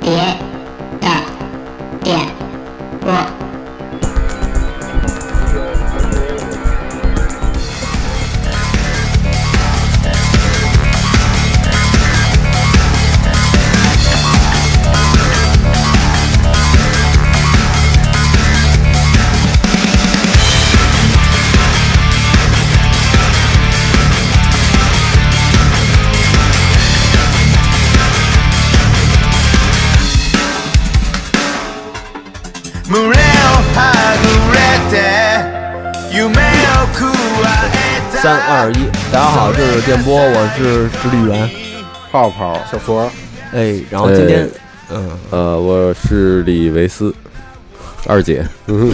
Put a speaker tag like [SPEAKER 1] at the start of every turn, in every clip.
[SPEAKER 1] 别的点播。
[SPEAKER 2] 胸をはぐれて夢をくわえた
[SPEAKER 3] 三二一，大家好，这是电波，我是直立员，
[SPEAKER 4] 泡泡，小佛，
[SPEAKER 3] 哎，然后今天，嗯，
[SPEAKER 5] 呃，我是李维斯，二姐。
[SPEAKER 4] 嗯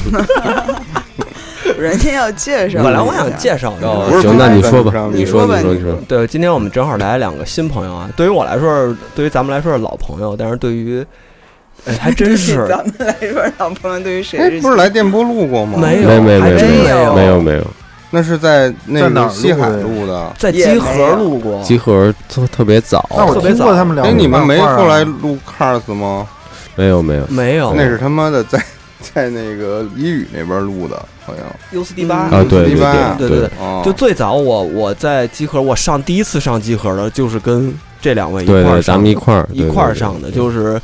[SPEAKER 6] 人家要介
[SPEAKER 5] 哎
[SPEAKER 6] 绍一下，
[SPEAKER 3] 本来我想介绍
[SPEAKER 5] 哦
[SPEAKER 3] 的，
[SPEAKER 4] 不是
[SPEAKER 5] 行，那你说
[SPEAKER 4] 不是
[SPEAKER 5] 吧，你
[SPEAKER 6] 说
[SPEAKER 5] 说，
[SPEAKER 6] 吧
[SPEAKER 5] 你说，你说。
[SPEAKER 3] 对，今天我们正好来两个新朋友啊，对于我来说是，对于咱们来说是老朋友，但是对于，哎，还真 是
[SPEAKER 6] 咱们来说，老朋友对于谁
[SPEAKER 4] 哎，
[SPEAKER 6] 是
[SPEAKER 4] 不是来电波录过吗？
[SPEAKER 3] 没
[SPEAKER 5] 没
[SPEAKER 3] 有，
[SPEAKER 5] 没
[SPEAKER 3] 还
[SPEAKER 5] 没
[SPEAKER 3] 真
[SPEAKER 6] 没
[SPEAKER 3] 有，
[SPEAKER 6] 有
[SPEAKER 5] 没有没有，
[SPEAKER 4] 那是在那
[SPEAKER 7] 在哪儿
[SPEAKER 4] 个
[SPEAKER 7] 录的
[SPEAKER 4] 西海录的。
[SPEAKER 3] 在
[SPEAKER 6] 也
[SPEAKER 3] 集
[SPEAKER 6] 没
[SPEAKER 3] 合
[SPEAKER 6] 有
[SPEAKER 3] 录过，
[SPEAKER 5] 集合特特别
[SPEAKER 7] 那
[SPEAKER 5] 早，
[SPEAKER 7] 我听过他们聊
[SPEAKER 4] 哎，你
[SPEAKER 7] 过漫画啊。
[SPEAKER 4] 们没后来录 Cars 吗？
[SPEAKER 5] 没有没有，
[SPEAKER 3] 没有，
[SPEAKER 4] 那是他妈的在在那个伊语那边录的，好像。
[SPEAKER 3] U 四 D 八
[SPEAKER 6] 嗯
[SPEAKER 5] 啊，对
[SPEAKER 4] 迪拜
[SPEAKER 5] 对
[SPEAKER 3] 对对
[SPEAKER 5] 对
[SPEAKER 4] 哦，
[SPEAKER 3] 就最早我我在集合，我上第一次上集合的就是跟这两位一
[SPEAKER 5] 对
[SPEAKER 3] 块儿
[SPEAKER 5] 对，咱
[SPEAKER 3] 上
[SPEAKER 5] 们
[SPEAKER 3] 的
[SPEAKER 5] 一块儿
[SPEAKER 3] 一块儿上的，
[SPEAKER 5] 的，
[SPEAKER 3] 就是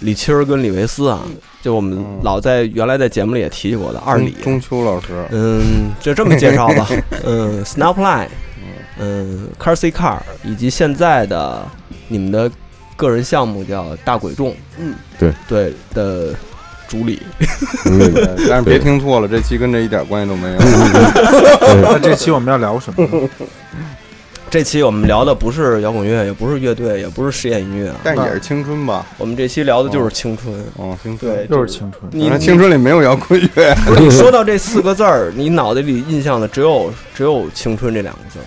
[SPEAKER 3] 李七儿跟李维斯啊，就我们
[SPEAKER 4] 嗯
[SPEAKER 3] 老在原来在节目里也啊提起过的二
[SPEAKER 4] 中
[SPEAKER 3] 李，
[SPEAKER 4] 中秋老师，
[SPEAKER 3] 嗯，就这么介绍 吧，嗯，Snapline，嗯，Car C Car，以及现在的你们的个人项目叫大鬼众，
[SPEAKER 6] 嗯，
[SPEAKER 5] 对
[SPEAKER 3] 对的主理，
[SPEAKER 5] 嗯
[SPEAKER 4] 对但是
[SPEAKER 5] 对
[SPEAKER 4] 别听错了，这期跟这一点关系都没有。
[SPEAKER 7] 那这期我们要聊什 么呢？
[SPEAKER 3] 这期我们聊的不是摇滚乐，也不是乐队，也不是实验音乐啊，
[SPEAKER 4] 但也是青春吧？
[SPEAKER 3] 我们这期聊的就是青春。
[SPEAKER 4] 哦，青春。
[SPEAKER 3] 对，
[SPEAKER 7] 又
[SPEAKER 3] 就是
[SPEAKER 7] 青春。
[SPEAKER 3] 你
[SPEAKER 4] 反正青春里没有摇滚乐。
[SPEAKER 3] 你 说到这四个字儿，你脑袋里印象的只有只有青春这两个字儿，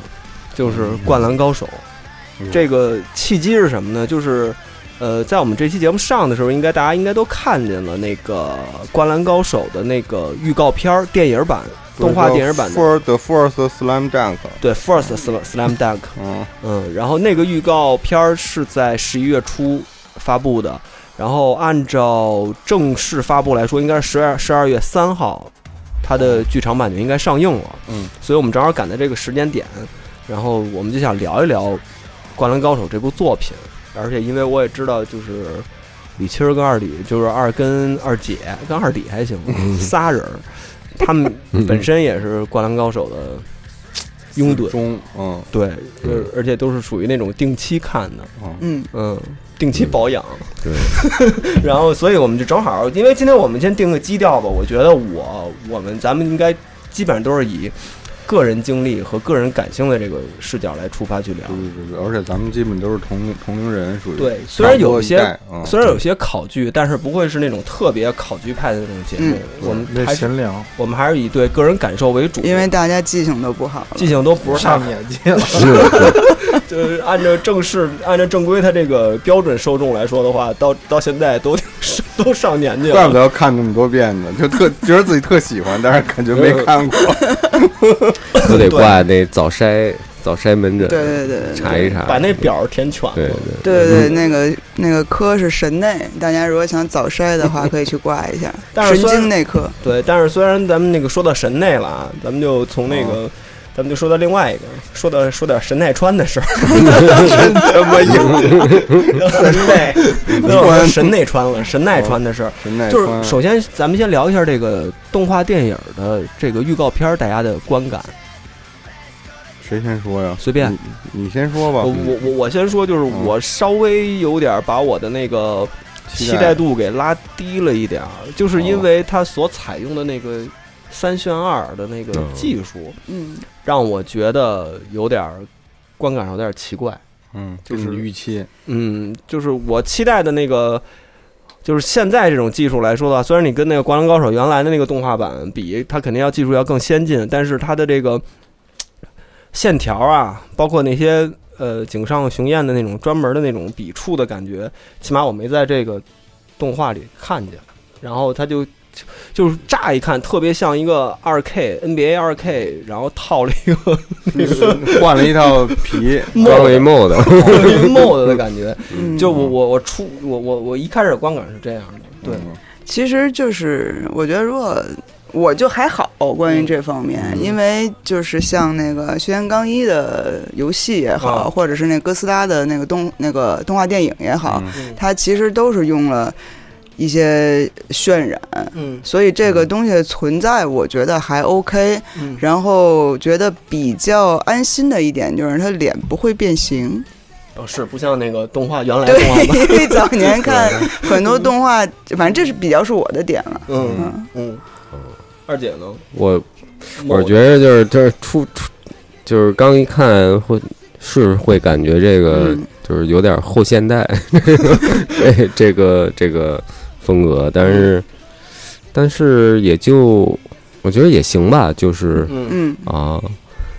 [SPEAKER 3] 就是《灌篮高手》
[SPEAKER 4] 嗯
[SPEAKER 3] 这个契机是什么呢？就是，呃，在我们这期节目上的时候，应该大家应该都看见了那个《灌篮高手》的那个预告片儿电影版、动画电影版的。
[SPEAKER 4] For the First Slam Dunk。
[SPEAKER 3] 对，First Slam Slam Dunk，
[SPEAKER 4] 嗯，
[SPEAKER 3] 嗯，然后那个预告片儿是在十一月初发布的，然后按照正式发布来说，应该是十二十二月三号，它的剧场版就应该上映了。
[SPEAKER 4] 嗯，
[SPEAKER 3] 所以我们正好赶在这个时间点，然后我们就想聊一聊《灌篮高手》这部作品，而且因为我也知道，就是李七儿跟二李，就是二跟二姐跟二李还行，仨人儿，他们本身也是《灌篮高手》的拥趸。
[SPEAKER 4] 中，嗯
[SPEAKER 3] 对，就
[SPEAKER 5] 嗯
[SPEAKER 3] 是而且都是属于那种定期看的，
[SPEAKER 4] 嗯，
[SPEAKER 6] 嗯，
[SPEAKER 3] 嗯，定期保养。
[SPEAKER 5] 对，
[SPEAKER 3] 然后，所以我们就正好，因为今天我们先定个基调吧。我觉得我我们咱们应该基本上都是以个人经历和个人感性的这个视角来出发去聊
[SPEAKER 4] 对。对对，而且咱们基本都是同龄同龄人，属于
[SPEAKER 3] 对，虽然有
[SPEAKER 4] 差
[SPEAKER 3] 些
[SPEAKER 4] 不多一代，嗯
[SPEAKER 3] 虽然有些考据，但是不会是那种特别考据派的那种节目。我们
[SPEAKER 7] 那
[SPEAKER 3] 还是
[SPEAKER 7] 闲聊，
[SPEAKER 3] 我们还是以对个人感受为主，
[SPEAKER 6] 因为大家记性都不好了
[SPEAKER 3] 记性都不是太
[SPEAKER 7] 上
[SPEAKER 3] 好。
[SPEAKER 7] 年纪了，
[SPEAKER 3] 就是按照正式、按照正规它这个标准受众来说的话，到到现在都都上年纪
[SPEAKER 4] 怪不
[SPEAKER 3] 了。
[SPEAKER 4] 得要看那么多遍呢，就特觉得自己特喜欢，但是感觉没看过。
[SPEAKER 5] 都得挂那早筛早筛门诊，
[SPEAKER 6] 对对对对
[SPEAKER 5] 查一查，
[SPEAKER 3] 把那表填全
[SPEAKER 5] 对
[SPEAKER 3] 了。
[SPEAKER 5] 对，
[SPEAKER 6] 对
[SPEAKER 3] 嗯
[SPEAKER 6] 对对，那个那个科是神内，大家如果想早筛的 话，可以去挂一下
[SPEAKER 3] 但是
[SPEAKER 6] 神
[SPEAKER 3] 虽然
[SPEAKER 6] 经内科。
[SPEAKER 3] 对，但是虽然咱们那个说到神内了啊，咱们就从那个，咱们就说到另外一个，说到说点神奈川的事儿。
[SPEAKER 4] 他妈 硬，
[SPEAKER 3] 神内， 那我说神内川了，神奈川的事儿。
[SPEAKER 4] 哦神奈
[SPEAKER 3] 就是
[SPEAKER 4] 川
[SPEAKER 3] 首先，咱们先聊一下这个动画电影的这个预告片儿，大家的观感，
[SPEAKER 4] 谁先说呀？
[SPEAKER 3] 随便。
[SPEAKER 4] 你你先说吧。
[SPEAKER 3] 我呃我我我先说，就是
[SPEAKER 4] 嗯
[SPEAKER 3] 我稍微有点把我的那个
[SPEAKER 4] 期
[SPEAKER 3] 期
[SPEAKER 4] 待
[SPEAKER 3] 待度给拉低了一点儿，就是因为它所采用的那个三选二的那个
[SPEAKER 5] 嗯
[SPEAKER 3] 技术，
[SPEAKER 6] 嗯，
[SPEAKER 3] 让我觉得有点儿观感上有点儿奇怪。
[SPEAKER 4] 嗯，
[SPEAKER 3] 就
[SPEAKER 4] 就是是预期，
[SPEAKER 3] 嗯，就是我期待的那个，就是现在这种技术来说的话，虽然你跟那个《灌篮高手》原来的那个动画版比，它肯定要技术要更先进，但是它的这个线条啊，包括那些呃井上雄彦的那种专门的那种笔触的感觉，起码我没在这个动画里看见。然后它就就是乍一看特别像一个二 K NBA 二 K，然后套了一个
[SPEAKER 4] 换了一套皮，
[SPEAKER 5] 装了 一 mod，
[SPEAKER 3] mod 的感觉。
[SPEAKER 6] 嗯
[SPEAKER 3] 就我我我出我我我一开始观感是这样的，对，
[SPEAKER 4] 嗯
[SPEAKER 6] 其实就是我觉得，如果我就还好关于这方面，
[SPEAKER 3] 嗯
[SPEAKER 6] 因为就是像那个《轩辕钢一》的游戏也好，
[SPEAKER 3] 啊
[SPEAKER 6] 或者是那哥斯拉的那个动那个动画电影也好，
[SPEAKER 3] 嗯
[SPEAKER 6] 它其实都是用了一些渲染，
[SPEAKER 3] 嗯
[SPEAKER 6] 所以这个东西存在，我觉得还 OK。
[SPEAKER 3] 嗯
[SPEAKER 6] 然后觉得比较安心的一点就是它脸不会变形。
[SPEAKER 3] 哦是不像那个动画原来动画 版，
[SPEAKER 6] 对，因为早年看很多动画，反正这是比较是我的点了。
[SPEAKER 3] 嗯
[SPEAKER 6] 嗯，
[SPEAKER 3] 嗯。二姐呢？
[SPEAKER 5] 我我
[SPEAKER 3] mod
[SPEAKER 5] 觉得就是就是出出就是刚一看会是会感觉这个
[SPEAKER 6] 嗯
[SPEAKER 5] 就是有点后现代， 这这个这个风格，但是但是也就我觉得也行吧，就是
[SPEAKER 3] 嗯
[SPEAKER 6] 嗯
[SPEAKER 5] 啊。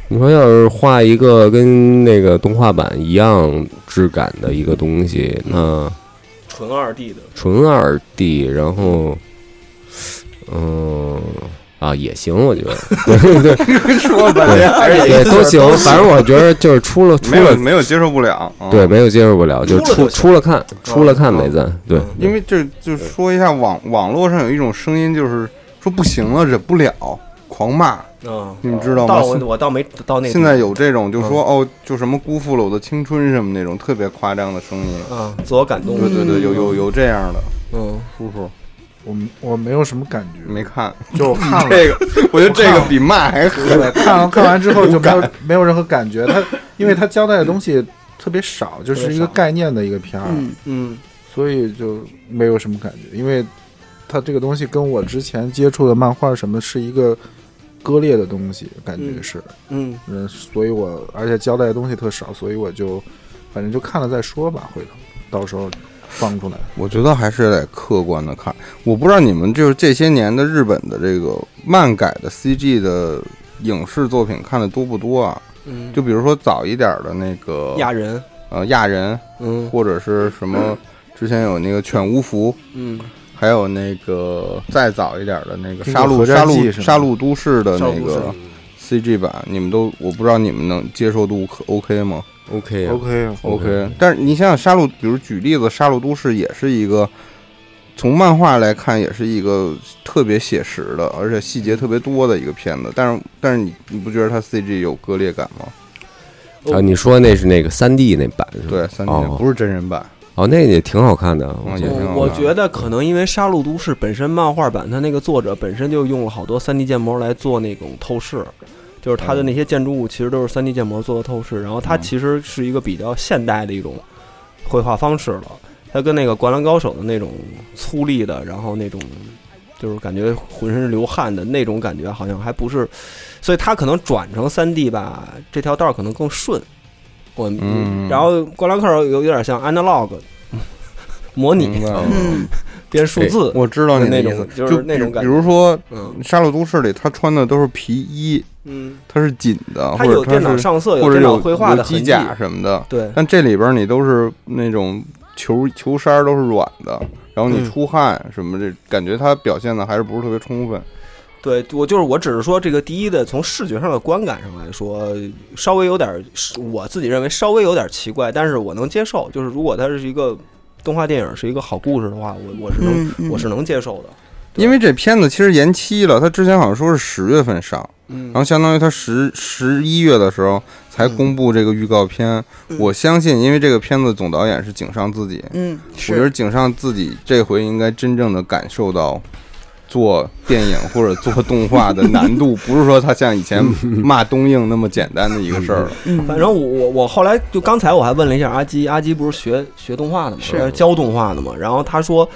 [SPEAKER 5] 你说要是画一个跟那个动画版一样质感的一个东西，那
[SPEAKER 3] 纯二 D 的，
[SPEAKER 5] 纯二 D，然后，嗯、啊，也行，我觉得，
[SPEAKER 4] 说半天还是
[SPEAKER 5] 对，都行，反正我觉得就是出了出
[SPEAKER 4] 没有
[SPEAKER 5] 了，
[SPEAKER 4] 没有接受不了。啊
[SPEAKER 5] 对，，没有接受不了，就
[SPEAKER 3] 出了就
[SPEAKER 5] 出
[SPEAKER 3] 行
[SPEAKER 5] 出了看，出了看
[SPEAKER 3] 嗯
[SPEAKER 5] 没赞，对，
[SPEAKER 4] 因为这就说一下网网络上有一种声音，就是说不行了，忍不了，狂骂，
[SPEAKER 3] 嗯，
[SPEAKER 4] 你们知道吗
[SPEAKER 3] 到？我我倒没到那个地
[SPEAKER 4] 现
[SPEAKER 3] 步
[SPEAKER 4] 在有这种就
[SPEAKER 3] 嗯
[SPEAKER 4] 说哦，就什么辜负了我的青春什么那种特别夸张的声音。
[SPEAKER 3] 啊，自我感动，
[SPEAKER 4] 对对对，有有有这样的
[SPEAKER 3] 嗯，
[SPEAKER 4] 叔叔
[SPEAKER 7] 我我没有什么感觉，
[SPEAKER 4] 没看
[SPEAKER 7] 就我看了。
[SPEAKER 4] 这个，我觉得这个比骂还狠。
[SPEAKER 7] 对，看了看完之后就没有没有任何感觉。他因为他交代的东西特别少，就是一个概念的一个片儿，
[SPEAKER 6] 嗯
[SPEAKER 3] 嗯
[SPEAKER 7] 所以就没有什么感觉。因为它这个东西跟我之前接触的漫画什么是一个割裂的东西，感觉
[SPEAKER 3] 嗯
[SPEAKER 7] 是，
[SPEAKER 3] 嗯
[SPEAKER 7] 嗯，所以我而且交代的东西特少，所以我就反正就看了再说吧，回头到时候放出来。
[SPEAKER 4] 我觉得还是得客观的看。我不知道你们就是这些年的日本的这个漫改的 CG 的影视作品看的多不多啊？
[SPEAKER 3] 嗯，
[SPEAKER 4] 就比如说早一点的那个
[SPEAKER 3] 亚人，
[SPEAKER 4] 呃亚人，
[SPEAKER 3] 嗯
[SPEAKER 4] 或者是什
[SPEAKER 7] 嗯
[SPEAKER 4] 么之前有那个犬巫服，
[SPEAKER 3] 嗯，
[SPEAKER 4] 还有那个再早一点的那个
[SPEAKER 7] 这个
[SPEAKER 4] 杀戮
[SPEAKER 7] 核
[SPEAKER 4] 杀
[SPEAKER 7] 战记
[SPEAKER 4] 戮
[SPEAKER 7] 是吗
[SPEAKER 4] 杀戮都市的
[SPEAKER 3] 杀戮
[SPEAKER 4] 那
[SPEAKER 3] 都市
[SPEAKER 4] 个 CG 版，你们都我不知道你们能接受度可 OK 吗？
[SPEAKER 5] ，OK，
[SPEAKER 4] 哦
[SPEAKER 7] OK 啊，
[SPEAKER 4] OK，但是你想想，杀戮，比如举例子，《杀戮都市》也是一个从漫画来看，也是一个特别写实的，而且细节特别多的一个片子。但是，但是你你不觉得它 CG 有割裂感吗？哦
[SPEAKER 5] 啊，你说那是那个三 D 那版是
[SPEAKER 3] 嗯
[SPEAKER 5] 吧？
[SPEAKER 4] 对，三 D、
[SPEAKER 5] 哦
[SPEAKER 4] 不是真人版，
[SPEAKER 5] 哦，那也挺好看的，啊我
[SPEAKER 4] 嗯
[SPEAKER 5] 觉
[SPEAKER 4] 也
[SPEAKER 5] 得
[SPEAKER 4] 挺
[SPEAKER 3] 我
[SPEAKER 4] 好看
[SPEAKER 3] 我
[SPEAKER 4] 的
[SPEAKER 3] 觉得可能因为《杀戮都市》本身漫画版，它那个作者本身就用了好多3 D 建模来做那种透视，就是它的那些建筑物其实都是3 D 建模做的透视，然后它
[SPEAKER 4] 嗯
[SPEAKER 3] 其实是一个比较现代的一种绘画方式了，它跟那个《灌篮高手》的那种粗粝的，然后那种就是感觉浑身是流汗的那种感觉，好像还不是，所以它可能转成3 D 吧，这条道儿可能更顺。我，
[SPEAKER 4] 嗯
[SPEAKER 3] 然后《灌篮高手》有有点像 analog 模拟。
[SPEAKER 4] 明白了
[SPEAKER 6] 嗯
[SPEAKER 3] 编数字，
[SPEAKER 4] 哎我知道你的
[SPEAKER 3] 那
[SPEAKER 4] 意
[SPEAKER 3] 种
[SPEAKER 4] 思，
[SPEAKER 3] 就是
[SPEAKER 4] 就
[SPEAKER 3] 那种
[SPEAKER 4] 比
[SPEAKER 3] 感
[SPEAKER 4] 比
[SPEAKER 3] 觉
[SPEAKER 4] 如说
[SPEAKER 3] 嗯
[SPEAKER 4] 《杀戮都市》里，他穿的都是皮衣，
[SPEAKER 3] 嗯，
[SPEAKER 4] 它是紧的，
[SPEAKER 3] 它
[SPEAKER 4] 啊或者
[SPEAKER 3] 有
[SPEAKER 4] 它
[SPEAKER 3] 电脑
[SPEAKER 4] 是
[SPEAKER 3] 上色，
[SPEAKER 4] 或者
[SPEAKER 3] 电脑
[SPEAKER 4] 有
[SPEAKER 3] 绘画
[SPEAKER 4] 有
[SPEAKER 3] 的
[SPEAKER 4] 机
[SPEAKER 3] 痕迹，
[SPEAKER 4] 甲什么的。
[SPEAKER 3] 对，
[SPEAKER 4] 但这里边你都是那种球球衫儿都是软的，然后你
[SPEAKER 3] 嗯
[SPEAKER 4] 出汗什么这，感觉它表现的还是不是特别充分。
[SPEAKER 3] 对我就是我只是说这个第一的从视觉上的观感上来说，稍微有点儿，我自己认为稍微有点奇怪，但是我能接受。就是如果它是一个动画电影，是一个好故事的话，我我是能、
[SPEAKER 6] 嗯嗯
[SPEAKER 3] 我是能接受的。对
[SPEAKER 4] 因为这片子其实延期了，它之前好像说是十月份上，
[SPEAKER 3] 嗯嗯
[SPEAKER 4] 然后相当于它十十一月的时候才公布这个预告片。我相信，因为这个片子总导演是井上自己，
[SPEAKER 6] 嗯，
[SPEAKER 4] 我觉得
[SPEAKER 6] 是
[SPEAKER 4] 井上自己这回应该真正的感受到。做电影或者做动画的难度，不是说他像 以前骂东映那么简单的一个事儿了。
[SPEAKER 3] 反正我我我后来就刚才我还问了一下阿基，阿基不是学学动画的嘛，呃
[SPEAKER 6] 是
[SPEAKER 3] 教动画的嘛，然后他说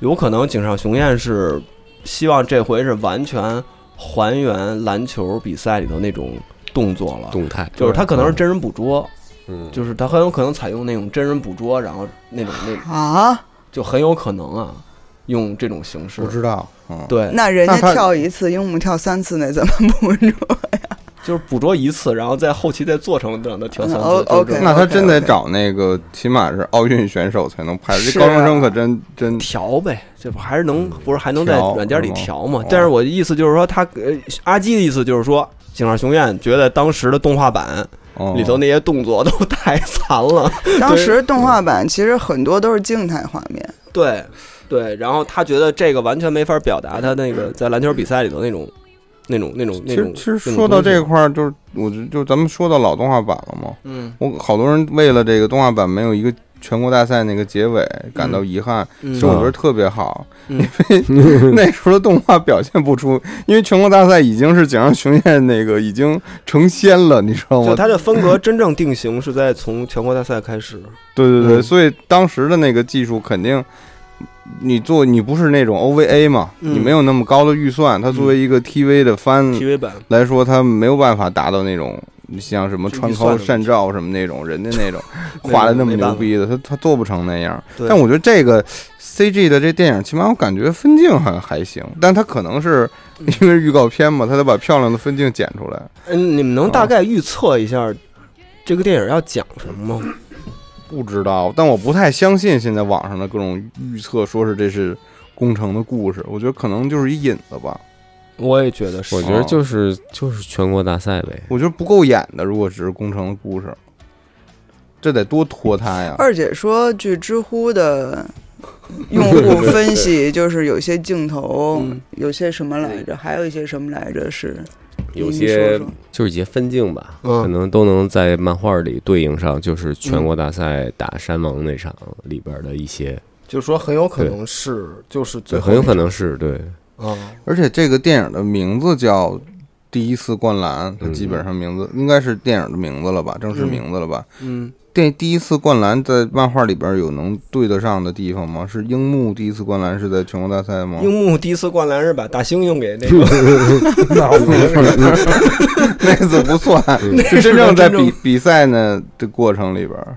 [SPEAKER 3] 有可能井上雄彦是希望这回是完全还原篮球比赛里头那种动作了，
[SPEAKER 5] 动态
[SPEAKER 3] 就是他可能是真人捕捉，
[SPEAKER 5] 嗯
[SPEAKER 3] 就是他很有可能采用那种真人捕捉，然后那种那
[SPEAKER 6] 啊，
[SPEAKER 3] 就很有可能啊，用这种形式
[SPEAKER 4] 不，知道，嗯，
[SPEAKER 3] 对，
[SPEAKER 6] 那人
[SPEAKER 4] 那他
[SPEAKER 6] 家跳一次，樱木跳三次，那怎么捕捉？
[SPEAKER 3] 就是捕捉一次，然后在后期再做成这样的调三次。
[SPEAKER 6] 嗯，O-
[SPEAKER 3] 就是这种
[SPEAKER 6] OK
[SPEAKER 4] 那他真得找那个起码是奥运选手才能拍，这高中生可真真
[SPEAKER 3] 调呗，这不还是能不是还能在
[SPEAKER 4] 嗯调
[SPEAKER 3] 软件里
[SPEAKER 4] 是吗
[SPEAKER 3] 调嘛
[SPEAKER 4] 哦？
[SPEAKER 3] 但是我的意思就是说，他呃，阿基的意思就是说，《井上雄彦》觉得当时的动画版
[SPEAKER 4] 哦
[SPEAKER 3] 里头那些动作都 太残了，
[SPEAKER 6] 当时动画版其实很多都是静态画面，
[SPEAKER 3] 对对，然后他觉得这个完全没法表达他那个在篮球比赛里头那种那种那种
[SPEAKER 4] 其
[SPEAKER 3] 那
[SPEAKER 4] 实
[SPEAKER 3] 种。
[SPEAKER 4] 其实
[SPEAKER 3] 那种
[SPEAKER 4] 说到
[SPEAKER 3] 东西
[SPEAKER 4] 这，块儿，就是我就就咱们说到老动画版了嘛，
[SPEAKER 3] 嗯
[SPEAKER 4] 我好多人为了这个动画版没有一个全国大赛那个结尾感到遗憾，
[SPEAKER 3] 嗯
[SPEAKER 4] 其实我觉得特别好，
[SPEAKER 3] 嗯
[SPEAKER 4] 因为 那时候的动画表现不出，因为全国大赛已经是井上雄彦那个已经成仙了，你知道吗
[SPEAKER 3] 就？他的风格真正定型是在从全国大赛开始，
[SPEAKER 4] 对对对，
[SPEAKER 3] 嗯
[SPEAKER 4] 所以当时的那个技术肯定，你做你不是那种 OVA 嘛，
[SPEAKER 3] 嗯
[SPEAKER 4] 你没有那么高的预算，它作为一个 TV 的番
[SPEAKER 3] TV 版
[SPEAKER 4] 来说，它没有办法达到那种。你像什么
[SPEAKER 3] 就
[SPEAKER 4] 川
[SPEAKER 3] 预算的
[SPEAKER 4] 尻
[SPEAKER 3] 问
[SPEAKER 4] 善
[SPEAKER 3] 题
[SPEAKER 4] 照啊什么那种人家那 种
[SPEAKER 3] 没
[SPEAKER 4] 画的那么
[SPEAKER 3] 没办法
[SPEAKER 4] 牛逼的，他他做不成那样。
[SPEAKER 3] 对
[SPEAKER 4] 但我觉得这个 CG 的这电影，起码我感觉分镜还还行，但它可能是因为预告片嘛，他得把漂亮的分镜剪出来。
[SPEAKER 3] 嗯，你们能
[SPEAKER 4] 哦
[SPEAKER 3] 大概预测一下这个电影要讲什么吗？
[SPEAKER 4] 不知道，但我不太相信现在网上的各种预测，说是这是工程的故事。我觉得可能就是一引子吧。
[SPEAKER 3] 我也觉得是
[SPEAKER 5] 我觉
[SPEAKER 4] 哦
[SPEAKER 5] 得就是就是全国大赛呗，
[SPEAKER 4] 我觉得不够演的，如果只是工程的故事，这得多拖沓呀。
[SPEAKER 6] 二姐说，据知乎的用户分析，就是有些镜头
[SPEAKER 3] 嗯，
[SPEAKER 6] 有些什么来着，还有一些什么来着是
[SPEAKER 5] 有
[SPEAKER 6] 你
[SPEAKER 5] 些
[SPEAKER 6] 说说
[SPEAKER 5] 就是一些分镜吧，
[SPEAKER 3] 嗯
[SPEAKER 5] 可能都能在漫画里对应上，就是全国大赛打山王那场里边的一些，
[SPEAKER 8] 就是说很有可能是就是最
[SPEAKER 5] 对，
[SPEAKER 8] 后
[SPEAKER 5] 很有可能是对，
[SPEAKER 6] 嗯
[SPEAKER 8] 啊，
[SPEAKER 4] 而且这个电影的名字叫《第一次灌篮》，它基本上名字应该是电影的名字了吧，正式名字了吧？
[SPEAKER 3] 嗯，
[SPEAKER 4] 电第一次灌篮在漫画里边有能对得上的地方吗？是樱木第一次灌篮是在全国大赛吗？
[SPEAKER 3] 樱木第一次灌篮是把大猩猩给那 个，
[SPEAKER 4] 那次不算，嗯是真正在比比赛呢的过程里边儿，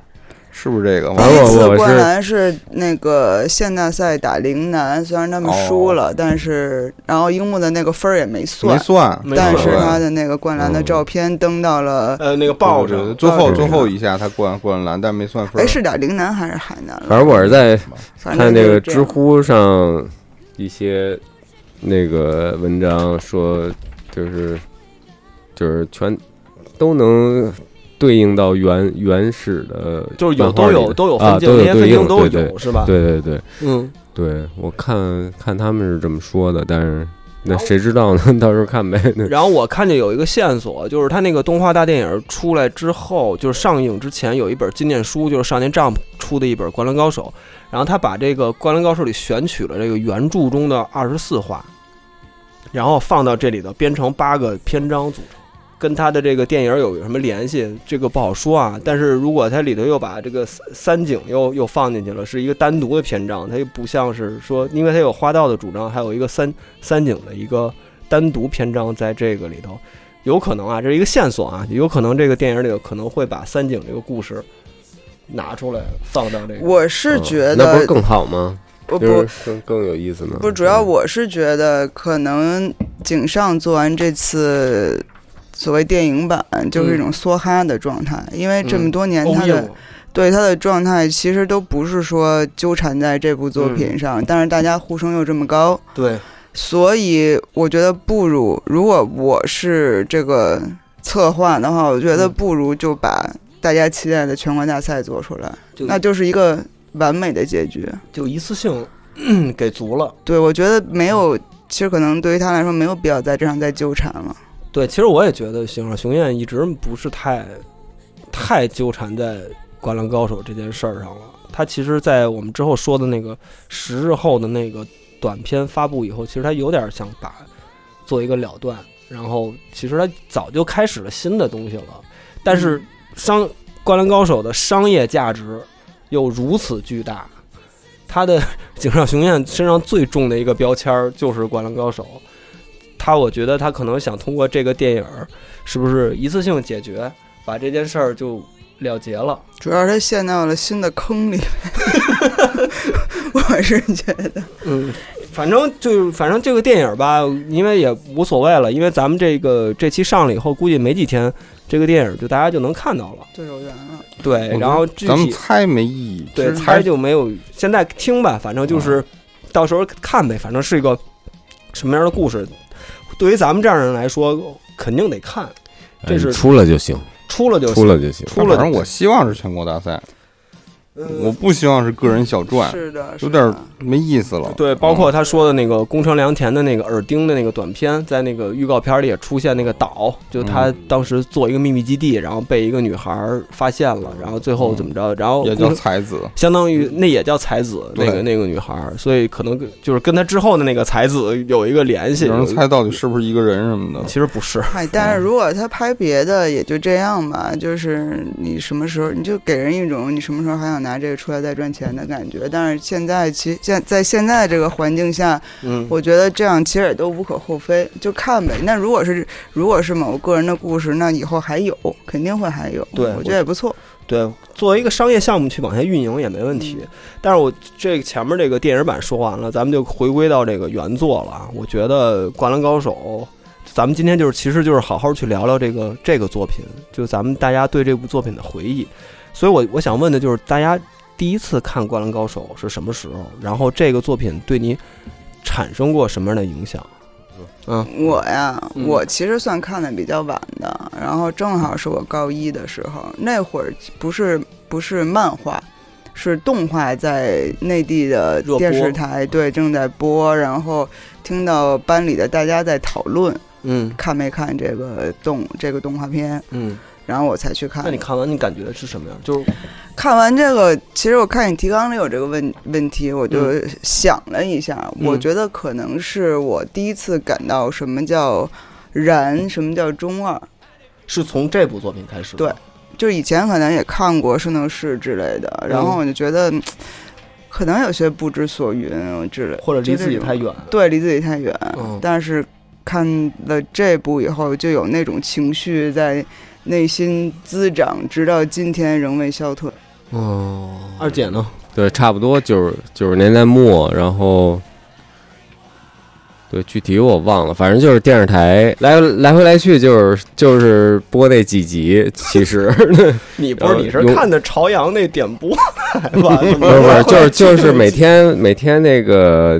[SPEAKER 4] 是不是这个？
[SPEAKER 5] 反
[SPEAKER 6] 第
[SPEAKER 5] 正
[SPEAKER 6] 一
[SPEAKER 5] 我
[SPEAKER 6] 次
[SPEAKER 5] 我
[SPEAKER 6] 灌
[SPEAKER 5] 是
[SPEAKER 6] 篮是那个县大赛打陵南，虽然他们输了，但是然后樱木的那个分儿也没
[SPEAKER 4] 没
[SPEAKER 6] 算，
[SPEAKER 4] 算，
[SPEAKER 3] 没
[SPEAKER 6] 但
[SPEAKER 3] 算
[SPEAKER 6] 是他的那个灌篮的
[SPEAKER 5] 嗯
[SPEAKER 6] 照片登到了，
[SPEAKER 3] 呃，那个抱
[SPEAKER 4] 对对
[SPEAKER 3] 着啊
[SPEAKER 4] 对最后
[SPEAKER 5] 对
[SPEAKER 4] 最后一下他灌灌篮，但没算分
[SPEAKER 6] 哎，
[SPEAKER 4] 儿。
[SPEAKER 6] 是打陵南还是海南了？
[SPEAKER 5] 反正我是在
[SPEAKER 6] 反
[SPEAKER 5] 看
[SPEAKER 6] 正
[SPEAKER 5] 那
[SPEAKER 6] 就是
[SPEAKER 5] 个
[SPEAKER 6] 这
[SPEAKER 5] 知
[SPEAKER 6] 样
[SPEAKER 5] 乎上一些那个文章说，就是就是全都能对应到原原始的漫画里的，
[SPEAKER 3] 就是有都有都有
[SPEAKER 5] 啊
[SPEAKER 3] 分镜，那些分
[SPEAKER 5] 对
[SPEAKER 3] 镜
[SPEAKER 5] 应
[SPEAKER 3] 都
[SPEAKER 5] 对对
[SPEAKER 3] 有是吧？，
[SPEAKER 5] 对对对
[SPEAKER 3] 嗯，
[SPEAKER 5] 对，我看看他们是这么说的，但是
[SPEAKER 6] 哦
[SPEAKER 5] 那谁知道呢？ 到时候看呗。那
[SPEAKER 3] 然后我看见有一个线索，就是他那个动画大电影出来之后，就是上映之前有一本纪念书，就是少年 Jump 出的一本《灌篮高手》，然后他把这个《灌篮高手》里选取了这个原著中的二十四话，然后放到这里头编成八个篇章组成，跟他的这个电影有什么联系？这个不好说啊。但是如果它里头又把这个三三井又又放进去了，是一个单独的篇章，它又不像是说，因为它有花道的主张，还有一个三三井的一个单独篇章在这个里头。有可能啊，这是一个线索啊，有可能这个电影里头可能会把三井这个故事拿出来放到这个。
[SPEAKER 6] 我是
[SPEAKER 5] 嗯
[SPEAKER 6] 觉
[SPEAKER 5] 那不
[SPEAKER 6] 得
[SPEAKER 5] 是更好吗？
[SPEAKER 6] 不
[SPEAKER 5] 就
[SPEAKER 6] 不
[SPEAKER 5] 是更更有意思吗？
[SPEAKER 6] 不，主要
[SPEAKER 5] 嗯
[SPEAKER 6] 我是觉得可能井上做完这次。所谓电影版就是
[SPEAKER 5] 嗯
[SPEAKER 6] 一种梭哈的状态，因为这么多年他的、对他的状态其实都不是说纠缠在这部
[SPEAKER 5] 嗯
[SPEAKER 6] 作品上，但是大家呼声又这么高，
[SPEAKER 3] 对，
[SPEAKER 6] 所以我觉得不如，如果我是这个策划的话，我觉得不如就把大家期待的全国大赛做出来，
[SPEAKER 3] 就
[SPEAKER 6] 那就是一个完美的结局。
[SPEAKER 3] 就一次性 给足了。
[SPEAKER 6] 对我觉得没有，其实可能对于他来说没有必要在这上再纠缠了。
[SPEAKER 3] 对，其实我也觉得行啊，熊燕一直不是太太纠缠在《灌篮高手》这件事儿上了。他其实，在我们之后说的那个十日后的那个短片发布以后，其实他有点想把做一个了断，然后其实他早就开始了新的东西了，但是商《灌篮高手》的商业价值又如此巨大，他的井上雄彦身上最重的一个标签儿就是《灌篮高手》，他我觉得他可能想通过这个电影儿，是不是一次性解决，把这件事儿就了结了？
[SPEAKER 6] 主要是他 陷到了新的坑里面，我是觉得
[SPEAKER 3] 嗯，反正就是反正这个电影吧，因为也无所谓了，因为咱们这个这期上了以后，估计没几天，这个电影就大家就能看到了。
[SPEAKER 6] 就有缘了。
[SPEAKER 3] 对，然后具
[SPEAKER 4] 咱们
[SPEAKER 3] 体
[SPEAKER 4] 猜没意义，
[SPEAKER 3] 对
[SPEAKER 4] 其实
[SPEAKER 3] 猜就没有，现在听吧，反正
[SPEAKER 4] 嗯
[SPEAKER 3] 就是到时候看呗，反正是一个什么样的故事，对于咱们这样的人来说，肯定得看，这是
[SPEAKER 5] 哎出了就行，
[SPEAKER 3] 出了就行
[SPEAKER 5] 出了就行。
[SPEAKER 3] 出了呃
[SPEAKER 4] 反正我希望是全国大赛，我不希望是个人小赚，
[SPEAKER 6] 是的，
[SPEAKER 4] 有
[SPEAKER 6] 是
[SPEAKER 4] 点
[SPEAKER 6] 的
[SPEAKER 4] 儿没意思了。
[SPEAKER 3] 对，包括他说的那个宫城良田的那个耳钉的那个短片，在那个预告片里也出现那个岛，就
[SPEAKER 4] 嗯
[SPEAKER 3] 他当时做一个秘密基地，然后被一个女孩儿发现了，然后最后怎么着，然后
[SPEAKER 4] 嗯也
[SPEAKER 3] 宫
[SPEAKER 4] 叫
[SPEAKER 3] 城
[SPEAKER 4] 才子，
[SPEAKER 3] 相当于那也叫才子，那
[SPEAKER 4] 对
[SPEAKER 3] 个那个女孩儿，所以可能跟就是跟他之后的那个才子有一个联系
[SPEAKER 4] 有。人
[SPEAKER 3] 有
[SPEAKER 4] 猜到底是不是一个人什么的。
[SPEAKER 3] 其实不是，
[SPEAKER 6] 嗨，哎但是如果他拍别的也就这样吧，就是你什么时候你就给人一种你什么时候还想拿这个出来再赚钱的感觉。但是现在其现在现在这个环境下，
[SPEAKER 3] 嗯，
[SPEAKER 6] 我觉得这样其实也都无可厚非，就看呗。那如果是如果是某个人的故事，那以后还有，肯定会还有。
[SPEAKER 3] 对
[SPEAKER 6] 我觉得也不错。
[SPEAKER 3] 对，作为一个商业项目去往下运营也没问题。但是我这前面这个电影版说完了，咱们就回归到这个原作了啊。我觉得《灌篮高手》，咱们今天就是其实就是好好去聊聊这个这个作品，就咱们大家对这部作品的回忆。所以我我想问的就是，大家第一次看《灌篮高手》是什么时候？然后这个作品对你产生过什么样的影响？嗯，
[SPEAKER 6] 我呀，
[SPEAKER 3] 嗯
[SPEAKER 6] 我其实算看的比较晚的，然后正好是我高一的时候，那会儿不是不是漫画，是动画在内地的
[SPEAKER 3] 热播
[SPEAKER 6] 电视台对正在播，然后听到班里的大家在讨论
[SPEAKER 3] 嗯
[SPEAKER 6] 看没看这个动这个动画片，
[SPEAKER 3] 嗯。
[SPEAKER 6] 然后我才去看
[SPEAKER 3] 那
[SPEAKER 6] 的
[SPEAKER 3] 你。看完你感觉是什么样？就是
[SPEAKER 6] 看完这个，其实我看你提纲里有这个问问题，我就想了一下，
[SPEAKER 3] 嗯
[SPEAKER 6] 我觉得可能是我第一次感到什么叫燃，什么叫中二。
[SPEAKER 3] 是从这部作品开始的。
[SPEAKER 6] 对就以前可能也看过圣斗士之类的，然后我就觉得嗯可能有些不知所云之类，
[SPEAKER 3] 或者离自己
[SPEAKER 6] 就这种
[SPEAKER 3] 太远。
[SPEAKER 6] 对离自己太远。
[SPEAKER 3] 嗯
[SPEAKER 6] 但是看了这部以后，就有那种情绪在内心滋长，直到今天仍未消退。
[SPEAKER 3] 哦，二姐呢？
[SPEAKER 5] 对，差不多九十九十年代末，然后，对，具体我忘了，反正就是电视台来来回来去，就是就是播那几集，其实
[SPEAKER 3] 你
[SPEAKER 5] 不是你是看
[SPEAKER 3] 的朝阳那点播 台吧？
[SPEAKER 5] 呃不是不是，就是就是 每天每天那个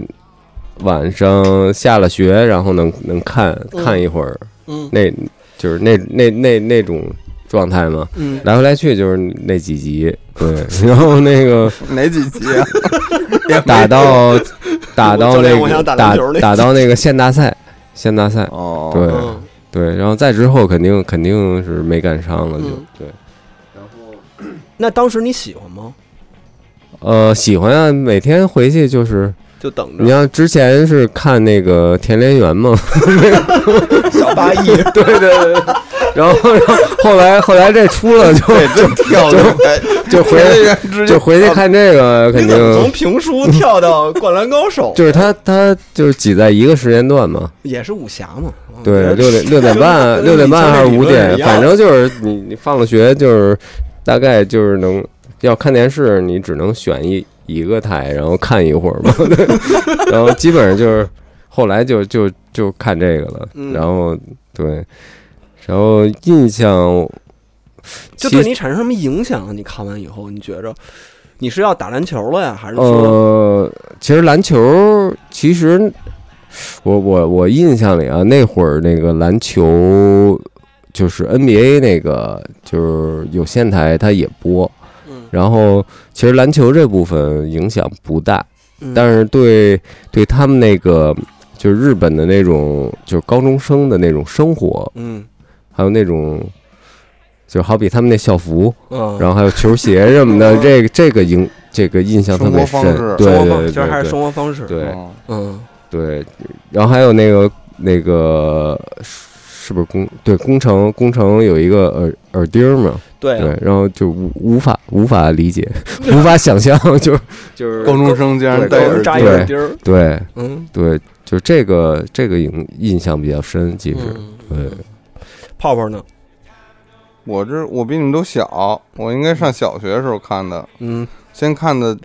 [SPEAKER 5] 晚上下了学，然后能能看看一会儿，
[SPEAKER 3] 嗯
[SPEAKER 5] 那就是那那那那种状态嘛，
[SPEAKER 3] 嗯，
[SPEAKER 5] 来回来去就是那几集，对，然后 那个。
[SPEAKER 4] 哪几集啊？
[SPEAKER 5] 打到打到那
[SPEAKER 3] 教练我想
[SPEAKER 5] 个
[SPEAKER 3] 打
[SPEAKER 5] 打
[SPEAKER 3] 篮球那
[SPEAKER 5] 打到那个县大赛，县大赛，
[SPEAKER 4] 哦，
[SPEAKER 5] 对
[SPEAKER 3] 嗯
[SPEAKER 5] 对，然后再之后肯定肯定是没赶上了，就
[SPEAKER 3] 嗯
[SPEAKER 5] 对，
[SPEAKER 3] 那当时你喜欢吗？
[SPEAKER 5] 呃，喜欢啊，每天回去就是，
[SPEAKER 3] 就等着
[SPEAKER 5] 你像之前是看那个田连元 嘛，
[SPEAKER 3] 小八亿，
[SPEAKER 5] 对对对，然后然后后来后来这出了就
[SPEAKER 4] 对，真跳的，哎
[SPEAKER 5] 就回
[SPEAKER 4] 田连元 啊直接哦
[SPEAKER 5] 就回去看这个，肯
[SPEAKER 3] 你怎么从
[SPEAKER 5] 定
[SPEAKER 3] 评 书跳到灌篮高手？
[SPEAKER 5] 就是他他就是挤在一个时间段嘛，
[SPEAKER 3] 也是武侠嘛？嗯
[SPEAKER 5] 对，六 点六点半，六点半还是五点，反正就是你你放了学就是，大概就是能要看电视，你只能选一一个台，然后看一会儿 吧，对 然后基本上就是后来就就就看这个了
[SPEAKER 3] 嗯，
[SPEAKER 5] 然后对，然后印象
[SPEAKER 3] 就
[SPEAKER 5] 其
[SPEAKER 3] 对你产生什么影响？啊你看完以后，你觉着你是要打篮球了呀，还是说
[SPEAKER 5] 呃，其实篮球，其实我我我印象里啊，那会儿那个篮球就是 NBA 那个就是有线台它也播，
[SPEAKER 3] 嗯
[SPEAKER 5] 然后其实篮球这部分影响不大，
[SPEAKER 3] 嗯
[SPEAKER 5] 但是对对他们那个就是日本的那种就是高中生的那种生活，
[SPEAKER 3] 嗯
[SPEAKER 5] 还有那种就好比他们那校服，
[SPEAKER 3] 嗯，
[SPEAKER 5] 然后还有球鞋什么的，
[SPEAKER 3] 嗯
[SPEAKER 5] 这个这个影这个印象特别
[SPEAKER 4] 生
[SPEAKER 5] 深
[SPEAKER 4] 活方式，
[SPEAKER 5] 对
[SPEAKER 3] 生活
[SPEAKER 5] 对
[SPEAKER 3] 方
[SPEAKER 5] 对
[SPEAKER 3] 式其实还是生活方式，
[SPEAKER 5] 对
[SPEAKER 4] 哦
[SPEAKER 3] 嗯
[SPEAKER 5] 对，然后还有那个那个是不是工对工程工程有一个耳耳钉儿嘛？
[SPEAKER 3] 对啊
[SPEAKER 5] 对，然后就无无法无法理 解，无法想象，就是就是
[SPEAKER 4] 高中生竟然
[SPEAKER 5] 对
[SPEAKER 4] 戴
[SPEAKER 3] 高
[SPEAKER 4] 耳
[SPEAKER 3] 中
[SPEAKER 4] 机
[SPEAKER 3] 扎一
[SPEAKER 5] 对
[SPEAKER 3] 耳钉儿，
[SPEAKER 5] 对
[SPEAKER 3] 嗯
[SPEAKER 5] 对，就这个这个影印象比较深，其实
[SPEAKER 3] 嗯，
[SPEAKER 5] 对
[SPEAKER 3] 泡泡呢？
[SPEAKER 4] 我这我比你们都小，我应该上小学的时候看的，
[SPEAKER 3] 嗯
[SPEAKER 4] 先看的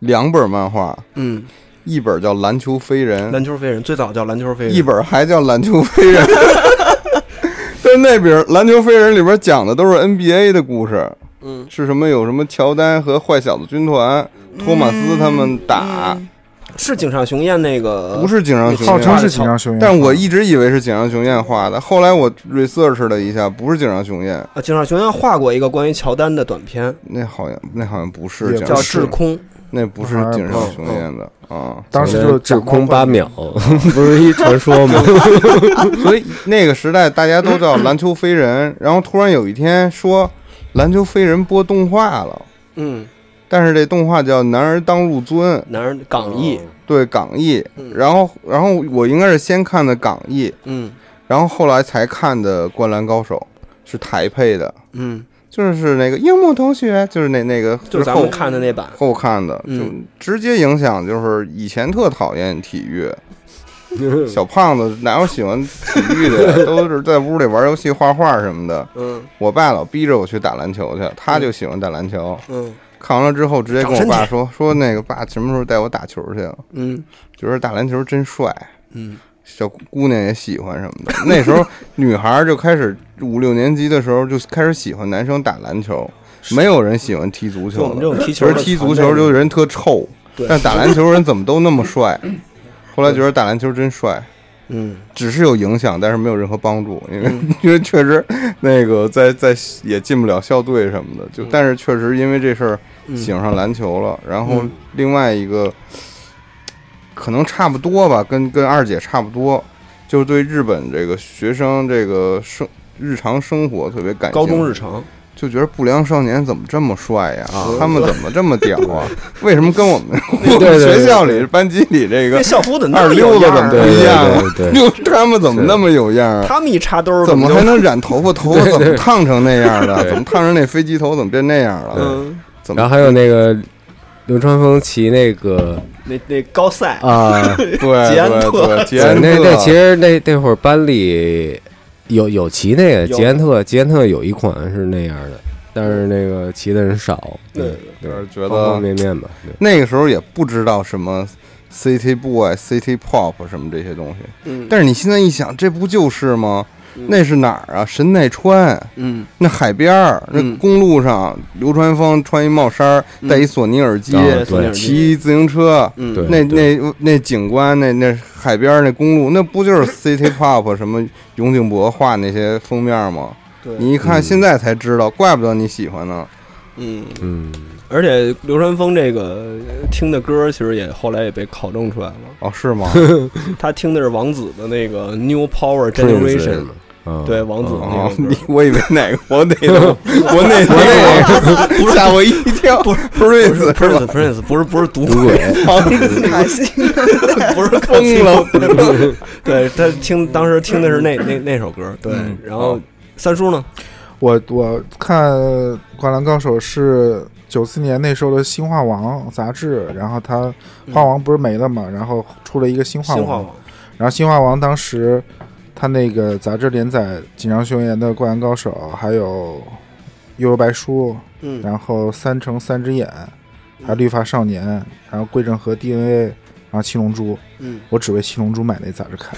[SPEAKER 4] 两本漫画，
[SPEAKER 3] 嗯
[SPEAKER 4] 一本叫《篮球飞人》，
[SPEAKER 3] 篮球飞人最早叫篮球飞人，
[SPEAKER 4] 一本还叫《篮球飞人》， 但那本《篮球飞人》里边讲的都是 NBA 的故事，
[SPEAKER 3] 嗯，
[SPEAKER 4] 是什么？有什么乔丹和坏小子军团、托马斯他们打，
[SPEAKER 6] 嗯
[SPEAKER 3] 是井上雄彦那个，
[SPEAKER 4] 不是井上雄
[SPEAKER 7] 号
[SPEAKER 4] 彦
[SPEAKER 7] 称哦是锦上雄彦，
[SPEAKER 4] 但我一直以为是井上雄彦画的，后来我 research 了一下，不是井上雄彦，
[SPEAKER 3] 啊，井上雄彦画过一个关于乔丹的短片，
[SPEAKER 4] 那好像那好像不是
[SPEAKER 7] 也
[SPEAKER 4] 井
[SPEAKER 3] 叫
[SPEAKER 4] 上
[SPEAKER 3] 《
[SPEAKER 7] 是
[SPEAKER 3] 智
[SPEAKER 4] 雄，
[SPEAKER 3] 空》，
[SPEAKER 4] 那不是井上雄彦的啊。
[SPEAKER 7] 当时就
[SPEAKER 5] 滞
[SPEAKER 7] 展
[SPEAKER 5] 空
[SPEAKER 7] 望
[SPEAKER 5] 八秒， 不是一传说吗？
[SPEAKER 4] 所以那个时代大家都叫篮球飞人，然后突然有一天说篮球飞人播动画了，
[SPEAKER 3] 嗯，
[SPEAKER 4] 但是这动画叫《男儿当入樽》，
[SPEAKER 3] 男人港译，
[SPEAKER 4] 对港译
[SPEAKER 3] 嗯，
[SPEAKER 4] 然后然后我应该是先看的港译，
[SPEAKER 3] 嗯
[SPEAKER 4] 然后后来才看的《灌篮高手》，是台配的，
[SPEAKER 3] 嗯，
[SPEAKER 4] 就是那个樱木同学，就是那那个
[SPEAKER 3] 就是咱
[SPEAKER 4] 后
[SPEAKER 3] 们看的那版，
[SPEAKER 4] 后看的，就
[SPEAKER 3] 嗯
[SPEAKER 4] 直接影响就是以前特讨厌体 育，小胖子哪有喜欢体育的，都是在屋里玩游戏、画画什么的。
[SPEAKER 3] 嗯
[SPEAKER 4] 我爸老逼着我去打篮球去，他就喜欢打篮球。
[SPEAKER 3] 嗯
[SPEAKER 4] 看完了之后，直接跟我爸说说那个爸什么时候带我打球去？
[SPEAKER 3] 嗯
[SPEAKER 4] 觉得打篮球真帅，
[SPEAKER 3] 嗯，
[SPEAKER 4] 小姑娘也喜欢什么的。那时候女孩儿就开始五六年级的时候就开始喜欢男生打篮球，没有人喜欢踢足
[SPEAKER 3] 就我
[SPEAKER 4] 球
[SPEAKER 3] 们
[SPEAKER 4] 的
[SPEAKER 3] 这。种踢
[SPEAKER 4] 其
[SPEAKER 3] 球
[SPEAKER 4] 实
[SPEAKER 3] 的
[SPEAKER 4] 踢足
[SPEAKER 3] 团队
[SPEAKER 4] 球就人特臭
[SPEAKER 3] 对，
[SPEAKER 4] 但打篮球人怎么都那 么帅。后来觉得打篮球真帅，
[SPEAKER 3] 嗯
[SPEAKER 4] 只是有影响，但是没有任何帮助，因为、
[SPEAKER 3] 嗯
[SPEAKER 4] 因为确实那个在在也进不了校队什么的，就、
[SPEAKER 3] 嗯
[SPEAKER 4] 但是确实因为这事儿
[SPEAKER 3] 嗯
[SPEAKER 4] 喜欢上篮球了。然后
[SPEAKER 3] 嗯
[SPEAKER 4] 另外一个可能差不多吧，跟跟二姐差不多，就是对日本这个学生这个生日常生活特别感兴
[SPEAKER 3] 高
[SPEAKER 4] 趣。
[SPEAKER 3] 中日常，
[SPEAKER 4] 就觉得不良少年怎么这么帅呀？
[SPEAKER 3] 啊
[SPEAKER 4] 他们怎么这么屌 啊？为什么跟我们
[SPEAKER 5] 对
[SPEAKER 4] 我
[SPEAKER 5] 对
[SPEAKER 4] 们
[SPEAKER 5] 对
[SPEAKER 4] 学校里班级里
[SPEAKER 3] 那
[SPEAKER 4] 这个
[SPEAKER 3] 校服怎么那
[SPEAKER 4] 二
[SPEAKER 3] 么
[SPEAKER 4] 溜
[SPEAKER 3] 有
[SPEAKER 4] 子
[SPEAKER 3] 样
[SPEAKER 4] 怎么
[SPEAKER 3] 儿
[SPEAKER 4] 不
[SPEAKER 3] 啊
[SPEAKER 5] 对
[SPEAKER 4] 一样啊？
[SPEAKER 5] 对对
[SPEAKER 4] 就他们怎么那么有样啊？
[SPEAKER 3] 他们一插兜儿
[SPEAKER 4] 怎么
[SPEAKER 3] 就
[SPEAKER 4] 还能染头发？头发怎么烫成那样的？怎么烫成那飞机头？怎么变那样了？
[SPEAKER 3] 嗯
[SPEAKER 4] 怎
[SPEAKER 5] 然后
[SPEAKER 4] 么
[SPEAKER 5] 还有那个流川枫骑那个
[SPEAKER 3] 那那高赛
[SPEAKER 5] 啊，
[SPEAKER 4] 对
[SPEAKER 3] 捷安
[SPEAKER 4] 对
[SPEAKER 3] 特
[SPEAKER 4] 对，捷
[SPEAKER 5] 对
[SPEAKER 4] 安
[SPEAKER 5] 那
[SPEAKER 4] 特
[SPEAKER 5] 那其实那那会儿班里有有骑那个
[SPEAKER 3] 有
[SPEAKER 5] 捷安特，捷安特有一款是那样的，但是那个骑的人少，对对，
[SPEAKER 4] 就是觉
[SPEAKER 5] 方方
[SPEAKER 4] 得
[SPEAKER 5] 面面吧，对
[SPEAKER 4] 那个时候也不知道什么 City Boy、City Pop 什么这些东西，
[SPEAKER 3] 嗯
[SPEAKER 4] 但是你现在一想，这不就是吗？
[SPEAKER 5] 嗯
[SPEAKER 4] 那是哪儿啊？神奈川。
[SPEAKER 3] 嗯
[SPEAKER 4] 那海边儿，那
[SPEAKER 3] 嗯
[SPEAKER 4] 公路上，流川枫穿一帽衫儿，
[SPEAKER 3] 嗯
[SPEAKER 4] 戴一索尼耳机，
[SPEAKER 5] 啊
[SPEAKER 3] 索尼
[SPEAKER 5] 对
[SPEAKER 3] 耳机
[SPEAKER 4] 骑一自行车，
[SPEAKER 3] 嗯
[SPEAKER 5] 对
[SPEAKER 4] 那那那景观，那那海边儿那公路，那不就是 City Pop 什么永井博画那些封面吗？
[SPEAKER 3] 对
[SPEAKER 4] 你一看
[SPEAKER 5] 嗯
[SPEAKER 4] 现在才知道，怪不得你喜欢呢。
[SPEAKER 3] 嗯，
[SPEAKER 5] 嗯，
[SPEAKER 3] 而且流川枫这个呃听的歌，其实也后来也被考证出来了，
[SPEAKER 4] 哦，是 吗？
[SPEAKER 3] 他听的是王子的那个 New Power
[SPEAKER 5] 是
[SPEAKER 3] Generation
[SPEAKER 5] 吗。啊
[SPEAKER 3] 对王子
[SPEAKER 5] 啊
[SPEAKER 3] 那
[SPEAKER 4] 哦
[SPEAKER 3] 个，歌
[SPEAKER 4] 你 我以为 哪个国内的，国内国内吓我一跳，
[SPEAKER 3] 不是不是
[SPEAKER 4] Prince 是吧
[SPEAKER 3] Prince Prince 不是不是赌鬼，
[SPEAKER 4] 哎
[SPEAKER 3] 嗯
[SPEAKER 6] 卡西，
[SPEAKER 3] 不是卡西
[SPEAKER 4] 疯了。
[SPEAKER 3] 对他听当时听的是那那那首歌，对
[SPEAKER 7] 嗯，
[SPEAKER 3] 然后三叔呢，
[SPEAKER 7] 我我看《灌篮高手》是九四年那时候的新画王杂志，然后他画王不是没了嘛，然后出了一个嗯新画
[SPEAKER 3] 新
[SPEAKER 7] 王，
[SPEAKER 3] 画网，
[SPEAKER 7] 然后新画王当时他那个杂志连载锦上雄彦的《灌篮高手》，还有《幽游白书》，
[SPEAKER 3] 嗯
[SPEAKER 7] 然后三城三只眼，还有绿发少年，然后桂正和 DNA，然后七龙珠，
[SPEAKER 3] 嗯
[SPEAKER 7] 我只为七龙珠买那杂志看。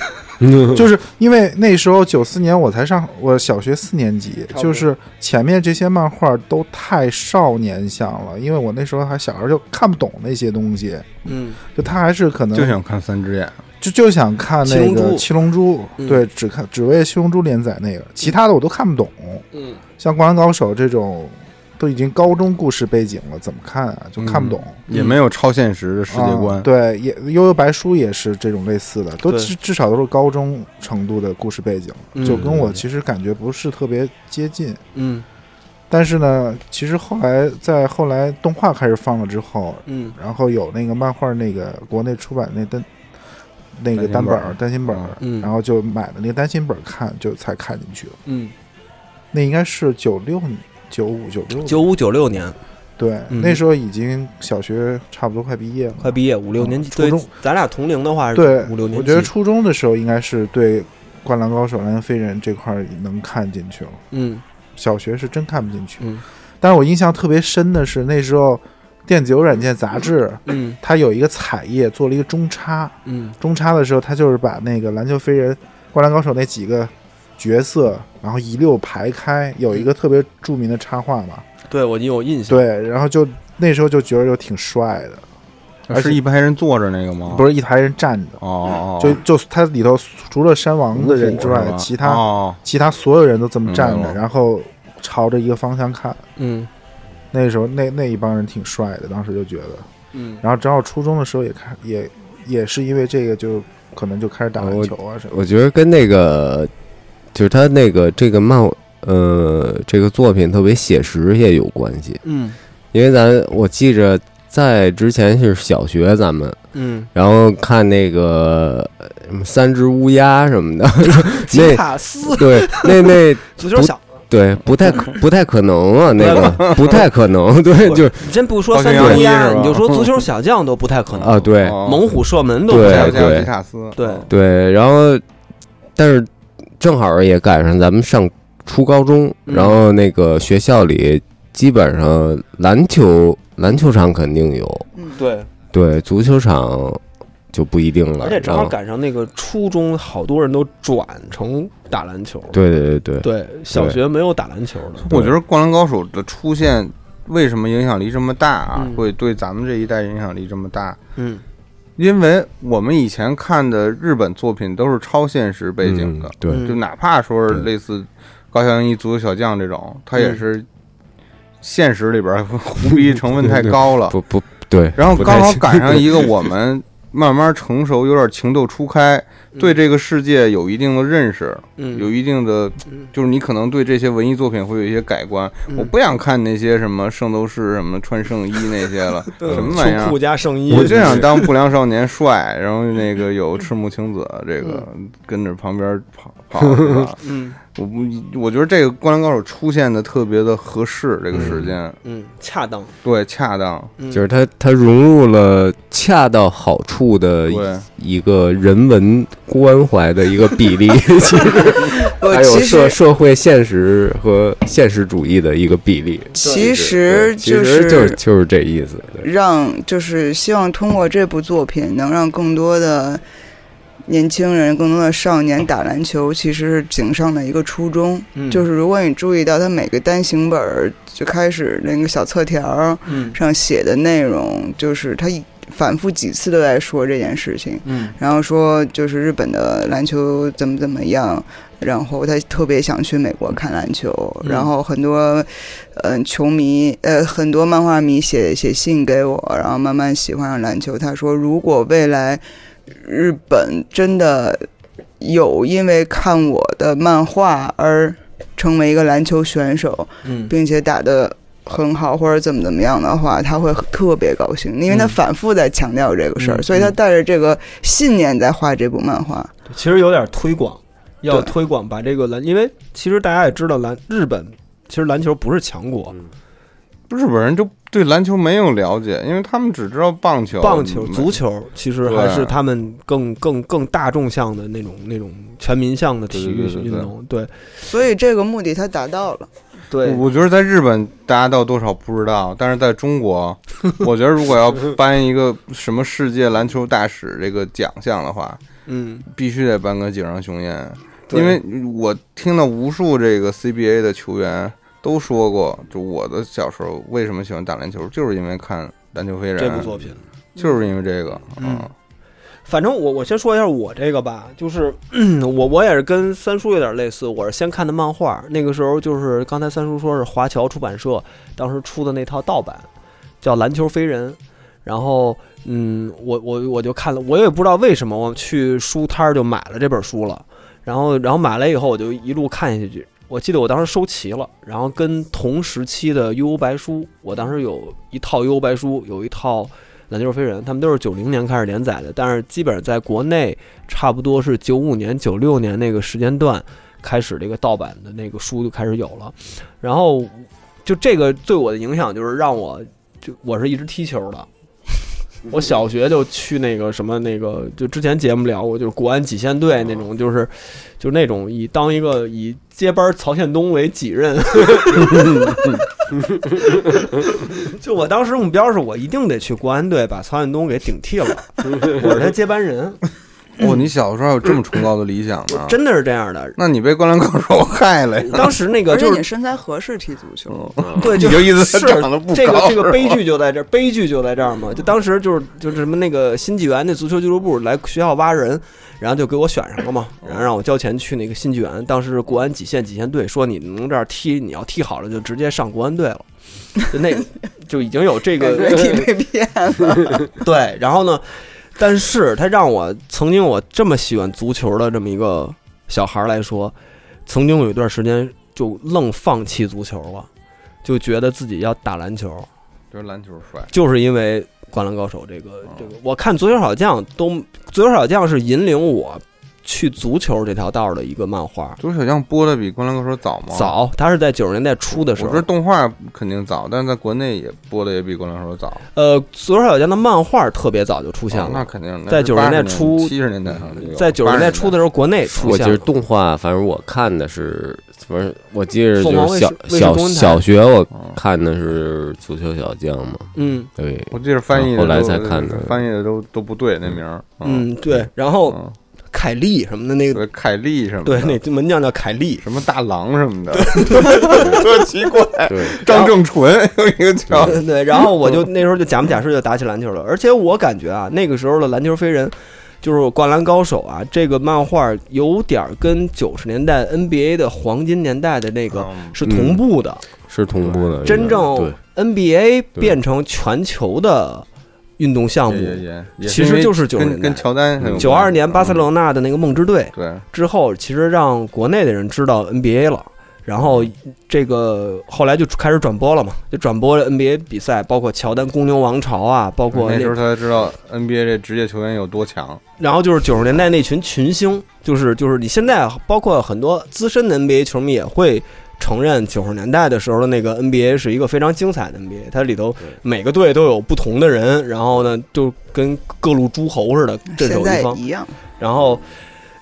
[SPEAKER 7] 就是因为那时候九四年我才上我小学四年级，
[SPEAKER 3] 不多
[SPEAKER 7] 就是前面这些漫画都太少年向了，因为我那时候还小孩就看不懂那些东西，
[SPEAKER 3] 嗯
[SPEAKER 7] 就他还是可能
[SPEAKER 4] 就想看三只眼，
[SPEAKER 7] 就就想看那
[SPEAKER 3] 七龙
[SPEAKER 7] 个
[SPEAKER 3] 珠
[SPEAKER 7] 七龙珠，
[SPEAKER 3] 嗯
[SPEAKER 7] 对，只看只为七龙珠连载那个，其他的我都看不懂。
[SPEAKER 3] 嗯
[SPEAKER 7] 像《灌篮高手》这种都已经高中故事背景了，怎么看啊？就看不懂。
[SPEAKER 4] 也没有超现实的世界观
[SPEAKER 7] 啊。对，也《悠悠白书》也是这种类似的，都
[SPEAKER 3] 对
[SPEAKER 7] 至至少都是高中程度的故事背景，
[SPEAKER 3] 嗯
[SPEAKER 7] 就跟我其实感觉不是特别接近。
[SPEAKER 3] 嗯
[SPEAKER 7] 但是呢，其实后来在后来动画开始放了之后，
[SPEAKER 3] 嗯
[SPEAKER 7] 然后有那个漫画那个国内出版那单那个单
[SPEAKER 4] 单行
[SPEAKER 7] 本
[SPEAKER 4] 本
[SPEAKER 7] 儿单行本儿，
[SPEAKER 3] 嗯
[SPEAKER 7] 然后就买了那个单行本儿看，就才看进去了。
[SPEAKER 3] 嗯，
[SPEAKER 7] 那应该是九六九五九六
[SPEAKER 3] 九五九六年
[SPEAKER 7] 对，
[SPEAKER 3] 嗯
[SPEAKER 7] 那时候已经小学差不多快毕业了，
[SPEAKER 3] 快毕业，五六年级，
[SPEAKER 7] 初
[SPEAKER 3] 对
[SPEAKER 7] 中，
[SPEAKER 3] 咱俩同龄的话
[SPEAKER 7] 对
[SPEAKER 3] 是，五六年级，
[SPEAKER 7] 我觉得初中的时候应该是对《灌篮高手》《篮球飞人》这块儿能看进去了，
[SPEAKER 3] 嗯
[SPEAKER 7] 小学是真看不进去。
[SPEAKER 3] 嗯
[SPEAKER 7] 但是我印象特别深的是那时候电子邮软件杂志，
[SPEAKER 3] 嗯
[SPEAKER 7] 它有一个彩页做了一个中插，
[SPEAKER 3] 嗯
[SPEAKER 7] 中插的时候，他就是把那个篮球飞人、灌篮高手那几个角色，然后一溜排开，有一个特别著名的插画嘛。
[SPEAKER 3] 对我有印象，
[SPEAKER 7] 对，然后就那时候就觉得就挺帅的，而且
[SPEAKER 4] 是一排人坐着那个吗？
[SPEAKER 7] 不是一排人站着，
[SPEAKER 4] 哦，哦，
[SPEAKER 7] 就就他里头除了山王的人之
[SPEAKER 4] 五虎是
[SPEAKER 7] 外
[SPEAKER 4] 吧，
[SPEAKER 7] 其他
[SPEAKER 4] 哦，
[SPEAKER 7] 其他所有人都这么站
[SPEAKER 4] 明白
[SPEAKER 7] 着，
[SPEAKER 4] 了
[SPEAKER 7] 然后朝着一个方向看。
[SPEAKER 3] 嗯
[SPEAKER 7] 那时候那那一帮人挺帅的，当时就觉得。
[SPEAKER 3] 嗯，
[SPEAKER 7] 然后正好初中的时候也看也也是因为这个就可能就开始打篮
[SPEAKER 5] 我
[SPEAKER 7] 球
[SPEAKER 4] 哦
[SPEAKER 7] 啊什么的。
[SPEAKER 5] 我觉得跟那个就是他那个这个漫呃这个作品特别写实也有关系，
[SPEAKER 3] 嗯
[SPEAKER 5] 因为咱我记着在之前是小学咱们。
[SPEAKER 3] 嗯，
[SPEAKER 5] 然后看那个呃什么三只乌鸦什么的，
[SPEAKER 3] 吉塔斯
[SPEAKER 5] 那对那那
[SPEAKER 3] 足球小，
[SPEAKER 5] 对不太可不太可能啊，那个不太可能， 对，就是
[SPEAKER 3] 你真不说
[SPEAKER 4] 高
[SPEAKER 3] 三
[SPEAKER 4] 桥
[SPEAKER 3] 只乌
[SPEAKER 4] 一
[SPEAKER 3] 鸦，
[SPEAKER 4] 是吧
[SPEAKER 3] 你就说足球小将都不太可能
[SPEAKER 5] 啊，对
[SPEAKER 4] 哦
[SPEAKER 3] 猛虎射门都
[SPEAKER 5] 对
[SPEAKER 3] 不
[SPEAKER 4] 加
[SPEAKER 3] 太
[SPEAKER 4] 油
[SPEAKER 3] 可
[SPEAKER 4] 加
[SPEAKER 3] 能，
[SPEAKER 4] 油
[SPEAKER 5] 对
[SPEAKER 4] 吉塔斯，
[SPEAKER 3] 对
[SPEAKER 4] 哦
[SPEAKER 5] 对，然后但是正好也赶上咱们上初高中，
[SPEAKER 3] 嗯
[SPEAKER 5] 然后那个学校里基本上篮球篮球场肯定有，
[SPEAKER 3] 对，
[SPEAKER 5] 对，足球场就不一定了，啊
[SPEAKER 3] 而且正
[SPEAKER 5] 然
[SPEAKER 3] 好
[SPEAKER 5] 后
[SPEAKER 3] 赶上那个初中，好多人都转成打篮球了，
[SPEAKER 5] 对对对对，
[SPEAKER 3] 对，小学没有打篮球的，
[SPEAKER 4] 我觉得《灌篮高手》的出现为什么影响力这么大啊？
[SPEAKER 3] 嗯
[SPEAKER 4] 会对咱们这一代影响力这么大？
[SPEAKER 3] 嗯
[SPEAKER 4] 因为我们以前看的日本作品都是超现实背景啊的
[SPEAKER 5] 嗯，对
[SPEAKER 3] 嗯
[SPEAKER 4] 就哪怕说是
[SPEAKER 5] 对
[SPEAKER 4] 类似高桥一、足球小将这种，它
[SPEAKER 3] 嗯
[SPEAKER 4] 也是现实里边儿 胡逼成分太高了。
[SPEAKER 5] 不不对，
[SPEAKER 4] 然后
[SPEAKER 5] 不太
[SPEAKER 4] 刚好
[SPEAKER 5] 行
[SPEAKER 4] 赶上一个我们慢慢成熟、有点情窦初开，对这个世界有一定的认识，
[SPEAKER 3] 嗯，
[SPEAKER 4] 有一定的
[SPEAKER 3] 嗯
[SPEAKER 4] 就是你可能对这些文艺作品会有一些改观。
[SPEAKER 3] 嗯
[SPEAKER 4] 我不想看那些什么圣斗士什么穿圣衣那些 了，
[SPEAKER 3] 嗯
[SPEAKER 4] 什么玩意
[SPEAKER 3] 秋裤
[SPEAKER 4] 儿。啊
[SPEAKER 3] 加圣衣，
[SPEAKER 4] 我就想当不良少年帅，然后那 个有赤木晴子，这个跟着旁边跑跑是吧
[SPEAKER 3] 嗯
[SPEAKER 4] 我不，我觉得这个《灌篮高手》出现的特别的合适，这个时间
[SPEAKER 3] 嗯恰当，
[SPEAKER 4] 对恰当，
[SPEAKER 3] 嗯
[SPEAKER 5] 就是它它融入了恰到好处的一
[SPEAKER 4] 对
[SPEAKER 5] 一个人文关怀的一个比 例，其实
[SPEAKER 6] 我
[SPEAKER 5] 还有
[SPEAKER 6] 其
[SPEAKER 5] 社
[SPEAKER 6] 实
[SPEAKER 5] 社会现实和现实主义的一个比例。
[SPEAKER 6] 其
[SPEAKER 5] 对
[SPEAKER 6] 实
[SPEAKER 5] 其实
[SPEAKER 6] 是
[SPEAKER 5] 就是就是这意思。对
[SPEAKER 6] 让就是希望通过这部作品，能让更多的年轻人、更多的少年打篮球，其实是井上的一个初衷。
[SPEAKER 3] 嗯
[SPEAKER 6] 就是如果你注意到他每个单行本儿就开始那个小侧条儿
[SPEAKER 3] 嗯
[SPEAKER 6] 上写的内容，就是他一反复几次都在说这件事情。
[SPEAKER 3] 嗯
[SPEAKER 6] 然后说就是日本的篮球怎么怎么样，然后他特别想去美国看篮球，
[SPEAKER 3] 嗯
[SPEAKER 6] 然后很多嗯、呃球迷呃很多漫画迷写写信给我，然后慢慢喜欢上篮球。他说如果未来日本真的有因为看我的漫画而成为一个篮球选手，
[SPEAKER 3] 嗯
[SPEAKER 6] 并且打得很好或者怎么怎么样的话，他会特别高兴，因为他
[SPEAKER 3] 嗯
[SPEAKER 6] 反复在强调这个事儿，
[SPEAKER 3] 嗯
[SPEAKER 6] 所以他带着这个信念在画这部漫画。
[SPEAKER 3] 其实有点推广，要
[SPEAKER 6] 对
[SPEAKER 3] 推广把这个篮，因为其实大家也知道篮日本其实篮球不是强国，
[SPEAKER 4] 嗯日本人就对篮球没有了解，因为他们只知道棒球、
[SPEAKER 3] 棒球、
[SPEAKER 4] 没
[SPEAKER 3] 足球其实
[SPEAKER 4] 啊
[SPEAKER 3] 还是他们更更更大众向的那种那种全民向的体育
[SPEAKER 4] 对对对对
[SPEAKER 3] 运动，对
[SPEAKER 6] 所以这个目的他达到了。
[SPEAKER 3] 对
[SPEAKER 4] 我觉得在日本大家到多少不知道，但是在 中国，我觉得如果要颁一个什么世界篮球大使这个奖项 的话，
[SPEAKER 3] 嗯，
[SPEAKER 4] 必须得颁个井上雄彦，
[SPEAKER 3] 对
[SPEAKER 4] 因为我听到无数这个 CBA 的球员都说过，就我的小时候为什么喜欢打篮球，就是因为看《篮球飞人啊
[SPEAKER 3] 这部》，作品。
[SPEAKER 4] 就是因为这个，
[SPEAKER 3] 嗯
[SPEAKER 4] 啊
[SPEAKER 3] 反正我我先说一下我这个吧，就是 我我也是跟三叔有点类似，我是先看的漫画，那个时候就是刚才三叔说是华侨出版社当时出的那套盗版，叫《篮球飞人》，然后嗯，我我我就看了，我也不知道为什么我去书摊儿就买了这本书了，然后然后买了以后我就一路看下去，我记得我当时收齐了，然后跟同时期的《幽游白书》，我当时有一套《幽游白书》，有一套。篮球飞人，他们都是九零年开始连载的，但是基本上在国内差不多是九五年、九六年那个时间段开始，这个盗版的那个书就开始有了。然后 就这个对我的影响就是让我就我是一直踢球的，我小学就去那个什么那个，就之前节目聊过，就是国安几线队那种，就是就那种以当一个以接班曹宪东为己任。 就我当时目标是我一定得去国安队把曹宪东给顶替 了，我是他接班人，
[SPEAKER 4] 哇，哦你小时候还有这么崇高的理想呢？
[SPEAKER 3] 真的是这样的。
[SPEAKER 4] 那你被《灌篮高手》害了呀！
[SPEAKER 3] 当时那 个
[SPEAKER 6] 而且
[SPEAKER 3] 就
[SPEAKER 6] 你
[SPEAKER 3] 是
[SPEAKER 6] 身材合适踢足球，
[SPEAKER 3] 对，
[SPEAKER 4] 你就意思
[SPEAKER 3] 是
[SPEAKER 4] 他长得不高，
[SPEAKER 3] 这个这
[SPEAKER 4] 是吧
[SPEAKER 3] 个悲剧就在这儿，悲剧就在这儿嘛。就当时就是就是什么那个新纪元那足球俱乐部来学校挖人，然后就给我选上了嘛，
[SPEAKER 4] 哦
[SPEAKER 3] 然后让我交钱去那个新纪元。当时是国安几线几线队说你能这儿踢，你要踢好了就直接上国安队了，就那就已经有这
[SPEAKER 6] 感
[SPEAKER 3] 个
[SPEAKER 6] 觉 你被骗了。
[SPEAKER 3] 对，然后呢，但是他让我曾经我这么喜欢足球的这么一个小孩儿来说，曾经有一段时间就愣放弃足球了，就觉得自己要打篮球，
[SPEAKER 4] 就是篮球帅，
[SPEAKER 3] 就是因为《灌篮高手》这个
[SPEAKER 4] 哦
[SPEAKER 3] 这个，嗯我看《足球小将》都，《足球小将》是引领我去足球这条道儿的一个漫画。
[SPEAKER 4] 足球小将播的比《灌篮高手》早吗？。
[SPEAKER 3] 早，他是在九十年代初的时
[SPEAKER 4] 我
[SPEAKER 3] 候
[SPEAKER 4] 觉。得动画肯定早，但是在国内也播的也比《灌篮高手》早。
[SPEAKER 3] 呃，《足球小将》的漫画特别早就出现
[SPEAKER 4] 哦那
[SPEAKER 3] 了，
[SPEAKER 4] 肯定，
[SPEAKER 3] 在90年代初
[SPEAKER 4] 七十年代好像就有
[SPEAKER 3] 在九十年代初的时候，国内出
[SPEAKER 5] 我记
[SPEAKER 3] 现了。
[SPEAKER 5] 得动画，反正我看的是，反正我记得
[SPEAKER 3] 凤
[SPEAKER 5] 就
[SPEAKER 3] 凰
[SPEAKER 5] 是
[SPEAKER 3] 卫
[SPEAKER 5] 小
[SPEAKER 3] 视卫视
[SPEAKER 5] 小
[SPEAKER 3] 中文台
[SPEAKER 5] 小学我
[SPEAKER 4] 哦
[SPEAKER 5] 看的是《足球小将》嘛，
[SPEAKER 3] 嗯
[SPEAKER 5] 对，
[SPEAKER 4] 我记得翻译的
[SPEAKER 5] 后来
[SPEAKER 4] 都
[SPEAKER 5] 才看的
[SPEAKER 4] 翻译的都都不对那名儿。
[SPEAKER 3] 嗯，对。然后
[SPEAKER 4] 嗯，
[SPEAKER 3] 凯利什么的那个，
[SPEAKER 4] 对凯利什么
[SPEAKER 3] 对
[SPEAKER 4] 的，，
[SPEAKER 3] 那门将叫凯利。
[SPEAKER 4] 什么大郎什么的，特奇怪。
[SPEAKER 3] 哎
[SPEAKER 5] 对，
[SPEAKER 4] 张正 淳有一个叫
[SPEAKER 3] 对，然后我就
[SPEAKER 4] 嗯
[SPEAKER 3] 那时候就假模假式就打起篮球了，而且我感觉啊，那个时候的篮球飞人就是《灌篮高手》啊，这个漫画有点儿跟九十年代 NBA 的黄金年代的那个
[SPEAKER 4] 嗯
[SPEAKER 3] 是同步的，
[SPEAKER 5] 是同步的，
[SPEAKER 3] 真正
[SPEAKER 5] 对
[SPEAKER 3] NBA 变成全球的运动项
[SPEAKER 4] 也
[SPEAKER 3] 目，
[SPEAKER 4] 也也
[SPEAKER 3] 其实就是90
[SPEAKER 4] 跟
[SPEAKER 3] 年代
[SPEAKER 4] 跟乔丹很有关
[SPEAKER 3] 九二年巴塞
[SPEAKER 4] 嗯
[SPEAKER 3] 罗那的那个梦之队，
[SPEAKER 4] 对，
[SPEAKER 3] 之后，其实让国内的人知道 NBA 了。然后
[SPEAKER 4] 嗯
[SPEAKER 3] 这个后来就开始转播了嘛，就转播了 NBA 比赛，包括乔丹公牛王朝啊，包括
[SPEAKER 4] 那
[SPEAKER 3] 那
[SPEAKER 4] 时候他才知道 NBA 这职业球员有多强。
[SPEAKER 3] 然后就是九十年代那群群星，就是就是你现在包括很多资深的 NBA 球迷也会承认，九十年代的时候的那个 NBA 是一个非常精彩的 NBA，它里头每个队都有不同的人，然后呢就跟各路诸侯似的镇守
[SPEAKER 6] 现
[SPEAKER 3] 一
[SPEAKER 6] 在
[SPEAKER 3] 方
[SPEAKER 6] 也。一样，
[SPEAKER 3] 然后，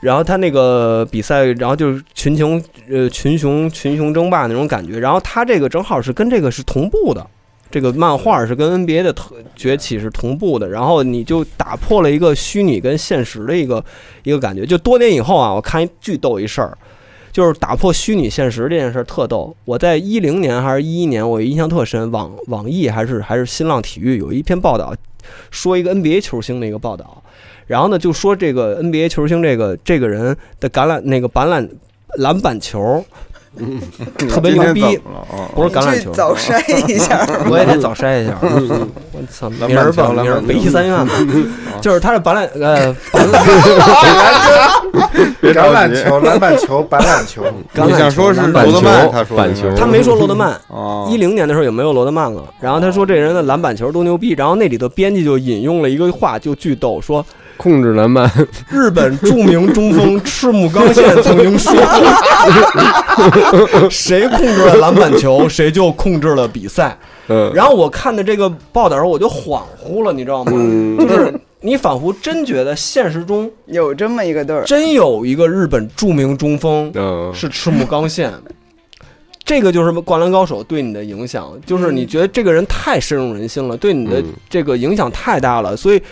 [SPEAKER 3] 然后他那个比赛，然后就是群雄呃群雄群雄争霸那种感觉。然后他这个正好是跟这个是同步的，这个漫画是跟 NBA 的特崛起是同步的。然后你就打破了一个虚拟跟现实的一个一个感觉。就多年以后啊，我看一巨逗一事儿。就是打破虚拟现实这件事儿特逗。我在一零年还是一一年，我印象特深。网网易还是还是新浪体育有一篇报道，说一个 NBA 球星的一个报道。然后呢，就说这个 NBA 球星这个这个人的橄榄那个橄榄篮板球特别
[SPEAKER 4] 今
[SPEAKER 3] 牛
[SPEAKER 4] 天
[SPEAKER 3] 逼
[SPEAKER 4] 怎，么了啊？
[SPEAKER 3] 不是橄榄
[SPEAKER 6] 去
[SPEAKER 3] 球，
[SPEAKER 6] 早筛一下 吧。
[SPEAKER 3] 我也得早筛一下啊。我操，
[SPEAKER 4] 板
[SPEAKER 3] 明儿吧，
[SPEAKER 4] 球篮板
[SPEAKER 3] 明儿
[SPEAKER 4] 球
[SPEAKER 3] 北医三院 吧，就是他是橄榄呃
[SPEAKER 4] 别着
[SPEAKER 7] 橄榄
[SPEAKER 4] 急
[SPEAKER 7] 球、 篮板球、白榄球，
[SPEAKER 3] 橄榄球
[SPEAKER 4] 你想说是
[SPEAKER 3] 篮
[SPEAKER 4] 罗
[SPEAKER 3] 板球，
[SPEAKER 4] 德曼他说的
[SPEAKER 5] 板球
[SPEAKER 3] 他没说罗德曼。
[SPEAKER 4] 啊，
[SPEAKER 3] 一零年的时候也没有罗德曼了，然后他说这人的篮板球多牛逼，然后那里头编辑就引用了一个话，就巨逗， 说
[SPEAKER 5] 控制篮板，
[SPEAKER 3] 日本著名中锋赤木刚宪曾经 说过，谁控制了篮板球，谁就控制了比赛。
[SPEAKER 5] 嗯，
[SPEAKER 3] 然后我看的这个报道时候，我就恍惚了，你知道吗？
[SPEAKER 4] 嗯
[SPEAKER 3] 就是你仿佛真觉得现实中
[SPEAKER 6] 有这么一个队儿，
[SPEAKER 3] 真有一个日本著名中锋
[SPEAKER 5] 嗯，
[SPEAKER 3] 是赤木刚宪。这个就是《灌篮高手》对你的影响，就是
[SPEAKER 4] 嗯
[SPEAKER 3] 你觉得这个人太深入人心了，对你的
[SPEAKER 5] 嗯
[SPEAKER 3] 这个影响太大了，所以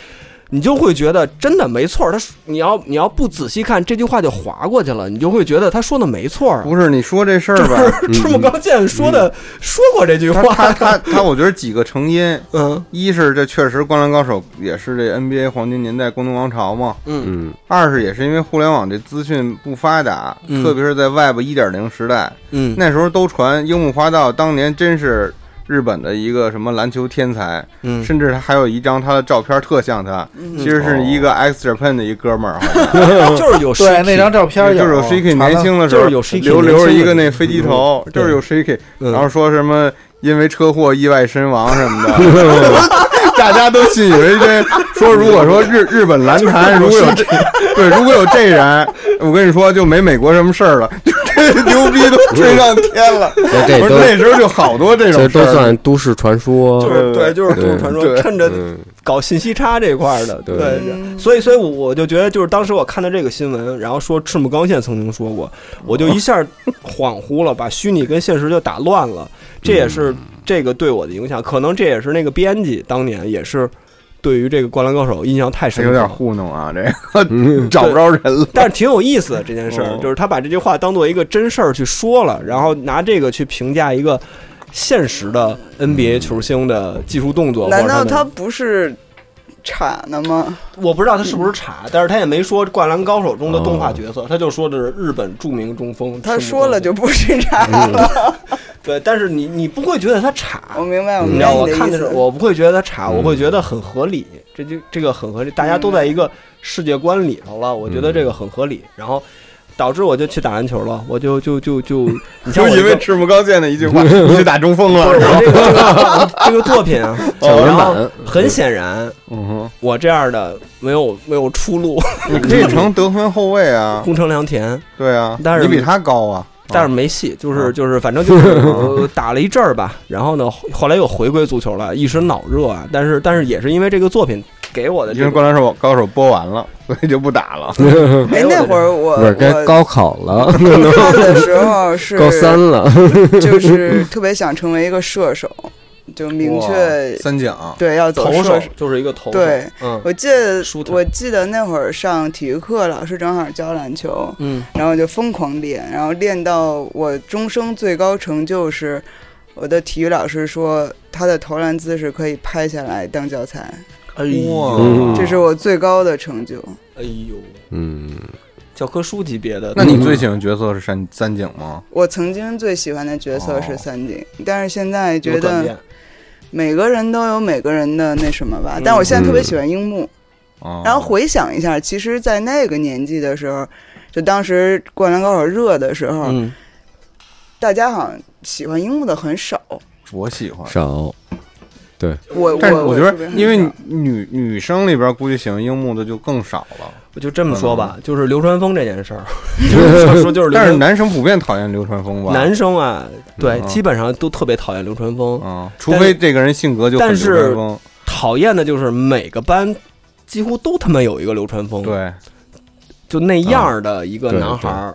[SPEAKER 3] 你就会觉得真的没错儿。他说你要你要不仔细看这句话就划过去了，你就会觉得他说的没错儿啊。
[SPEAKER 4] 不是你说这事儿吧？
[SPEAKER 3] 赤木刚宪说的、说过这句
[SPEAKER 4] 他他
[SPEAKER 3] 话，
[SPEAKER 4] 他他，我觉得几个成因，
[SPEAKER 3] 嗯
[SPEAKER 4] 一是这确实《灌篮高手》也是这 NBA 黄金年代光宗王朝嘛，
[SPEAKER 3] 嗯
[SPEAKER 5] 嗯，
[SPEAKER 4] 二是也是因为互联网这资讯不发达，
[SPEAKER 3] 嗯
[SPEAKER 4] 特别是在 Web 一点零时代，
[SPEAKER 3] 嗯，
[SPEAKER 4] 那时候都传樱木花道当年真是日本的一个什么篮球天才，
[SPEAKER 3] 嗯
[SPEAKER 4] 甚至还有一张他的照片特像他，其实是一
[SPEAKER 3] 哦
[SPEAKER 4] 个 X Japan 的一哥们儿，好像
[SPEAKER 3] 就是有
[SPEAKER 7] 对，那张照片
[SPEAKER 4] 就
[SPEAKER 7] 有
[SPEAKER 4] 是有 Shiki 年轻的时候，
[SPEAKER 3] 就是有 Shiki
[SPEAKER 4] 留留着一个
[SPEAKER 3] 年轻的
[SPEAKER 4] 那飞机头，
[SPEAKER 3] 嗯
[SPEAKER 4] 就是有 Shiki，
[SPEAKER 3] 嗯
[SPEAKER 4] 然后说什么因为车祸意外身亡什么 的，大家都信以为真，说如果说日 日本篮坛如果有这对如果有这人，我跟你说就没美国什么事儿了，就牛逼都吹上天了。
[SPEAKER 5] 那这
[SPEAKER 4] 不是
[SPEAKER 5] 都
[SPEAKER 4] 那时候就好多这
[SPEAKER 5] 这
[SPEAKER 4] 种事儿
[SPEAKER 5] 都算都市传说，
[SPEAKER 3] 就是对，就是都市传说，
[SPEAKER 4] 哦对
[SPEAKER 3] 趁着
[SPEAKER 5] 嗯，
[SPEAKER 3] 搞信息差这块儿的，
[SPEAKER 5] 对
[SPEAKER 6] 嗯
[SPEAKER 3] 所以，所以我我就觉得，就是当时我看到这个新闻，然后说赤木刚宪曾经说过，我就一下恍惚了，把虚拟跟现实就打乱了。这也
[SPEAKER 4] 嗯
[SPEAKER 3] 是这个对我的影响，可能这也是那个编辑当年也是对于这个《灌篮高手》印象太深
[SPEAKER 4] 有
[SPEAKER 3] 刻
[SPEAKER 4] 点
[SPEAKER 3] 了。
[SPEAKER 4] 糊弄啊，这个
[SPEAKER 5] 嗯
[SPEAKER 4] 找不着人了。
[SPEAKER 3] 但是挺有意思的这件事儿
[SPEAKER 4] 哦，
[SPEAKER 3] 就是他把这句话当做一个真事儿去说了，然后拿这个去评价一个现实的
[SPEAKER 4] 嗯
[SPEAKER 3] NBA 球星的技术动作。或者
[SPEAKER 6] 难道
[SPEAKER 3] 的
[SPEAKER 6] 他不是铲的吗？
[SPEAKER 3] 我不知道他是不是查，但是他也没说《灌篮高手》中的动画角色，他就说的是日本著名中锋。
[SPEAKER 6] 他
[SPEAKER 3] 赤木
[SPEAKER 6] 说了
[SPEAKER 3] 刚宪
[SPEAKER 6] 就不是铲。
[SPEAKER 3] 对，但是你你不会觉得他查，
[SPEAKER 6] 我明白，我
[SPEAKER 3] 你
[SPEAKER 6] 明
[SPEAKER 3] 知
[SPEAKER 6] 白
[SPEAKER 3] 道我
[SPEAKER 6] 哦你
[SPEAKER 3] 看
[SPEAKER 6] 的意
[SPEAKER 3] 的是
[SPEAKER 6] 思。
[SPEAKER 3] 我不会觉得他查，
[SPEAKER 5] 嗯
[SPEAKER 3] 我会觉得很合理，这就这个很合理，大家都在一个世界观里头了，我觉得这个很合理，然后。导致我就去打篮球了，我就就就就，嗯你像
[SPEAKER 4] 就
[SPEAKER 3] 我这
[SPEAKER 4] 因
[SPEAKER 3] 个
[SPEAKER 4] 为赤木刚宪的一句话，你去打中锋
[SPEAKER 3] 不是
[SPEAKER 4] 了。
[SPEAKER 3] 我这个这个这个作品啊，
[SPEAKER 5] 抢人
[SPEAKER 3] 然
[SPEAKER 5] 板
[SPEAKER 3] 后很显然，
[SPEAKER 4] 嗯
[SPEAKER 3] 我这样的没有没有出路，
[SPEAKER 4] 哼，你可以成得分后卫啊，
[SPEAKER 3] 宫城良田，
[SPEAKER 4] 对啊，
[SPEAKER 3] 但是
[SPEAKER 4] 你比他高啊。
[SPEAKER 3] 但是
[SPEAKER 4] 啊
[SPEAKER 3] 没戏，就是
[SPEAKER 4] 啊
[SPEAKER 3] 就是，反正就是呃打了一阵儿吧，然后呢，后后来又回归足球了，一时脑热啊，但是但是也是因为这个作品给我的
[SPEAKER 4] 因
[SPEAKER 3] 这
[SPEAKER 4] 为
[SPEAKER 3] 个
[SPEAKER 4] 灌篮手高手播完了，所以就不打了。
[SPEAKER 6] 哎，那会儿我
[SPEAKER 3] 呃
[SPEAKER 5] 不是
[SPEAKER 6] 我
[SPEAKER 5] 该高考 了，
[SPEAKER 6] 看的时候是
[SPEAKER 5] 高三了，
[SPEAKER 6] 就是特别想成为一个 射手，就明确
[SPEAKER 4] 哇三
[SPEAKER 3] 嗯
[SPEAKER 4] 奖，
[SPEAKER 6] 对要走
[SPEAKER 3] 投
[SPEAKER 6] 射
[SPEAKER 3] 手
[SPEAKER 6] 手。
[SPEAKER 3] 就是一个投手，
[SPEAKER 6] 对，
[SPEAKER 3] 嗯
[SPEAKER 6] 我记得
[SPEAKER 3] 舒坦
[SPEAKER 6] 我记得那会儿上体育课，老师正好教篮球，
[SPEAKER 3] 嗯，
[SPEAKER 6] 然后就疯狂练，然后练到我终生最高成就是我的体育老师说他的投篮姿势可以拍下来当教材，
[SPEAKER 3] 哎
[SPEAKER 4] 哇
[SPEAKER 6] 嗯这是我最高的成就。
[SPEAKER 3] 哎呦，
[SPEAKER 5] 嗯，
[SPEAKER 3] 教科书级别的，
[SPEAKER 4] 那你最喜欢角色是三三井吗？
[SPEAKER 6] 我曾经最喜欢的角色是
[SPEAKER 4] 哦
[SPEAKER 6] 三井，但是现在觉
[SPEAKER 3] 有转
[SPEAKER 6] 得
[SPEAKER 3] 变
[SPEAKER 6] 每个人都有每个人的那什么吧。
[SPEAKER 3] 嗯
[SPEAKER 6] 但我现在特别喜欢樱木，
[SPEAKER 4] 啊，
[SPEAKER 6] 然后回想一下，其实，在那个年纪的时候，就当时《灌篮高手》热的时候，
[SPEAKER 3] 嗯，
[SPEAKER 6] 大家好像喜欢樱木的很少。
[SPEAKER 4] 我喜欢。
[SPEAKER 5] 少，
[SPEAKER 6] 我
[SPEAKER 4] 但是
[SPEAKER 6] 我
[SPEAKER 4] 我觉
[SPEAKER 6] 特别
[SPEAKER 4] 得，
[SPEAKER 6] 很
[SPEAKER 4] 因为
[SPEAKER 6] 少
[SPEAKER 4] 女女女生里边估计喜欢樱木的就更少了，
[SPEAKER 3] 我就这么说吧
[SPEAKER 4] 可，
[SPEAKER 3] 就是流川枫这件 事儿，就是想说就是流
[SPEAKER 4] 嗯但是
[SPEAKER 3] 川，
[SPEAKER 4] 男生普遍讨厌流川枫吧？
[SPEAKER 3] 男生啊，对，
[SPEAKER 4] 嗯
[SPEAKER 3] 基本上都特别讨厌流川枫，
[SPEAKER 4] 嗯，除非这个人性格就很
[SPEAKER 3] 但是
[SPEAKER 4] 流川枫，
[SPEAKER 3] 讨厌的就是每个班几乎都他妈有一个流川枫，
[SPEAKER 4] 对，
[SPEAKER 3] 就那样儿的一个
[SPEAKER 5] 嗯对
[SPEAKER 3] 男孩儿，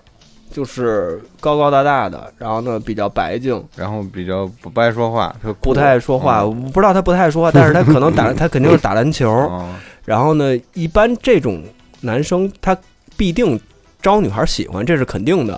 [SPEAKER 3] 就是高高大大的，然后呢比较白净，
[SPEAKER 4] 然后比较不不爱说话，就
[SPEAKER 3] 不太爱说话。
[SPEAKER 4] 嗯
[SPEAKER 3] 我不知道他不太爱说 话，但是他可能打他肯定是打篮球。
[SPEAKER 4] 嗯
[SPEAKER 3] 然后呢，一般这种男生他必定招女孩喜欢，这是肯定的。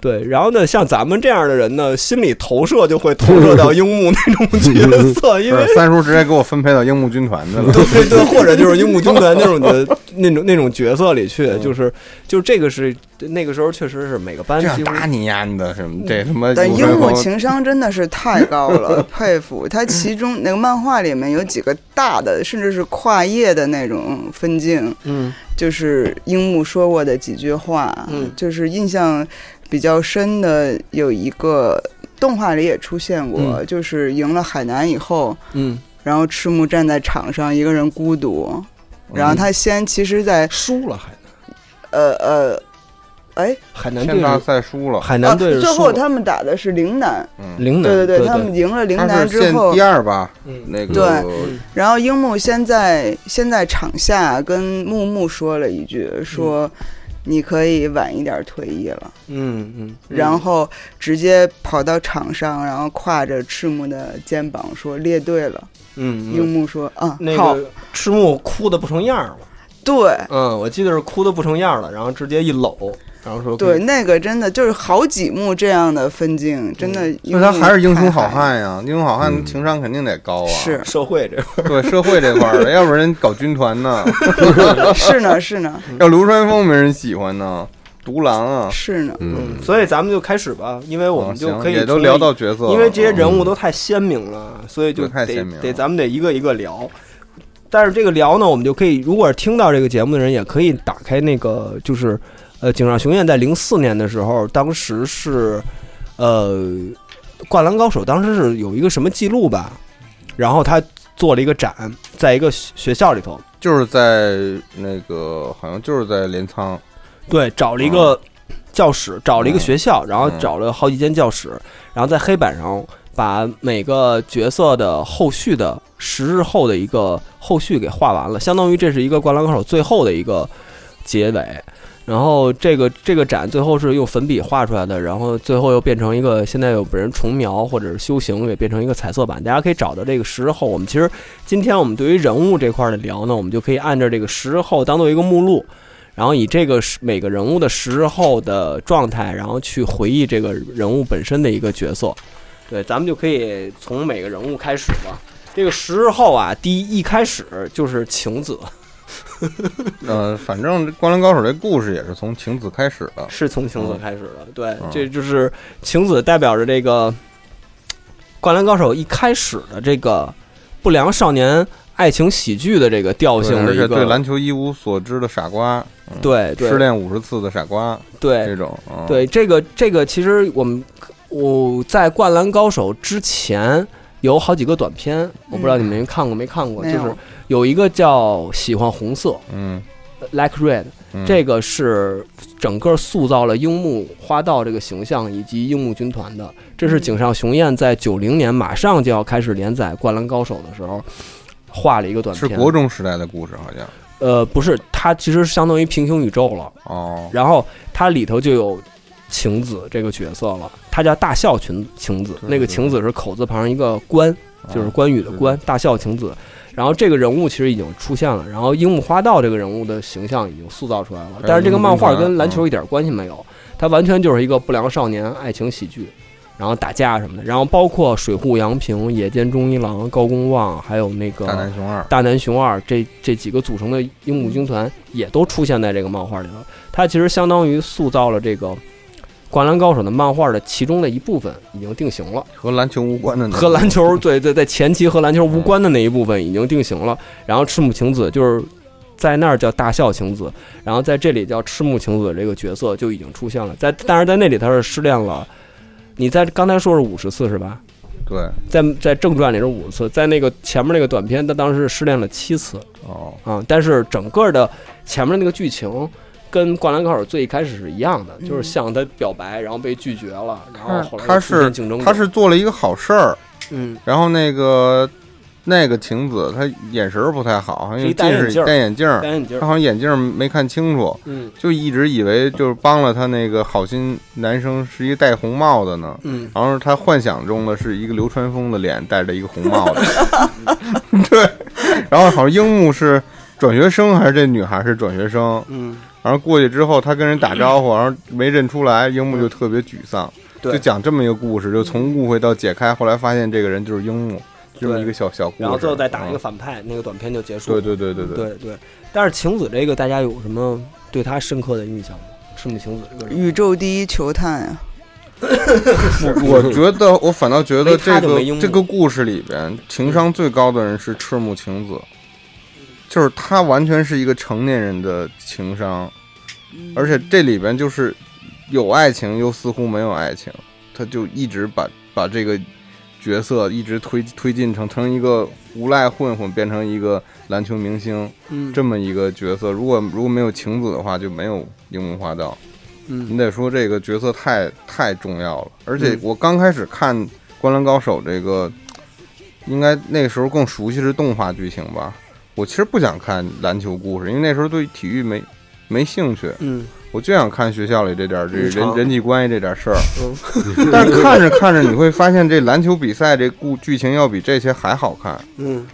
[SPEAKER 3] 对，然后呢，像咱们这样的人呢，心理投射就会投射到樱木那种角色，因
[SPEAKER 4] 不
[SPEAKER 3] 为
[SPEAKER 4] 是三叔直接给我分配到樱木军团去 了。
[SPEAKER 3] 对对对，或者就是樱木军团 那种的那种那种角色里
[SPEAKER 4] 嗯
[SPEAKER 3] 去，就是就是这个是那个时候确实是每个班
[SPEAKER 4] 这
[SPEAKER 3] 几
[SPEAKER 4] 样
[SPEAKER 3] 乎
[SPEAKER 4] 打你呀！嗯你的什么这他妈？
[SPEAKER 6] 但樱木情商真的是太高 了，佩服他。其中那个漫画里面有几个大的，甚至是跨页的那种分镜，
[SPEAKER 3] 嗯
[SPEAKER 6] 就是樱木说过的几句话，
[SPEAKER 3] 嗯
[SPEAKER 6] 就是印象比较深的有一个动画里也出现过，
[SPEAKER 3] 嗯
[SPEAKER 6] 就是赢了海南以后，
[SPEAKER 3] 嗯
[SPEAKER 6] 然后赤木站在场上一个人孤独，然后他先其实在，
[SPEAKER 3] 输了还能。
[SPEAKER 6] 呃呃，哎，
[SPEAKER 3] 海南队
[SPEAKER 4] 天大赛输了，嗯
[SPEAKER 3] 海
[SPEAKER 6] 啊，
[SPEAKER 3] 南队是
[SPEAKER 6] 最
[SPEAKER 3] 输了、
[SPEAKER 6] 后他们打的是陵南，
[SPEAKER 3] 陵南，
[SPEAKER 6] 对
[SPEAKER 3] 对
[SPEAKER 6] 他们赢了陵
[SPEAKER 4] 他
[SPEAKER 6] 南
[SPEAKER 4] 是
[SPEAKER 6] 之
[SPEAKER 4] 现
[SPEAKER 6] 后
[SPEAKER 4] 第，二吧？
[SPEAKER 3] 嗯
[SPEAKER 4] 那个
[SPEAKER 6] 对然后樱木先在先在场下跟木木说了一句，说你可以晚一点退役了，
[SPEAKER 3] 嗯嗯，
[SPEAKER 6] 然后直接跑到场上，然后挎着赤木的肩膀说列队了。
[SPEAKER 3] 嗯
[SPEAKER 6] 樱
[SPEAKER 3] 嗯，
[SPEAKER 6] 木说啊，
[SPEAKER 3] 那
[SPEAKER 6] 好，
[SPEAKER 3] 个赤木哭的不成样了，
[SPEAKER 6] 对
[SPEAKER 3] 嗯，我记得是哭的不成样了，然后直接一搂，然后说
[SPEAKER 6] 对，，那个真的就是好几幕这样的分镜，真
[SPEAKER 3] 嗯
[SPEAKER 6] 的樱木太嗨
[SPEAKER 4] 那
[SPEAKER 6] 了，
[SPEAKER 4] 他还是英雄好汉呀！英雄好汉
[SPEAKER 5] 嗯
[SPEAKER 4] 情商肯定得高啊，
[SPEAKER 6] 是
[SPEAKER 3] 社会这
[SPEAKER 4] 对社会这块 儿的，要不然人搞军团 呢，
[SPEAKER 6] 是呢 是呢
[SPEAKER 4] 要流川枫没人喜欢呢，独狼啊，
[SPEAKER 6] 是呢，
[SPEAKER 5] 嗯
[SPEAKER 3] 嗯，，所以咱们就开始吧，因为我们就
[SPEAKER 4] 哦行
[SPEAKER 3] 可以
[SPEAKER 4] 也都
[SPEAKER 3] 从
[SPEAKER 4] 聊到角色了，
[SPEAKER 3] 因为这些人
[SPEAKER 4] 嗯
[SPEAKER 3] 物都太鲜明了，所以就
[SPEAKER 4] 对太
[SPEAKER 3] 得
[SPEAKER 4] 鲜明了
[SPEAKER 3] 得咱们得一个一个聊。但是这个聊呢，我们就可以，如果是听到这个节目的人，也可以打开那个，就是呃，井上雄彦在零四年的时候，当时是呃，《灌篮高手》当时是有一个什么记录吧，然后他做了一个展，在一个学学校里头，
[SPEAKER 4] 就是在那个好像就是在镰仓，
[SPEAKER 3] 对，找了一个教室，找了一个
[SPEAKER 4] 啊嗯
[SPEAKER 3] 学校，然后
[SPEAKER 4] 嗯
[SPEAKER 3] 找了好几间教室，然后在黑板上把每个角色的后续的十日后的一个后续给画完了，相当于这是一个《灌篮高手》最后的一个结尾。然后这个这个展最后是用粉笔画出来的，然后最后又变成一个现在有人重描或者是修行，给变成一个彩色版，大家可以找到这个十日后。我们其实今天我们对于人物这块儿的聊呢，我们就可以按照这个十日后当做一个目录，然后以这个十每个人物的十日后的状态，然后去回忆这个人物本身的一个角色。对，咱们就可以从每个人物开始吧。这个十日后啊，第一一开始就是晴子，
[SPEAKER 4] 嗯，反正《灌篮高手》这故事也是从晴子开始的，
[SPEAKER 3] 是从晴子开始的。对
[SPEAKER 4] 嗯，
[SPEAKER 3] 这就是晴子代表着这个《灌篮高手》一开始的这个不良少年爱情喜剧的这个调性的
[SPEAKER 4] 而
[SPEAKER 3] 一
[SPEAKER 4] 且
[SPEAKER 3] 个
[SPEAKER 4] 对篮球一无所知的傻瓜，
[SPEAKER 3] 对
[SPEAKER 4] 失
[SPEAKER 3] 对
[SPEAKER 4] 恋五十次的傻瓜
[SPEAKER 3] 对
[SPEAKER 4] 这种，嗯
[SPEAKER 3] 对，这个这个，其实我们我在《灌篮高手》之前有好几个短片，我不知道你
[SPEAKER 4] 嗯
[SPEAKER 3] 们看过没看过，
[SPEAKER 6] 没
[SPEAKER 3] 就
[SPEAKER 6] 有
[SPEAKER 3] 是有一个叫《喜欢红色
[SPEAKER 4] 嗯，》
[SPEAKER 3] （Like Red），、
[SPEAKER 4] 嗯
[SPEAKER 3] 这个是整个塑造了樱木花道这个形象以及樱木军团的。这是井上雄彦在九零年马上就要开始连载《灌篮高手》的时候画了一个短
[SPEAKER 4] 是
[SPEAKER 3] 片。
[SPEAKER 4] 国中时代的故事，好像
[SPEAKER 3] 呃，不是，它其实相当于平行宇宙了。
[SPEAKER 4] 哦，
[SPEAKER 3] 然后它里头就有晴子这个角色了，她叫大笑晴晴子，
[SPEAKER 4] 对
[SPEAKER 3] 那个
[SPEAKER 4] 对
[SPEAKER 3] 晴子是口字旁一个关，就是
[SPEAKER 4] 啊
[SPEAKER 3] 关羽的
[SPEAKER 4] 是
[SPEAKER 3] 关，大笑晴子。然后这个人物其实已经出现了，然后樱木花道这个人物的形象已经塑造出来了，
[SPEAKER 4] 哎
[SPEAKER 3] 但是这个漫画
[SPEAKER 4] 樱木花道嗯
[SPEAKER 3] 跟篮球一点关系没有，它完全就是一个不良少年爱情喜剧。然后打架什么的，然后包括水户洋平、野间忠一郎、高公望，还有那个
[SPEAKER 4] 大南雄二，
[SPEAKER 3] 大南雄二这这几个组成的樱木军团也都出现在这个漫画里了。它其实相当于塑造了这个《灌篮高手》的漫画的其中的一部分，已经定型了。
[SPEAKER 4] 和篮球无关的那
[SPEAKER 3] 和
[SPEAKER 4] 种
[SPEAKER 3] 篮球对对，在前期和篮球无关的那一部分已经定型了。然后赤木晴子就是在那儿叫大笑晴子，然后在这里叫赤木晴子这个角色就已经出现了。在但是在那里他是失恋了。你在刚才说是五十次是吧？
[SPEAKER 4] 对
[SPEAKER 3] 在在正传里是五十次，在那个前面那个短片，他当时是失恋了七次。
[SPEAKER 4] 哦，
[SPEAKER 3] 啊，但是整个的前面那个剧情跟《灌篮高手》最一开始是一样的，就是向他表白，然后被拒绝了，然后后来
[SPEAKER 4] 他
[SPEAKER 3] 又出
[SPEAKER 4] 是
[SPEAKER 3] 现竞争者，
[SPEAKER 4] 他是做了一个好事儿，
[SPEAKER 3] 嗯，
[SPEAKER 4] 然后那个那个晴子她眼神儿不太好，好像
[SPEAKER 3] 是一
[SPEAKER 4] 近
[SPEAKER 3] 戴眼
[SPEAKER 4] 视
[SPEAKER 3] 镜儿
[SPEAKER 4] 戴眼镜儿，
[SPEAKER 3] 戴眼镜
[SPEAKER 4] 她，好像眼镜儿没看清楚，
[SPEAKER 3] 嗯
[SPEAKER 4] 就一直以为就是帮了他那个好心男生是一戴红帽的呢。
[SPEAKER 3] 嗯，
[SPEAKER 4] 然后他幻想中的是一个流川枫的脸戴着一个红帽子， 对。然后好像樱木是转学生还是这女孩是转学生，
[SPEAKER 3] 嗯，
[SPEAKER 4] 然后过去之后他跟人打招呼，然后没认出来，樱木就特别沮丧。
[SPEAKER 3] 对
[SPEAKER 4] 就讲这么一个故事，就从误会到解开，后来发现这个人就是樱木，这么
[SPEAKER 3] 对
[SPEAKER 4] 一个小小故事。
[SPEAKER 3] 然后最后再打一个
[SPEAKER 4] 嗯
[SPEAKER 3] 反派，那个短片就结束
[SPEAKER 4] 对
[SPEAKER 3] 了。
[SPEAKER 4] 对对对对。
[SPEAKER 3] 啊对对，但是晴子这个大家有什么对他深刻的印象吗？赤木晴子这个人，
[SPEAKER 6] 宇宙第一球探啊呀、
[SPEAKER 4] 我我觉得，我反倒觉得
[SPEAKER 3] 没他
[SPEAKER 4] 这
[SPEAKER 3] 就没樱
[SPEAKER 4] 个
[SPEAKER 3] 木
[SPEAKER 4] 这个故事里边情商最高的人是赤木晴子，就是他完全是一个成年人的情商，
[SPEAKER 3] 嗯
[SPEAKER 4] 而且这里边就是有爱情又似乎没有爱情，他就一直把把这个角色一直推推进成成一个无赖混混，变成一个篮球明星
[SPEAKER 3] 嗯
[SPEAKER 4] 这么一个角色。如果如果没有晴子的话，就没有樱木花道。
[SPEAKER 3] 嗯
[SPEAKER 4] 你得说这个角色太太重要了，而且
[SPEAKER 3] 嗯
[SPEAKER 4] 我刚开始看《灌篮高手》这个，应该那时候更熟悉是动画剧情吧。我其实不想看篮球故事，因为那时候对体育没没兴趣，
[SPEAKER 3] 嗯，
[SPEAKER 4] 我就想看学校里这点儿这
[SPEAKER 3] 日常嗯
[SPEAKER 4] 人人际关系这点儿事儿。但是看着看着，你会发现这篮球比赛这故剧情要比这些还好看。
[SPEAKER 3] 嗯，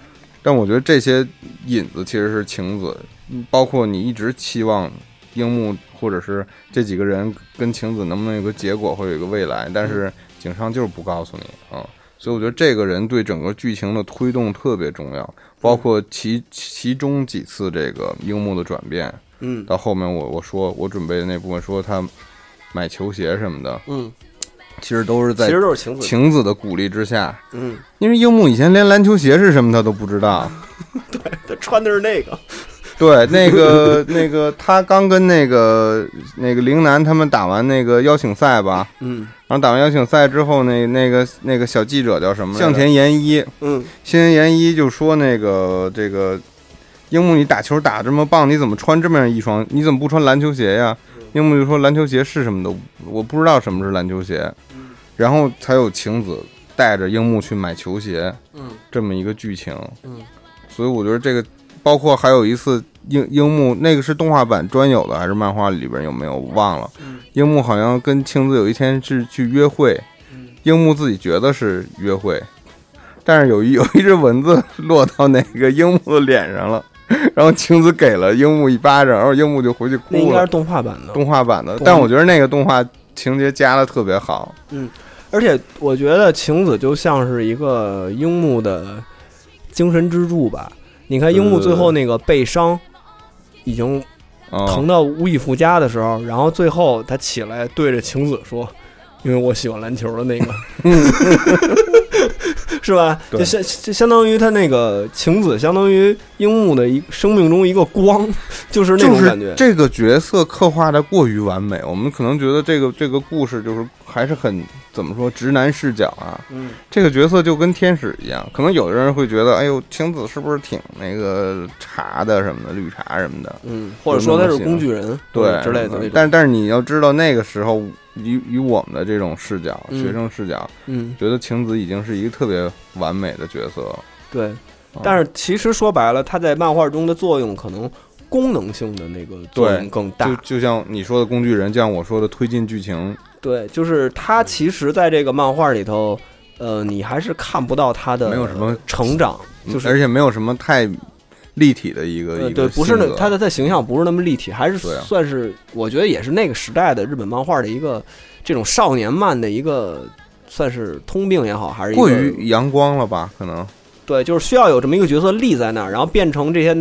[SPEAKER 4] 但我觉得这些引子其实是晴子，嗯包括你一直期望樱木或者是这几个人跟晴子能不能有个结果，会有一个未来，但是井上就是不告诉你啊、所以我觉得这个人对整个剧情的推动特别重要，包括其其中几次这个樱木的转变，
[SPEAKER 3] 嗯
[SPEAKER 4] 到后面我我说我准备的那部分说他买球鞋什么的，
[SPEAKER 3] 嗯，
[SPEAKER 4] 其实都是
[SPEAKER 3] 其
[SPEAKER 4] 在
[SPEAKER 3] 实就是晴子，
[SPEAKER 4] 晴子的鼓励之下，
[SPEAKER 3] 嗯，
[SPEAKER 4] 因为樱木以前连篮球鞋是什么他都不知道。
[SPEAKER 3] 他穿的是那个，
[SPEAKER 4] 对，那个 那个，他刚跟那个那个陵南他们打完那个邀请赛吧，
[SPEAKER 3] 嗯
[SPEAKER 4] 然后打完邀请赛之后，那那个那个小记者叫什么来着？向田研一，
[SPEAKER 3] 嗯
[SPEAKER 4] 向田研一就说那个这个樱木，你打球打这么棒，你怎么穿这么样一双？你怎么不穿篮球鞋呀？樱木就说篮球鞋是什么的，我不知道什么是篮球鞋，
[SPEAKER 3] 嗯
[SPEAKER 4] 然后才有晴子带着樱木去买球鞋，
[SPEAKER 3] 嗯，
[SPEAKER 4] 这么一个剧情，
[SPEAKER 3] 嗯，
[SPEAKER 4] 所以我觉得这个包括还有一次樱樱木那个是动画版专有的还是漫画里边有没有我忘了，
[SPEAKER 3] 嗯
[SPEAKER 4] 樱木好像跟晴子有一天是去约会，
[SPEAKER 3] 嗯
[SPEAKER 4] 樱木自己觉得是约会，但是有一有一只蚊子 落到那个樱木的脸上了。然后晴子给了樱木一巴掌，然后樱木就回去
[SPEAKER 3] 那应
[SPEAKER 4] 哭
[SPEAKER 3] 该
[SPEAKER 4] 了
[SPEAKER 3] 是。动画版的。
[SPEAKER 4] 动画版的，
[SPEAKER 3] 动
[SPEAKER 4] 但我觉得那个动画情节加的特别好。
[SPEAKER 3] 而且我觉得晴子就像是一个樱木的精神支柱吧。你看樱木最后那个背伤，已经
[SPEAKER 4] 嗯、
[SPEAKER 3] 疼到无以复加的时候，然后最后他起来对着晴子说：“因为我喜欢篮球的 那个， 是吧？”
[SPEAKER 4] 对
[SPEAKER 3] 就相就相当于他那个晴子，相当于樱木的一生命中一个光， 就是那
[SPEAKER 4] 就
[SPEAKER 3] 种感觉
[SPEAKER 4] 是。这个角色刻画的过于完美，我们可能觉得这个这个故事就是还是很怎么说直男视角啊。
[SPEAKER 3] 嗯，
[SPEAKER 4] 这个角色就跟天使一样，可能有的人会觉得，哎呦，晴子是不是挺那个茶的什么的，绿茶什么的？
[SPEAKER 3] 嗯，或者说他是工具人，或
[SPEAKER 4] 啊
[SPEAKER 3] 者
[SPEAKER 4] 对
[SPEAKER 3] 之类的那
[SPEAKER 4] 嗯
[SPEAKER 3] 种。
[SPEAKER 4] 但但是你要知道，那个时候以以我们的这种视角，
[SPEAKER 3] 嗯
[SPEAKER 4] 学生视角，
[SPEAKER 3] 嗯，
[SPEAKER 4] 觉得晴子已经是一个特别完美的角色了。
[SPEAKER 3] 对
[SPEAKER 4] 嗯。
[SPEAKER 3] 但是其实说白了，它在漫画中的作用可能功能性的那个作用更大
[SPEAKER 4] 就。就像你说的工具人，就像我说的推进剧情，
[SPEAKER 3] 对，就是它其实在这个漫画里头，呃，你还是看不到它的
[SPEAKER 4] 没有什么
[SPEAKER 3] 成长，就
[SPEAKER 4] 而
[SPEAKER 3] 是。
[SPEAKER 4] 且没有什么太立体的一个、
[SPEAKER 3] 呃
[SPEAKER 4] 一
[SPEAKER 3] 对，
[SPEAKER 4] 个
[SPEAKER 3] 不是那
[SPEAKER 4] 性格
[SPEAKER 3] 它的它形象不是那么立体，还是
[SPEAKER 4] 对啊
[SPEAKER 3] 算是我觉得也是那个时代的日本漫画的一个这种少年漫的一个算是通病也好，还是一个
[SPEAKER 4] 过于阳光了吧？可能
[SPEAKER 3] 对，就是需要有这么一个角色立在那儿，然后变成这些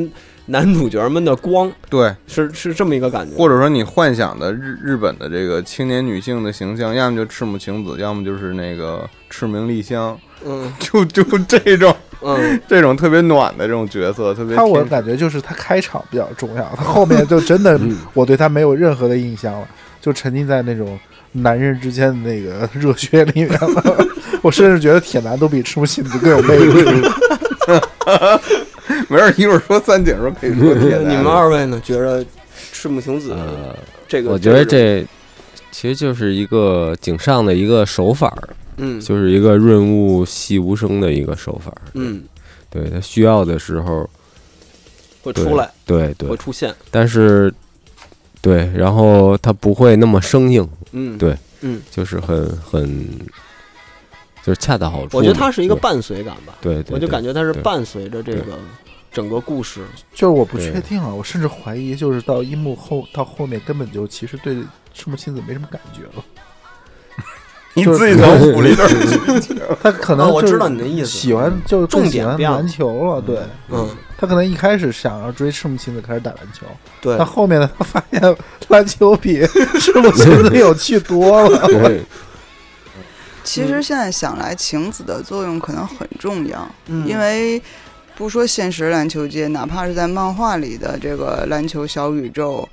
[SPEAKER 3] 男主角们的光，
[SPEAKER 4] 对，
[SPEAKER 3] 是是这么一个感觉。
[SPEAKER 4] 或者说你幻想的日日本的这个青年女性的形象，要么就赤木晴子，要么就是那个赤名莉香，
[SPEAKER 3] 嗯
[SPEAKER 4] 就就这种
[SPEAKER 3] 嗯，
[SPEAKER 4] 这种特别暖的这种角色，特别
[SPEAKER 7] 他我
[SPEAKER 4] 天
[SPEAKER 7] 感觉就是他开场比较重要，他后面就真的
[SPEAKER 3] 嗯
[SPEAKER 7] 我对他没有任何的印象了，就沉浸在那种男人之间的那个 热血里面了。 我甚至觉得铁男都比赤木晴子更有魅力。
[SPEAKER 4] 没事，一会儿说三井的时候可以 说铁男
[SPEAKER 3] 你们二位呢？觉着赤木晴子
[SPEAKER 5] 呃，
[SPEAKER 3] 这个，
[SPEAKER 5] 我觉得，这其实就是一个井上的一个手法儿，
[SPEAKER 3] 嗯，
[SPEAKER 5] 就是一个润物细无声的一个手法儿。
[SPEAKER 3] 嗯，
[SPEAKER 5] 对他需要的时候，
[SPEAKER 3] 会
[SPEAKER 5] 对
[SPEAKER 3] 出来，
[SPEAKER 5] 对
[SPEAKER 3] 会
[SPEAKER 5] 对，
[SPEAKER 3] 出现，
[SPEAKER 5] 但是对，然后他不会那么生硬，
[SPEAKER 3] 嗯，
[SPEAKER 5] 对
[SPEAKER 3] 嗯，
[SPEAKER 5] 就是很很就是恰到好处嘛。
[SPEAKER 3] 我觉得它是一个
[SPEAKER 5] 对
[SPEAKER 3] 伴随感吧，
[SPEAKER 5] 对，对
[SPEAKER 3] 我就
[SPEAKER 5] 对
[SPEAKER 3] 感觉它是
[SPEAKER 5] 对
[SPEAKER 3] 伴随着这个整个故事，
[SPEAKER 7] 就是我不
[SPEAKER 5] 对
[SPEAKER 7] 确定啊，我甚至怀疑，就是到樱木后到后面根本就其实对赤木晴子没什么感觉了。
[SPEAKER 4] 你
[SPEAKER 7] 就是
[SPEAKER 4] 自己脑补了一段，
[SPEAKER 7] 他可能
[SPEAKER 3] 啊我
[SPEAKER 7] 就是
[SPEAKER 3] 知道你的意思嗯
[SPEAKER 7] 喜欢就是更
[SPEAKER 3] 重
[SPEAKER 7] 喜
[SPEAKER 3] 点
[SPEAKER 7] 欢
[SPEAKER 3] 变了
[SPEAKER 7] 篮球了。对
[SPEAKER 3] 嗯，
[SPEAKER 7] 他可能一开始想要追赤木晴子开始打篮球，
[SPEAKER 3] 对
[SPEAKER 7] 但，后面呢，他发现篮球 比赤木晴子有趣多了。
[SPEAKER 5] 对
[SPEAKER 6] 其实现在想来，晴子的作用可能很重要，
[SPEAKER 3] 嗯
[SPEAKER 6] 因为不说现实篮球界，哪怕是在漫画里的这个篮球小宇宙，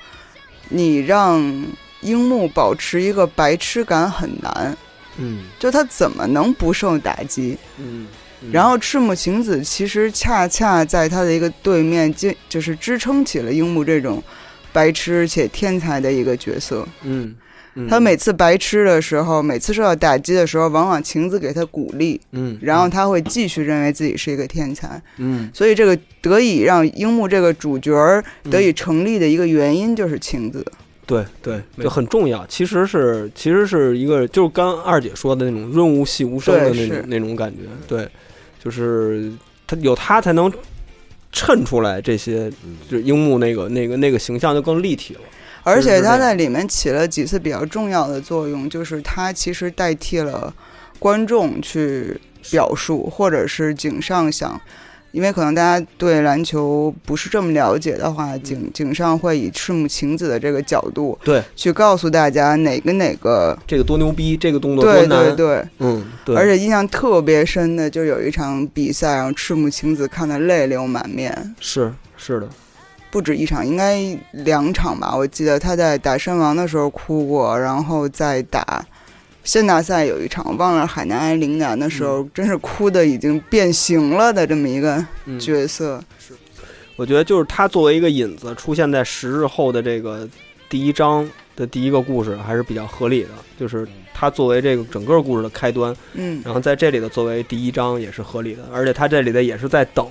[SPEAKER 6] 你让樱木保持一个白痴感很难，
[SPEAKER 3] 嗯
[SPEAKER 6] 就他怎么能不受打击？
[SPEAKER 3] 嗯，嗯
[SPEAKER 6] 然后赤木晴子其实恰恰在他的一个对面，就就是支撑起了樱木这种白痴且天才的一个角色。
[SPEAKER 3] 嗯，嗯
[SPEAKER 6] 他每次白痴的时候，每次受到打击的时候，往往晴子给他鼓励，
[SPEAKER 3] 嗯，
[SPEAKER 6] 然后他会继续认为自己是一个天才。
[SPEAKER 3] 嗯
[SPEAKER 6] 所以这个得以让樱木这个主角儿
[SPEAKER 3] 嗯
[SPEAKER 6] 得以成立的一个原因就是晴子。
[SPEAKER 3] 对对，就很重要。其实是其实是一个，就是刚二姐说的那种润物细无声的那
[SPEAKER 6] 对
[SPEAKER 3] 种
[SPEAKER 6] 是嗯
[SPEAKER 3] 那种感觉。对，就是他有他才能衬出来这些，
[SPEAKER 6] 嗯
[SPEAKER 3] 就是樱木那个那个那个形象就更立体了。
[SPEAKER 6] 而且
[SPEAKER 3] 这样
[SPEAKER 6] 他在里面起了几次比较重要的作用，就是他其实代替了观众去表述，或者是井上想，因为可能大家对篮球不是这么了解的话，井井上会以赤木晴子的这个角度
[SPEAKER 3] 嗯对，
[SPEAKER 6] 去告诉大家哪个哪个。
[SPEAKER 3] 这个多牛逼，这个动作多
[SPEAKER 6] 对
[SPEAKER 3] 难。
[SPEAKER 6] 对对，
[SPEAKER 3] 嗯，对，
[SPEAKER 6] 而且印象特别深的就有一场比赛，让赤木晴子看得泪流满面，
[SPEAKER 3] 是是的，
[SPEAKER 6] 不止一场，应该两场吧。我记得他在打山王的时候哭过，然后在打县大赛有一场，忘了海南还是陵南的时候，真是哭的已经变形了的这么一个
[SPEAKER 3] 嗯，
[SPEAKER 6] 角色。
[SPEAKER 3] 我觉得就是他作为一个引子出现在十日后的这个第一章的第一个故事还是比较合理的，就是它作为这个整个故事的开端，
[SPEAKER 6] 嗯，
[SPEAKER 3] 然后在这里的作为第一章也是合理的，而且它这里的也是在等，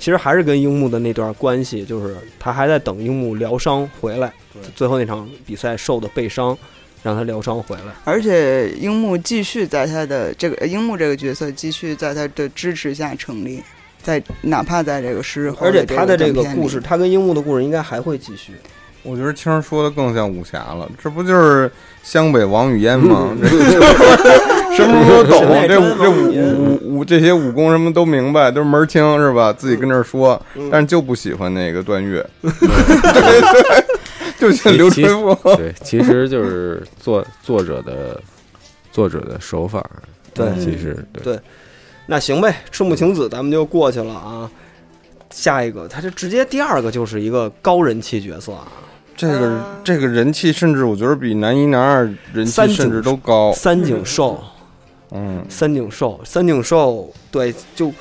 [SPEAKER 3] 其实还是跟樱木的那段关系，就是他还在等樱木疗伤回来，最后那场比赛受的背伤，让他疗伤回来。
[SPEAKER 6] 而且樱木继续在他的这个樱木这个角色继续在他的支持下成立，在哪怕在这个十日后
[SPEAKER 3] 而且他的
[SPEAKER 6] 这
[SPEAKER 3] 这个故事，
[SPEAKER 6] 短片里，
[SPEAKER 3] 他跟樱木的故事应该还会继续。
[SPEAKER 4] 我觉得青儿说的更像武侠了，这不就是湘北王语嫣吗？这 什么都懂，啊这武这武武武这些武功什么都明白，都是门儿清是吧？自己跟这儿说，但是就不喜欢那个段誉， 对对，就像刘春富。
[SPEAKER 5] 对，其实就是作作者的作者的手法，
[SPEAKER 3] 对
[SPEAKER 5] 其实对
[SPEAKER 3] 对那行呗，赤木晴子咱们就过去了啊。下一个，他这直接第二个就是一个高人气角色啊，
[SPEAKER 4] 这个这个人气，甚至我觉得比男一男二人气
[SPEAKER 3] 三井
[SPEAKER 4] 甚至都高。
[SPEAKER 3] 三井寿。
[SPEAKER 4] 嗯，
[SPEAKER 3] 三井寿，三井寿，对，就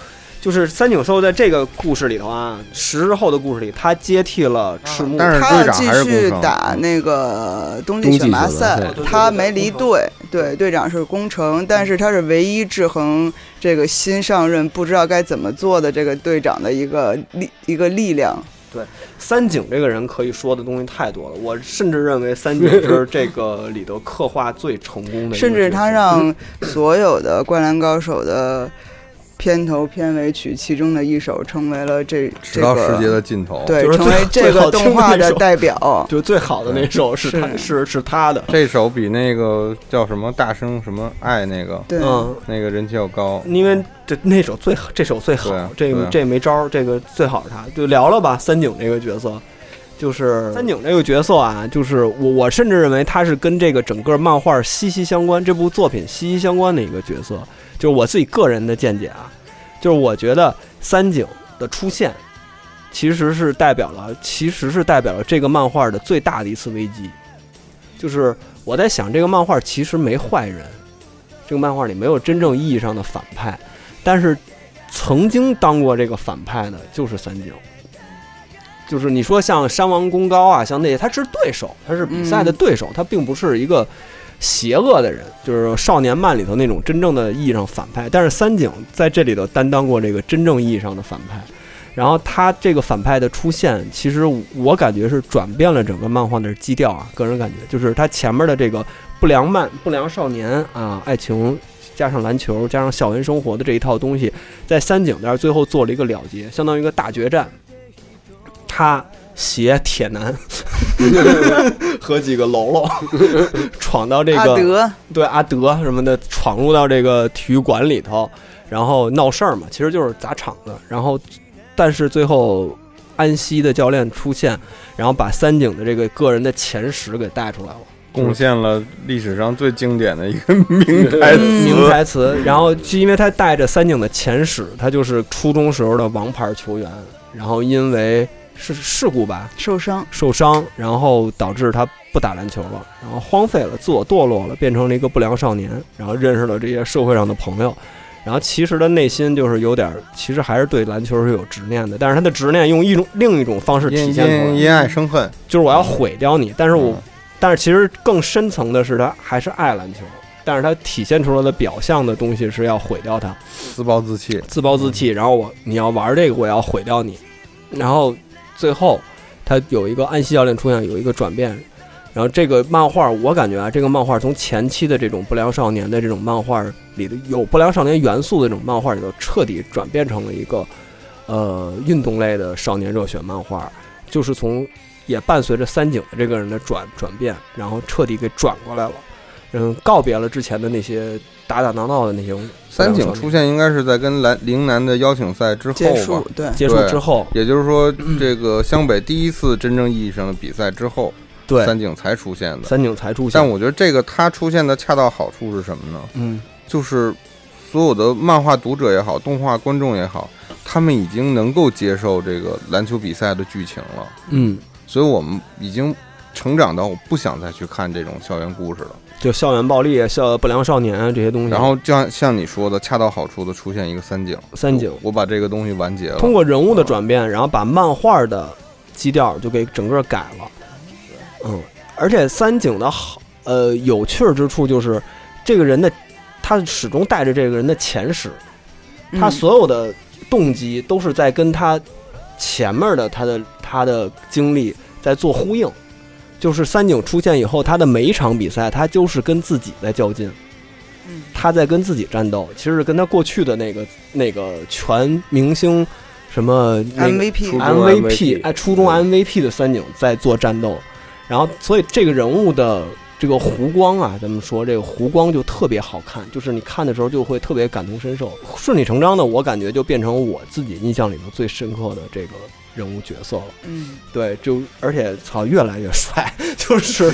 [SPEAKER 3] 就是三井寿在这个故事里头啊，十日后的故事里，他接替
[SPEAKER 6] 啊
[SPEAKER 3] 了赤木，
[SPEAKER 4] 但是
[SPEAKER 6] 他
[SPEAKER 4] 队
[SPEAKER 6] 要
[SPEAKER 4] 长
[SPEAKER 6] 继
[SPEAKER 4] 还是嗯
[SPEAKER 6] 续
[SPEAKER 4] 工
[SPEAKER 6] 打
[SPEAKER 4] 程。
[SPEAKER 6] 那个冬
[SPEAKER 5] 冬
[SPEAKER 6] 季
[SPEAKER 5] 季选
[SPEAKER 6] 选拔
[SPEAKER 5] 拔
[SPEAKER 6] 赛
[SPEAKER 5] 赛对，
[SPEAKER 6] 他没离队，对，队长是宫城，但是他是唯一制衡这个新上任不知道该怎么做的这个队长的一个力一个力量。
[SPEAKER 3] 三井这个人可以说的东西太多了，我甚至认为三井是这个里头刻画最成功的一个角色，
[SPEAKER 6] 甚至他
[SPEAKER 4] 嗯
[SPEAKER 6] 让所有的《灌篮高手》的片头、片尾曲其中的一首成为了这这
[SPEAKER 4] 直到世界
[SPEAKER 6] 个
[SPEAKER 4] 的尽头。
[SPEAKER 6] 对
[SPEAKER 3] 就，是
[SPEAKER 6] 成为
[SPEAKER 3] 最最
[SPEAKER 6] 这
[SPEAKER 3] 好
[SPEAKER 6] 个
[SPEAKER 3] 听
[SPEAKER 6] 动画
[SPEAKER 3] 的那
[SPEAKER 6] 的
[SPEAKER 3] 首
[SPEAKER 6] 代表。
[SPEAKER 3] 就最好的那首是他
[SPEAKER 6] 是
[SPEAKER 3] 是是他的，
[SPEAKER 4] 这首比那个叫什么大声什么爱那个
[SPEAKER 6] 对，
[SPEAKER 3] 嗯，
[SPEAKER 4] 那个人气要高。
[SPEAKER 3] 因为这那首最好，这首最好
[SPEAKER 4] 对啊，
[SPEAKER 3] 这
[SPEAKER 4] 对
[SPEAKER 3] 个
[SPEAKER 4] 啊
[SPEAKER 3] 这没招儿，这个最好是他。就聊聊吧，三井这个角色，就是三井这个角色啊，就是我我甚至认为他是跟这个整个漫画息息相关，这部作品息息相关的一个角色。就是我自己个人的见解啊，就是我觉得三井的出现，其实是代表了，其实是代表了这个漫画的最大的一次危机。就是我在想，这个漫画其实没坏人，这个漫画里没有真正意义上的反派，但是曾经当过这个反派的就是三井。就是你说像山王功高啊，像那些，他是对手，他是比赛的对手，他并不是一个邪恶的人，就是少年漫里头那种真正的意义上反派。但是三井在这里头担当过这个真正意义上的反派，然后他这个反派的出现，其实我感觉是转变了整个漫画的基调啊，个人感觉就是他前面的这个不良漫、不良少年啊，爱情加上篮球加上校园生活的这一套东西，在三井那儿最后做了一个了结，相当于一个大决战。他携铁男和几个喽喽闯到这个
[SPEAKER 6] 阿德，
[SPEAKER 3] 对阿德什么的闯入到这个体育馆里头，然后闹事儿嘛，其实就是砸场子。然后，但是最后安西的教练出现，然后把三井的这个个人的前十给带出来了。
[SPEAKER 4] 贡献了历史上最经典的一个名台
[SPEAKER 3] 名
[SPEAKER 4] 词。
[SPEAKER 3] 台词，然后就因为他带着三井的前史，他就是初中时候的王牌球员，然后因为是事故吧，
[SPEAKER 6] 受伤，
[SPEAKER 3] 受伤，然后导致他不打篮球了，然后荒废了，自我堕落了，变成了一个不良少年，然后认识了这些社会上的朋友，然后其实的内心就是有点儿，其实还是对篮球是有执念的，但是他的执念用一种另一种方式体
[SPEAKER 4] 因
[SPEAKER 3] 现出
[SPEAKER 4] 因
[SPEAKER 3] 来，
[SPEAKER 4] 因爱生恨，
[SPEAKER 3] 就是我要毁掉你，但是我
[SPEAKER 4] 嗯，
[SPEAKER 3] 但是其实更深层的是他还是爱篮球。但是他体现出来的表象的东西是要毁掉他，
[SPEAKER 4] 自暴自弃。
[SPEAKER 3] 自暴自弃，
[SPEAKER 4] 嗯
[SPEAKER 3] 然后我你要玩这个，我要毁掉你。然后最后他有一个安西教练出现，有一个转变。然后这个漫画，我感觉啊，这个漫画从前期的这种不良少年的这种漫画里的有不良少年元素的这种漫画里头，彻底转变成了一个呃运动类的少年热血漫画，就是从也伴随着三井的这个人的转转变，然后彻底给转过来了，嗯，告别了之前的那些打打闹闹的那些
[SPEAKER 4] 三井出现应该是在跟蓝陵南的邀请赛之
[SPEAKER 6] 结
[SPEAKER 4] 后
[SPEAKER 6] 束
[SPEAKER 4] 吧，，
[SPEAKER 6] 对，
[SPEAKER 3] 接触之后，
[SPEAKER 4] 也就是说，这个湘北第一次真正意义上的比赛之后，
[SPEAKER 3] 对，
[SPEAKER 4] 三井才出现的。
[SPEAKER 3] 三井才出现。
[SPEAKER 4] 但我觉得这个他出现的恰到好处是什么呢？
[SPEAKER 3] 嗯，
[SPEAKER 4] 就是所有的漫画读者也好，动画观众也好，他们已经能够接受这个篮球比赛的剧情了，
[SPEAKER 3] 嗯，
[SPEAKER 4] 所以我们已经成长到我不想再去看这种校园故事了。
[SPEAKER 3] 就校园暴力、校不良少年啊这些东西。
[SPEAKER 4] 然后就像像你说的，恰到好处的出现一个三井，
[SPEAKER 3] 三井
[SPEAKER 4] 我我把这个东西完结了。
[SPEAKER 3] 通过人物的转变，然后把漫画的基调就给整个改了。嗯，而且三井的好呃有趣儿之处就是，这个人的他始终带着这个人的前史，他
[SPEAKER 6] 嗯
[SPEAKER 3] 所有的动机都是在跟他前面的他的他的经历在做呼应。就是三井出现以后，他的每一场比赛，他就是跟自己在较劲，
[SPEAKER 6] 嗯
[SPEAKER 3] 他在跟自己战斗，其实是跟他过去的那个那个全明星什么那个
[SPEAKER 6] MVP
[SPEAKER 5] 初中
[SPEAKER 3] MVP，
[SPEAKER 5] MVP
[SPEAKER 3] 哎，初中 MVP 的三井在做战斗，然后所以这个人物的这个弧光啊，咱们说这个弧光就特别好看，就是你看的时候就会特别感同身受，顺理成章的，我感觉就变成我自己印象里头最深刻的这个人物角色了。
[SPEAKER 6] 嗯，
[SPEAKER 3] 对，就而且操越来越帅， 就是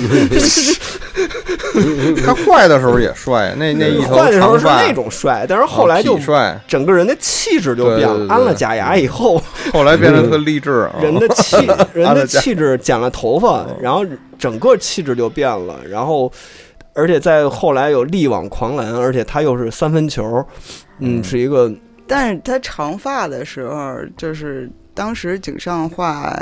[SPEAKER 4] 他坏的时候也帅，那那一
[SPEAKER 3] 嗯
[SPEAKER 4] 头
[SPEAKER 3] 换的时候
[SPEAKER 4] 长
[SPEAKER 3] 是
[SPEAKER 4] 发啊
[SPEAKER 3] 那种帅，但是后来就
[SPEAKER 4] 痞帅，
[SPEAKER 3] 整个人的气质就变
[SPEAKER 4] 对对
[SPEAKER 3] 了，
[SPEAKER 4] 对对
[SPEAKER 3] 安了假牙以后。
[SPEAKER 4] 后来变得特励志啊。
[SPEAKER 3] 嗯 人的气，人
[SPEAKER 4] 安
[SPEAKER 3] 的
[SPEAKER 4] 了哦家
[SPEAKER 3] 气质剪了头发，然后整个气质就变了，然后而且在后来有力挽狂澜，而且他又是三分球，嗯，是一个
[SPEAKER 6] 但是他长发的时候，就是当时井上画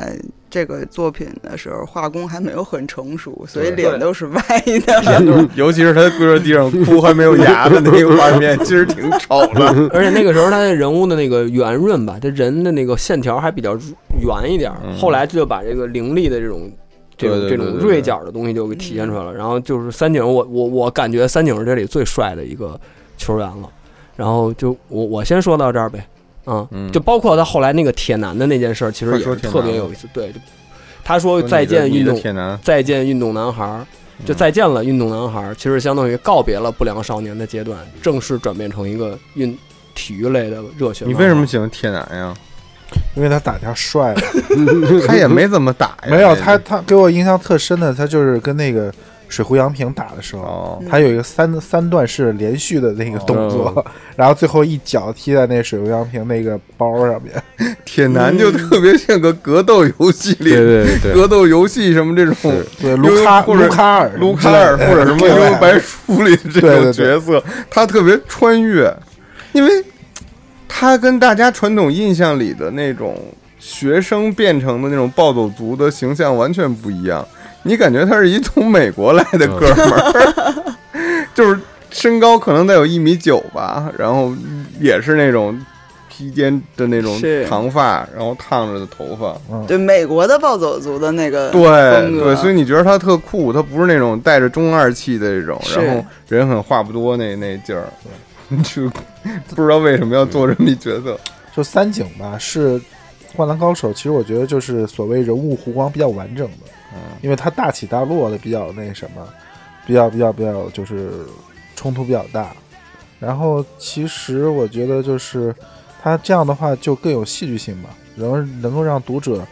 [SPEAKER 6] 这个作品的时候，画工还没有很成熟，所以脸都是歪的。
[SPEAKER 4] 尤其是他跪在地上哭还没有牙的那个画面，其实挺丑 的。
[SPEAKER 3] 而且那个时候他的人物的那个圆润吧，他人的那个线条还比较圆一点儿。
[SPEAKER 4] 嗯
[SPEAKER 3] 后来就把这个凌厉的这种。这种
[SPEAKER 4] 对
[SPEAKER 3] 这
[SPEAKER 4] 对对
[SPEAKER 3] 种
[SPEAKER 4] 对对
[SPEAKER 3] 锐角的东西就给体现出来了，然后就是三井，我我我感觉三井是这里最帅的一个球员了。然后就我我先说到这儿呗，啊、
[SPEAKER 4] 嗯
[SPEAKER 3] 就包括他后来那个铁男的那件事儿，其实
[SPEAKER 4] 快
[SPEAKER 3] 也
[SPEAKER 4] 说
[SPEAKER 3] 是
[SPEAKER 4] 铁
[SPEAKER 3] 特别
[SPEAKER 4] 男
[SPEAKER 3] 有意思。对，就他说再见
[SPEAKER 4] 你
[SPEAKER 3] 运
[SPEAKER 4] 的
[SPEAKER 3] 动，
[SPEAKER 4] 铁男，
[SPEAKER 3] 再见运动男孩儿，
[SPEAKER 4] 嗯
[SPEAKER 3] 就再见了运动男孩儿，其实相当于告别了不良少年的阶段，正式转变成一个运体育类的热血漫
[SPEAKER 4] 你
[SPEAKER 3] 画。
[SPEAKER 4] 为什么喜欢铁男呀？
[SPEAKER 7] 因为他打架帅了。
[SPEAKER 4] 他也没怎么打 呀。
[SPEAKER 7] 没有他，他给我印象特深的，他就是跟那个水户洋平打的时候，
[SPEAKER 4] 哦，
[SPEAKER 7] 他有一个三三段式连续的那个动作
[SPEAKER 5] 哦，
[SPEAKER 4] 嗯
[SPEAKER 7] 然后最后一脚踢在那水户洋平那个包上面。
[SPEAKER 4] 铁男
[SPEAKER 3] 嗯
[SPEAKER 4] 就特别像个格斗游戏
[SPEAKER 5] 对
[SPEAKER 4] 里
[SPEAKER 5] 对对，
[SPEAKER 4] 格斗游戏什么这种
[SPEAKER 5] 是
[SPEAKER 7] 对，卢卡
[SPEAKER 4] 或者
[SPEAKER 7] 卢卡尔
[SPEAKER 4] 卢卡尔或者什么《幽游白书》里这
[SPEAKER 7] 对
[SPEAKER 4] 种
[SPEAKER 7] 对对
[SPEAKER 4] 角色，他特别穿越，因为他跟大家传统印象里的那种学生变成的那种暴走族的形象完全不一样。你感觉他是一从美国来的哥们儿，就是身高可能得有一米九吧，然后也是那种披肩的那种
[SPEAKER 6] 是
[SPEAKER 4] 长发，然后烫着的头发，
[SPEAKER 6] 对美国的暴走族的那个
[SPEAKER 4] 对
[SPEAKER 6] 风格
[SPEAKER 4] 对，所以你觉得他特酷，他不是那种带着中二气的这种，
[SPEAKER 6] 是
[SPEAKER 4] 然后人很话不多那那劲儿，就不知道为什么要做这么一角色。
[SPEAKER 7] 就三井吧，是《灌篮高手》。其实我觉得就是所谓人物弧光比较完整的，
[SPEAKER 4] 嗯，
[SPEAKER 7] 因为他大起大落的比较那什么，比较比较比较就是冲突比较大。然后其实我觉得就是他这样的话就更有戏剧性嘛，然后能够让读者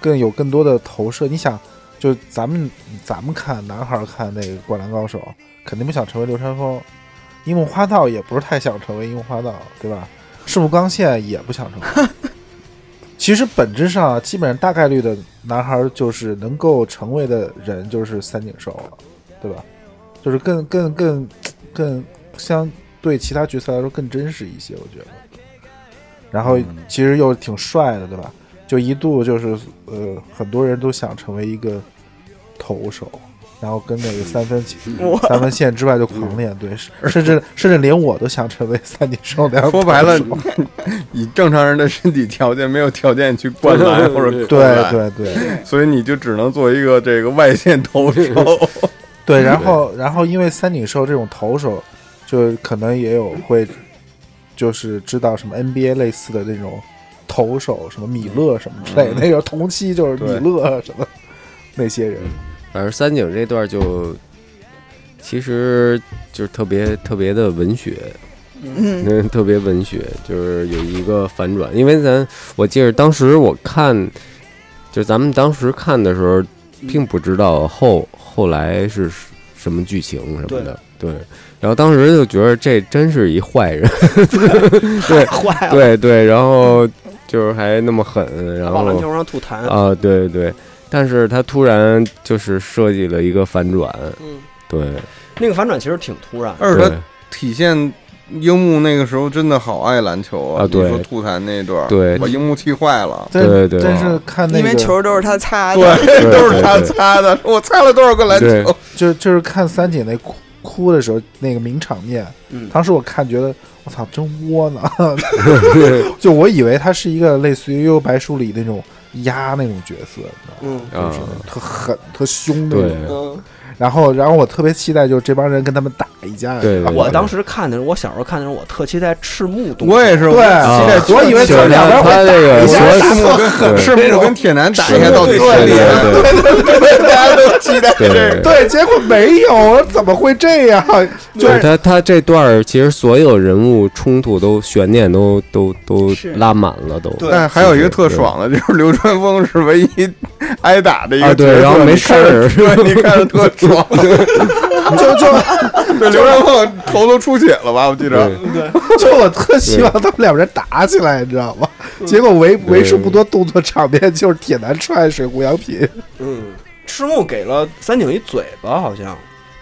[SPEAKER 7] 更有更多的投射。你想，就咱们咱们看男孩儿看那个《灌篮高手》，肯定不想成为流川枫，樱木花道也不是太想成为樱木花道，对吧？赤木刚宪也不想成为。 其实本质上啊，基本上大概率的男孩儿就是能够成为的人就是三井寿了，对吧？就是更更更更相对其他角色来说更真实一些，我觉得。然后其实又挺帅的，对吧？就一度就是呃，很多人都想成为一个投手，然后跟那个三分起
[SPEAKER 6] 我
[SPEAKER 7] 三分线之外就狂练，对，甚至甚至连我都想成为三井寿那样 的
[SPEAKER 4] 说白了
[SPEAKER 7] 投手，
[SPEAKER 4] 以正常人的身体条件，没有条件去灌篮或者扣
[SPEAKER 7] 对
[SPEAKER 4] 篮，
[SPEAKER 7] 对 对
[SPEAKER 4] 所以你就只能做一个这个外线投手。
[SPEAKER 7] 对，然后然后因为三井寿这种投手，就可能也有会，就是知道什么 NBA 类似的那种投手，什么米勒什么之类的，那个同期就是米勒什么那些人，
[SPEAKER 5] 反正三井这段就其实就是特别特别的文学，
[SPEAKER 6] 嗯
[SPEAKER 5] 那 特别文学，就是有一个反转。因为咱我记得当时我看，就咱们当时看的时候，并不知道后后来是什么剧情什么的，对。然后当时就觉得这真是一坏人，
[SPEAKER 3] 坏了？
[SPEAKER 5] 对对，然后就是还那么狠，然
[SPEAKER 3] 往篮
[SPEAKER 5] 后
[SPEAKER 3] 球上吐痰，
[SPEAKER 5] 啊，对对，但是他突然就是设计了一个反转，
[SPEAKER 3] 嗯，
[SPEAKER 5] 对，
[SPEAKER 3] 那个反转其实挺突然的。
[SPEAKER 4] 而且
[SPEAKER 5] 对
[SPEAKER 4] 他体现樱木那个时候真的好爱篮球
[SPEAKER 5] 啊对
[SPEAKER 4] 你说吐痰那段儿，
[SPEAKER 5] 对
[SPEAKER 4] 把樱木气坏了。
[SPEAKER 7] 但
[SPEAKER 5] 对对
[SPEAKER 7] 但是看那
[SPEAKER 6] 因为
[SPEAKER 7] 个，
[SPEAKER 6] 球都是他擦的，
[SPEAKER 4] 对，
[SPEAKER 5] 对
[SPEAKER 4] 都是他
[SPEAKER 5] 对啊
[SPEAKER 4] 擦的。我擦了多少个篮
[SPEAKER 5] 对
[SPEAKER 4] 球？
[SPEAKER 7] 就就是看三井那哭哭的时候，那个名场面，
[SPEAKER 3] 嗯
[SPEAKER 7] 当时我看觉得我操真窝 囊，就我以为他是一个类似于《幽游白书》里那种压那种角色，你
[SPEAKER 3] 嗯
[SPEAKER 7] 知道吗？就是那种特狠、特凶的那
[SPEAKER 5] 对
[SPEAKER 7] 种。
[SPEAKER 3] 嗯，
[SPEAKER 7] 然后，然后我特别期待，就是这帮人跟他们打一架。
[SPEAKER 5] 对对
[SPEAKER 3] 我当时看的时候，我小时候看的时候，我特期待赤木动手
[SPEAKER 4] 我也是，
[SPEAKER 7] 对，我以为
[SPEAKER 5] 啊就
[SPEAKER 7] 这
[SPEAKER 5] 是
[SPEAKER 7] 两边
[SPEAKER 5] 他
[SPEAKER 7] 会
[SPEAKER 5] 这个
[SPEAKER 4] 我
[SPEAKER 5] 呃所
[SPEAKER 4] 赤木 跟
[SPEAKER 5] 对
[SPEAKER 4] 赤木跟铁男打一下
[SPEAKER 5] 对
[SPEAKER 4] 到底多
[SPEAKER 5] 对
[SPEAKER 4] 厉害？
[SPEAKER 5] 对对
[SPEAKER 4] 大家都期待
[SPEAKER 5] 对
[SPEAKER 4] 这
[SPEAKER 5] 对
[SPEAKER 4] 个。
[SPEAKER 7] 对，结果没有，我说怎么会这样？就
[SPEAKER 5] 就是
[SPEAKER 7] 是
[SPEAKER 5] 他，他这段儿其实所有人物冲突都悬念都都都
[SPEAKER 6] 是
[SPEAKER 5] 拉满了都，
[SPEAKER 4] 但是还有一个特爽的， 就是刘传峰是唯一挨打的一
[SPEAKER 5] 啊
[SPEAKER 4] 个角色，
[SPEAKER 5] 对然后没
[SPEAKER 4] 你看着
[SPEAKER 5] 事儿
[SPEAKER 4] 对，你看着特 爽，
[SPEAKER 7] 就 就
[SPEAKER 4] 对，刘传峰头都出血了吧？我记着，
[SPEAKER 7] 就我特希望他们两人打起来，你知道吗？
[SPEAKER 3] 嗯
[SPEAKER 7] 结果为为数不多动作场面就是铁男踹水户洋平，
[SPEAKER 3] 嗯，赤木给了三井一嘴巴，好像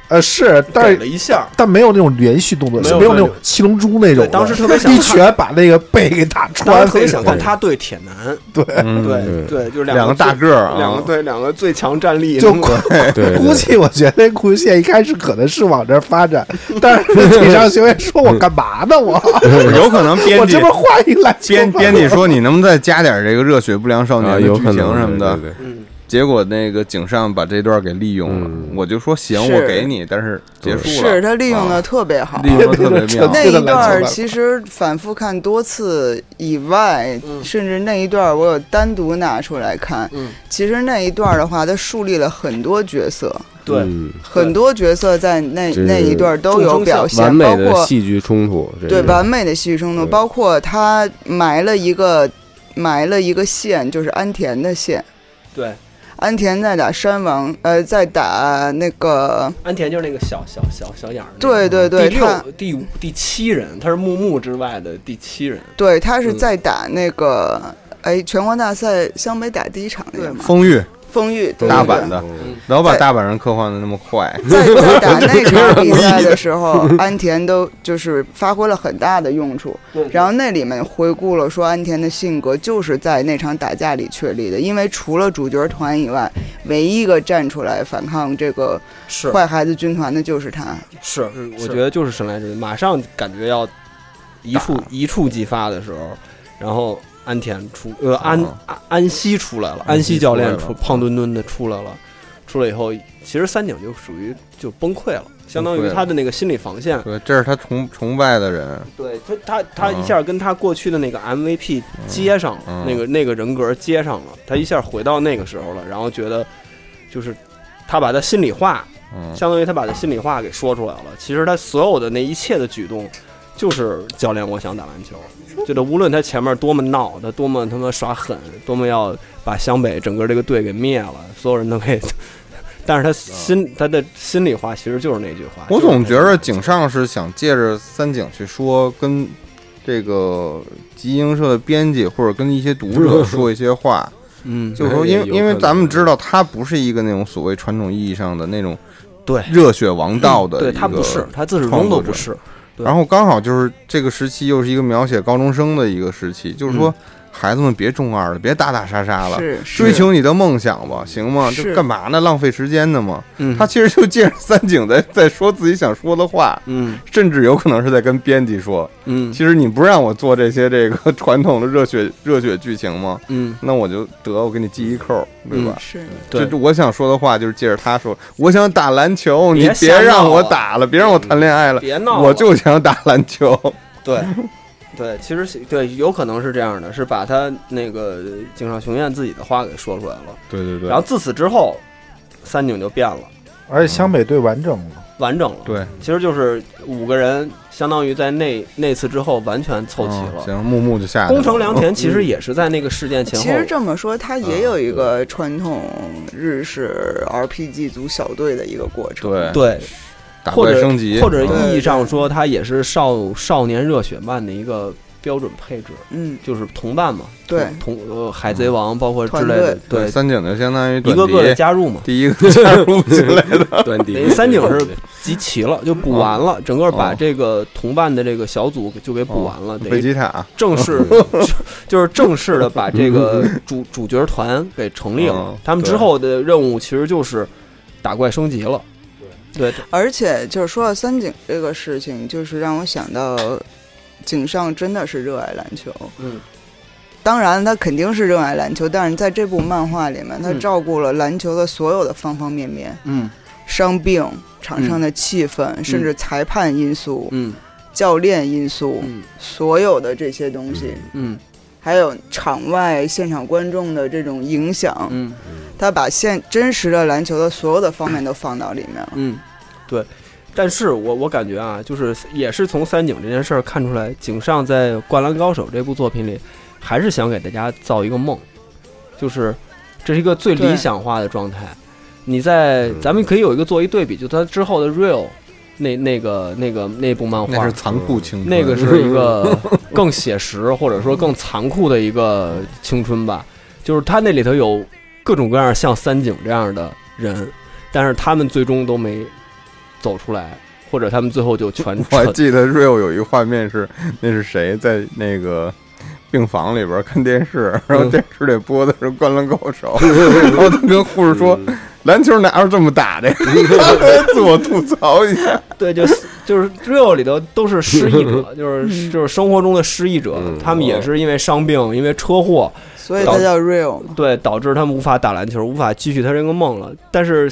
[SPEAKER 7] 呃是，但
[SPEAKER 3] 给了
[SPEAKER 7] 是
[SPEAKER 3] 一下。
[SPEAKER 7] 但没有那种连续动作，
[SPEAKER 3] 没有
[SPEAKER 7] 没有那种七龙珠那种
[SPEAKER 3] 对，
[SPEAKER 7] 的，
[SPEAKER 3] 当时特别想
[SPEAKER 7] 一
[SPEAKER 3] 看，
[SPEAKER 7] 拳把那个背给打
[SPEAKER 3] 当
[SPEAKER 7] 穿
[SPEAKER 3] 时特别
[SPEAKER 7] 那
[SPEAKER 3] 想
[SPEAKER 7] 种。
[SPEAKER 3] 看他对铁男，对
[SPEAKER 5] 对
[SPEAKER 3] 对，就是
[SPEAKER 4] 两
[SPEAKER 3] 个
[SPEAKER 4] 个大
[SPEAKER 3] 最，
[SPEAKER 4] 个儿啊，
[SPEAKER 3] 两个对两个最强战力，
[SPEAKER 7] 就
[SPEAKER 3] 能够
[SPEAKER 7] 估
[SPEAKER 5] 对，
[SPEAKER 7] 估计我觉得故事线一开始可能是往这儿发 展，但是井上学院说我干嘛呢？我
[SPEAKER 4] 有可能编
[SPEAKER 7] 我
[SPEAKER 4] 辑
[SPEAKER 7] 这不是换一篮球
[SPEAKER 4] 编
[SPEAKER 7] 吗
[SPEAKER 4] 编辑说你能不能再加点这个热血不良少年
[SPEAKER 5] 啊
[SPEAKER 4] 的
[SPEAKER 5] 有
[SPEAKER 4] 剧
[SPEAKER 5] 可
[SPEAKER 4] 情
[SPEAKER 5] 能
[SPEAKER 4] 什么的？
[SPEAKER 5] 对对对
[SPEAKER 3] 嗯，
[SPEAKER 4] 结果那个井上把这段给利用了，
[SPEAKER 5] 嗯
[SPEAKER 4] 我就说行，
[SPEAKER 6] 是
[SPEAKER 4] 我给你，但是结束了，
[SPEAKER 6] 是他利用的特别好
[SPEAKER 4] 利。用的特别 妙。
[SPEAKER 6] 那
[SPEAKER 7] 这个
[SPEAKER 6] 一
[SPEAKER 7] 篮
[SPEAKER 6] 段
[SPEAKER 7] 球
[SPEAKER 6] 儿
[SPEAKER 7] 吧
[SPEAKER 6] 其实反复看多次以外，
[SPEAKER 7] 嗯
[SPEAKER 6] 甚至那一段儿我有单独拿出来看。
[SPEAKER 3] 嗯
[SPEAKER 6] 其实那一段儿的话，他树立了很多角色，
[SPEAKER 3] 对，
[SPEAKER 5] 嗯
[SPEAKER 6] 很多角色在那
[SPEAKER 5] 就是
[SPEAKER 6] 那一段儿都有表现，
[SPEAKER 5] 完美
[SPEAKER 6] 包
[SPEAKER 5] 的
[SPEAKER 6] 括
[SPEAKER 5] 戏剧冲突，这
[SPEAKER 6] 对
[SPEAKER 5] 是
[SPEAKER 6] 完美的戏剧冲突，
[SPEAKER 5] 对
[SPEAKER 6] 包括他埋了一个埋了一个线，就是安田的线。
[SPEAKER 3] 对，
[SPEAKER 6] 安田在打山王，呃，在打那个，
[SPEAKER 3] 安田就是那个小小小小眼儿那个，
[SPEAKER 6] 对对对，
[SPEAKER 3] 第
[SPEAKER 6] 他
[SPEAKER 3] 六第五第七人，他是木木之外的第七人，
[SPEAKER 6] 对他是
[SPEAKER 3] 嗯
[SPEAKER 6] 在打那个，哎，全国大赛湘北打第一场那个嘛，
[SPEAKER 4] 丰裕
[SPEAKER 6] 丰裕对
[SPEAKER 4] 大
[SPEAKER 6] 对对
[SPEAKER 4] 阪的
[SPEAKER 3] 嗯，
[SPEAKER 4] 然后把
[SPEAKER 6] 在
[SPEAKER 4] 大阪人刻画的那么 快，
[SPEAKER 6] 在在打那场比赛的时候，安田都就是发挥了很大的用处。然后那里面回顾了说，安田的性格就是在那场打架里确立的，因为除了主角团以外，唯一一个站出来反抗这个
[SPEAKER 8] 是
[SPEAKER 6] 坏孩子军团的就是他。
[SPEAKER 8] 是
[SPEAKER 3] 嗯，我
[SPEAKER 8] 是
[SPEAKER 3] 觉得就是神来之笔，马上感觉要一触一触即发的时候，然后安田出呃安
[SPEAKER 4] 啊
[SPEAKER 3] 安安西出来了，
[SPEAKER 4] 安
[SPEAKER 3] 安
[SPEAKER 4] 西
[SPEAKER 3] 西教练
[SPEAKER 4] 出来
[SPEAKER 3] 出
[SPEAKER 4] 了嗯
[SPEAKER 3] 胖墩墩的出来了，出来以后，其实三井就属于就崩溃了，相当
[SPEAKER 4] 崩溃
[SPEAKER 3] 于
[SPEAKER 4] 了
[SPEAKER 3] 他的那个心理防线，
[SPEAKER 4] 对，这是他崇崇拜的人，
[SPEAKER 3] 对他他他一下跟他过去的那个 MVP 接上了，
[SPEAKER 4] 嗯
[SPEAKER 3] 那个那个人格接上了，他一下回到那个时候了，然后觉得就是他把他心里话
[SPEAKER 4] 嗯，
[SPEAKER 3] 相当于他把他心里话给说出来了。其实他所有的那一切的举动，就是教练，我想打篮球。就是无论他前面多么闹，他多么他妈耍狠，多么要把湘北整个这个队给灭了，所有人都给。 但是他心他的心里话其实就是那句话。
[SPEAKER 4] 嗯我
[SPEAKER 3] 就是
[SPEAKER 4] 总觉着井上是想借着三井去说跟这个集英社的编辑或者跟一些读者说一些话，
[SPEAKER 3] 嗯，
[SPEAKER 4] 就是说，
[SPEAKER 5] 也
[SPEAKER 4] 因为
[SPEAKER 5] 有可能
[SPEAKER 4] 因为咱们知道他不是一个那种所谓传统意义上的那种
[SPEAKER 3] 对
[SPEAKER 4] 热血王道的，
[SPEAKER 3] 嗯对他不是，。他自始至
[SPEAKER 4] 创
[SPEAKER 3] 终
[SPEAKER 4] 作
[SPEAKER 3] 都
[SPEAKER 4] 者
[SPEAKER 3] 不是。对
[SPEAKER 4] 然后刚好就是这个时期又是一个描写高中生的一个时期，就是说孩子们别中二了，别打打杀杀了。
[SPEAKER 6] 是
[SPEAKER 4] 追求你的梦想吧，行吗？
[SPEAKER 6] 是
[SPEAKER 4] 这干嘛呢？浪费时间呢嘛。
[SPEAKER 3] 嗯，
[SPEAKER 4] 他其实就借着三井在 在说自己想说的话，
[SPEAKER 3] 嗯
[SPEAKER 4] 甚至有可能是在跟编辑说，
[SPEAKER 3] 嗯
[SPEAKER 4] 其实你不让我做这些这个传统的热血热血剧情吗？
[SPEAKER 3] 嗯，
[SPEAKER 4] 那我就得我给你记一扣，对吧？
[SPEAKER 6] 是
[SPEAKER 3] 对
[SPEAKER 4] 就，我想说的话就是借着他说，我想打篮球，你
[SPEAKER 3] 别
[SPEAKER 4] 别
[SPEAKER 3] 瞎
[SPEAKER 4] 让
[SPEAKER 3] 闹
[SPEAKER 4] 我
[SPEAKER 3] 了
[SPEAKER 4] 打了，别让我谈恋爱了，
[SPEAKER 3] 别闹了，啊
[SPEAKER 4] 我就想打篮球。
[SPEAKER 3] 对，对，其实是对，有可能是这样的，是把他那个井上雄彦自己的话给说出来了。
[SPEAKER 4] 对对对
[SPEAKER 3] 然后自此之后，三井就变了，
[SPEAKER 7] 而且湘北队完整了，
[SPEAKER 3] 完整了。，
[SPEAKER 4] 对，
[SPEAKER 3] 其实就是五个人，相当于在那那次之后完全凑齐
[SPEAKER 4] 嗯
[SPEAKER 3] 了。
[SPEAKER 4] 行，嗯木木就下去了。
[SPEAKER 3] 宫
[SPEAKER 4] 哦
[SPEAKER 3] 城良田其实也是在那个事件前后，
[SPEAKER 6] 其实这么说，他也有一个传统日式 RPG 组小队的一个过程。
[SPEAKER 4] 对
[SPEAKER 3] 对，
[SPEAKER 4] 打
[SPEAKER 3] 或
[SPEAKER 4] 怪
[SPEAKER 3] 者
[SPEAKER 4] 升级，
[SPEAKER 3] 或者
[SPEAKER 4] 嗯
[SPEAKER 3] 意义上说，他也是少少年热血漫的一个标准配置，
[SPEAKER 6] 嗯，
[SPEAKER 3] 就是同伴嘛，
[SPEAKER 6] 对
[SPEAKER 3] 同呃海贼王包括之类
[SPEAKER 6] 团
[SPEAKER 3] 的
[SPEAKER 6] 队，
[SPEAKER 3] 对，
[SPEAKER 4] 三井就相当于
[SPEAKER 3] 一个个的加入嘛，
[SPEAKER 4] 第一个加入进来 的，
[SPEAKER 5] 端
[SPEAKER 3] 等于
[SPEAKER 5] 地
[SPEAKER 3] 三井是集齐了，就补完了，整个把
[SPEAKER 4] 哦
[SPEAKER 3] 这个同伴的这个小组就给补完了，等
[SPEAKER 4] 贝
[SPEAKER 3] 于
[SPEAKER 4] 吉塔
[SPEAKER 3] 正式 就是正式的把这 个主主角团给成立了
[SPEAKER 4] 嗯。
[SPEAKER 3] 他们之
[SPEAKER 4] 对
[SPEAKER 3] 后的任务其实就是打怪升级了，对，
[SPEAKER 6] 而且就是说到三井这个事情，就是让我想到井上真的是热爱篮球。
[SPEAKER 3] 嗯，
[SPEAKER 6] 当然他肯定是热爱篮球，但是在这部漫画里面，他
[SPEAKER 3] 嗯
[SPEAKER 6] 照顾了篮球的所有的方方面面，
[SPEAKER 3] 嗯
[SPEAKER 6] 伤病、场上的气氛，甚至裁判因素、
[SPEAKER 3] 嗯
[SPEAKER 6] 教练因素，
[SPEAKER 3] 嗯
[SPEAKER 6] 所有的这些东西，
[SPEAKER 3] 嗯
[SPEAKER 6] 还有场外现场观众的这种影响，
[SPEAKER 3] 嗯
[SPEAKER 6] 他把现真实的篮球的所有的方面都放到里面了。
[SPEAKER 3] 嗯，对。但是我我感觉啊，就是也是从三井这件事儿看出来，井上在《灌篮高手》这部作品里，还是想给大家造一个梦，就是这是一个最理
[SPEAKER 6] 对
[SPEAKER 3] 想化的状态。你在
[SPEAKER 5] 嗯
[SPEAKER 3] 咱们可以有一个做一对比，就他之后的 Real 那那个那个那部漫
[SPEAKER 4] 那
[SPEAKER 3] 画
[SPEAKER 4] 是，残酷青春，
[SPEAKER 3] 那个 是一 个更写实或者说更残酷的一个青春吧，就是他那里头有各种各样像三井这样的人，但是他们最终都没走出来，或者他们最后就全
[SPEAKER 4] 我还
[SPEAKER 3] 沉
[SPEAKER 4] 记得 real 有一个画面是，那是谁在那个病房里边看电视，
[SPEAKER 3] 嗯
[SPEAKER 4] 然后电视里播的是《灌篮高手》， 然后他跟护士说：“
[SPEAKER 3] 嗯
[SPEAKER 4] 篮球哪有这么打的？”自我吐槽一下，
[SPEAKER 3] 对，就是就是 real 里头都是失忆 者，就是就是生活中的失忆者
[SPEAKER 5] 嗯，
[SPEAKER 3] 他们也是因为伤病，因为车祸，
[SPEAKER 6] 所以它叫 real 嘛。
[SPEAKER 3] 对，导致他们无法打篮球，无法继续他这个梦了。但是，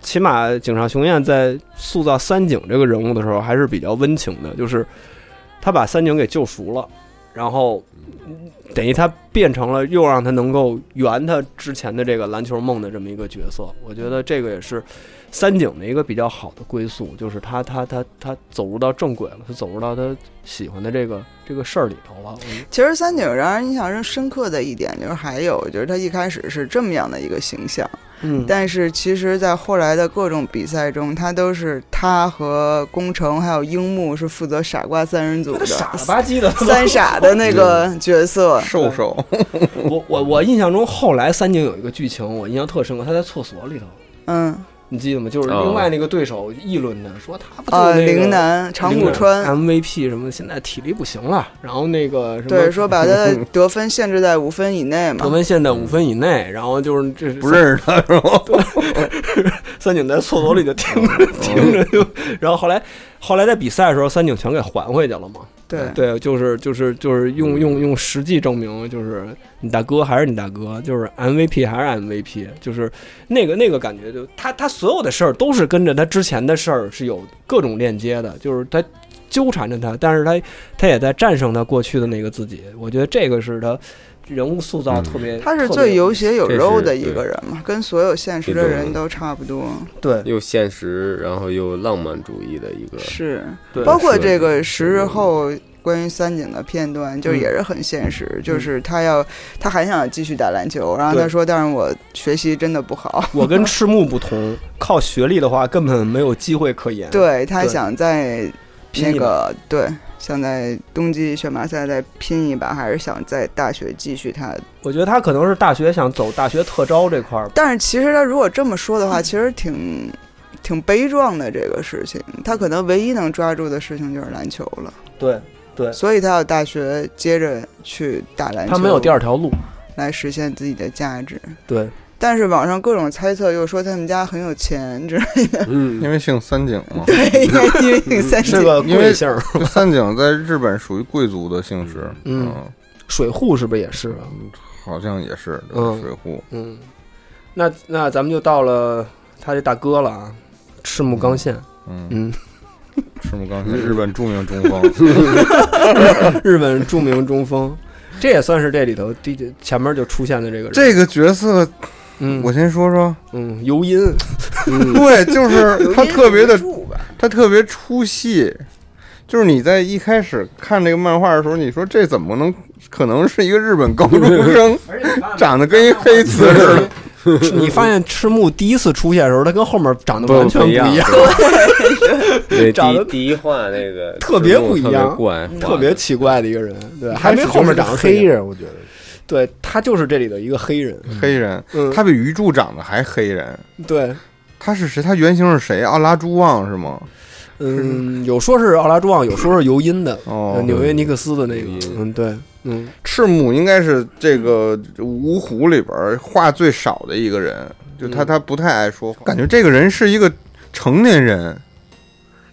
[SPEAKER 3] 起码井上雄彦在塑造三井这个人物的时候，还是比较温情的，就是他把三井给救赎了，然后嗯等于他变成了又让他能够圆他之前的这个篮球梦的这么一个角色。我觉得这个也是三井的一个比较好的归宿，就是他他他他走入到正轨了，他走入到他喜欢的这个这个事儿里头了。嗯
[SPEAKER 6] 其实三井让人印象深刻的一点就是，还有就是他一开始是这么样的一个形象，
[SPEAKER 3] 嗯
[SPEAKER 6] 但是其实，在后来的各种比赛中，他都是他和宫城还有樱木是负责傻瓜三人组的
[SPEAKER 3] 傻了吧唧的，
[SPEAKER 6] 三傻的那个角色。
[SPEAKER 4] 瘦瘦，
[SPEAKER 3] 我我我印象中后来三井有一个剧情，我印象特深刻，他在厕所里头，
[SPEAKER 6] 嗯，
[SPEAKER 3] 你记得吗？就是
[SPEAKER 5] 哦
[SPEAKER 3] 另外那个对手议论他，说他不就
[SPEAKER 6] 啊，
[SPEAKER 3] 是那个
[SPEAKER 6] 陵南长
[SPEAKER 3] 陵
[SPEAKER 6] 谷
[SPEAKER 3] 南
[SPEAKER 6] 川，
[SPEAKER 3] MVP 啊什么的，现在体力不行了，然后那个什么嗯
[SPEAKER 6] 对，说把他的得分限制在五分以内
[SPEAKER 3] 得
[SPEAKER 6] 嘛。
[SPEAKER 3] 分现在五分以内，然后就是这
[SPEAKER 4] 不认识他是吗？
[SPEAKER 3] 三井在 厕所里就听
[SPEAKER 4] 哦
[SPEAKER 3] 着听着就，然后后来后来在比赛的时候，三井全给还回去了嘛。
[SPEAKER 6] 对，
[SPEAKER 3] 对，就是就是就是用用用实际证明，就是你大哥还是你大哥，就是 MVP 还是 MVP，就是那个那个感觉就，他他所有的事儿都是跟着他之前的事儿是有各种链接的，就是他纠缠着他，但是他他也在战胜他过去的那个自己，我觉得这个是他人物塑造特别，
[SPEAKER 6] 他是
[SPEAKER 3] 特别
[SPEAKER 6] 最有血有
[SPEAKER 5] 这
[SPEAKER 6] 肉
[SPEAKER 5] 是
[SPEAKER 6] 的一
[SPEAKER 5] 对
[SPEAKER 6] 个人嘛，跟所有现实
[SPEAKER 5] 这
[SPEAKER 6] 的
[SPEAKER 5] 种
[SPEAKER 6] 人都差不多。
[SPEAKER 3] 对
[SPEAKER 5] 又现实，然后又浪漫主义的一个，
[SPEAKER 6] 是，
[SPEAKER 3] 对
[SPEAKER 6] 包括
[SPEAKER 5] 是
[SPEAKER 6] 这个
[SPEAKER 5] 是
[SPEAKER 6] 十日后关于三井的片段，就是
[SPEAKER 3] 嗯
[SPEAKER 6] 也是很现实，就是他要他还想继续打篮球，然后他
[SPEAKER 3] 对
[SPEAKER 6] 说，但是我学习真的不好，
[SPEAKER 3] 我跟赤木不同，靠学历的话根本没有机会可言。
[SPEAKER 6] 对他
[SPEAKER 3] 对
[SPEAKER 6] 想在
[SPEAKER 3] 拼
[SPEAKER 6] 那
[SPEAKER 3] 一把
[SPEAKER 6] 个对想在冬季选拔赛再拼一把，还是想在大学继续他。
[SPEAKER 3] 我觉得他可能是大学想走大学特招这块儿吧，
[SPEAKER 6] 但是其实他如果这么说的
[SPEAKER 3] 嗯
[SPEAKER 6] 话，其实挺。挺悲壮的这个事情，他可能唯一能抓住的事情就是篮球了，
[SPEAKER 3] 对对
[SPEAKER 6] 所以他要大学接着去打篮球。
[SPEAKER 3] 他没有第二条路，
[SPEAKER 6] 来实现自己的价值。
[SPEAKER 3] 对。
[SPEAKER 6] 但是网上各种猜测又说他们家很有钱之类
[SPEAKER 5] 嗯
[SPEAKER 4] 因为姓三井嘛，
[SPEAKER 6] 的，应该因为挺三井
[SPEAKER 3] 是个
[SPEAKER 4] 因为
[SPEAKER 3] 贵姓儿，
[SPEAKER 4] 就三井在日本属于贵族的姓氏，
[SPEAKER 3] 嗯，水户是不是也是？啊
[SPEAKER 4] 好像也是
[SPEAKER 3] 嗯
[SPEAKER 4] 水户，
[SPEAKER 3] 嗯，那那咱们就到了他这大哥了啊，赤木刚宪。
[SPEAKER 4] 嗯，
[SPEAKER 3] 嗯，
[SPEAKER 4] 赤木刚宪，日本著名中锋，
[SPEAKER 3] 日本著名中 锋，这也算是这里头第前面就出现的这个人。
[SPEAKER 4] 这个角色
[SPEAKER 3] 嗯，
[SPEAKER 4] 我先说说，
[SPEAKER 3] 嗯尤因，嗯
[SPEAKER 4] 对，就是他特别的
[SPEAKER 6] 住吧，
[SPEAKER 4] 他特别出戏，就是你在一开始看这个漫画的时候，你说这怎么能可能是一个日本高中生长得跟一黑子似的？
[SPEAKER 3] 你发现赤木第一次出现的时候，他跟后面长得
[SPEAKER 5] 不
[SPEAKER 3] 完全
[SPEAKER 5] 不
[SPEAKER 3] 不
[SPEAKER 5] 一样
[SPEAKER 3] 样，
[SPEAKER 5] 对，
[SPEAKER 3] 长得
[SPEAKER 5] 第第一话那个
[SPEAKER 3] 特别不一样
[SPEAKER 5] 赤木特别怪，
[SPEAKER 3] 特别奇怪的一个人，对，还
[SPEAKER 7] 还
[SPEAKER 3] 没后面长得
[SPEAKER 7] 黑
[SPEAKER 3] 那样，
[SPEAKER 7] 人，我觉得
[SPEAKER 3] 对他就是这里的一个黑人，
[SPEAKER 4] 黑人，
[SPEAKER 3] 嗯
[SPEAKER 4] 他比鱼柱长得还黑人。
[SPEAKER 3] 对，
[SPEAKER 4] 他是谁？他原型是谁？奥拉朱旺是吗？
[SPEAKER 3] 嗯，有说是奥拉朱旺，有说是尤因的，
[SPEAKER 7] 呃
[SPEAKER 4] 哦，
[SPEAKER 3] 纽约尼克斯的那个
[SPEAKER 5] 尤，因
[SPEAKER 3] 嗯，对，嗯，
[SPEAKER 4] 赤木应该是这个五虎里边儿话最少的一个人，就他
[SPEAKER 3] 嗯
[SPEAKER 4] 他不太爱说话，感觉这个人是一个成年人，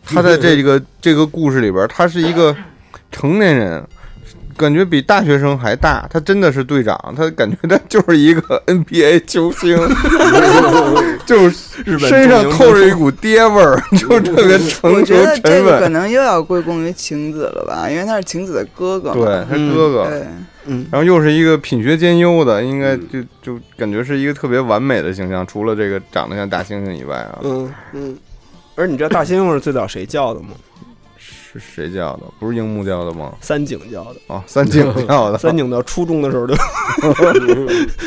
[SPEAKER 4] 他在这个这个故事里边儿，他是一个成年人。感觉比大学生还大，他真的是队长，他感觉他就是一个 NBA 球 星，就是
[SPEAKER 3] 日本
[SPEAKER 4] 身上
[SPEAKER 3] 著名
[SPEAKER 4] 透着一股爹味儿，就特别
[SPEAKER 6] 我
[SPEAKER 4] 成熟
[SPEAKER 6] 觉得这
[SPEAKER 4] 沉
[SPEAKER 6] 个可
[SPEAKER 4] 稳。
[SPEAKER 6] 能又要归功于晴子了吧，因为他是晴子的哥哥嘛。
[SPEAKER 4] 对，他
[SPEAKER 3] 嗯
[SPEAKER 4] 哥哥，
[SPEAKER 6] 对，
[SPEAKER 4] 然后又是一个品学兼优的，应该就
[SPEAKER 3] 嗯
[SPEAKER 4] 就感觉是一个特别完美的形象，除了这个长得像大猩猩以外啊，
[SPEAKER 3] 嗯嗯。而你知道大猩猩是最早谁叫的吗？
[SPEAKER 4] 是谁叫的？不是樱木叫的吗？
[SPEAKER 3] 三井叫的。
[SPEAKER 4] 啊，三井叫的。
[SPEAKER 3] 三井到初中的时 候就，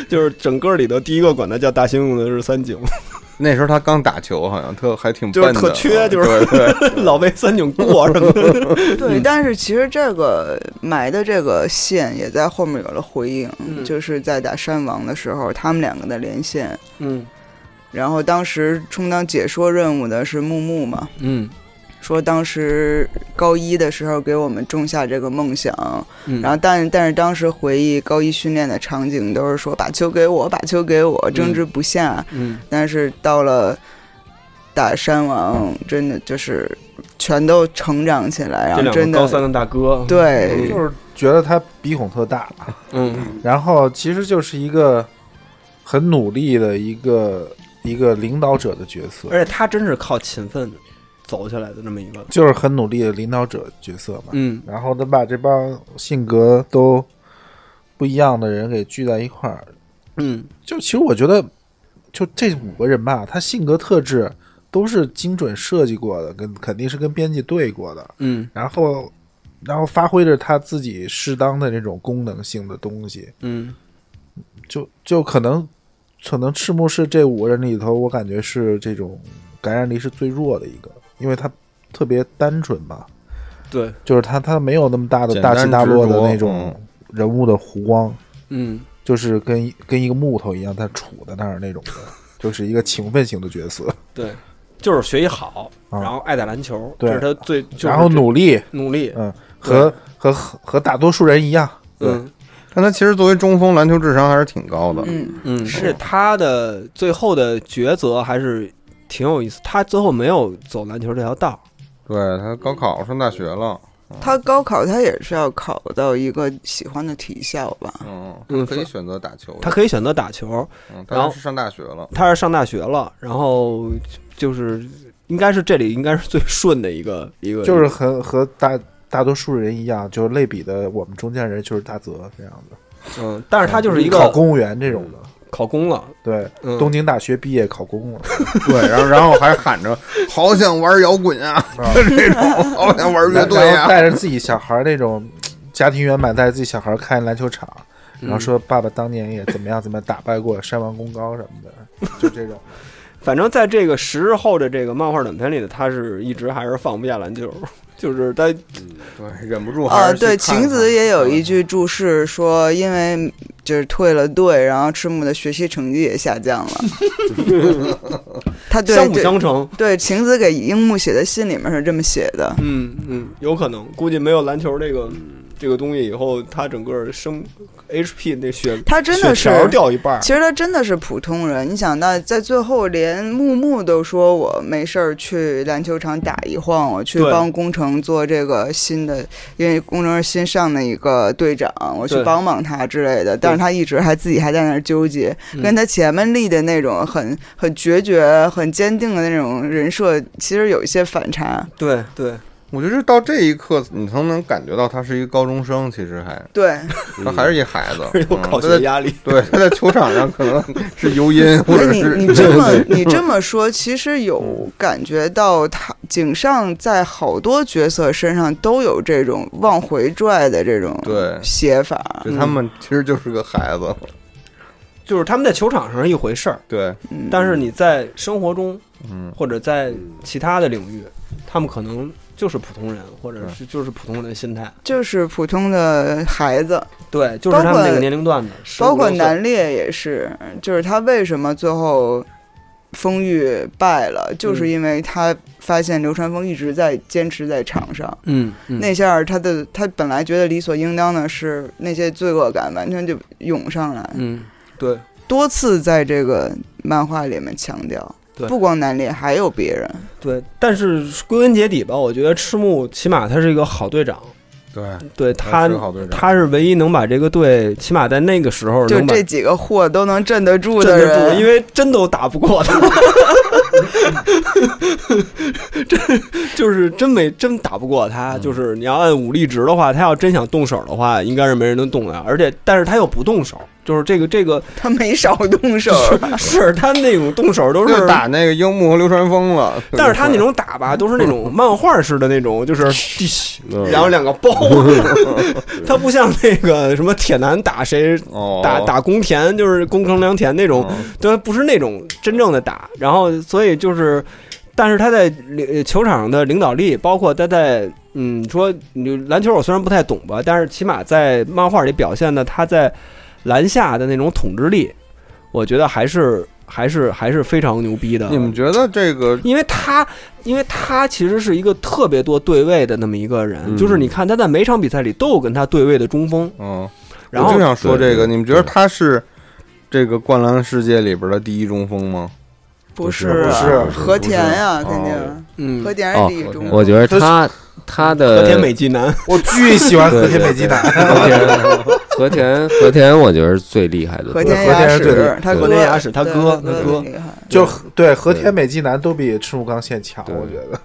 [SPEAKER 3] 就是整个里头第一个管他叫大猩猩的是三井，
[SPEAKER 4] 那时候他刚打球，好像特还挺
[SPEAKER 3] 就是
[SPEAKER 4] 笨的
[SPEAKER 3] 特缺
[SPEAKER 4] 啊
[SPEAKER 3] 就是
[SPEAKER 4] 对对
[SPEAKER 3] 老被三井过什么的。
[SPEAKER 6] 对，但是其实这个埋的这个线也在后面有了回应，
[SPEAKER 3] 嗯
[SPEAKER 6] 就是在打山王的时候，他们两个的连线。
[SPEAKER 3] 嗯
[SPEAKER 6] 然后当时充当解说任务的是木木嘛，
[SPEAKER 3] 嗯
[SPEAKER 6] 说当时高一的时候给我们种下这个梦想，
[SPEAKER 3] 嗯
[SPEAKER 6] 然后但但是当时回忆高一训练的场景都是说把球给我，把球给我，争执不下。
[SPEAKER 3] 嗯
[SPEAKER 6] 但是到了打山王，真的就是全都成长起来，
[SPEAKER 3] 这
[SPEAKER 6] 然后
[SPEAKER 3] 两
[SPEAKER 6] 真
[SPEAKER 3] 个高三
[SPEAKER 6] 的
[SPEAKER 3] 啊的大哥，，
[SPEAKER 6] 对，
[SPEAKER 7] 就是觉得他鼻孔特大，
[SPEAKER 3] 嗯
[SPEAKER 7] 然后其实就是一个很努力的一个一个领导者的角色，
[SPEAKER 3] 而且他真是靠勤奋走起来的这么一个，
[SPEAKER 7] 就是很努力的领导者角色嘛。
[SPEAKER 3] 嗯
[SPEAKER 7] 然后能把这帮性格都不一样的人给聚在一块儿，
[SPEAKER 3] 嗯
[SPEAKER 7] 就其实我觉得，就这五个人吧，他性格特质都是精准设计过的，跟肯定是跟编辑对过的，
[SPEAKER 3] 嗯
[SPEAKER 7] 然后然后发挥着他自己适当的那种功能性的东西，
[SPEAKER 3] 嗯
[SPEAKER 7] 就就可能可能赤木是这五个人里头，我感觉是这种感染力是最弱的一个，因为他特别单纯嘛，
[SPEAKER 3] 对，
[SPEAKER 7] 就是他他没有那么大的
[SPEAKER 4] 简单
[SPEAKER 7] 大起大落的
[SPEAKER 4] 执着
[SPEAKER 7] 那种人物的弧光，
[SPEAKER 3] 嗯
[SPEAKER 7] 就是跟一跟一个木头一样，他杵在那儿那种的，就是一个勤奋型的角色，
[SPEAKER 3] 对，就是学习好，
[SPEAKER 7] 啊
[SPEAKER 3] 然后爱打篮球，
[SPEAKER 7] 对
[SPEAKER 3] 这是他最，就是
[SPEAKER 7] 然后
[SPEAKER 3] 这
[SPEAKER 7] 努力，
[SPEAKER 3] 努力，
[SPEAKER 7] 嗯，和和和和大多数人一样，
[SPEAKER 3] 嗯
[SPEAKER 4] 但他其实作为中锋，篮球智商还是挺高的。
[SPEAKER 6] 嗯，
[SPEAKER 3] 嗯，而且他的最后的抉择还是挺有意思，他最后没有走篮球这条道，
[SPEAKER 4] 对他高考上大学了，
[SPEAKER 6] 他高考他也是要考到一个喜欢的体校吧，
[SPEAKER 4] 嗯，
[SPEAKER 3] 嗯
[SPEAKER 4] 可以选择打球。
[SPEAKER 3] 他可以选择打球，
[SPEAKER 4] 嗯，
[SPEAKER 3] 然后
[SPEAKER 4] 他是上大学了。
[SPEAKER 3] 他是上大学了，然后就是应该是这里应该是最顺的一个一个，
[SPEAKER 7] 就是和和大大多数人一样，就是类比的我们中间人就是大泽这样的，
[SPEAKER 3] 嗯，但是他就是一个嗯
[SPEAKER 7] 考公务员这种的，
[SPEAKER 3] 考公了，
[SPEAKER 7] 对，
[SPEAKER 3] 嗯，
[SPEAKER 7] 东京大学毕业考公 了，
[SPEAKER 4] 对，然后然后还喊着 “好想玩摇滚啊”，
[SPEAKER 3] 嗯
[SPEAKER 4] 这种“好想玩乐
[SPEAKER 7] 然后
[SPEAKER 4] 队
[SPEAKER 7] 然后
[SPEAKER 4] 啊
[SPEAKER 7] 带着自己小孩儿那种家庭圆满，带着自己小孩儿看篮球场。
[SPEAKER 3] 嗯
[SPEAKER 7] 然后说爸爸当年也怎么样怎么样打败过 山王功高什么的，就这种。
[SPEAKER 3] 反正在这个十日后的这个漫画短片里呢，他是一直还是放不下篮球， 就是他”，
[SPEAKER 4] 对，忍不住还
[SPEAKER 3] 呃
[SPEAKER 6] 啊，
[SPEAKER 4] 是去
[SPEAKER 6] 对，
[SPEAKER 4] 看
[SPEAKER 6] 晴子
[SPEAKER 4] 看
[SPEAKER 6] 也有一句注释说，因为就是退了队，然后赤木的学习成绩也下降 了。他对
[SPEAKER 3] 相辅
[SPEAKER 6] 对
[SPEAKER 3] 相成。
[SPEAKER 6] 对晴子给樱木写的信里面是这么写的，
[SPEAKER 3] 嗯嗯，有可能，估计没有篮球这个这个东西以后，他整个生 HP 那血
[SPEAKER 6] 他真的是
[SPEAKER 3] 血条掉一半儿。
[SPEAKER 6] 其实他真的是普通人。你想到在最后，连木木都说我没事儿去篮球场打一晃，我去
[SPEAKER 3] 对
[SPEAKER 6] 帮工程做这个新的，因为工程是新上的一个队长，我去
[SPEAKER 3] 对
[SPEAKER 6] 帮帮他之类的。但是他一直还自己还在那儿纠结，
[SPEAKER 3] 嗯
[SPEAKER 6] 跟他前面立的那种很很决绝、很坚定的那种人设，其实有一些反差。
[SPEAKER 3] 对 对，
[SPEAKER 4] 我觉得就到这一刻，你才能感觉到他是一个高中生，其实还
[SPEAKER 6] 对，
[SPEAKER 4] 他还是一孩子，
[SPEAKER 3] 有
[SPEAKER 4] 嗯
[SPEAKER 3] 考
[SPEAKER 4] 他
[SPEAKER 3] 学
[SPEAKER 4] 在
[SPEAKER 3] 压力。
[SPEAKER 4] 对他在球场上 可能是尤因，或
[SPEAKER 6] 那
[SPEAKER 4] 者
[SPEAKER 6] 哎你
[SPEAKER 4] 是
[SPEAKER 6] 你这么你这么说，其实有感觉到他井上在好多角色身上都有这种往回拽的这种
[SPEAKER 4] 对
[SPEAKER 6] 写法。嗯
[SPEAKER 4] 就他们其实就是个孩子，
[SPEAKER 3] 就是他们在球场上是一回事儿，
[SPEAKER 4] 对，
[SPEAKER 6] 嗯
[SPEAKER 3] 但是你在生活中
[SPEAKER 4] 嗯，
[SPEAKER 3] 或者在其他的领域，他们可能就是普通人，或者是就是普通人的心态。
[SPEAKER 6] 就是普通的孩子，
[SPEAKER 3] 对，就是他
[SPEAKER 6] 包
[SPEAKER 3] 们
[SPEAKER 6] 括
[SPEAKER 3] 那个年龄段的，15
[SPEAKER 6] 包括
[SPEAKER 3] 岁
[SPEAKER 6] 南烈也是，就是他为什么最后丰裕败了，就是
[SPEAKER 3] 嗯
[SPEAKER 6] 因为他发现流川枫一直在坚持在场上。
[SPEAKER 3] 嗯，嗯
[SPEAKER 6] 那下儿他的他本来觉得理所应当的是那些罪恶感完全就涌上来，
[SPEAKER 3] 嗯，对，
[SPEAKER 6] 多次在这个漫画里面强调，
[SPEAKER 3] 对
[SPEAKER 6] 不光南烈，还有别人，
[SPEAKER 3] 对，但是归根结底吧，我觉得赤木起码他是一个好队长，
[SPEAKER 4] 对，
[SPEAKER 3] 对嗯他
[SPEAKER 4] 是个好队长
[SPEAKER 3] 他是唯一能把这个队，起码在那个时候
[SPEAKER 6] 就
[SPEAKER 3] 能把
[SPEAKER 6] 这几个货都能镇得住
[SPEAKER 3] 镇
[SPEAKER 6] 的
[SPEAKER 3] 得
[SPEAKER 6] 人，
[SPEAKER 3] 住，因为真都打不过他， 真就是真没真打不过他。就是你要按武力值的话，他要真想动手的话，应该是没人能动的。而且，但是他又不动手，就是这个这个
[SPEAKER 6] 他没少动手。
[SPEAKER 3] 是他那种动手都是
[SPEAKER 4] 就打那个樱木和流川枫了，
[SPEAKER 3] 但是他那种打吧，都是那种漫画式的那种，就是地形
[SPEAKER 5] 嗯
[SPEAKER 3] 然后两个包，他不像那个什么铁男打谁
[SPEAKER 4] 哦
[SPEAKER 3] 打打宫田，就是宫城良田那种，
[SPEAKER 4] 哦
[SPEAKER 3] 对，不是那种真正的打。然后所以就是，但是他在领呃球场上的领导力，包括他在嗯说，你就篮球我虽然不太懂吧，但是起码在漫画里表现的他在篮下的那种统治力，我觉得还是还是还是非常牛逼的。
[SPEAKER 4] 你们觉得这个
[SPEAKER 3] 因为他，因为他其实是一个特别多对位的那么一个人，
[SPEAKER 5] 嗯
[SPEAKER 3] 就是你看他在每场比赛里都有跟他对位的中锋，
[SPEAKER 4] 嗯，
[SPEAKER 3] 然
[SPEAKER 4] 我
[SPEAKER 3] 后
[SPEAKER 4] 就想说这
[SPEAKER 5] 对
[SPEAKER 4] 个，
[SPEAKER 5] 对
[SPEAKER 4] 你们觉得
[SPEAKER 5] 对
[SPEAKER 4] 他是这个灌篮世界里边的第一中锋吗？
[SPEAKER 6] 不
[SPEAKER 5] 是
[SPEAKER 6] 啊
[SPEAKER 5] 不
[SPEAKER 7] 是不是
[SPEAKER 6] 和田呀，
[SPEAKER 4] 哦
[SPEAKER 6] 肯定
[SPEAKER 3] 嗯
[SPEAKER 6] 和，田是第一中
[SPEAKER 5] 哦我
[SPEAKER 6] 国。
[SPEAKER 5] 觉得他他的
[SPEAKER 3] 和田美纪男，
[SPEAKER 7] 我巨喜欢和
[SPEAKER 5] 对
[SPEAKER 7] 田
[SPEAKER 5] 对
[SPEAKER 7] 美 纪男，
[SPEAKER 5] 和田和田和田，我觉得是最厉害的。
[SPEAKER 6] 和
[SPEAKER 7] 田
[SPEAKER 6] 雅
[SPEAKER 7] 是最厉
[SPEAKER 6] 史
[SPEAKER 7] 害，
[SPEAKER 6] 他
[SPEAKER 5] 对
[SPEAKER 6] 哥，
[SPEAKER 3] 和田雅史他
[SPEAKER 6] 对
[SPEAKER 3] 哥
[SPEAKER 6] 他
[SPEAKER 3] 他
[SPEAKER 6] 哥
[SPEAKER 3] 哥
[SPEAKER 6] 厉害，
[SPEAKER 7] 就对和田美纪男都比赤木刚宪强，
[SPEAKER 5] 对
[SPEAKER 7] 我觉得。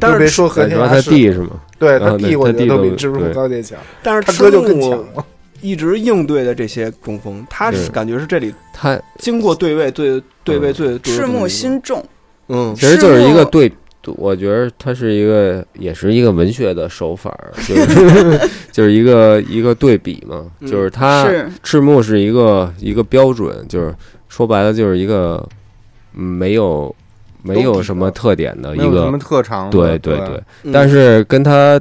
[SPEAKER 3] 但
[SPEAKER 7] 就别
[SPEAKER 3] 啊是
[SPEAKER 7] 说和
[SPEAKER 5] 对
[SPEAKER 7] 田
[SPEAKER 5] 主要
[SPEAKER 7] 雅
[SPEAKER 5] 他
[SPEAKER 7] 史，
[SPEAKER 5] 弟是吗？
[SPEAKER 7] 对
[SPEAKER 5] 然
[SPEAKER 7] 他
[SPEAKER 5] 后
[SPEAKER 7] 弟，
[SPEAKER 5] 对
[SPEAKER 7] 我
[SPEAKER 5] 他
[SPEAKER 7] 觉
[SPEAKER 5] 弟
[SPEAKER 7] 得都比
[SPEAKER 5] 都
[SPEAKER 7] 赤木
[SPEAKER 5] 对
[SPEAKER 7] 刚宪强，
[SPEAKER 3] 但是
[SPEAKER 7] 他哥就更
[SPEAKER 3] 赤
[SPEAKER 7] 强
[SPEAKER 3] 木
[SPEAKER 7] 了。
[SPEAKER 3] 一直应对的这些中锋，他是
[SPEAKER 5] 对嗯
[SPEAKER 3] 感觉是这里
[SPEAKER 5] 他
[SPEAKER 3] 经过对位最对位最多的
[SPEAKER 6] 赤
[SPEAKER 3] 这么一
[SPEAKER 6] 木
[SPEAKER 3] 个
[SPEAKER 6] 心重，
[SPEAKER 3] 嗯
[SPEAKER 5] 其实就是一
[SPEAKER 6] 是我
[SPEAKER 5] 个对，我觉得他是一个，也是一个文学的手法儿，就是就是 一个一个对比嘛，
[SPEAKER 3] 嗯
[SPEAKER 5] 就是他
[SPEAKER 6] 是
[SPEAKER 5] 赤木是一个一个标准，就是说白了就是一个嗯没有没有什么特点的
[SPEAKER 4] 没
[SPEAKER 5] 呃一
[SPEAKER 4] 有什么
[SPEAKER 5] 个，
[SPEAKER 4] 特长的，
[SPEAKER 5] 对
[SPEAKER 4] 对
[SPEAKER 5] 对，但
[SPEAKER 3] 是
[SPEAKER 5] 是跟他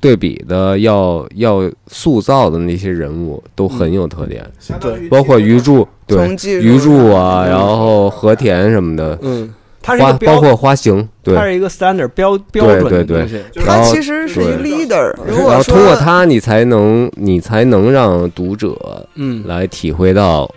[SPEAKER 5] 对比的要要塑造的那些人物都很有特点，
[SPEAKER 7] 对
[SPEAKER 5] 包括鱼柱，对
[SPEAKER 6] 从技术
[SPEAKER 5] 鱼柱啊，
[SPEAKER 6] 上
[SPEAKER 5] 然后和田什么的，
[SPEAKER 3] 嗯，他是一
[SPEAKER 5] 花
[SPEAKER 3] 个
[SPEAKER 5] 包
[SPEAKER 3] 标，
[SPEAKER 5] 括花形，对
[SPEAKER 3] 他。是一个 standard 标标准的
[SPEAKER 5] 对对
[SPEAKER 3] 东西，
[SPEAKER 5] 然
[SPEAKER 6] 他
[SPEAKER 5] 后
[SPEAKER 6] 其实是一
[SPEAKER 5] 对
[SPEAKER 6] leader。如
[SPEAKER 5] 然
[SPEAKER 6] 果
[SPEAKER 5] 后
[SPEAKER 6] 说
[SPEAKER 5] 通过他，你才能你才能让读者
[SPEAKER 3] 嗯，
[SPEAKER 5] 来体会到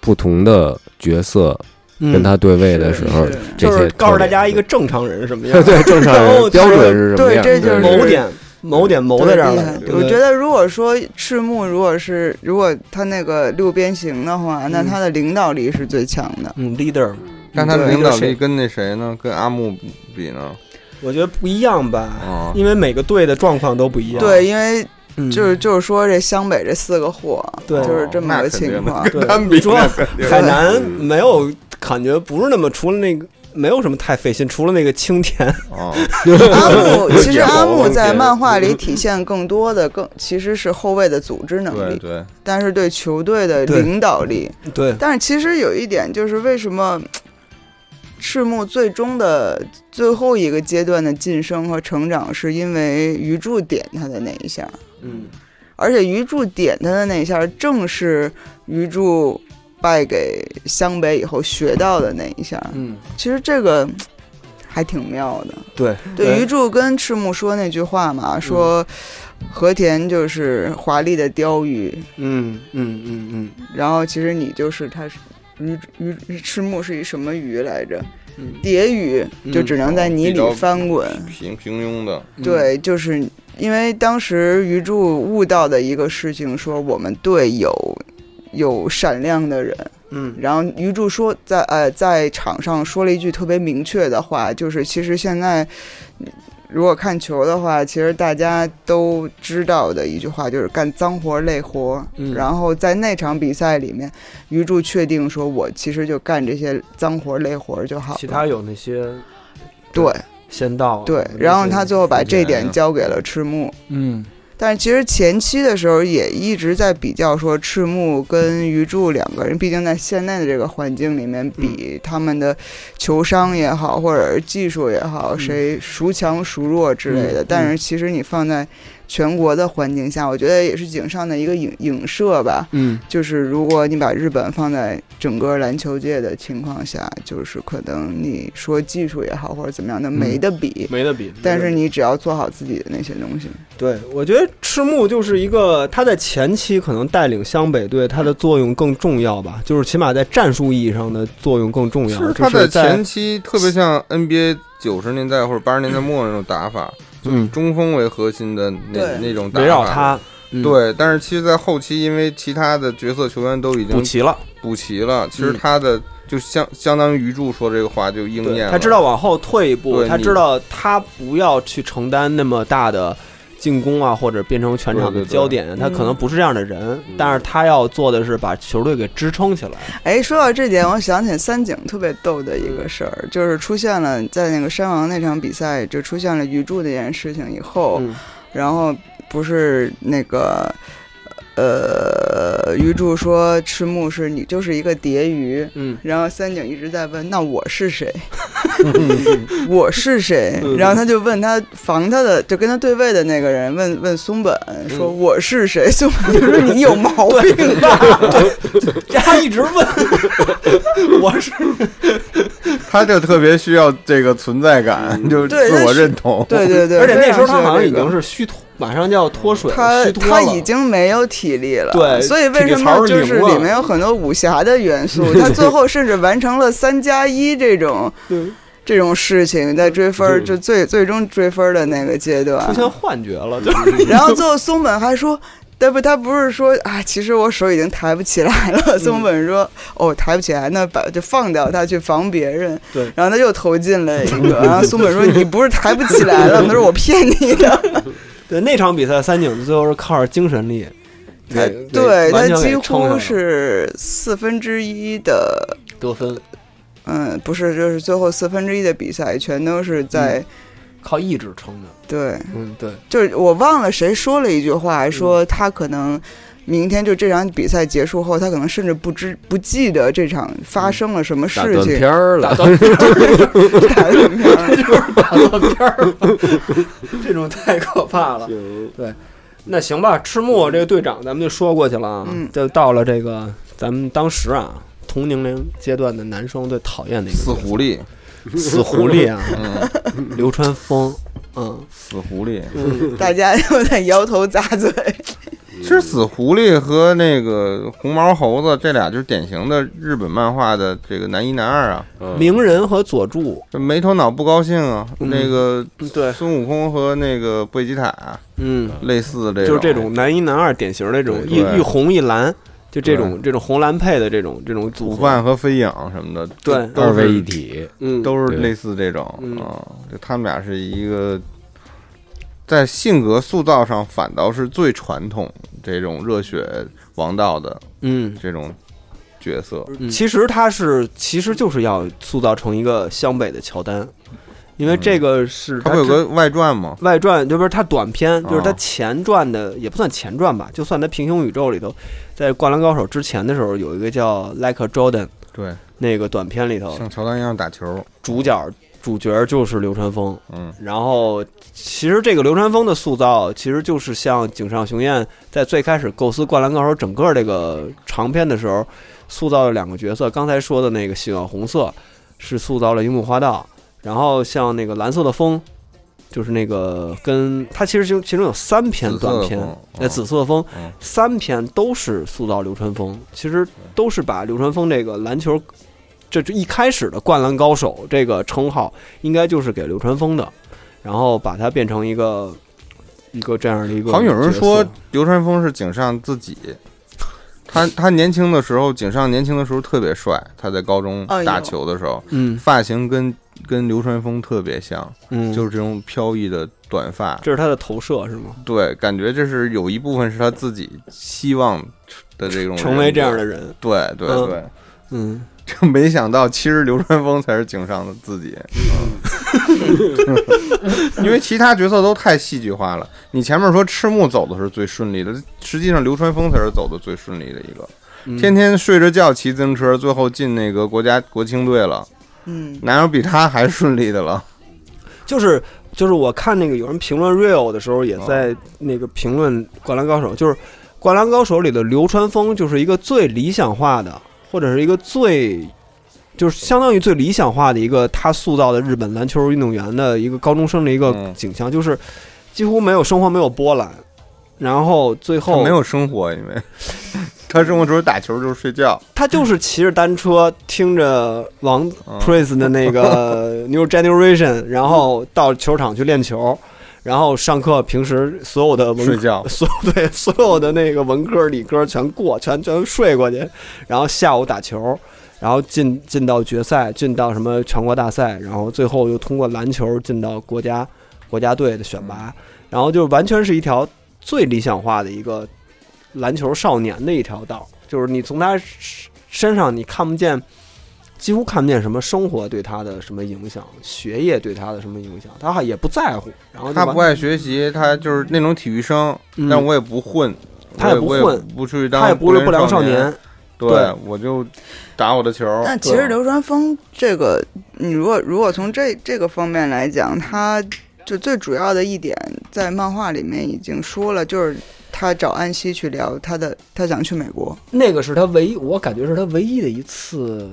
[SPEAKER 5] 不同的角色跟
[SPEAKER 3] 跟
[SPEAKER 5] 他对位的时候，
[SPEAKER 6] 是是
[SPEAKER 5] 这
[SPEAKER 3] 嗯就
[SPEAKER 5] 些
[SPEAKER 3] 是告诉大家
[SPEAKER 5] 特
[SPEAKER 3] 一
[SPEAKER 5] 点
[SPEAKER 3] 个正常人是什么样，
[SPEAKER 5] 对正常
[SPEAKER 3] 然后
[SPEAKER 5] 人标准是什么
[SPEAKER 6] 对
[SPEAKER 5] 样，
[SPEAKER 6] 这就是
[SPEAKER 3] 某点某点谋在这儿了
[SPEAKER 6] 对。
[SPEAKER 3] 对不
[SPEAKER 6] 我
[SPEAKER 3] 对
[SPEAKER 6] 觉得如果说赤木如果是如果他那个六边形的话，
[SPEAKER 5] 嗯
[SPEAKER 6] 那他的领导力是最强的。
[SPEAKER 3] 嗯，leader，
[SPEAKER 4] 但他的
[SPEAKER 3] 对
[SPEAKER 4] 领导
[SPEAKER 3] 一个
[SPEAKER 4] 力
[SPEAKER 3] 谁
[SPEAKER 4] 跟那谁呢？跟阿木比呢？
[SPEAKER 3] 我觉得不一样吧，
[SPEAKER 4] 啊，
[SPEAKER 3] 因为每个队的状况都不一样。
[SPEAKER 6] 对，，因为
[SPEAKER 3] 嗯、
[SPEAKER 6] 就是就是说这湘北这四个货，
[SPEAKER 3] 对
[SPEAKER 6] 就是这么个情况。
[SPEAKER 3] 对
[SPEAKER 4] 他们比
[SPEAKER 3] 你说
[SPEAKER 4] 那肯定
[SPEAKER 3] 海南
[SPEAKER 6] 嗯
[SPEAKER 3] 没有感觉，不是那么除了那个没有什么太费心，除了那个青田，
[SPEAKER 4] 啊，
[SPEAKER 6] 阿木 其实阿木在漫画里体现更多的更其实是后卫的组织能
[SPEAKER 4] 对
[SPEAKER 6] 力，
[SPEAKER 4] 对，
[SPEAKER 6] 但是对球队的
[SPEAKER 3] 对
[SPEAKER 6] 领导力。
[SPEAKER 3] 对，
[SPEAKER 6] 但是其实有一点就是为什么赤木最终的最后一个阶段的晋升和成长，是因为鱼柱点他的那一下，
[SPEAKER 3] 嗯，
[SPEAKER 6] 而且鱼柱点他的那一下正是鱼柱败给湘北以后学到的那一下。
[SPEAKER 3] 嗯，
[SPEAKER 6] 其实这个还挺妙的。
[SPEAKER 3] 对
[SPEAKER 6] 对，鱼柱跟赤木说那句话嘛，
[SPEAKER 3] 嗯
[SPEAKER 6] 说和田就是华丽的鲷鱼，
[SPEAKER 3] 嗯嗯嗯嗯
[SPEAKER 6] 然后其实你就是它是鱼鱼赤木是一什么鱼来着？
[SPEAKER 3] 嗯
[SPEAKER 6] 蝶鱼
[SPEAKER 3] 嗯
[SPEAKER 6] 就只能在泥里翻滚。
[SPEAKER 4] 平平庸的，
[SPEAKER 3] 嗯，
[SPEAKER 6] 对，就是因为当时鱼柱悟到的一个事情，说我们队有有闪亮的人，
[SPEAKER 3] 嗯，
[SPEAKER 6] 然后于柱说在呃在场上说了一句特别明确的话，就是其实现在嗯如果看球的话，其实大家都知道的一句话就是干脏活累活。
[SPEAKER 3] 嗯
[SPEAKER 6] 然后在那场比赛里面，于柱确定说我其实就干这些脏活累活就好了。
[SPEAKER 3] 其他有那些
[SPEAKER 6] 对
[SPEAKER 3] 仙道啊
[SPEAKER 6] 对
[SPEAKER 3] 那，些
[SPEAKER 6] 然后他最后把这
[SPEAKER 4] 福
[SPEAKER 6] 点
[SPEAKER 4] 建
[SPEAKER 6] 交给了赤木。
[SPEAKER 3] 啊嗯
[SPEAKER 6] 但是其实前期的时候也一直在比较说赤木跟鱼柱两个人，毕竟在现在的这个环境里面
[SPEAKER 3] 嗯
[SPEAKER 6] 比他们的球商也好，或者是技术也好，
[SPEAKER 3] 嗯
[SPEAKER 6] 谁孰强孰弱之类的。但是其实你放在全国的环境下，我觉得也是井上的一个影影射吧。
[SPEAKER 3] 嗯，
[SPEAKER 6] 就是如果你把日本放在整个篮球界的情况下，就是可能你说技术也好或者怎么样的
[SPEAKER 3] 嗯
[SPEAKER 6] 没得比，
[SPEAKER 8] 没得比。
[SPEAKER 6] 但是你只要做好自己的那些东西，
[SPEAKER 3] 对，我觉得赤木就是一个他在前期可能带领湘北队，他的作用更重要吧，就是起码在战术意义上的作用更重
[SPEAKER 4] 其
[SPEAKER 3] 要。
[SPEAKER 4] 实
[SPEAKER 3] 就
[SPEAKER 4] 他
[SPEAKER 3] 是
[SPEAKER 4] 在
[SPEAKER 3] 在
[SPEAKER 4] 前期特别像 NBA 九十年代或者八十年代末那种打法，就是以
[SPEAKER 3] 嗯
[SPEAKER 4] 中锋为核心的那
[SPEAKER 6] 对
[SPEAKER 4] 那种打法。
[SPEAKER 3] 围绕他，嗯
[SPEAKER 4] 对，但是其实，在后期因为其他的角色球员都已
[SPEAKER 3] 补
[SPEAKER 4] 经
[SPEAKER 3] 齐了，
[SPEAKER 4] 补齐了，其实
[SPEAKER 3] 嗯
[SPEAKER 4] 他的就相相当于鱼柱说这个话就应验
[SPEAKER 3] 对，
[SPEAKER 4] 了。
[SPEAKER 3] 他知道往后退一步，
[SPEAKER 4] 对
[SPEAKER 3] 他
[SPEAKER 4] 你
[SPEAKER 3] 知道他不要去承担那么大的进攻啊，或者变成全场
[SPEAKER 4] 对
[SPEAKER 3] 的
[SPEAKER 4] 对对
[SPEAKER 3] 焦点，他可能不是这样的人，
[SPEAKER 6] 嗯
[SPEAKER 3] 但是他要做的是把球队给支撑起来。
[SPEAKER 6] 哎，说到这点，我想起三井特别逗的一个事儿，就是出现了在那个山王那场比赛，就出现了鱼柱这件事情以后，
[SPEAKER 3] 嗯
[SPEAKER 6] 然后不是那个。呃，鱼柱说赤木是你就是一个蝶鱼，
[SPEAKER 3] 嗯，
[SPEAKER 6] 然后三井一直在问那我 是谁，我是谁
[SPEAKER 3] 嗯，
[SPEAKER 6] 然后他就问他防他的就跟他对位的那个人问问松本说
[SPEAKER 3] 嗯
[SPEAKER 6] 我是谁， 松本就说你有毛病啊吧，
[SPEAKER 3] 他一 直问我是
[SPEAKER 4] 他就特别需要这个存在感，就
[SPEAKER 6] 对
[SPEAKER 4] 自
[SPEAKER 6] 他
[SPEAKER 4] 我
[SPEAKER 6] 是
[SPEAKER 4] 认同。
[SPEAKER 6] 对对对，
[SPEAKER 3] 而且那
[SPEAKER 6] 非
[SPEAKER 3] 时候
[SPEAKER 6] 常
[SPEAKER 3] 他好像已
[SPEAKER 6] 需要这
[SPEAKER 3] 经
[SPEAKER 6] 个
[SPEAKER 3] 是虚脱，马上就要脱水了，
[SPEAKER 6] 他
[SPEAKER 3] 虚脱
[SPEAKER 6] 他
[SPEAKER 3] 了。
[SPEAKER 6] 已经没有体力了，
[SPEAKER 3] 对
[SPEAKER 6] 所以为
[SPEAKER 3] 体力
[SPEAKER 6] 什
[SPEAKER 3] 槽
[SPEAKER 6] 么
[SPEAKER 3] 儿
[SPEAKER 6] 就
[SPEAKER 3] 拧
[SPEAKER 6] 是
[SPEAKER 3] 了
[SPEAKER 6] 里面有很多武侠的元素，他最后甚至完成了三加一这种
[SPEAKER 3] 对
[SPEAKER 6] 这种事情，在追分儿就最最终追分儿的那个阶段，
[SPEAKER 3] 出现幻觉
[SPEAKER 6] 嗯
[SPEAKER 3] 了，就是
[SPEAKER 6] 然后最后松本还说。但不，他不是说啊，其实我手已经抬不起来
[SPEAKER 3] 嗯
[SPEAKER 6] 了。松本说：“哦，抬不起来，那把就放掉他去防别人。”
[SPEAKER 3] 对
[SPEAKER 6] 然后他又投进了一 个。然后松本说：“你不是抬不起来了吗？”他说：“我骗你的。
[SPEAKER 3] 对那场比赛，三井最后是靠着精神力，
[SPEAKER 6] 他
[SPEAKER 3] 给”
[SPEAKER 6] 哎对
[SPEAKER 3] 给完全
[SPEAKER 6] 他几
[SPEAKER 3] 给撑上
[SPEAKER 6] 乎
[SPEAKER 3] 了
[SPEAKER 6] 是四分之一的，
[SPEAKER 3] 得分，
[SPEAKER 6] 嗯，不是，就是最后四分之一的比赛全都是
[SPEAKER 3] 嗯
[SPEAKER 6] 在、
[SPEAKER 3] 靠意志撑的。
[SPEAKER 6] 对，
[SPEAKER 3] 嗯，对，
[SPEAKER 6] 就是我忘了谁说了一句话，说他可能明天就这场比赛结束后，他可能甚至不知不记得这场发生了什么
[SPEAKER 5] 打
[SPEAKER 6] 事
[SPEAKER 5] 断
[SPEAKER 6] 情。
[SPEAKER 5] 片儿了，
[SPEAKER 6] 打断片儿
[SPEAKER 8] 打断片儿，
[SPEAKER 3] 这种太可怕了。对，那行吧，赤木这个队长咱们就说过去了啊，
[SPEAKER 6] 嗯
[SPEAKER 3] 就到了这个咱们当时啊同年龄阶段的男生最讨厌的一个
[SPEAKER 4] 死狐狸，
[SPEAKER 3] 狸，死狐狸啊，
[SPEAKER 4] 嗯，
[SPEAKER 3] 流川枫，嗯，
[SPEAKER 4] 死狐狸。
[SPEAKER 6] 大家又在摇头咂 嘴。
[SPEAKER 4] 其实死狐狸和那个红毛猴子这俩就是典型的日本漫画的这个男一男二啊，
[SPEAKER 5] 嗯
[SPEAKER 3] 鸣人和佐助，
[SPEAKER 4] 这没头脑不高兴啊，
[SPEAKER 3] 嗯
[SPEAKER 4] 那个
[SPEAKER 3] 对，
[SPEAKER 4] 孙悟空和那个贝吉塔啊
[SPEAKER 3] 嗯，
[SPEAKER 4] 类似这种，
[SPEAKER 3] 就是这种男一男二典型那种
[SPEAKER 4] 对
[SPEAKER 3] 一
[SPEAKER 4] 对
[SPEAKER 3] 一红一蓝，就这种这种红蓝配的这种这种组
[SPEAKER 4] 午
[SPEAKER 3] 合，
[SPEAKER 4] 饭和飞影什么的，
[SPEAKER 3] 对
[SPEAKER 4] 都
[SPEAKER 5] 二位
[SPEAKER 4] 是
[SPEAKER 5] 一体，
[SPEAKER 3] 嗯，
[SPEAKER 4] 都是
[SPEAKER 5] 对
[SPEAKER 4] 类似这种
[SPEAKER 3] 嗯
[SPEAKER 4] 啊，就他们俩是一个在性格塑造上反倒是最传统这种热血王道的
[SPEAKER 3] 嗯。
[SPEAKER 4] 这种角色，
[SPEAKER 3] 嗯其实他是，其实就是要塑造成一个湘北的乔丹，因为这个是
[SPEAKER 4] 他
[SPEAKER 3] 之
[SPEAKER 4] 不有个外传吗？
[SPEAKER 3] 外传，就不是他短篇，
[SPEAKER 4] 啊
[SPEAKER 3] 就是他前传的，也不算前传吧，就算他平行宇宙里头，在《灌篮高手》之前的时候，有一个叫 Like a Jordan
[SPEAKER 4] 对，
[SPEAKER 3] 那个短片里头，
[SPEAKER 4] 像乔丹一样打球，
[SPEAKER 3] 主角主角就是流川枫。
[SPEAKER 4] 嗯，
[SPEAKER 3] 然后，其实这个流川枫的塑造，其实就是像井上雄彦在最开始构思《灌篮高手》整个这个长篇的时候，塑造了两个角色。刚才说的那个喜欢红色，是塑造了樱木花道，然后像那个蓝色的风，就是那个跟他其实就其中有三篇
[SPEAKER 4] 紫色的
[SPEAKER 3] 短篇
[SPEAKER 4] 风，
[SPEAKER 3] 呃，
[SPEAKER 4] 嗯
[SPEAKER 3] 紫色风
[SPEAKER 4] 嗯
[SPEAKER 3] 三篇都是塑造流川枫，其实都是把流川枫这个篮球。这这一开始的“灌篮高手”这个称号，应该就是给流川枫的，然后把它变成一个一个这样的一个角色。
[SPEAKER 4] 好像有人说流川枫是井上 自己。他他年轻的时候，井上年轻的时候特别帅。他在高中
[SPEAKER 6] 哎呦
[SPEAKER 4] 打球的时候，
[SPEAKER 3] 嗯
[SPEAKER 4] 发型跟跟流川枫特别像，
[SPEAKER 3] 嗯，
[SPEAKER 4] 就是这种飘逸的短发。
[SPEAKER 3] 这是他的投射是吗？
[SPEAKER 4] 对，感觉这是有一部分是他自己希望的这种
[SPEAKER 3] 成为这样的
[SPEAKER 4] 人
[SPEAKER 3] 人，
[SPEAKER 4] 格。对对
[SPEAKER 3] 嗯
[SPEAKER 4] 对，
[SPEAKER 3] 嗯，
[SPEAKER 4] 这 没想到，其实流川枫才是井上的自己，嗯 因为其他角色都太戏剧化了。你前面说赤木走的是最顺利的，实际上流川枫才是走的最顺利的一个。
[SPEAKER 3] 嗯
[SPEAKER 4] 天天睡着觉骑自行车，最后进那个国家国青队了，
[SPEAKER 6] 嗯，
[SPEAKER 4] 哪有比他还顺利的了？
[SPEAKER 3] 就是就是我看那个有人评论 real 的时候，也
[SPEAKER 4] 啊
[SPEAKER 3] 在那个评论《灌篮高手》，就是《灌篮高手》里的流川枫就是一个最理想化的，或者是一个最就是相当于最理想化的一个他塑造的日本篮球运动员的一个高中生的一个
[SPEAKER 4] 嗯
[SPEAKER 3] 景象，就是几乎没有生活没有波澜，然后最
[SPEAKER 4] 他
[SPEAKER 3] 后
[SPEAKER 4] 没有生活，因 为他生活除了打球就是睡觉。
[SPEAKER 3] 他就是骑着单车，听着王
[SPEAKER 4] 嗯
[SPEAKER 3] Prince 的那 个 New Generation，然后到球场去练球，然后上课，平时所有的文
[SPEAKER 4] 睡觉
[SPEAKER 3] 所有对所有的那个文科理科全过，全全睡过去，然后下午打球，然后进进到决赛，进到什么全国大赛，然后最后又通过篮球进到国家国家队的选拔，然后就完全是一条最理想化的一个篮球少年的一条道，就是你从他身身上你看不见。几乎看不见什么生活对他的什么影响，学业对他的什么影响，他也不在乎。然后就
[SPEAKER 4] 他
[SPEAKER 3] 完
[SPEAKER 4] 不爱学习，他就是那种体育生，
[SPEAKER 3] 嗯
[SPEAKER 4] 但我也不混，
[SPEAKER 3] 他也
[SPEAKER 4] 我
[SPEAKER 3] 不
[SPEAKER 4] 我
[SPEAKER 3] 混
[SPEAKER 4] 不去当，
[SPEAKER 3] 他也不是不良少
[SPEAKER 4] 年
[SPEAKER 3] 年，，
[SPEAKER 4] 对
[SPEAKER 3] 对啊
[SPEAKER 4] 我就打我的球。
[SPEAKER 6] 那其实流川枫这个，你如果如果从这这个方面来讲，他就最主要的一点在漫画里面已经说了，就是他找安西去聊他的，他想去美国。
[SPEAKER 3] 那个是他唯一，我感觉是他唯一的一次，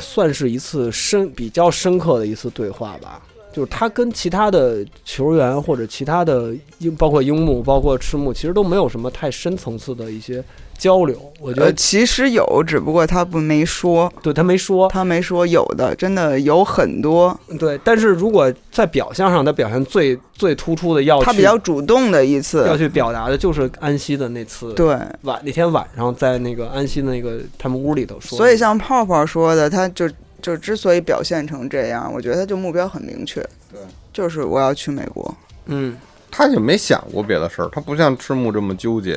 [SPEAKER 3] 算是一次深比较深刻的一次对话吧。就是他跟其他的球员或者其他的樱，包括樱木，包括赤木，其实都没有什么太深层次的一些交流。我觉
[SPEAKER 6] 呃，
[SPEAKER 3] 得
[SPEAKER 6] 其实有，只不过他不没说，
[SPEAKER 3] 对他没说，
[SPEAKER 6] 他没说有的，真的有很多。
[SPEAKER 3] 对。但是如果在表象上，他表现最最突出的要
[SPEAKER 6] 他比
[SPEAKER 3] 去
[SPEAKER 6] 较主动的一
[SPEAKER 3] 要
[SPEAKER 6] 次，
[SPEAKER 3] 去表达的就是安西的那次
[SPEAKER 6] 对。
[SPEAKER 3] 晚那天晚上在那个安西的那个他们屋里头说的。
[SPEAKER 6] 所以像泡泡说的，他就就之所以表现成这样，我觉得他就目标很明确，
[SPEAKER 4] 对，
[SPEAKER 6] 就是我要去美国。
[SPEAKER 3] 嗯，
[SPEAKER 4] 他也没想过别的事儿，他不像赤木这么纠结，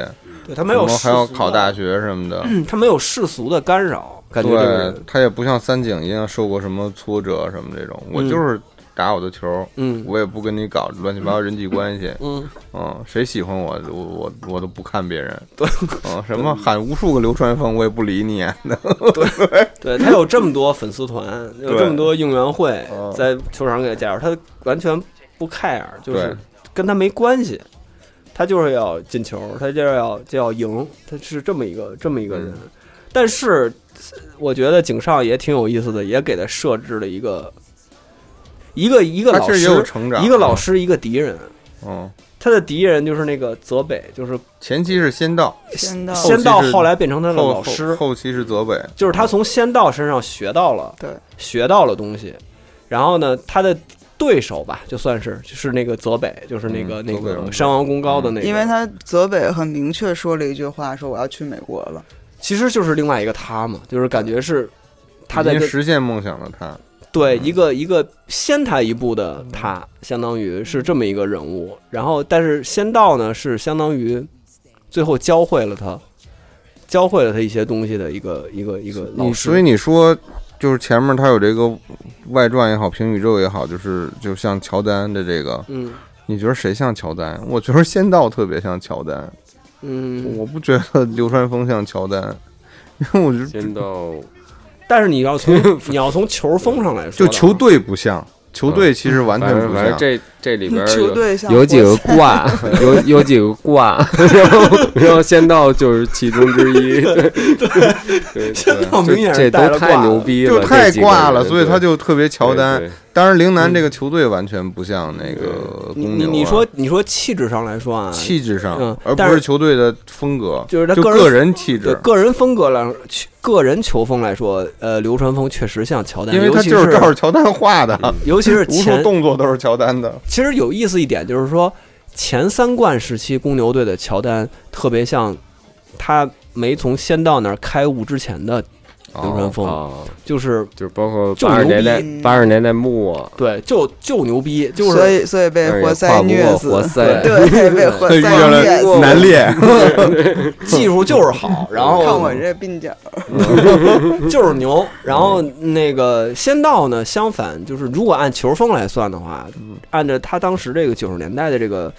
[SPEAKER 3] 对他没有
[SPEAKER 4] 什么还要
[SPEAKER 3] 世俗
[SPEAKER 4] 考
[SPEAKER 3] 的
[SPEAKER 4] 大学什么的。
[SPEAKER 3] 嗯，他没有世俗的干扰，感觉这个
[SPEAKER 4] 对
[SPEAKER 3] 人，，
[SPEAKER 4] 他也不像三井一样受过什么挫折什么这种。我
[SPEAKER 3] 嗯
[SPEAKER 4] 就是打我的球，
[SPEAKER 3] 嗯
[SPEAKER 4] 我也不跟你搞乱七八糟人际关系。
[SPEAKER 3] 嗯，
[SPEAKER 4] 嗯，谁喜欢我，我我我都不看别人。对，嗯，什么喊无数个流川枫，我也不理你。啊
[SPEAKER 3] 对他有这么多粉丝团，有
[SPEAKER 4] 对
[SPEAKER 3] 这么多应援会
[SPEAKER 4] 嗯
[SPEAKER 3] 在球场给他加油，他完全不 care，就
[SPEAKER 4] 对
[SPEAKER 3] 是跟他没关系，他就是要进球，他就是要就要赢，他是这么一个这么一个
[SPEAKER 4] 嗯
[SPEAKER 3] 人。但是我觉得井上也挺有意思的，也给他设置了一个一个一个
[SPEAKER 4] 他
[SPEAKER 3] 老
[SPEAKER 4] 其实也有
[SPEAKER 3] 师，
[SPEAKER 4] 成长。
[SPEAKER 3] 一个老，师一个敌人，
[SPEAKER 4] 嗯，
[SPEAKER 3] 他的敌人就是那个泽北，就是
[SPEAKER 4] 前期是仙道，
[SPEAKER 6] 先到
[SPEAKER 3] 先到
[SPEAKER 4] 后期是
[SPEAKER 3] 后来变成他的
[SPEAKER 4] 后
[SPEAKER 3] 老师
[SPEAKER 4] 后，后期是泽北，
[SPEAKER 3] 就是他从仙道身上学到了，
[SPEAKER 6] 对，
[SPEAKER 3] 学到了东西。然后呢，他的对手吧，就算是就是那个泽北，就是那个、
[SPEAKER 4] 嗯
[SPEAKER 3] 那
[SPEAKER 4] 泽北荣
[SPEAKER 3] 个山王功高的那个，
[SPEAKER 6] 嗯因为他泽北很明确说了一句话，说我要去美国了。
[SPEAKER 3] 其实就是另外一个他嘛，就是感觉是他在
[SPEAKER 4] 已经
[SPEAKER 3] 跟
[SPEAKER 4] 实现梦想的他，
[SPEAKER 3] 对
[SPEAKER 4] 嗯
[SPEAKER 3] 一个一个先他一步的他，相当于是这么一个人物。然后，但是仙道呢，是相当于最后教会了他，教会了他一些东西的一个一个一个老
[SPEAKER 4] 你
[SPEAKER 3] 师。
[SPEAKER 4] 所以你说，就是前面他有这个外传也好，平宇宙也好，就是就像乔丹的这个，
[SPEAKER 3] 嗯
[SPEAKER 4] 你觉得谁像乔丹？我觉得仙道特别像乔丹，
[SPEAKER 3] 嗯，
[SPEAKER 4] 我不觉得流川枫像乔丹， 因为我觉得
[SPEAKER 5] 先到
[SPEAKER 3] 但是你要从你要从球风上来说
[SPEAKER 4] 就
[SPEAKER 3] 的话，
[SPEAKER 4] 球队不像，球队其实完
[SPEAKER 5] 反
[SPEAKER 4] 全
[SPEAKER 5] 正
[SPEAKER 4] 不
[SPEAKER 5] 嗯反正
[SPEAKER 4] 像。
[SPEAKER 5] 这这里边
[SPEAKER 6] 球
[SPEAKER 5] 有
[SPEAKER 6] 队像
[SPEAKER 5] 有几
[SPEAKER 6] 国
[SPEAKER 5] 个
[SPEAKER 6] 家
[SPEAKER 5] 卦， 有有几个卦，然后 然后仙道就是其中之一， 对，
[SPEAKER 3] 仙道明显
[SPEAKER 5] 这
[SPEAKER 3] 是带
[SPEAKER 5] 都
[SPEAKER 3] 了
[SPEAKER 5] 太
[SPEAKER 3] 挂
[SPEAKER 5] 牛
[SPEAKER 3] 了，
[SPEAKER 5] 逼
[SPEAKER 4] 就
[SPEAKER 5] 了，
[SPEAKER 4] 太
[SPEAKER 5] 这几个
[SPEAKER 4] 挂了，
[SPEAKER 5] 人
[SPEAKER 4] 所以他
[SPEAKER 5] 对
[SPEAKER 4] 就特别乔丹
[SPEAKER 5] 对。对
[SPEAKER 4] 当然，陵南这个球队完全不像那个
[SPEAKER 3] 嗯你
[SPEAKER 4] 公
[SPEAKER 3] 你
[SPEAKER 4] 牛、啊
[SPEAKER 3] 你说你说气质上来说啊，
[SPEAKER 4] 气质上，
[SPEAKER 3] 嗯
[SPEAKER 4] 而
[SPEAKER 3] 但
[SPEAKER 4] 不
[SPEAKER 3] 是
[SPEAKER 4] 是球队的风格，
[SPEAKER 3] 就是他
[SPEAKER 4] 就
[SPEAKER 3] 个人
[SPEAKER 4] 人气质
[SPEAKER 3] 对。个人风格来个人球风来说，呃，流川枫确实像乔丹，
[SPEAKER 4] 因为他
[SPEAKER 3] 尤其
[SPEAKER 4] 就是是照着乔丹画的，
[SPEAKER 3] 尤其是
[SPEAKER 4] 无数
[SPEAKER 3] 前
[SPEAKER 4] 动作都是乔丹的。
[SPEAKER 3] 其实有意思一点就是说，前三冠时期公牛队的乔丹特别像他没从仙道那儿开悟之前的流
[SPEAKER 4] 哦
[SPEAKER 3] 川枫
[SPEAKER 5] 啊，
[SPEAKER 3] 就是
[SPEAKER 5] 就是包括
[SPEAKER 3] 就
[SPEAKER 5] 八十年代
[SPEAKER 6] 牛逼
[SPEAKER 5] 八十年代 末，
[SPEAKER 3] 对，就就牛逼，就
[SPEAKER 6] 所
[SPEAKER 3] 是
[SPEAKER 6] 以所以被
[SPEAKER 5] 但是也
[SPEAKER 6] 活塞
[SPEAKER 5] 跨不过
[SPEAKER 6] 虐
[SPEAKER 5] 活
[SPEAKER 6] 死，
[SPEAKER 5] 塞，
[SPEAKER 6] 对，被活塞
[SPEAKER 4] 遇到
[SPEAKER 6] 虐
[SPEAKER 4] 了
[SPEAKER 6] 死。
[SPEAKER 4] 南烈，
[SPEAKER 3] 技术就是 好，然
[SPEAKER 6] 看
[SPEAKER 3] 后
[SPEAKER 6] 我这鬓角，
[SPEAKER 5] 嗯
[SPEAKER 3] 就是牛，然后那个仙道呢，相反就是如果按球风来算的话，
[SPEAKER 5] 嗯
[SPEAKER 3] 按照他当时这个九十年代的这个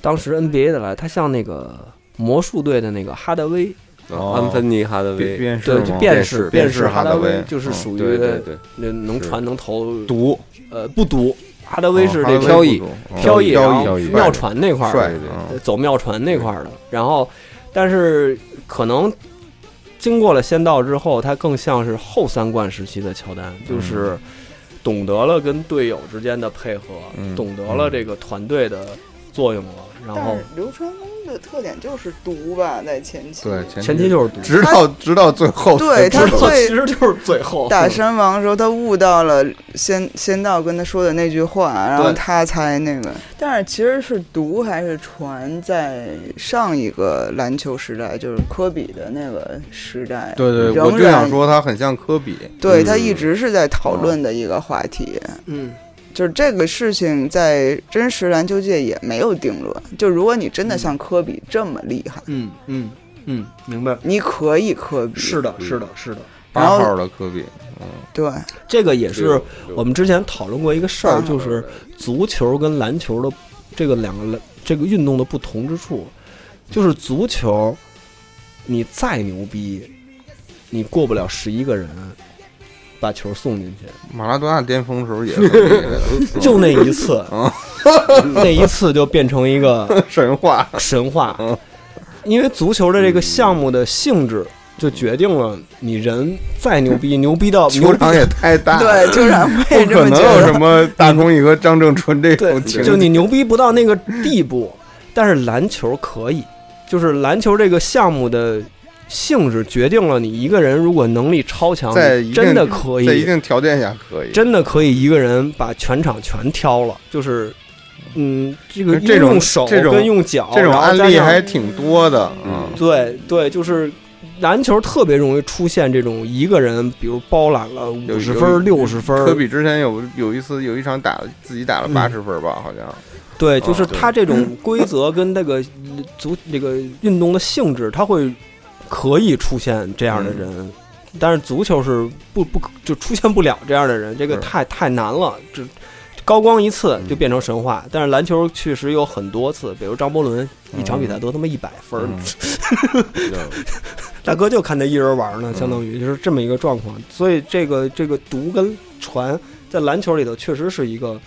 [SPEAKER 3] 当时 NBA 的来，他像那个魔术队的那个哈德威，
[SPEAKER 4] 哦
[SPEAKER 5] 安芬尼哈德
[SPEAKER 4] 变
[SPEAKER 5] 威，
[SPEAKER 4] 变是
[SPEAKER 3] 对，
[SPEAKER 4] 吗
[SPEAKER 3] 就
[SPEAKER 5] 变
[SPEAKER 3] 式
[SPEAKER 5] 式
[SPEAKER 3] 变
[SPEAKER 4] 变式
[SPEAKER 3] 哈
[SPEAKER 4] 哈
[SPEAKER 3] 德
[SPEAKER 4] 德威
[SPEAKER 3] 就是
[SPEAKER 4] 嗯
[SPEAKER 3] 属于
[SPEAKER 5] 对对 对，
[SPEAKER 3] 那能
[SPEAKER 5] 是
[SPEAKER 3] 传能投，
[SPEAKER 4] 毒，
[SPEAKER 3] 呃，不毒。哈德威是
[SPEAKER 4] 哦
[SPEAKER 3] 这
[SPEAKER 4] 哈
[SPEAKER 3] 个
[SPEAKER 4] 德
[SPEAKER 5] 飘
[SPEAKER 4] 威
[SPEAKER 5] 逸
[SPEAKER 4] 不毒哦
[SPEAKER 3] 飘逸，
[SPEAKER 5] 飘逸
[SPEAKER 3] 然后
[SPEAKER 5] 飘逸
[SPEAKER 3] 啊妙传那块儿
[SPEAKER 4] 帅
[SPEAKER 3] 的，
[SPEAKER 5] 对对
[SPEAKER 4] 嗯
[SPEAKER 3] 呃走妙传那块儿的。然后，但是可能经过了仙道之后，他更像是后三冠时期的乔
[SPEAKER 4] 嗯
[SPEAKER 3] 丹，就是懂得了跟队友之间的配合，
[SPEAKER 4] 嗯
[SPEAKER 3] 懂得了这个团队的作用了。然
[SPEAKER 6] 但
[SPEAKER 3] 后
[SPEAKER 6] 是流川枫的特点就是毒吧，在前期。
[SPEAKER 4] 对，
[SPEAKER 3] 前提
[SPEAKER 4] 是
[SPEAKER 3] 就是毒，
[SPEAKER 4] 直到直到最后
[SPEAKER 6] 对他
[SPEAKER 4] 才知道
[SPEAKER 3] 这
[SPEAKER 6] 最
[SPEAKER 3] 其实就是最后
[SPEAKER 6] 打山王的时候，他悟到了仙仙道跟他说的那句话，然后
[SPEAKER 3] 对
[SPEAKER 6] 他才那个。但是其实是毒还是传，在上一个篮球时代，就是科比的那个时代，
[SPEAKER 4] 对对，
[SPEAKER 6] 仍
[SPEAKER 4] 我就想
[SPEAKER 6] 然
[SPEAKER 4] 说他很像科比，
[SPEAKER 6] 对
[SPEAKER 5] 嗯
[SPEAKER 6] 他一直是在讨论的一个话题。
[SPEAKER 3] 嗯，
[SPEAKER 6] 就是这个事情在真实篮球界也没有定论。就如果你真的像科比这么厉害，
[SPEAKER 3] 嗯嗯嗯，明白。
[SPEAKER 6] 你可以科比，
[SPEAKER 3] 是
[SPEAKER 4] 嗯
[SPEAKER 3] 的，是的，是的，
[SPEAKER 6] 然
[SPEAKER 4] 八
[SPEAKER 6] 后
[SPEAKER 4] 号的科比，
[SPEAKER 6] 对，
[SPEAKER 3] 这个也是
[SPEAKER 5] 对
[SPEAKER 3] 我们之前讨论过一个事儿，
[SPEAKER 6] 嗯
[SPEAKER 3] 就是足球跟篮球的这个两个这个运动的不同之处，就是足球，你再牛逼，你过不了十一个人把球送进去，
[SPEAKER 4] 马拉多纳巅峰时候也很厉害的
[SPEAKER 3] 就那一次，那一次就变成一个
[SPEAKER 4] 神话，
[SPEAKER 3] 神话，因为足球的这个项目的性质。就决定了你人再牛逼，牛逼到牛
[SPEAKER 4] 球
[SPEAKER 3] 逼
[SPEAKER 4] 场也太大，
[SPEAKER 6] 对，就是我也
[SPEAKER 4] 哎不
[SPEAKER 6] 这
[SPEAKER 4] 可
[SPEAKER 6] 么
[SPEAKER 4] 能
[SPEAKER 6] 觉
[SPEAKER 4] 有什
[SPEAKER 6] 得。
[SPEAKER 4] 么 大空翼和张正淳 这
[SPEAKER 3] 对
[SPEAKER 4] 种，情
[SPEAKER 3] 就你牛逼不到那个地步，但是篮球可以，就是篮球这个项目的性质决定了你一个人如果能力超强，
[SPEAKER 4] 在
[SPEAKER 3] 你
[SPEAKER 4] 一定
[SPEAKER 3] 真的可
[SPEAKER 4] 在一
[SPEAKER 3] 以，
[SPEAKER 4] 定条件下可以。
[SPEAKER 3] 真的可以一个人把全场全挑了，就是。嗯，这个
[SPEAKER 4] 这种
[SPEAKER 3] 用手
[SPEAKER 4] 这种
[SPEAKER 3] 跟用脚，
[SPEAKER 4] 这种
[SPEAKER 3] 然后
[SPEAKER 4] 案
[SPEAKER 3] 加
[SPEAKER 4] 例
[SPEAKER 3] 上
[SPEAKER 4] 还挺多的，嗯，
[SPEAKER 3] 对对，就是篮球特别容易出现这种一个人，比如包揽了
[SPEAKER 4] 有
[SPEAKER 3] 五十
[SPEAKER 4] 有
[SPEAKER 3] 分、六十分，
[SPEAKER 4] 科比之前有有一次有一场打自己打了
[SPEAKER 3] 嗯
[SPEAKER 4] 八十分吧，好像
[SPEAKER 3] 对，就
[SPEAKER 4] 啊
[SPEAKER 3] 是
[SPEAKER 4] 对
[SPEAKER 3] 它这种规则跟那个呃足那个运动的性质，它会可以出现这
[SPEAKER 4] 嗯
[SPEAKER 3] 样的人，但是足球是不不可就出现不了这样的人，这个
[SPEAKER 4] 是嗯
[SPEAKER 3] 太太难了，这高光一次就变成神话。但是篮球确实有很多次，比如张伯伦
[SPEAKER 4] 嗯
[SPEAKER 3] 一场比赛得他妈一百分儿，大哥就看他一人玩
[SPEAKER 4] 嗯
[SPEAKER 3] 呢，相当于就是这么一个状况。所以这个这个毒跟传在篮球里头确实是一个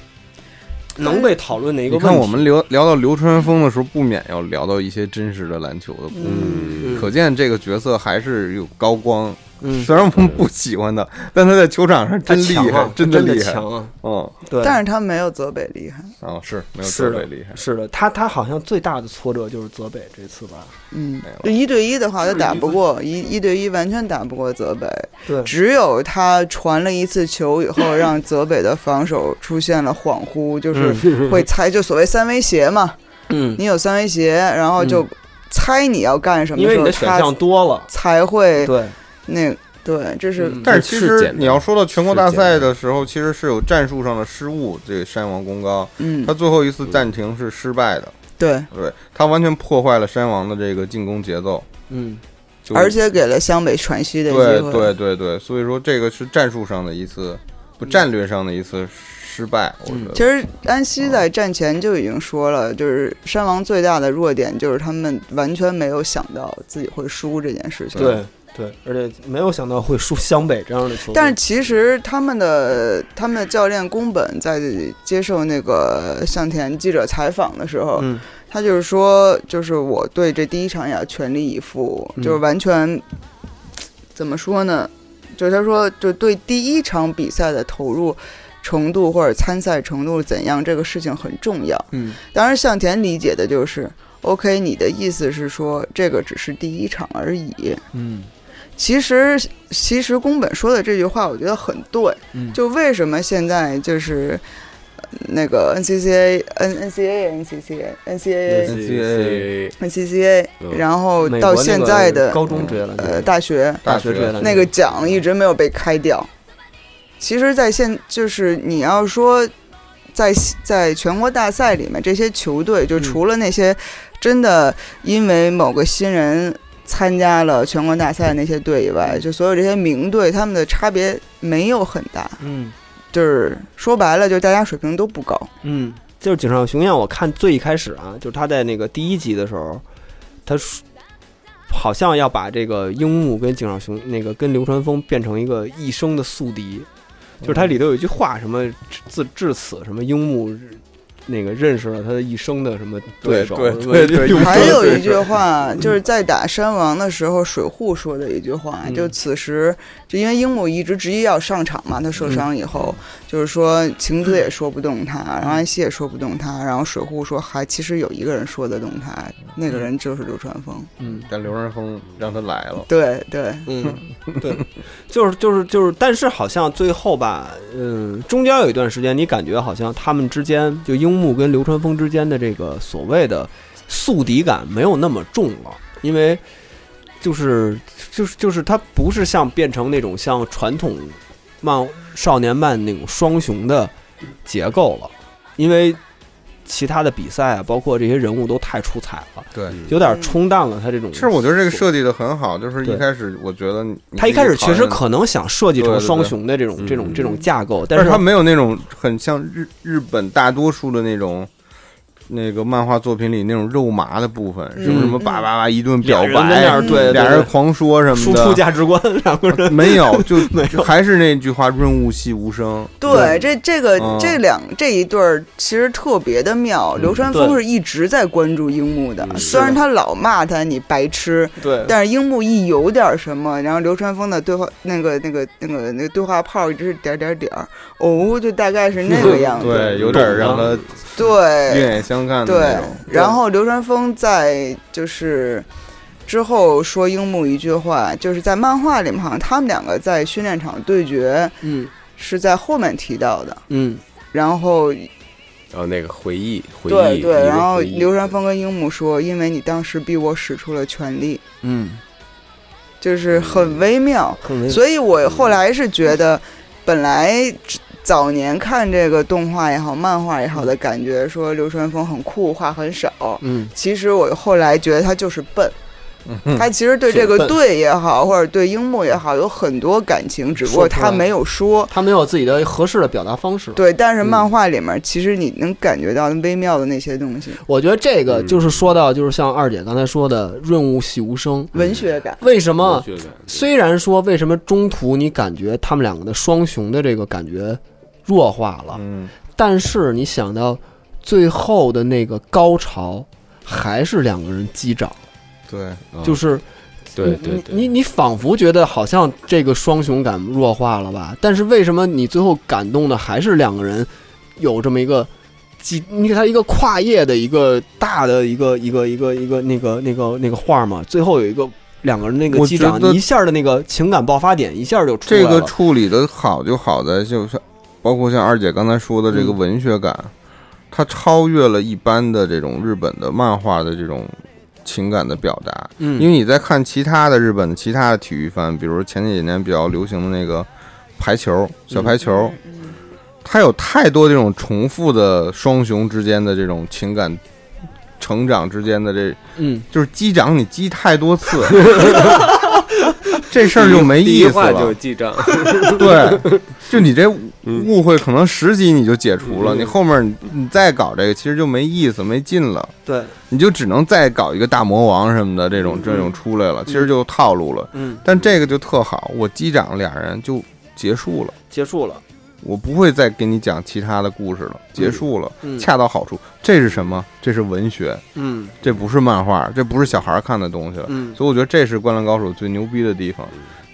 [SPEAKER 3] 能被讨论的一个问
[SPEAKER 4] 你
[SPEAKER 3] 题。
[SPEAKER 4] 看我们聊聊到流川枫的时候，不免要聊到一些真实的篮球的故事，
[SPEAKER 5] 嗯，
[SPEAKER 3] 嗯
[SPEAKER 4] 可见这个角色还是有高光。
[SPEAKER 3] 嗯
[SPEAKER 4] 虽然我们不喜欢他，但他在球场上
[SPEAKER 3] 他
[SPEAKER 4] 真厉
[SPEAKER 3] 强
[SPEAKER 4] 害
[SPEAKER 3] 啊，
[SPEAKER 4] 真
[SPEAKER 3] 的
[SPEAKER 4] 厉害。
[SPEAKER 3] 强啊！
[SPEAKER 4] 嗯，
[SPEAKER 3] 对，
[SPEAKER 6] 但是他没有泽北厉害，
[SPEAKER 4] 啊是没有
[SPEAKER 3] 是
[SPEAKER 4] 特
[SPEAKER 3] 的
[SPEAKER 4] 别厉害，
[SPEAKER 3] 是的，他他好像最大的挫折就是泽北这次吧？
[SPEAKER 6] 嗯
[SPEAKER 4] 没有，
[SPEAKER 6] 就一对一的话他打不过，一一对一完全打不过泽北，
[SPEAKER 3] 对
[SPEAKER 6] 只有他传了一次球以后，让泽北的防守出现了恍惚，就是会猜，就所谓三威胁嘛，
[SPEAKER 3] 嗯，
[SPEAKER 6] 你有三威胁，然后就猜你要干什么
[SPEAKER 3] 因
[SPEAKER 6] 时
[SPEAKER 3] 为你
[SPEAKER 6] 候，
[SPEAKER 3] 的选
[SPEAKER 6] 他
[SPEAKER 3] 项多了，
[SPEAKER 6] 才会
[SPEAKER 3] 对，
[SPEAKER 6] 那对，这是
[SPEAKER 3] 嗯
[SPEAKER 4] 但是
[SPEAKER 5] 是
[SPEAKER 4] 其
[SPEAKER 5] 简
[SPEAKER 4] 实
[SPEAKER 5] 单
[SPEAKER 4] 你要说到全国大赛的时候，其实是有战术上的失误。这个山王功高，
[SPEAKER 6] 嗯
[SPEAKER 4] 他，最后一次暂停是失败的，
[SPEAKER 6] 对，
[SPEAKER 4] 对他完全破坏了山王的这个进攻节奏，
[SPEAKER 3] 嗯，
[SPEAKER 4] 就
[SPEAKER 6] 而且给了湘北喘息的机
[SPEAKER 4] 对
[SPEAKER 6] 会。
[SPEAKER 4] 对对对，所以说这个是战术上的一次，
[SPEAKER 3] 嗯
[SPEAKER 4] 不战略上的一次失败，我觉
[SPEAKER 6] 其
[SPEAKER 4] 得。
[SPEAKER 6] 实安西在战前就已经说了，就是山王最大的弱点就是他们完全没有想到自己会输这件事情。
[SPEAKER 3] 对对，而且没有想到会输湘北这样的球队，
[SPEAKER 6] 但是其实他们的他们的教练宫本在接受那个向田记者采访的时候，
[SPEAKER 3] 嗯
[SPEAKER 6] 他就是说，就是我对这第一场也要全力以赴，
[SPEAKER 3] 嗯
[SPEAKER 6] 就是完全怎么说呢？就是他说，就对第一场比赛的投入程度或者参赛程度怎样，这个事情很重要。
[SPEAKER 3] 嗯，
[SPEAKER 6] 当然，向田理解的就是，OK，你的意思是说这个只是第一场而已。
[SPEAKER 3] 嗯，
[SPEAKER 6] 其实其实宫本说的这句话，我觉得很对。
[SPEAKER 3] 嗯
[SPEAKER 6] 就为什么现在就是。那个 NCCA、N NCAA、NCCA、NCAA、
[SPEAKER 5] NCAA
[SPEAKER 6] NCCA，
[SPEAKER 5] 嗯
[SPEAKER 6] 然后
[SPEAKER 3] 呃美国
[SPEAKER 6] 到
[SPEAKER 3] 那
[SPEAKER 6] 现
[SPEAKER 3] 个
[SPEAKER 6] 在的
[SPEAKER 3] 高中职业篮球，
[SPEAKER 6] 呃大学，
[SPEAKER 3] 大学职业篮球
[SPEAKER 6] 那个奖一直没有被开掉。其实，在现就是你要说在在全国大赛里面，这些球队就除了那些真的因为某个新人参加了全国大赛的那些队以外，就所有这些名队，他们的差别没有很大。
[SPEAKER 3] 嗯
[SPEAKER 6] 就是说白了，就是大家水平都不高。
[SPEAKER 3] 嗯，就是井上雄彦，我看最一开始啊，就是他在那个第一集的时候，他说好像要把这个樱木跟井上雄那个跟流川枫变成一个一生的宿敌，就是它里头有一句话，什么至至此什么樱木。那个认识了他的一生的什么手，
[SPEAKER 4] 对
[SPEAKER 3] 什么
[SPEAKER 4] 对 对对
[SPEAKER 6] 还有一句话，就是在打山王的时候，水户说的一句话，
[SPEAKER 3] 嗯
[SPEAKER 6] 就此时，就因为樱木一直执意要上场嘛，他受伤以后，就是说晴子也说不动他，然后安西也说不动他，然后水户说还其实有一个人说得动他，那个人就是流川枫。
[SPEAKER 3] 嗯，
[SPEAKER 4] 但流川枫让他来了，
[SPEAKER 6] 对对，
[SPEAKER 3] 嗯，对，就是就是就是，但是好像最后吧，嗯，中间有一段时间，你感觉好像他们之间，就樱木跟流川枫之间的这个所谓的宿敌感没有那么重了，因为就是就是就是他不是像变成那种像传统漫少年漫那种双雄的结构了，因为其他的比赛啊，包括这些人物都太出彩了，
[SPEAKER 4] 对。
[SPEAKER 3] 有点冲淡了他这种。
[SPEAKER 4] 其实我觉得这个设计的很好，就是
[SPEAKER 3] 对
[SPEAKER 4] 一开始我觉得你
[SPEAKER 3] 他一开始确实，
[SPEAKER 4] 你
[SPEAKER 3] 可能想设计成
[SPEAKER 4] 对对对
[SPEAKER 3] 双雄的这种
[SPEAKER 5] 嗯
[SPEAKER 3] 这种这种架构，
[SPEAKER 4] 讨论但
[SPEAKER 3] 是
[SPEAKER 4] 是他没有那种很像日日本大多数的那种。那个漫画作品里那种肉麻的部分，什么什么叭叭叭一顿表
[SPEAKER 3] 嗯俩人在那
[SPEAKER 4] 白
[SPEAKER 3] 儿，对对
[SPEAKER 4] 俩人狂说什
[SPEAKER 3] 输
[SPEAKER 4] 么
[SPEAKER 3] 出
[SPEAKER 4] 的，
[SPEAKER 3] 价值观，两个人
[SPEAKER 4] 没有，就
[SPEAKER 3] 没有
[SPEAKER 4] 就还是那句话，润物细无声。
[SPEAKER 6] 对，这这个、
[SPEAKER 4] 嗯
[SPEAKER 6] 这两这一对儿其实特别的妙。流川枫
[SPEAKER 3] 对
[SPEAKER 6] 是一直在关注樱木嗯的，虽然他老骂他你白痴，
[SPEAKER 3] 对
[SPEAKER 6] 但是樱木一有点什么，然后流川枫的对话那个那个那个那个对话炮一直是点点点儿，哦，就大概是那个
[SPEAKER 3] 啊
[SPEAKER 6] 样子。
[SPEAKER 4] 对，有点让他
[SPEAKER 3] 哎
[SPEAKER 4] 另
[SPEAKER 6] 对
[SPEAKER 4] 眼相看的
[SPEAKER 6] 对
[SPEAKER 4] 那种。，
[SPEAKER 6] 然后流川枫在就是。之后说樱木一句话，就是在漫画里面，好像他们两个在训练场对决
[SPEAKER 3] 嗯
[SPEAKER 6] 是在后面提到的。
[SPEAKER 3] 嗯
[SPEAKER 6] 然后
[SPEAKER 5] 哦，那个回忆，回忆，一
[SPEAKER 6] 对对，
[SPEAKER 5] 个
[SPEAKER 6] 然后
[SPEAKER 5] 回忆
[SPEAKER 6] 流川枫跟樱木说，因为你当时逼我使出了全力，
[SPEAKER 3] 嗯，
[SPEAKER 6] 就是很微妙。
[SPEAKER 3] 更为
[SPEAKER 6] 所以我后来是觉得，本来早年看这个动画也好，漫画也好的感觉，说流川枫很酷，话很少。
[SPEAKER 3] 嗯
[SPEAKER 6] 其实我后来觉得他就是笨，他其实对这
[SPEAKER 3] 是
[SPEAKER 6] 个
[SPEAKER 3] 笨
[SPEAKER 6] 队也好，或者对樱木也好，有很多感情，只不过
[SPEAKER 3] 说不出来
[SPEAKER 6] 他没有说。
[SPEAKER 3] 他没有自己的合适的表达方式。
[SPEAKER 6] 对，但是
[SPEAKER 3] 嗯
[SPEAKER 6] 漫画里面其实你能感觉到微妙的那些东西，
[SPEAKER 3] 我觉得这个
[SPEAKER 5] 嗯
[SPEAKER 3] 就是说到，就是像二姐刚才说的“润物细无声
[SPEAKER 6] 文学感”，。
[SPEAKER 3] 为什么
[SPEAKER 5] 文学感
[SPEAKER 3] 虽然说为什么中途你感觉他们两个的双雄的这个感觉弱化了，
[SPEAKER 4] 嗯，
[SPEAKER 3] 但是你想到最后的那个高潮，还是两个人击掌，
[SPEAKER 4] 对，嗯
[SPEAKER 5] 啊
[SPEAKER 3] 就是
[SPEAKER 5] 对对对，
[SPEAKER 3] 嗯你你你仿佛觉得好像这个双雄感弱化了吧？但是为什么你最后感动的还是两个人有这么一个几？你给他一个跨页的一个大的一个一个一个一个那个那个那个画嘛，最后有一个两个人那个
[SPEAKER 4] 我
[SPEAKER 3] 击
[SPEAKER 4] 觉
[SPEAKER 3] 掌，
[SPEAKER 4] 得
[SPEAKER 3] 你一下的那个情感爆发点一下就出来
[SPEAKER 4] 这
[SPEAKER 3] 了。
[SPEAKER 4] 个处理的好就好在就是，包括像二姐刚才说的这个
[SPEAKER 3] 嗯
[SPEAKER 4] 文学感，它超越了一般的这种日本的漫画的这种情感的表达。
[SPEAKER 3] 嗯，
[SPEAKER 4] 因为你在看其他的日本其他的体育番，比如前几年比较流行的那个排球、小
[SPEAKER 3] 嗯
[SPEAKER 4] 排球，它有太多这种重复的双雄之间的这种情感成长之间的这
[SPEAKER 3] 嗯
[SPEAKER 4] 就是击掌，你击太 多次，这事儿就没
[SPEAKER 5] 第
[SPEAKER 4] 意
[SPEAKER 5] 一
[SPEAKER 4] 思
[SPEAKER 5] 话就
[SPEAKER 4] 了。
[SPEAKER 5] 记账，
[SPEAKER 4] 对，就你这误会可能十级你就解除了，
[SPEAKER 5] 嗯
[SPEAKER 4] 你后面你你再搞这个其实就没意思、没劲了，
[SPEAKER 3] 对，
[SPEAKER 4] 你就只能再搞一个大魔王什么的这种这种出来了，其实就套路了。
[SPEAKER 3] 嗯，
[SPEAKER 4] 但这个就特好，我击掌俩人就结束了，
[SPEAKER 3] 结束了，
[SPEAKER 4] 我不会再给你讲其他的故事了，结束了，
[SPEAKER 3] 嗯
[SPEAKER 4] 恰到好处。这是什么？这是文学，
[SPEAKER 3] 嗯
[SPEAKER 4] 这不是漫画，这不是小孩儿看的东西了。
[SPEAKER 3] 嗯，
[SPEAKER 4] 所以我觉得这是《灌篮高手》最牛逼的地方。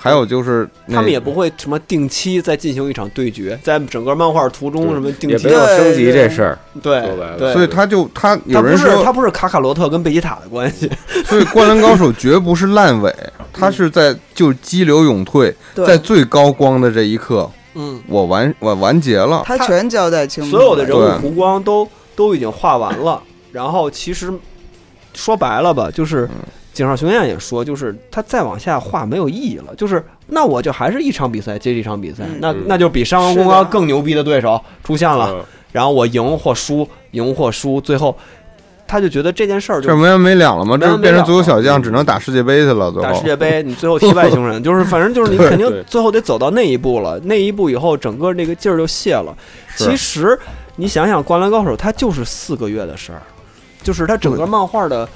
[SPEAKER 4] 还有就是那
[SPEAKER 3] 他们也不会什么定期再进行一场对决，在整个漫画途中
[SPEAKER 5] 对
[SPEAKER 3] 什么定
[SPEAKER 5] 也
[SPEAKER 3] 期
[SPEAKER 5] 没有
[SPEAKER 6] 对
[SPEAKER 5] 升级
[SPEAKER 6] 对
[SPEAKER 5] 这事儿，嗯
[SPEAKER 3] 对
[SPEAKER 5] 说白了
[SPEAKER 3] 对，
[SPEAKER 4] 所以他就他有
[SPEAKER 3] 他不
[SPEAKER 4] 人
[SPEAKER 3] 是
[SPEAKER 4] 说，
[SPEAKER 3] 他不是卡卡罗特跟贝吉塔的关系，
[SPEAKER 4] 所以《灌篮高手》绝 不是烂尾，他是在就激流勇退，
[SPEAKER 6] 对
[SPEAKER 4] 在最高光的这一刻
[SPEAKER 8] 嗯，
[SPEAKER 4] 我完我完结了，
[SPEAKER 6] 他
[SPEAKER 3] 他
[SPEAKER 6] 全交代清楚了，
[SPEAKER 3] 所有的人
[SPEAKER 4] 对
[SPEAKER 3] 物弧光都都已经画完了。然后其实说白了吧，就是井上雄彦也说，就是他再往下画没有意义了。就是那我就还是一场比赛接着一场比赛，
[SPEAKER 6] 嗯
[SPEAKER 3] 那
[SPEAKER 5] 嗯
[SPEAKER 3] 那就比山王
[SPEAKER 6] 是的
[SPEAKER 3] 公高更牛逼的对手出现了，
[SPEAKER 5] 嗯
[SPEAKER 3] 然后我赢或输，赢或输，最后他就觉得这件事儿就
[SPEAKER 4] 这没完没了了吗？
[SPEAKER 3] 没
[SPEAKER 4] 这
[SPEAKER 3] 完没
[SPEAKER 4] 变成
[SPEAKER 3] 了嗯
[SPEAKER 4] 足球小将，只能打世界杯去了，最
[SPEAKER 3] 打世
[SPEAKER 4] 后。
[SPEAKER 3] 界杯，你最后踢外 星人，就是反正就是你
[SPEAKER 4] 对
[SPEAKER 3] 肯定
[SPEAKER 5] 对
[SPEAKER 3] 最后得走到那一步了。那一步以后，整个那个劲儿就泄了。
[SPEAKER 4] 是
[SPEAKER 3] 其实你想想，《灌篮高手》它就是四个月的事儿，就是它整个
[SPEAKER 4] 对
[SPEAKER 3] 漫画的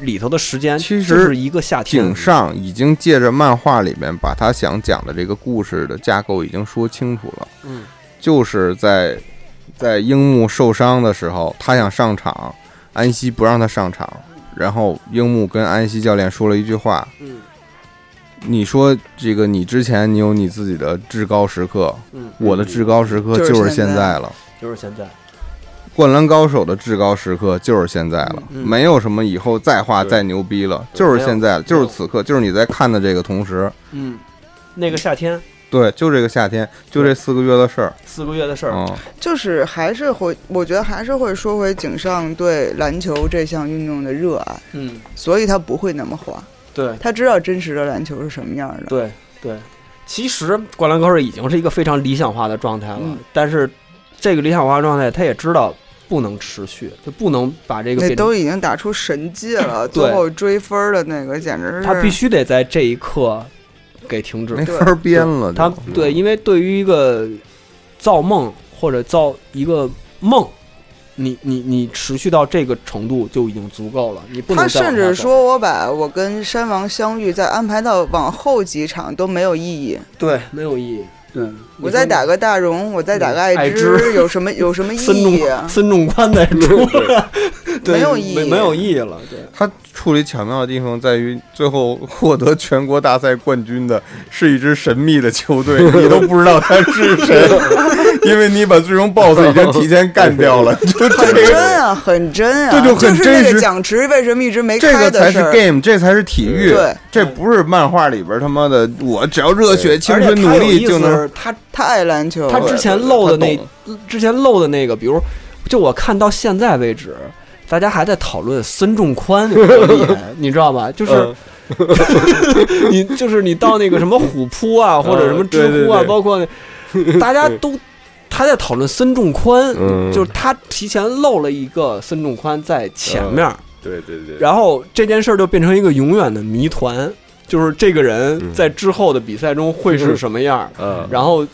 [SPEAKER 3] 里头的时间，
[SPEAKER 4] 其实
[SPEAKER 3] 就是一个夏天
[SPEAKER 4] 井。上已经借着漫画里面把他想讲的这个故事的架构已经说清楚了。
[SPEAKER 8] 嗯，
[SPEAKER 4] 就是在在樱木受伤的时候，他想上场，安西不让他上场，然后樱木跟安西教练说了一句话，
[SPEAKER 8] 嗯，
[SPEAKER 4] 你说这个你之前你有你自己的至高时刻，
[SPEAKER 8] 嗯，
[SPEAKER 4] 我的至高时刻
[SPEAKER 6] 就是
[SPEAKER 4] 就是
[SPEAKER 6] 现
[SPEAKER 4] 现
[SPEAKER 6] 在
[SPEAKER 4] 在了。
[SPEAKER 3] 就是现在，
[SPEAKER 4] 灌篮高手的至高时刻就是现在了，
[SPEAKER 3] 嗯
[SPEAKER 4] 没有什么以后再画
[SPEAKER 5] 对
[SPEAKER 4] 再牛逼了，就是现在了，就是此刻，就是你在看的这个同时，
[SPEAKER 8] 嗯，
[SPEAKER 3] 那个夏天
[SPEAKER 4] 对，就这个夏天，就这四个月的事儿，
[SPEAKER 3] 四个月的事儿，
[SPEAKER 4] 嗯，
[SPEAKER 6] 就是还是会，我觉得还是会说回井上对篮球这项运动的热爱，
[SPEAKER 3] 嗯，
[SPEAKER 6] 所以他不会那么花，
[SPEAKER 3] 对
[SPEAKER 6] 他知道真实的篮球是什么样的。
[SPEAKER 3] 对对。其实《灌篮高手》已经是一个非常理想化的状态了，
[SPEAKER 6] 嗯
[SPEAKER 3] 但是这个理想化状态，他也知道不能持续，就不能把这个
[SPEAKER 6] 那
[SPEAKER 3] 变成
[SPEAKER 6] 都已经打出神迹了，
[SPEAKER 3] 对
[SPEAKER 6] 最后追分儿的那个简直是
[SPEAKER 3] 他必须得在这一刻给停止
[SPEAKER 4] 没。法儿编了，
[SPEAKER 3] 他
[SPEAKER 4] 就
[SPEAKER 3] 对，因为对于一个造梦或者造一个梦，你你你持续到这个程度就已经足够了，你不能
[SPEAKER 6] 他
[SPEAKER 3] 再往
[SPEAKER 6] 甚
[SPEAKER 3] 下
[SPEAKER 6] 至
[SPEAKER 3] 走
[SPEAKER 6] 说我把我跟山王相遇再安排到往后几场都没有意义，
[SPEAKER 8] 对
[SPEAKER 3] 没有意义。
[SPEAKER 8] 对，
[SPEAKER 6] 我再打个大荣，我再打个
[SPEAKER 3] 嗯爱
[SPEAKER 6] 知，
[SPEAKER 3] 知
[SPEAKER 6] 有什么有什么意
[SPEAKER 3] 孙
[SPEAKER 6] 义啊
[SPEAKER 3] 仲？孙仲宽在出来， 对
[SPEAKER 6] 没有意义
[SPEAKER 3] 没没有意义了。对，
[SPEAKER 4] 他处理巧妙的地方在于，最后获得全国大赛冠军的是一支神秘的球队， 你都不知道他是谁， 因为你把最终 BOSS 已经提前干掉了， 就这
[SPEAKER 6] 很真
[SPEAKER 4] 个。
[SPEAKER 6] 啊，很真啊，
[SPEAKER 4] 这就很
[SPEAKER 6] 是那
[SPEAKER 4] 真
[SPEAKER 6] 个
[SPEAKER 4] 实
[SPEAKER 6] 奖池为什么一直没
[SPEAKER 4] 这
[SPEAKER 6] 开
[SPEAKER 4] 个
[SPEAKER 6] 的
[SPEAKER 4] 才
[SPEAKER 6] 事
[SPEAKER 4] 是
[SPEAKER 6] 儿。
[SPEAKER 4] game，这才是体育，
[SPEAKER 6] 对
[SPEAKER 4] 这不是漫画里边他妈的，我只要热血、青
[SPEAKER 3] 而且
[SPEAKER 4] 春、努
[SPEAKER 3] 他有
[SPEAKER 4] 力
[SPEAKER 3] 意
[SPEAKER 4] 就
[SPEAKER 3] 思
[SPEAKER 4] 能
[SPEAKER 3] 是他
[SPEAKER 6] 他爱篮球，
[SPEAKER 3] 他之前漏的
[SPEAKER 4] 他
[SPEAKER 3] 那之前漏的那个，比如就我看到现在为止。大家还在讨论孙仲宽有多厉 害，你知道吧？就是、
[SPEAKER 5] 嗯
[SPEAKER 3] 你就是你到那个什么虎扑 啊，或者什么知乎啊，
[SPEAKER 5] 对对对
[SPEAKER 3] 包括那大 家都他在讨论孙仲宽，
[SPEAKER 5] 嗯
[SPEAKER 3] 就是他提前漏了一个孙仲宽在前
[SPEAKER 5] 嗯
[SPEAKER 3] 面，
[SPEAKER 5] 对对对，
[SPEAKER 3] 然后这件事儿就变成一个永远的谜团，就是这个人在之后的比赛中会是什么样 儿，
[SPEAKER 5] 嗯，
[SPEAKER 3] 然后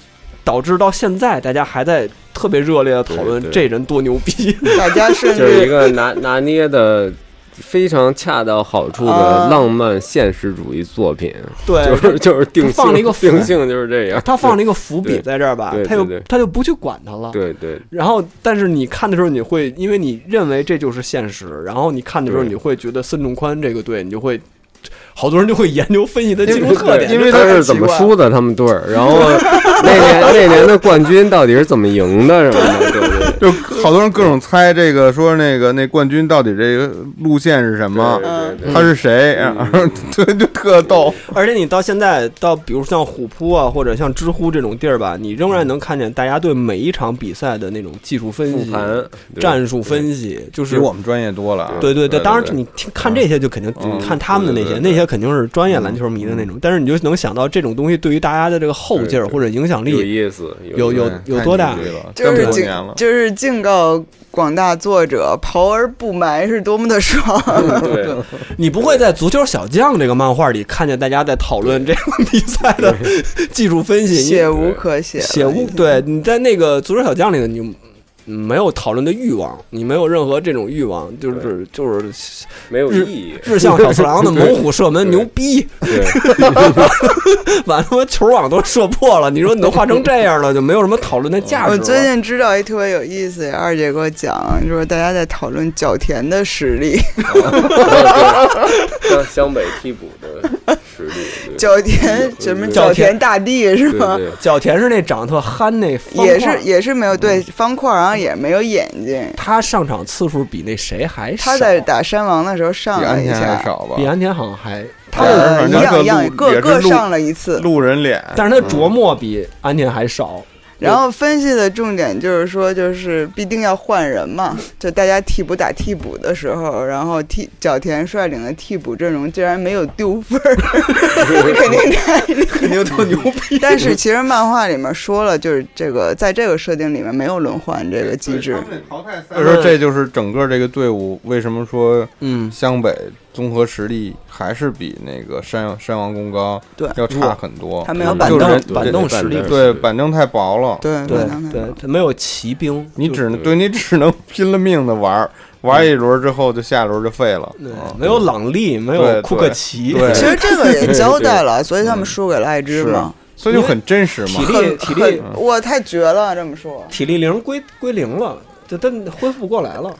[SPEAKER 3] 导致到现在大家还在特别热烈的讨论
[SPEAKER 5] 对对
[SPEAKER 3] 这人多牛逼，
[SPEAKER 6] 大 家甚
[SPEAKER 5] 就是一
[SPEAKER 6] 至
[SPEAKER 5] 个拿拿捏的非常恰到好处的
[SPEAKER 6] 啊
[SPEAKER 5] 浪漫现实主义作品，
[SPEAKER 3] 对，
[SPEAKER 5] 就是就是定
[SPEAKER 3] 哎放
[SPEAKER 5] 性
[SPEAKER 3] 了一个伏
[SPEAKER 5] 定性就是这样，
[SPEAKER 3] 他放了一个伏笔
[SPEAKER 5] 对
[SPEAKER 3] 在这儿吧
[SPEAKER 5] 对，对
[SPEAKER 3] 他就
[SPEAKER 5] 对
[SPEAKER 3] 他就不去管他了，
[SPEAKER 5] 对对
[SPEAKER 3] 然后，但是你看的时候，你会因为你认为这就是现实，然后你看的时候，
[SPEAKER 5] 对
[SPEAKER 3] 你会觉得孙仲宽这个队，你就会好多人就会研究分析他技术
[SPEAKER 5] 对
[SPEAKER 3] 特点，
[SPEAKER 5] 因为他是怎么输的他们队儿，然后那年那年的冠军到底是怎么赢的什么的，对对
[SPEAKER 4] 就好多人各种猜这个，说那个那冠军到底这个路线是什
[SPEAKER 3] 嗯
[SPEAKER 4] 么，
[SPEAKER 5] 对对对
[SPEAKER 4] 他是谁，
[SPEAKER 5] 嗯
[SPEAKER 4] 然后对， 就特逗。
[SPEAKER 3] 而且你到现在到，比如像虎扑啊，或者像知乎这种地儿吧，你仍然能看见大家对每一场比赛的那种技术分
[SPEAKER 5] 复
[SPEAKER 3] 析、
[SPEAKER 5] 盘对
[SPEAKER 3] 战术分析，就是
[SPEAKER 4] 比我们专业多了啊！
[SPEAKER 3] 对对对，当然你听看这些就肯定
[SPEAKER 4] 嗯
[SPEAKER 3] 你看他们的那些，
[SPEAKER 5] 对对对
[SPEAKER 3] 那些肯定是专业篮球迷的那种，但是你就能想到这种东西对于大家的这个后劲儿
[SPEAKER 5] 对对
[SPEAKER 3] 或者影响
[SPEAKER 5] 有
[SPEAKER 3] 力，
[SPEAKER 5] 意思，
[SPEAKER 3] 有
[SPEAKER 5] 意
[SPEAKER 3] 有
[SPEAKER 5] 思
[SPEAKER 4] 对
[SPEAKER 3] 有多大
[SPEAKER 4] 嗯太牛逼了
[SPEAKER 6] 就是
[SPEAKER 4] 这么多
[SPEAKER 6] 警
[SPEAKER 4] 年了，
[SPEAKER 6] 就是警告广大作者，刨而不埋是多么的爽。
[SPEAKER 4] 嗯
[SPEAKER 5] 对。
[SPEAKER 3] 你不会在《足球小将》这个漫画里看见大家在讨论这种比赛的技术分 析，
[SPEAKER 6] 写无可写
[SPEAKER 3] 你
[SPEAKER 6] 了，
[SPEAKER 3] 写无对你在那个《足球小将》里的你。没有讨论的欲望，你没有任何这种欲望，就是就是
[SPEAKER 5] 没有意义。
[SPEAKER 3] 日向小次郎的猛虎射门
[SPEAKER 5] 对
[SPEAKER 3] 牛 逼，
[SPEAKER 5] 对，
[SPEAKER 3] 把他妈球网都射破了，你说你都画成这样了，就没有什么讨论的价值了。
[SPEAKER 6] 我最近知道一特别有意思，二姐给我讲，就是大家在讨论角田的实力，
[SPEAKER 5] 湘湘北替补的实力，对
[SPEAKER 6] 角田什么
[SPEAKER 5] 角
[SPEAKER 6] 角
[SPEAKER 3] 田
[SPEAKER 6] 田大帝是
[SPEAKER 5] 对
[SPEAKER 6] 吗？
[SPEAKER 5] 对
[SPEAKER 3] 角田是那长得特憨那方块，
[SPEAKER 6] 也是也是没有
[SPEAKER 4] 嗯
[SPEAKER 6] 对方块，然后也没有眼睛。
[SPEAKER 3] 他上场次数比那谁还少，
[SPEAKER 6] 他在打山王的时候上
[SPEAKER 4] 比
[SPEAKER 6] 了
[SPEAKER 4] 安
[SPEAKER 6] 一
[SPEAKER 4] 田还
[SPEAKER 6] 下，
[SPEAKER 4] 少吧
[SPEAKER 3] 比？安田好像还他
[SPEAKER 4] 哎
[SPEAKER 3] 的
[SPEAKER 6] 呃，
[SPEAKER 4] 反
[SPEAKER 6] 一
[SPEAKER 4] 正
[SPEAKER 6] 样
[SPEAKER 4] 这
[SPEAKER 6] 一样
[SPEAKER 4] 路，
[SPEAKER 6] 各
[SPEAKER 4] 也是
[SPEAKER 6] 各
[SPEAKER 4] 路
[SPEAKER 6] 上了一次。
[SPEAKER 4] 路人脸，
[SPEAKER 3] 但是他琢磨比安田还少，
[SPEAKER 6] 然后分析的重点就是说，就是必定要换人嘛，就大家替补打替补的时候，然后替角田率领的替补阵容竟然没有丢分儿，肯定太
[SPEAKER 8] 肯定特牛逼。
[SPEAKER 6] 但是其实漫画里面说了，就是这个在这个设定里面没有轮换这个机制。
[SPEAKER 4] 淘汰赛，说这就是整个这个队伍为什么说
[SPEAKER 3] 嗯，
[SPEAKER 4] 湘北综合实力还是比那个山山王功高
[SPEAKER 6] 对
[SPEAKER 4] 要差很多
[SPEAKER 6] 他。没有
[SPEAKER 5] 嗯
[SPEAKER 6] 板
[SPEAKER 4] 就是
[SPEAKER 6] 凳
[SPEAKER 4] 人，
[SPEAKER 5] 对
[SPEAKER 3] 板凳实力
[SPEAKER 4] 对，板凳太薄了，
[SPEAKER 6] 对
[SPEAKER 3] 对
[SPEAKER 6] 板凳太
[SPEAKER 3] 对，他没有骑兵，
[SPEAKER 4] 你
[SPEAKER 3] 就
[SPEAKER 4] 只能
[SPEAKER 5] 对
[SPEAKER 4] 对你只能拼了命的玩儿，玩一轮之后就下一轮就废了。
[SPEAKER 3] 对
[SPEAKER 4] 啊
[SPEAKER 3] 没有朗利，没有
[SPEAKER 4] 对
[SPEAKER 3] 库克齐，
[SPEAKER 4] 对
[SPEAKER 6] 其实这个也交代了，所以他们输给了爱知嘛。
[SPEAKER 4] 所以就很真实嘛
[SPEAKER 3] 嗯体。力体力
[SPEAKER 6] 很哇，太绝了！这么说，
[SPEAKER 3] 体力零归归零了，就但恢复不过来了，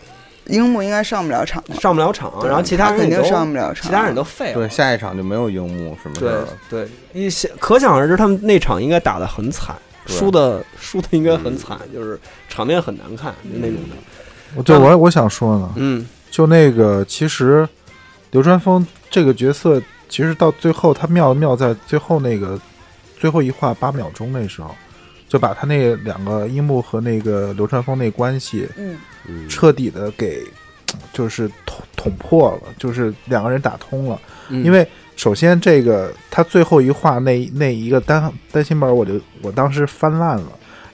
[SPEAKER 6] 樱木应该上不了场了，
[SPEAKER 3] 上不了场，然后其他
[SPEAKER 6] 他
[SPEAKER 3] 人
[SPEAKER 6] 肯
[SPEAKER 3] 也
[SPEAKER 6] 定
[SPEAKER 3] 都
[SPEAKER 6] 上不了场。
[SPEAKER 3] 其他人都废
[SPEAKER 4] 对，
[SPEAKER 3] 了。
[SPEAKER 4] 下一场就没有樱木什么事儿
[SPEAKER 3] 对
[SPEAKER 4] 了。
[SPEAKER 3] 对，你想可想而知，他们那场应该打得很惨，
[SPEAKER 4] 对
[SPEAKER 3] 输的输的应该很惨，就是场面很难看就那种的。
[SPEAKER 7] 我对我我想说呢，
[SPEAKER 3] 嗯，
[SPEAKER 7] 就那个其实流川枫这个角色，其实到最后他妙妙在最后那个最后一话八秒钟那时候，就把他那两个樱木和那个流川枫那关系
[SPEAKER 6] 嗯，
[SPEAKER 5] 嗯
[SPEAKER 7] 彻底的给就是捅捅破了，就是两个人打通了。
[SPEAKER 3] 嗯
[SPEAKER 7] 因为首先这个他最后一话那那一个单单行本，我就我当时翻烂了，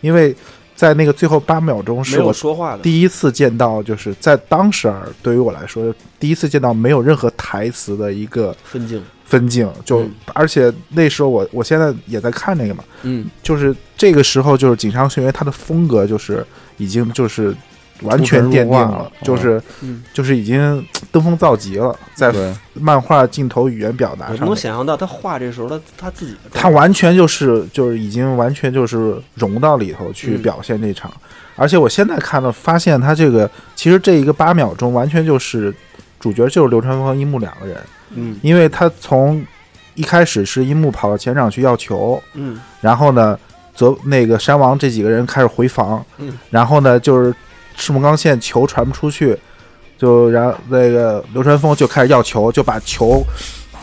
[SPEAKER 7] 因为在那个最后八秒钟
[SPEAKER 3] 没
[SPEAKER 7] 是
[SPEAKER 3] 有
[SPEAKER 7] 我
[SPEAKER 3] 说话的，
[SPEAKER 7] 第一次见到，就是在当时而对于我来说，第一次见到没有任何台词的一个
[SPEAKER 3] 分镜，
[SPEAKER 7] 分镜，就、
[SPEAKER 3] 嗯
[SPEAKER 7] 而且那时候我我现在也在看那个嘛，
[SPEAKER 3] 嗯，
[SPEAKER 7] 就是这个时候就是井上学员他的风格就是已经就是完全奠定
[SPEAKER 4] 出神入化了
[SPEAKER 7] 就是、
[SPEAKER 3] 嗯
[SPEAKER 7] 就是已经登峰造极了，在
[SPEAKER 4] 对，
[SPEAKER 7] 漫画镜头语言表达
[SPEAKER 3] 我
[SPEAKER 7] 上
[SPEAKER 3] 能
[SPEAKER 7] 面。
[SPEAKER 3] 想象到他画这时候他他自己的
[SPEAKER 7] 他
[SPEAKER 3] 状态，
[SPEAKER 7] 完全就是就是已经完全就是融到里头去
[SPEAKER 3] 嗯
[SPEAKER 7] 表现这场，而且我现在看了发现他这个其实这一个八秒钟完全就是主角就是流川枫和樱木两个人，
[SPEAKER 3] 嗯
[SPEAKER 7] 因为他从一开始是樱木跑到前场去要球，
[SPEAKER 3] 嗯
[SPEAKER 7] 然后呢则那个山王这几个人开始回防，
[SPEAKER 3] 嗯
[SPEAKER 7] 然后呢就是赤木刚宪球传不出去，就然那个流川枫就开始要球，就把球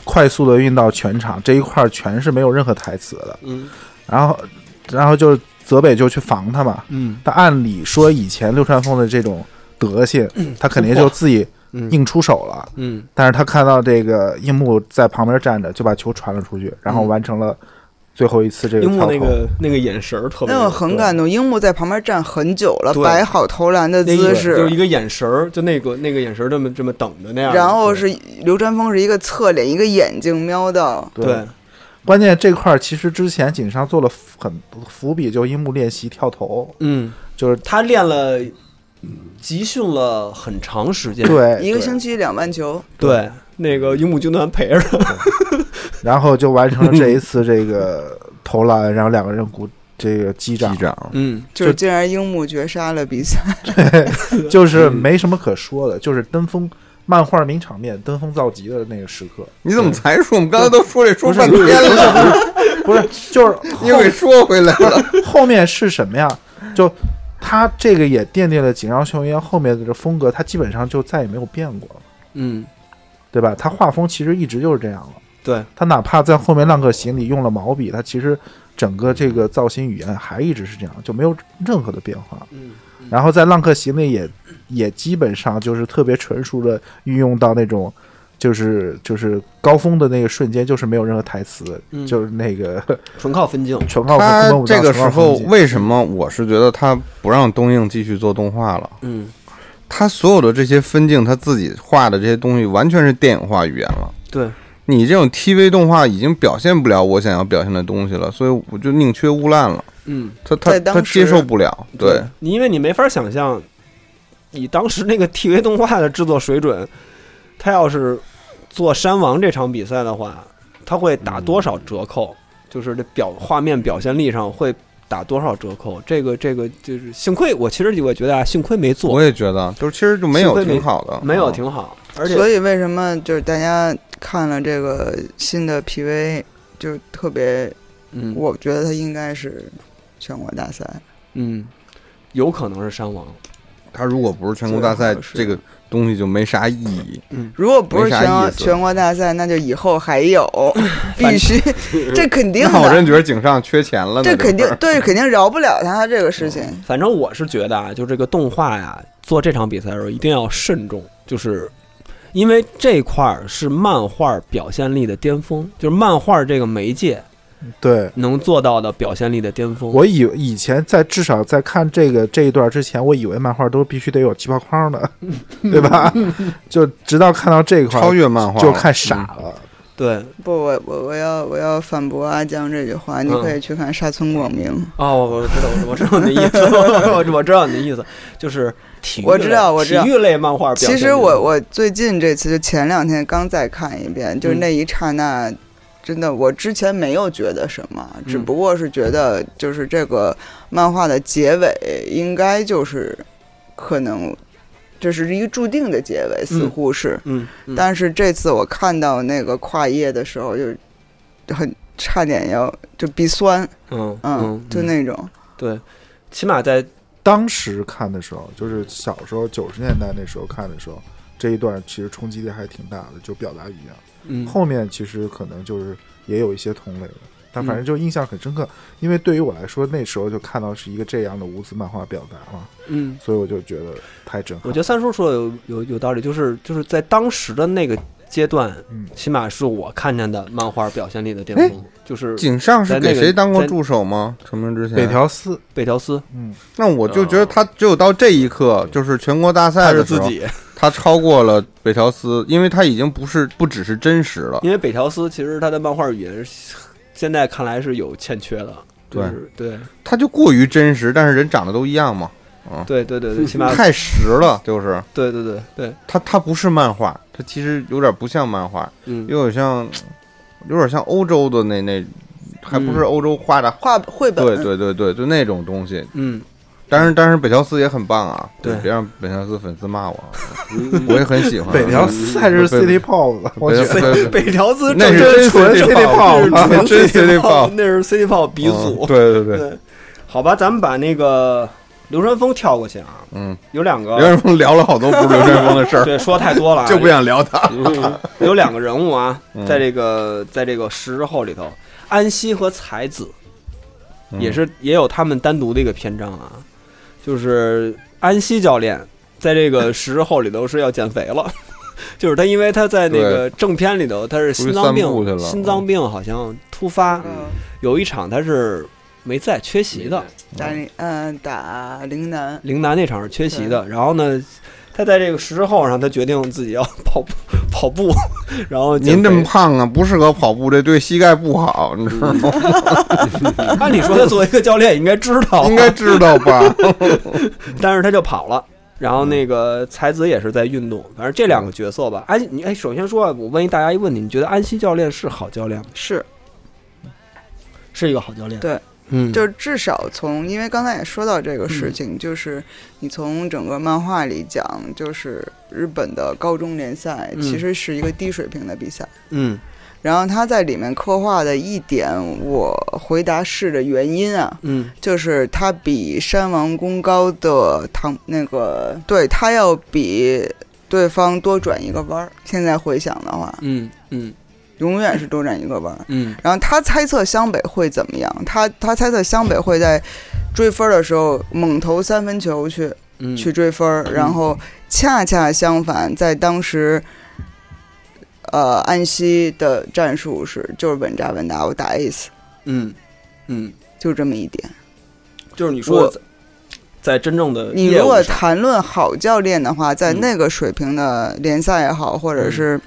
[SPEAKER 7] 快速的运到全场这一块儿全是没有任何台词的。
[SPEAKER 3] 嗯
[SPEAKER 7] 然后然后就是泽北就去防他嘛。
[SPEAKER 3] 嗯
[SPEAKER 7] 但按理说以前流川枫的这种德性，他肯定就自己
[SPEAKER 3] 嗯
[SPEAKER 7] 硬出手了。
[SPEAKER 3] 嗯
[SPEAKER 7] 但是他看到这个樱木在旁边站着，就把球传了出去，然后
[SPEAKER 3] 嗯
[SPEAKER 7] 完成了最后一次这个
[SPEAKER 3] 樱木
[SPEAKER 7] 跳投。
[SPEAKER 3] 那个那个眼神儿特别，
[SPEAKER 6] 那我很感动，樱木在旁边站很久了，
[SPEAKER 3] 对
[SPEAKER 6] 摆好投篮的
[SPEAKER 3] 那一
[SPEAKER 6] 姿
[SPEAKER 3] 就是
[SPEAKER 6] 势
[SPEAKER 3] 一。个眼神儿，就那个那个眼神儿这么这么等着那样的。
[SPEAKER 6] 然后是流川枫是一个侧脸，一个眼睛瞄到，
[SPEAKER 3] 对对，
[SPEAKER 7] 关键这块儿其实之前井上做了很多伏笔，就樱木练习跳投，
[SPEAKER 3] 嗯，
[SPEAKER 7] 就是
[SPEAKER 3] 他练了集训了很长时间，
[SPEAKER 6] 一
[SPEAKER 7] 对
[SPEAKER 6] 个
[SPEAKER 7] 哎对
[SPEAKER 6] 星期两万球，
[SPEAKER 3] 对，那个樱木军团陪着他，
[SPEAKER 7] 然后就完成了这一次这个投篮，然后两个人鼓这个击掌
[SPEAKER 4] 机，长，
[SPEAKER 3] 嗯，
[SPEAKER 6] 就是竟然樱木绝杀了比赛。
[SPEAKER 7] 就是没什么可说的，就是登峰漫画名场面登峰造极的那个时刻，
[SPEAKER 4] 你怎么才说？我们刚才都说这说半
[SPEAKER 7] 不是
[SPEAKER 4] 天了，
[SPEAKER 7] 不是就是
[SPEAKER 4] 你又给说回来了。
[SPEAKER 7] 后面是什么呀？就他这个也奠定了井上雄彦后面的这风格，他基本上就再也没有变过了，
[SPEAKER 3] 嗯，
[SPEAKER 7] 对吧？他画风其实一直就是这样了。
[SPEAKER 3] 对，
[SPEAKER 7] 他哪怕在后面浪客行里用了毛笔，他其实整个这个造型语言还一直是这样，就没有任何的变化。
[SPEAKER 3] 嗯，
[SPEAKER 7] 然后在浪客行里也也基本上就是特别纯熟的运用到那种。就是就是高峰的那个瞬间，就是没有任何台词，
[SPEAKER 3] 嗯
[SPEAKER 7] 就是那个
[SPEAKER 3] 纯靠分镜，
[SPEAKER 7] 纯靠
[SPEAKER 4] 他
[SPEAKER 7] 宫本武藏
[SPEAKER 4] 这个
[SPEAKER 7] 纯
[SPEAKER 4] 时
[SPEAKER 7] 靠
[SPEAKER 4] 候
[SPEAKER 7] 风景
[SPEAKER 4] 为什么我是觉得他不让东映继续做动画了？
[SPEAKER 3] 嗯，
[SPEAKER 4] 他所有的这些分镜，他自己画的这些东西，完全是电影化语言了。
[SPEAKER 3] 对，
[SPEAKER 4] 你这种 TV 动画已经表现不了我想要表现的东西了，所以我就宁缺毋滥了。
[SPEAKER 3] 嗯，
[SPEAKER 4] 他他
[SPEAKER 6] 在当
[SPEAKER 4] 他
[SPEAKER 6] 时
[SPEAKER 4] 接受不了，对，
[SPEAKER 3] 你因为你没法想象，以当时那个 TV 动画的制作水准，他要是做山王这场比赛的话，他会打多少折
[SPEAKER 4] 嗯
[SPEAKER 3] 扣？就是这表画面表现力上会打多少折扣？这个这个就是幸亏我其实我觉得啊，幸亏没做
[SPEAKER 4] 我，也觉得，就是其实就没
[SPEAKER 3] 幸亏
[SPEAKER 4] 有
[SPEAKER 3] 没
[SPEAKER 4] 挺好的，
[SPEAKER 3] 没有
[SPEAKER 4] 嗯
[SPEAKER 3] 挺好，而且
[SPEAKER 6] 所以为什么就是大家看了这个新的 PV，就特别，
[SPEAKER 3] 嗯
[SPEAKER 6] 我觉得它应该是全国大赛。
[SPEAKER 3] 嗯，有可能是山王，
[SPEAKER 4] 他如果不是全国大赛，这个东西就没啥意义。
[SPEAKER 6] 如果不是全
[SPEAKER 4] 没啥
[SPEAKER 6] 国
[SPEAKER 4] 意思
[SPEAKER 6] 全国大赛，那就以后还有，必须，这肯定
[SPEAKER 4] 那我真
[SPEAKER 6] 的，
[SPEAKER 4] 觉得井上缺钱了呢，
[SPEAKER 6] 这肯定
[SPEAKER 4] 事儿
[SPEAKER 6] 对，肯定饶不了他这个事情。
[SPEAKER 3] 反正我是觉得啊，就这个动画呀，做这场比赛的时候一定要慎重，就是因为这块儿是漫画表现力的巅峰，就是漫画这个媒介
[SPEAKER 7] 对。
[SPEAKER 3] 能做到的表现力的巅峰。
[SPEAKER 7] 我以以前在至少在看这个这一段之前，我以为漫画都必须得有气泡 框的，对吧？ 就直到看到这块儿
[SPEAKER 4] 超越漫画了，嗯
[SPEAKER 7] 就看傻了。
[SPEAKER 3] 对，
[SPEAKER 6] 不，我我我要我要反驳阿江这句话，你
[SPEAKER 3] 嗯
[SPEAKER 6] 可以去看沙村广明。
[SPEAKER 3] 哦，我我知道，我我知道你的 意思，我我知道你的意思，就是体育类，
[SPEAKER 6] 我知道我知道
[SPEAKER 3] 体育类漫画表现
[SPEAKER 6] 其
[SPEAKER 3] 力。
[SPEAKER 6] 实我我最近这次就前两天刚再看一遍，就是那一刹那，真的我之前没有觉得什么，只不过是觉得就是这个漫画的结尾应该就是可能这是一个注定的结尾，似乎是。
[SPEAKER 3] 嗯，嗯
[SPEAKER 6] 但是这次我看到那个跨页的时候，就是很差点要就鼻酸，
[SPEAKER 3] 嗯
[SPEAKER 6] 嗯，就那种。
[SPEAKER 3] 对，起码在
[SPEAKER 7] 当时看的时候，就是小时候九十年代那时候看的时候，这一段其实冲击力还挺大的，就表达语言。
[SPEAKER 3] 嗯
[SPEAKER 7] 后面其实可能就是也有一些同类的，但反
[SPEAKER 3] 嗯
[SPEAKER 7] 正就印象很深刻，因为对于我来说，那时候就看到是一个这样的无字漫画表达嘛，
[SPEAKER 3] 嗯，
[SPEAKER 7] 所以我就觉得太震撼。
[SPEAKER 3] 我觉得三叔说的有有有道理，就是就是在当时的那个阶段，
[SPEAKER 7] 嗯
[SPEAKER 3] 起码是我看见的漫画表现力的巅
[SPEAKER 4] 哎
[SPEAKER 3] 峰，就是
[SPEAKER 4] 井上是
[SPEAKER 3] 在那
[SPEAKER 4] 给
[SPEAKER 3] 个
[SPEAKER 4] 谁当过
[SPEAKER 3] 在
[SPEAKER 4] 助手吗？成名之前，
[SPEAKER 7] 北条司，
[SPEAKER 3] 北条司，
[SPEAKER 7] 嗯，
[SPEAKER 4] 那我就觉得他只有到这一刻，就是全国大
[SPEAKER 3] 他
[SPEAKER 4] 赛
[SPEAKER 3] 是
[SPEAKER 4] 的时
[SPEAKER 3] 自
[SPEAKER 4] 候，
[SPEAKER 3] 己，
[SPEAKER 4] 他超过了北条司，因为他已经不是不只是真实了。
[SPEAKER 3] 因为北条司其实他的漫画语言是现在看来是有欠缺的，就是对
[SPEAKER 4] 他就过于真实，但是人长得都一样嘛，
[SPEAKER 3] 对对对对，起码
[SPEAKER 4] 太实了，就是
[SPEAKER 3] 对对对对，
[SPEAKER 4] 他他不是漫画，他其实有点不像漫画，
[SPEAKER 3] 嗯，
[SPEAKER 4] 有点像，有点像欧洲的那那，还不是
[SPEAKER 3] 嗯
[SPEAKER 4] 欧洲画的，
[SPEAKER 6] 画绘本，
[SPEAKER 4] 对对对对，就那种东西。
[SPEAKER 3] 嗯，
[SPEAKER 4] 但是但是北条司也很棒啊，
[SPEAKER 3] 对
[SPEAKER 4] 别让北条司粉丝骂我 啊，我也很喜欢啊
[SPEAKER 7] 北条司还是
[SPEAKER 4] 北
[SPEAKER 7] City Pop 吧，我觉
[SPEAKER 4] 嗯北
[SPEAKER 7] 得
[SPEAKER 4] 北
[SPEAKER 3] 北条司
[SPEAKER 4] 那
[SPEAKER 3] 正
[SPEAKER 4] 是
[SPEAKER 3] 真
[SPEAKER 4] 真
[SPEAKER 3] 纯
[SPEAKER 4] CD 炮
[SPEAKER 3] 那是纯
[SPEAKER 4] 啊真 CD
[SPEAKER 3] 炮
[SPEAKER 4] 炮，
[SPEAKER 3] 那是 CD 炮鼻祖
[SPEAKER 4] 嗯。对对对，
[SPEAKER 3] 对，好吧，咱们把那个流川枫跳过去啊，
[SPEAKER 4] 嗯，
[SPEAKER 3] 有两
[SPEAKER 4] 刘
[SPEAKER 3] 个，
[SPEAKER 4] 山峰聊了好多不是刘山峰的事儿，
[SPEAKER 3] 对，说太多了啊，
[SPEAKER 4] 就不想聊他。
[SPEAKER 3] 嗯有两个人物啊，
[SPEAKER 4] 嗯
[SPEAKER 3] 在这个在这个十之后里头，安西和才子
[SPEAKER 4] 嗯
[SPEAKER 3] 也是也有他们单独的一个篇章啊，就是安西教练在这个十之后里头是要减肥了。 就是他，因为他在那个正片里头，他是心脏
[SPEAKER 4] 出去散步去
[SPEAKER 3] 病，
[SPEAKER 4] 了嗯
[SPEAKER 3] 心脏病好像突发，
[SPEAKER 6] 嗯，
[SPEAKER 3] 有一场他是没在缺席的，
[SPEAKER 6] 打铃嗯打铃南，
[SPEAKER 3] 陵南那场是缺席的。然后呢，他在这个十之后上，他决定自己要跑步跑步， 然后减
[SPEAKER 4] 您这
[SPEAKER 3] 肥
[SPEAKER 4] 么胖啊，不适合跑步，这对膝盖不好，你知道吗？
[SPEAKER 3] 按理说他 作为一个教练也应该知道，
[SPEAKER 6] 嗯
[SPEAKER 4] 应该知道吧？
[SPEAKER 3] 但是他就跑了。然后那个才子也是在运动，反正这两个角色吧。安，你哎，首先说啊，我问一大家一个问题，你觉得安西教练是好教练吗？
[SPEAKER 6] 是，
[SPEAKER 3] 是一个好教练。
[SPEAKER 6] 对，
[SPEAKER 3] 嗯，
[SPEAKER 6] 就是至少从，因为刚才也说到这个事情，就是你从整个漫画里讲，就是日本的高中联赛
[SPEAKER 3] 嗯
[SPEAKER 6] 其实是一个低水平的比赛。
[SPEAKER 3] 嗯
[SPEAKER 6] 然后他在里面刻画的一点，我回答是的原因啊，
[SPEAKER 3] 嗯
[SPEAKER 6] 就是他比山王功高的唐那个，对他要比对方多转一个弯儿。现在回想的话，
[SPEAKER 3] 嗯嗯
[SPEAKER 6] 永远是多转一个弯儿。
[SPEAKER 3] 嗯
[SPEAKER 6] 然后他猜测湘北会怎么样？他他猜测湘北会在追分的时候猛投三分球去
[SPEAKER 3] 嗯，
[SPEAKER 6] 去追分，然后恰恰相反，在当时，呃，安西的战术是就是稳扎稳打，我打 ace，
[SPEAKER 3] 嗯嗯，
[SPEAKER 6] 就这么一点。
[SPEAKER 3] 就是你说
[SPEAKER 6] 我
[SPEAKER 3] 的在真正的
[SPEAKER 6] 你
[SPEAKER 3] 呃业
[SPEAKER 6] 如
[SPEAKER 3] 务
[SPEAKER 6] 果
[SPEAKER 3] 上
[SPEAKER 6] 谈论好教练的话，在
[SPEAKER 3] 嗯
[SPEAKER 6] 那个水平的联赛也好，或者
[SPEAKER 3] 嗯
[SPEAKER 6] 是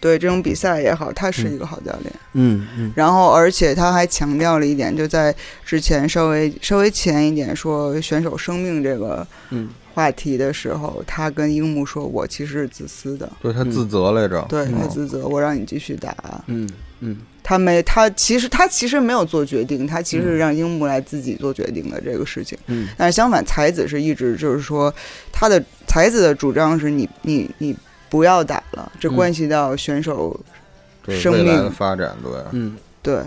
[SPEAKER 6] 对这种比赛也好，他是一个好教练。
[SPEAKER 3] 嗯嗯
[SPEAKER 6] 然后，而且他还强调了一点，就在之前稍微稍微前一点说选手生命这个
[SPEAKER 3] 嗯
[SPEAKER 6] 话题的时候，他跟樱木说：“我其实是自私的，
[SPEAKER 4] 对他自责来着，
[SPEAKER 6] 对
[SPEAKER 3] 嗯
[SPEAKER 6] 他自责，我让你继续打。
[SPEAKER 3] 嗯嗯”
[SPEAKER 6] 他没，他其实他其实没有做决定，他其实是让樱木来自己做决定的这个事情。
[SPEAKER 3] 嗯
[SPEAKER 6] 但是相反，才子是一直就是说，他的才子的主张是你你你不要打了，这
[SPEAKER 3] 嗯
[SPEAKER 6] 关系到选手
[SPEAKER 4] 对
[SPEAKER 6] 生
[SPEAKER 4] 未
[SPEAKER 6] 命
[SPEAKER 4] 来的发展，对，
[SPEAKER 3] 嗯
[SPEAKER 6] 对。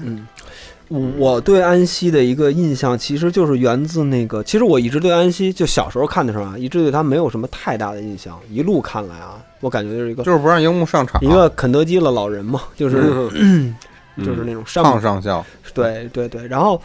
[SPEAKER 3] 嗯，我对安息的一个印象，其实就是源自那个。其实我一直对安息，就小时候看的时候啊，一直对他没有什么太大的印象。一路看来啊，我感觉就是一个
[SPEAKER 4] 就是不让樱木上场，
[SPEAKER 3] 一个肯德基的老人嘛，就是、就是那种上
[SPEAKER 4] 嗯胖上校，
[SPEAKER 3] 对对对，然后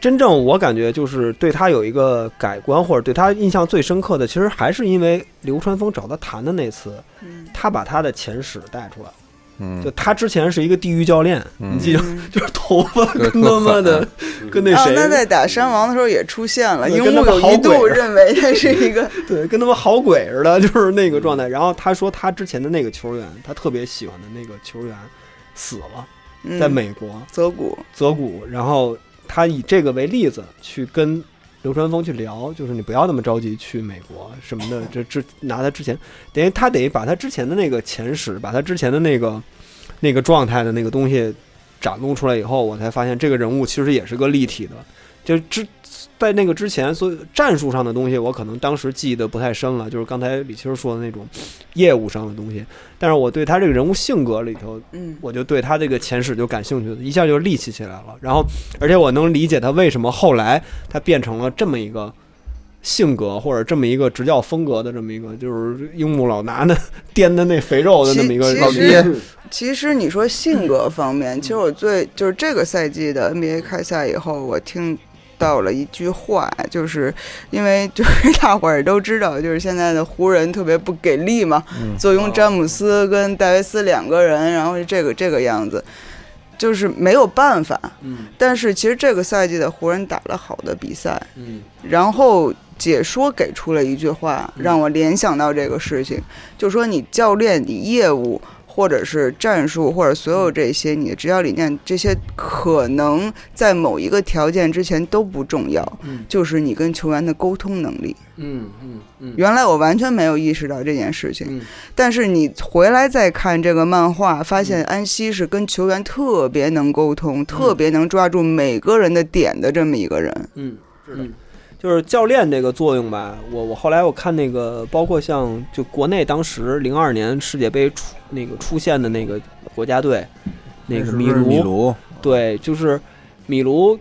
[SPEAKER 3] 真正我感觉就是对他有一个改观，或者对他印象最深刻的，其实还是因为流川枫找他谈的那次，
[SPEAKER 6] 嗯
[SPEAKER 3] 他把他的前世带出来了。
[SPEAKER 4] 嗯
[SPEAKER 3] 就，他之前是一个地狱教练，
[SPEAKER 4] 嗯
[SPEAKER 3] 你记得，
[SPEAKER 6] 嗯
[SPEAKER 3] 就是头发
[SPEAKER 4] 对
[SPEAKER 3] 跟他妈
[SPEAKER 4] 特
[SPEAKER 3] 的 跟那
[SPEAKER 6] 啊，
[SPEAKER 3] 谁，
[SPEAKER 6] 那在打山王的时候也出现了，
[SPEAKER 3] 对
[SPEAKER 6] 樱
[SPEAKER 3] 跟他
[SPEAKER 6] 木
[SPEAKER 3] 们
[SPEAKER 6] 有
[SPEAKER 3] 好
[SPEAKER 6] 一度
[SPEAKER 3] 鬼啊
[SPEAKER 6] 认为他 是一个
[SPEAKER 3] 对，跟他妈好鬼似的，就是那个状态。然后他说他之前的那个球员，他特别喜欢的那个球员死了，在
[SPEAKER 6] 嗯
[SPEAKER 3] 美国。
[SPEAKER 6] 泽谷，
[SPEAKER 3] 泽谷，然后他以这个为例子去跟流川枫去聊，就是你不要那么着急去美国什么的，这这拿他之前，等于他得把他之前的那个前史，把他之前的那个那个状态的那个东西展露出来以后，我才发现这个人物其实也是个立体的，就之。在那个之前，所有战术上的东西，我可能当时记得不太深了，就是刚才李青说的那种业务上的东西。但是我对他这个人物性格里头
[SPEAKER 6] 嗯，
[SPEAKER 3] 我就对他这个前史就感兴趣，一下就立起起来了。然后，而且我能理解他为什么后来他变成了这么一个性格，或者这么一个执教风格的这么一个，就是樱木老拿那颠的那 肥肉的那么一个
[SPEAKER 6] 其
[SPEAKER 3] 老
[SPEAKER 6] 其
[SPEAKER 3] 爹
[SPEAKER 6] 实。其实你说性格方面，其实我最就是这个赛季的 NBA 开赛以后，我听到了一句话，就是因为就是 大伙儿都知道，就是现在的湖人特别不给力嘛，
[SPEAKER 3] 嗯
[SPEAKER 6] 坐拥詹姆斯跟戴维斯两个人，然后是这个这个样子。就是没有办法，
[SPEAKER 3] 嗯
[SPEAKER 6] 但是其实这个赛季的湖人打了好的比赛，
[SPEAKER 3] 嗯
[SPEAKER 6] 然后解说给出了一句话，
[SPEAKER 3] 嗯
[SPEAKER 6] 让我联想到这个事情，就说你教练、你业务或者是战术或者所有这些你的执教理念，这些可能在某一个条件之前都不重要，
[SPEAKER 3] 嗯
[SPEAKER 6] 就是你跟球员的沟通能力。
[SPEAKER 3] 嗯嗯嗯
[SPEAKER 6] 原来我完全没有意识到这件事情，
[SPEAKER 3] 嗯
[SPEAKER 6] 但是你回来再看这个漫画，发
[SPEAKER 3] 嗯
[SPEAKER 6] 现安西是跟球员特别能沟通，特别能抓住每个人的点的这么一个人。
[SPEAKER 3] 嗯，是的。就是教练这个作用吧，我我后来我看那个，包括像就国内当时零二年世界杯出那个出现的那个国家队，那个
[SPEAKER 8] 米
[SPEAKER 3] 卢，
[SPEAKER 8] 卢，
[SPEAKER 3] 对，就是米卢，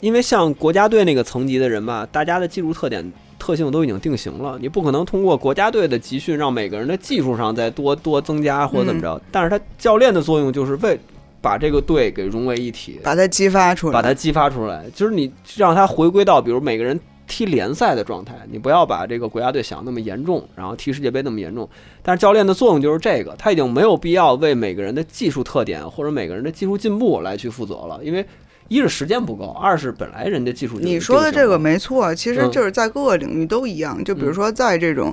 [SPEAKER 3] 因为像国家队那个层级的人吧，大家的技术特点特性都已经定型了，你不可能通过国家队的集训让每个人的技术上再多多增加或者怎么
[SPEAKER 8] 嗯
[SPEAKER 3] 着。但是他教练的作用就是为把这个队给融为一体，
[SPEAKER 6] 把它激发出 来，
[SPEAKER 3] 把它激发出来，就是你让他回归到比如每个人踢联赛的状态，你不要把这个国家队想那么严重，然后踢世界杯那么严重。但是教练的作用就是这个，他已经没有必要为每个人的技术特点或者每个人的技术进步来去负责了，因为一是时间不够，二是本来人家技术就
[SPEAKER 6] 你说的
[SPEAKER 3] 定型
[SPEAKER 6] 这个
[SPEAKER 3] 了
[SPEAKER 6] 没错，其实
[SPEAKER 3] 嗯
[SPEAKER 6] 就是在各个领域都一样。就比如说在这种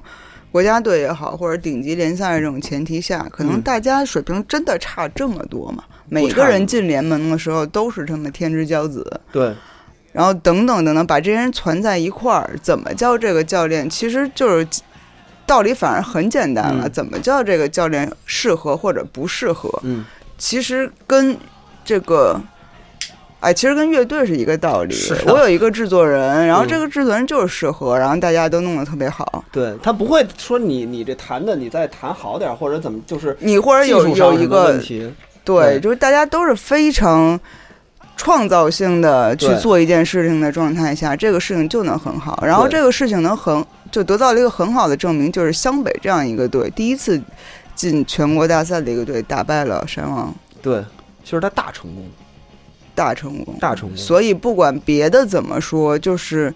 [SPEAKER 6] 国家队也好，或者顶级联赛这种前提下，可能
[SPEAKER 3] 嗯
[SPEAKER 6] 大家水平真的差这么多嘛？每
[SPEAKER 3] 差
[SPEAKER 6] 个人
[SPEAKER 3] 呢
[SPEAKER 6] 进联盟的时候都是他们天之骄子，
[SPEAKER 3] 对，
[SPEAKER 6] 然后等等等等，把这些人攒在一块儿，怎么叫这个教练？其实就是。道理反而很简单了，
[SPEAKER 3] 嗯
[SPEAKER 6] 怎么叫这个教练适合或者不适合？
[SPEAKER 3] 嗯，
[SPEAKER 6] 其实跟这个，哎，其实跟乐队是一个道理
[SPEAKER 3] 是啊。
[SPEAKER 6] 我有一个制作人，然后
[SPEAKER 3] 嗯
[SPEAKER 6] 这个制作人就是适合，然后大家都弄得特别好。
[SPEAKER 3] 对他不会说你你这弹的你再弹好点儿或者怎么就是
[SPEAKER 6] 你或者
[SPEAKER 3] 技
[SPEAKER 6] 有
[SPEAKER 3] 术上
[SPEAKER 6] 有
[SPEAKER 3] 什
[SPEAKER 6] 一
[SPEAKER 3] 么问
[SPEAKER 6] 个
[SPEAKER 3] 题，对
[SPEAKER 6] 对，就是大家都是非常创造性的去
[SPEAKER 3] 对
[SPEAKER 6] 做一件事情的状态下，这个事情就能很好。然后
[SPEAKER 3] 对
[SPEAKER 6] 这个事情能很就得到了一个很好的证明，就是湘北这样一个队第一次进全国大赛的一个队打败了山王，
[SPEAKER 3] 对，其实他大成功，
[SPEAKER 6] 大成功。
[SPEAKER 3] 大
[SPEAKER 4] 嗯
[SPEAKER 3] 成功，
[SPEAKER 6] 所以不管别的怎么说，就是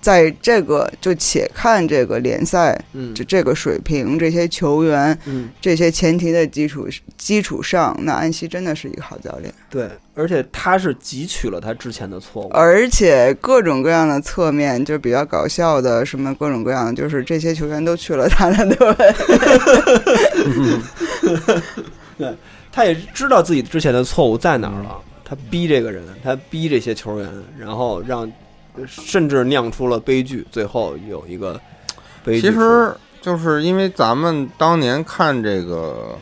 [SPEAKER 6] 在这个就且看这个联赛
[SPEAKER 3] 嗯
[SPEAKER 6] 这这个水平、这些球员、
[SPEAKER 3] 嗯。
[SPEAKER 6] 这些前提的基础基础上，那安西真的是一个好教练，
[SPEAKER 3] 对，而且他是汲取了他之前的错误，
[SPEAKER 6] 而且各种各样的侧面，就比较搞笑的，什么各种各样的，就是这些球员都去了他的队，
[SPEAKER 3] 他也知道自己之前的错误在哪儿
[SPEAKER 4] 嗯
[SPEAKER 3] 了。他逼这个人，他逼这些球员，然后让甚至酿出了悲剧，最后有一个悲剧
[SPEAKER 4] 其
[SPEAKER 3] 出现。
[SPEAKER 4] 实就是因为咱们当年看这个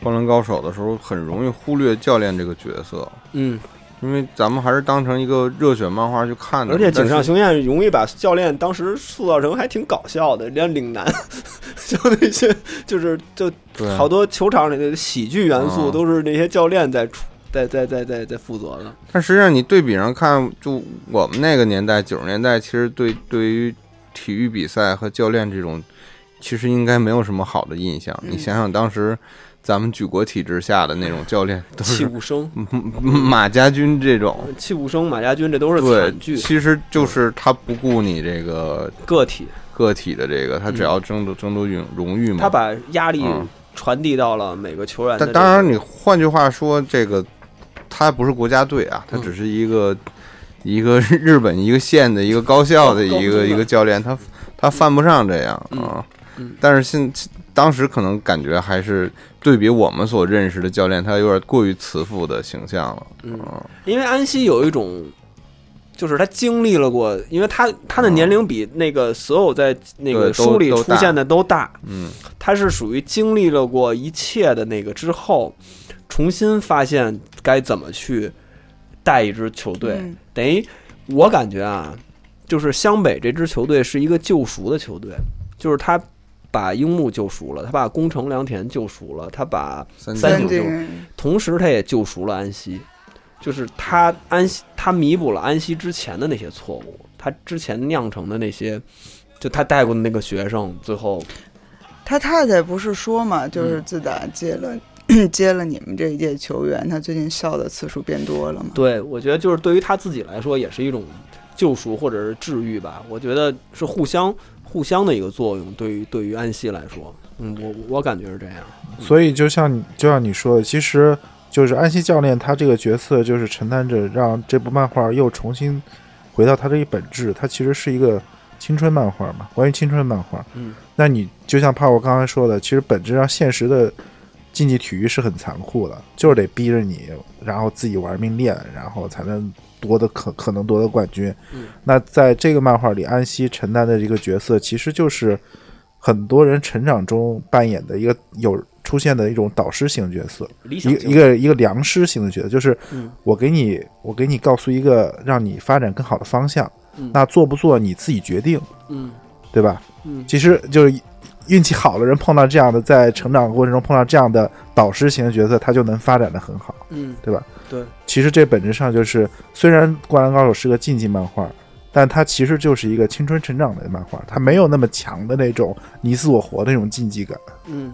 [SPEAKER 4] 《灌篮高手》的时候，很容易忽略教练这个角色，
[SPEAKER 3] 嗯，
[SPEAKER 4] 因为咱们还是当成一个热血漫画去看的。
[SPEAKER 3] 嗯而且井上
[SPEAKER 4] 但是
[SPEAKER 3] 雄彦容易把教练当时塑造成还挺搞笑的，连岭南 就那些就是就
[SPEAKER 4] 对
[SPEAKER 3] 好多球场里的喜剧元素
[SPEAKER 4] 嗯
[SPEAKER 3] 都是那些教练在出在在在在在负责的。
[SPEAKER 4] 但实际上你对比上看，就我们那个年代，九十年代，其实对对于体育比赛和教练这种，其实应该没有什么好的印象。你想想当时咱们举国体制下的那种教练，都
[SPEAKER 3] 器
[SPEAKER 4] 是
[SPEAKER 3] 物生，
[SPEAKER 4] 嗯嗯嗯马家军这种，
[SPEAKER 3] 器物生，马家军这都是
[SPEAKER 4] 对
[SPEAKER 3] 惨，剧，
[SPEAKER 4] 其实就是他不顾你这个
[SPEAKER 3] 个体，
[SPEAKER 4] 个体的这个，他只要争夺争夺荣荣誉嘛。
[SPEAKER 3] 他把压力
[SPEAKER 4] 嗯
[SPEAKER 3] 传递到了每个球员的这
[SPEAKER 4] 但
[SPEAKER 3] 个。
[SPEAKER 4] 当然，你换句话说，这个他不是国家队啊，他
[SPEAKER 3] 嗯
[SPEAKER 4] 只是一个、一个日本一个县的一个高校
[SPEAKER 3] 高
[SPEAKER 4] 的一
[SPEAKER 3] 高中
[SPEAKER 4] 个
[SPEAKER 3] 的
[SPEAKER 4] 一个教练，他他犯不上这样啊。
[SPEAKER 3] 嗯
[SPEAKER 4] 但是现当时可能感觉还是对比我们所认识的教练，他有点过于慈父的形象了。
[SPEAKER 3] 嗯
[SPEAKER 4] 啊
[SPEAKER 3] 因为安西有一种，就是他经历了过，因为他他的年龄比那个所有在那
[SPEAKER 4] 对
[SPEAKER 3] 个
[SPEAKER 4] 都
[SPEAKER 3] 书里
[SPEAKER 4] 都
[SPEAKER 3] 出
[SPEAKER 4] 大
[SPEAKER 3] 现的都大，
[SPEAKER 4] 嗯，
[SPEAKER 3] 他是属于经历了过一切的那个之后，重新发现该怎么去带一支球队。
[SPEAKER 6] 嗯
[SPEAKER 3] 等于我感觉啊，就是湘北这支球队是一个救赎的球队，就是他把樱木救赎了，他把宫城良田救赎了，他把
[SPEAKER 4] 三
[SPEAKER 3] 三
[SPEAKER 4] 井
[SPEAKER 3] 井
[SPEAKER 6] 井
[SPEAKER 3] 同时他也救赎了安西，就是他安西他弥补了安西之前的那些错误，他之前酿成的那些，就他带过的那个学生，最后
[SPEAKER 6] 他太太不是说嘛，就是自打接了、
[SPEAKER 4] 嗯
[SPEAKER 6] 接了你们这一届球员，他最近笑的次数变多了嘛。
[SPEAKER 3] 对我觉得就是对于他自己来说也是一种救赎或者是治愈吧，我觉得是互相互相的一个作用，对于对于安西来说，嗯，我我感觉是这样，
[SPEAKER 7] 所以就像你就像你说的，其实就是安西教练他这个角色就是承担着让这部漫画又重新回到它这一本质，它其实是一个青春漫画嘛，关于青春漫画。
[SPEAKER 3] 嗯，
[SPEAKER 7] 那你就像帕我刚才说的，其实本质上现实的竞技体育是很残酷的，就是得逼着你，然后自己玩命练，然后才能夺得可可能夺得冠军。
[SPEAKER 3] 嗯
[SPEAKER 7] 那在这个漫画里，安西承担的一个角色，其实就是很多人成长中扮演的一个有出现的一种导师型角色。
[SPEAKER 3] 理想
[SPEAKER 7] 一个一个一个良师型的角色，就是
[SPEAKER 3] 嗯
[SPEAKER 7] 我给你我给你告诉一个让你发展更好的方向，
[SPEAKER 3] 嗯
[SPEAKER 7] 那做不做你自己决定，
[SPEAKER 3] 嗯
[SPEAKER 7] 对吧？
[SPEAKER 3] 嗯
[SPEAKER 7] 其实就是运气好的人碰到这样的，在成长过程中碰到这样的导师型的角色，他就能发展的很好。
[SPEAKER 3] 嗯
[SPEAKER 7] 其实这本质上就是，虽然《灌篮高手》是个竞技漫画，但它其实就是一个青春成长的漫画，它没有那么强的那种你死我活的那种竞技感。
[SPEAKER 3] 嗯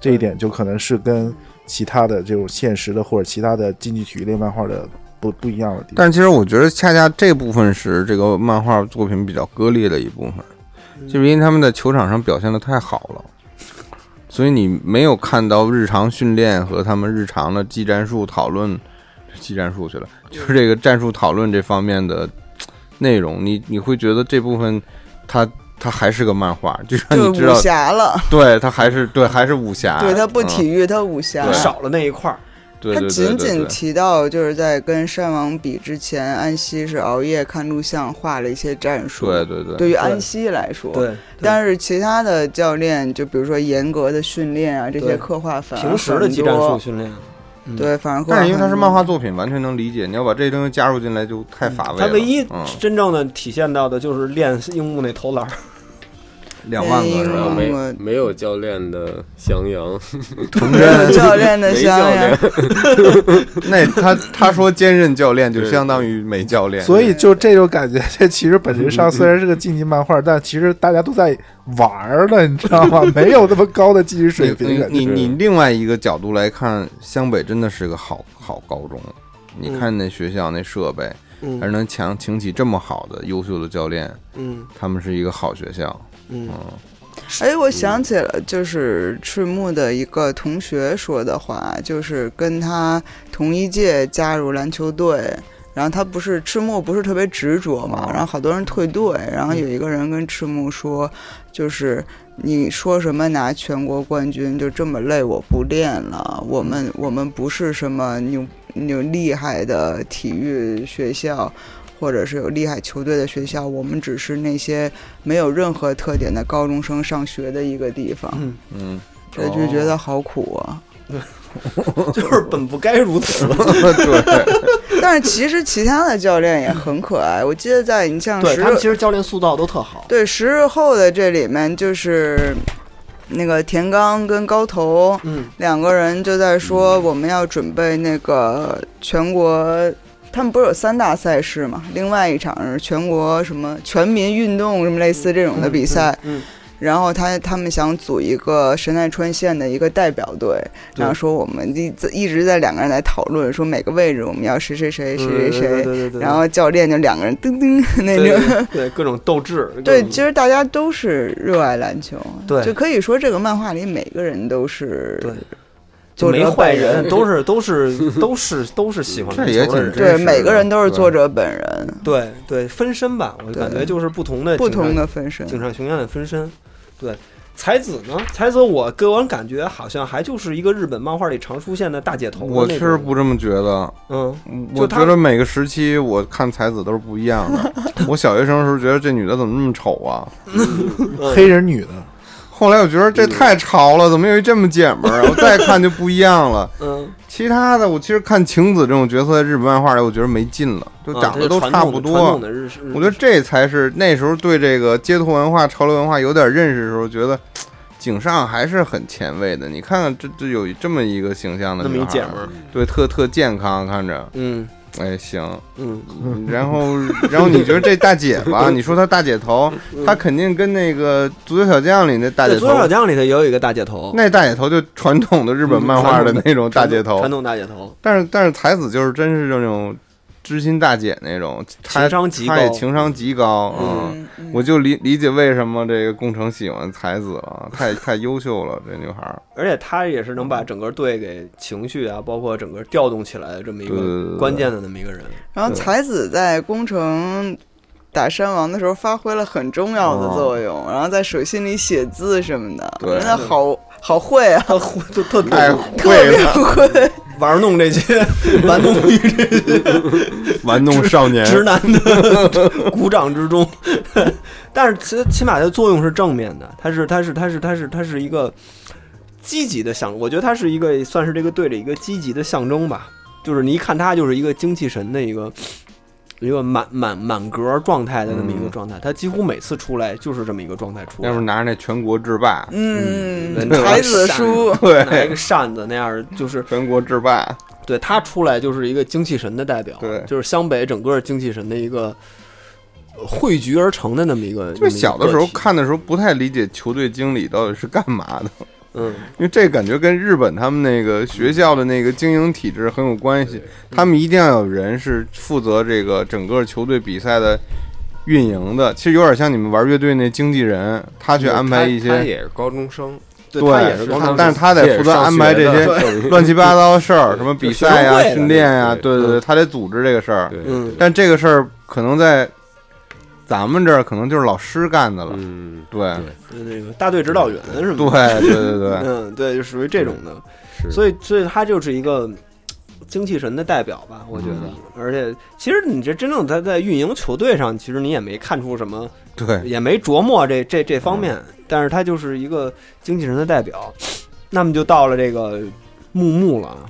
[SPEAKER 7] 这一点就可能是跟其他的这种现实的或者其他的竞技体育类漫画的不不一样的地方。
[SPEAKER 4] 但其实我觉得，恰恰这部分是这个漫画作品比较割裂的一部
[SPEAKER 6] 嗯
[SPEAKER 4] 分，就是因为他们在球场上表现的太好了，所以你没有看到日常训练和他们日常的技战术讨论，技战术去了，就是这个战术讨论这方面的嘖内容，你你会觉得这部分它它还是个漫画，就像
[SPEAKER 6] 就
[SPEAKER 4] 你
[SPEAKER 6] 是
[SPEAKER 4] 知
[SPEAKER 6] 武
[SPEAKER 4] 道，
[SPEAKER 6] 侠了，
[SPEAKER 4] 对它还是对还是武侠，
[SPEAKER 6] 对他不
[SPEAKER 4] 嗯
[SPEAKER 6] 体育，他武侠
[SPEAKER 4] 对。
[SPEAKER 3] 少了那一块儿，
[SPEAKER 4] 对
[SPEAKER 6] 他
[SPEAKER 4] 对对
[SPEAKER 6] 仅
[SPEAKER 4] 对
[SPEAKER 6] 仅
[SPEAKER 4] 对
[SPEAKER 6] 提到，就是在跟山王比之前，安西是熬夜看录像，画了一些战术。
[SPEAKER 4] 对对对
[SPEAKER 6] 对于安西来说，
[SPEAKER 3] 对，
[SPEAKER 6] 但是其他的教练，就比如说严格的训练啊，这些
[SPEAKER 3] 对
[SPEAKER 6] 刻画反而
[SPEAKER 3] 平时的
[SPEAKER 6] 很
[SPEAKER 3] 技战术
[SPEAKER 6] 多
[SPEAKER 3] 训练。嗯
[SPEAKER 6] 对，反而刻画
[SPEAKER 4] 但是因为它是
[SPEAKER 6] 很
[SPEAKER 4] 漫
[SPEAKER 6] 多
[SPEAKER 4] 画作品，完全能理解。你要把这东西加入进来，就太乏味了。
[SPEAKER 3] 他唯一
[SPEAKER 4] 嗯
[SPEAKER 3] 真正的体现到的就是练樱木那投篮儿，
[SPEAKER 4] 两万个
[SPEAKER 6] 原因
[SPEAKER 4] 是
[SPEAKER 5] 然后嗯
[SPEAKER 4] 吧？
[SPEAKER 5] 没
[SPEAKER 6] 我
[SPEAKER 5] 没有教练的翔阳，
[SPEAKER 4] 纯
[SPEAKER 6] 没有
[SPEAKER 4] 真，
[SPEAKER 6] 教练的
[SPEAKER 5] 没
[SPEAKER 6] 香
[SPEAKER 5] 教
[SPEAKER 6] 呀
[SPEAKER 5] 练，，
[SPEAKER 4] 那他他说兼任教练就相当于没教练，
[SPEAKER 7] 所以就这种感觉，这其实本质上虽然是个竞技漫画，但其实大家都在玩儿了，你知道 吗？没有那么高的技术水平。感觉
[SPEAKER 4] 你你你你另外一个角度来看，湘北真的是个好好高中。你看那学校那设备，
[SPEAKER 3] 嗯
[SPEAKER 4] 还是能强请起这么好的优秀的教练，
[SPEAKER 3] 嗯
[SPEAKER 4] 他们是一个好学校。
[SPEAKER 3] 嗯
[SPEAKER 6] 哎，我想起了，就是赤木的一个同学说的话，就是跟他同一届加入篮球队，然后他不是赤木不是特别执着嘛，然后好多人退队，然后有一个人跟赤木说，就是你说什么拿全国冠军就这么累，我不练了，我们我们不是什么牛牛厉害的体育学校。或者是有厉害球队的学校，我们只是那些没有任何特点的高中生上学的一个地方，
[SPEAKER 3] 嗯，哦
[SPEAKER 4] 嗯，
[SPEAKER 6] 我就觉得好苦啊。
[SPEAKER 3] 就是本不该如 此。
[SPEAKER 4] 对，
[SPEAKER 6] 但是其实其他的教练也很可爱，我记得在你像
[SPEAKER 3] 对
[SPEAKER 6] 十
[SPEAKER 3] 他们其实教练塑造都特好，
[SPEAKER 6] 对十日后的这里面，就是那个田刚跟高头
[SPEAKER 7] 嗯
[SPEAKER 6] 两个人就在说我们要准备那个全国，他们不是有三大赛事嘛？另外一场是全国什么全民运动什么类似这种的比赛，
[SPEAKER 7] 嗯嗯嗯
[SPEAKER 6] 然后他他们想组一个神奈川县的一个代表队，
[SPEAKER 7] 对
[SPEAKER 6] 然后说我们一一直在两个人来讨论，说每个位置我们要谁谁谁谁谁
[SPEAKER 7] 对对
[SPEAKER 6] 谁，
[SPEAKER 7] 对对，
[SPEAKER 6] 然后教练就两个人噔噔 那
[SPEAKER 3] 对
[SPEAKER 6] 种。
[SPEAKER 3] 对对各种斗 志，
[SPEAKER 6] 对，
[SPEAKER 3] 各种
[SPEAKER 6] 其实大家都是热爱篮球，
[SPEAKER 3] 对
[SPEAKER 6] 就可以说这个漫画里每个人都是
[SPEAKER 3] 对
[SPEAKER 6] 作
[SPEAKER 8] 没
[SPEAKER 6] 者
[SPEAKER 8] 坏
[SPEAKER 6] 本
[SPEAKER 8] 人，都是都是都是都是喜欢
[SPEAKER 4] 这
[SPEAKER 8] 篮
[SPEAKER 4] 也
[SPEAKER 8] 球的
[SPEAKER 4] 挺
[SPEAKER 8] 人。
[SPEAKER 4] 真
[SPEAKER 6] 对
[SPEAKER 4] 实
[SPEAKER 6] 每
[SPEAKER 4] 的
[SPEAKER 6] 个人都是
[SPEAKER 4] 对
[SPEAKER 6] 作者本人，
[SPEAKER 8] 对对，分身吧，我就
[SPEAKER 6] 对
[SPEAKER 8] 感觉就是不同的
[SPEAKER 6] 不
[SPEAKER 8] 警察
[SPEAKER 6] 同的分身。
[SPEAKER 8] 井上雄彦的分身。对，才子呢？才子我给我感觉好像还就是一个日本漫画里常出现的大姐头的
[SPEAKER 4] 哦我
[SPEAKER 8] 那
[SPEAKER 4] 其
[SPEAKER 8] 种
[SPEAKER 4] 实不这么觉得，
[SPEAKER 8] 嗯，
[SPEAKER 4] 我
[SPEAKER 8] 就他
[SPEAKER 4] 觉得每个时期我看才子都是不一 样的。我小学生的时候觉得这女的怎么那么丑啊，
[SPEAKER 7] 黑人女的，
[SPEAKER 4] 后来我觉得这太潮了，怎么有一这么姐们儿啊？我再看就不一样了。
[SPEAKER 8] 嗯，
[SPEAKER 4] 其他的，我其实看晴子这种角色在日本漫画里，我觉得没劲了，就
[SPEAKER 8] 啊
[SPEAKER 4] 长
[SPEAKER 8] 这
[SPEAKER 4] 得
[SPEAKER 8] 是
[SPEAKER 4] 都
[SPEAKER 8] 传
[SPEAKER 4] 差
[SPEAKER 8] 统
[SPEAKER 4] 不
[SPEAKER 8] 的
[SPEAKER 4] 多。
[SPEAKER 8] 传统的日式，
[SPEAKER 4] 我觉得这才是那时候对这个街头文化、潮流文化有点认识的时候，觉得井上还是很前卫的。你看看这这有这么一个形象的
[SPEAKER 8] 那么
[SPEAKER 4] 女
[SPEAKER 8] 一
[SPEAKER 4] 孩
[SPEAKER 8] 姐们儿，
[SPEAKER 4] 对，特特健康，看着，
[SPEAKER 8] 嗯
[SPEAKER 4] 哎行。
[SPEAKER 8] 嗯，
[SPEAKER 4] 然后，然后你觉得这大姐吧？你说她大姐头，她肯定跟那个《足球小将》里那大
[SPEAKER 3] 对
[SPEAKER 4] 姐
[SPEAKER 3] 《足
[SPEAKER 4] 头
[SPEAKER 3] 球，小将》里头也有一个大姐头，
[SPEAKER 4] 那大姐头就传统的日本漫画的那种大姐头
[SPEAKER 3] 传。统大姐头，
[SPEAKER 4] 但是但是才子就是真是那种知心大姐那种，她
[SPEAKER 3] 情商极高
[SPEAKER 4] 她也情商极高，嗯
[SPEAKER 6] 嗯，嗯
[SPEAKER 4] 我就理理解为什么这个工程喜欢才子了，太太优秀了，这女孩儿。
[SPEAKER 3] 而且她也是能把整个队给情绪啊，包括整个调动起来的这么一
[SPEAKER 4] 对对对
[SPEAKER 3] 个
[SPEAKER 4] 对
[SPEAKER 3] 关键的那么一个人。
[SPEAKER 6] 然后才子在宫城打山王的时候发挥了很重要的作用，然后在手心里写字什么的，
[SPEAKER 4] 对
[SPEAKER 6] 真的好好会啊，
[SPEAKER 3] 他会就特
[SPEAKER 4] 太
[SPEAKER 6] 特
[SPEAKER 4] 会
[SPEAKER 6] 别
[SPEAKER 4] 了，
[SPEAKER 6] 会。
[SPEAKER 3] 玩弄这些 玩弄于这
[SPEAKER 4] 玩弄少年
[SPEAKER 3] 直男的鼓掌之中， 但是其起码它的作用是正面的，它是它是它是它是它是一个积极的象，我觉得它是一个算是这个队里一个积极的象征吧，就是你一看他就是一个精气神的一个一个满满满格状态的那么一个状态，他几乎每次出来就是这么一个状态出来嗯
[SPEAKER 4] 要不，拿着那全国制霸，
[SPEAKER 6] 嗯，
[SPEAKER 3] 对
[SPEAKER 6] 才子书，
[SPEAKER 3] 拿一
[SPEAKER 4] 对
[SPEAKER 3] 个，扇子那样儿就是
[SPEAKER 4] 全国制霸，
[SPEAKER 3] 对他出来就是一个精气神的代表，
[SPEAKER 4] 嗯对
[SPEAKER 3] 就是湘北整个精气神的一个呃汇聚而成的那么一个。
[SPEAKER 4] 就是小的时
[SPEAKER 3] 那
[SPEAKER 4] 候
[SPEAKER 3] 么一个个体，
[SPEAKER 4] 看的时候不太理解球队经理到底是干嘛的，
[SPEAKER 3] 嗯，
[SPEAKER 4] 因为这感觉跟日本他们那个学校的那个经营体制很有关系，他们一定要有人是负责这个整个球队比赛的运营的，其实有点像你们玩乐队那经纪人，他去安排一些
[SPEAKER 5] 他也是高中生，
[SPEAKER 3] 对
[SPEAKER 4] 对
[SPEAKER 3] 他也是
[SPEAKER 4] 他
[SPEAKER 3] 高中生
[SPEAKER 4] 但是他得负责安排这些
[SPEAKER 5] 些
[SPEAKER 4] 乱七八糟的事儿，什么比赛呀、
[SPEAKER 3] 学生会啊
[SPEAKER 4] 训练呀、
[SPEAKER 5] 对
[SPEAKER 4] 对对对，他得组织这个事儿。
[SPEAKER 5] 对，
[SPEAKER 3] 嗯
[SPEAKER 4] 但这个事儿可能在咱们这儿可能就是老师干的了，
[SPEAKER 5] 嗯，
[SPEAKER 4] 对
[SPEAKER 5] 对
[SPEAKER 3] 对那个大队指导员是吗？
[SPEAKER 4] 对 对对对，
[SPEAKER 3] 嗯，对，就属于这种的。
[SPEAKER 5] 是，以
[SPEAKER 3] 所以，所以他就是一个嗯精气神的代表吧，我觉得。
[SPEAKER 4] 嗯
[SPEAKER 3] 而且，其实你这真正他在运营球队上，其实你也没看出什么，
[SPEAKER 4] 对
[SPEAKER 3] 也没琢磨这这这方面，但是他就是一个精气神的代表。那么就到了这个木木了啊，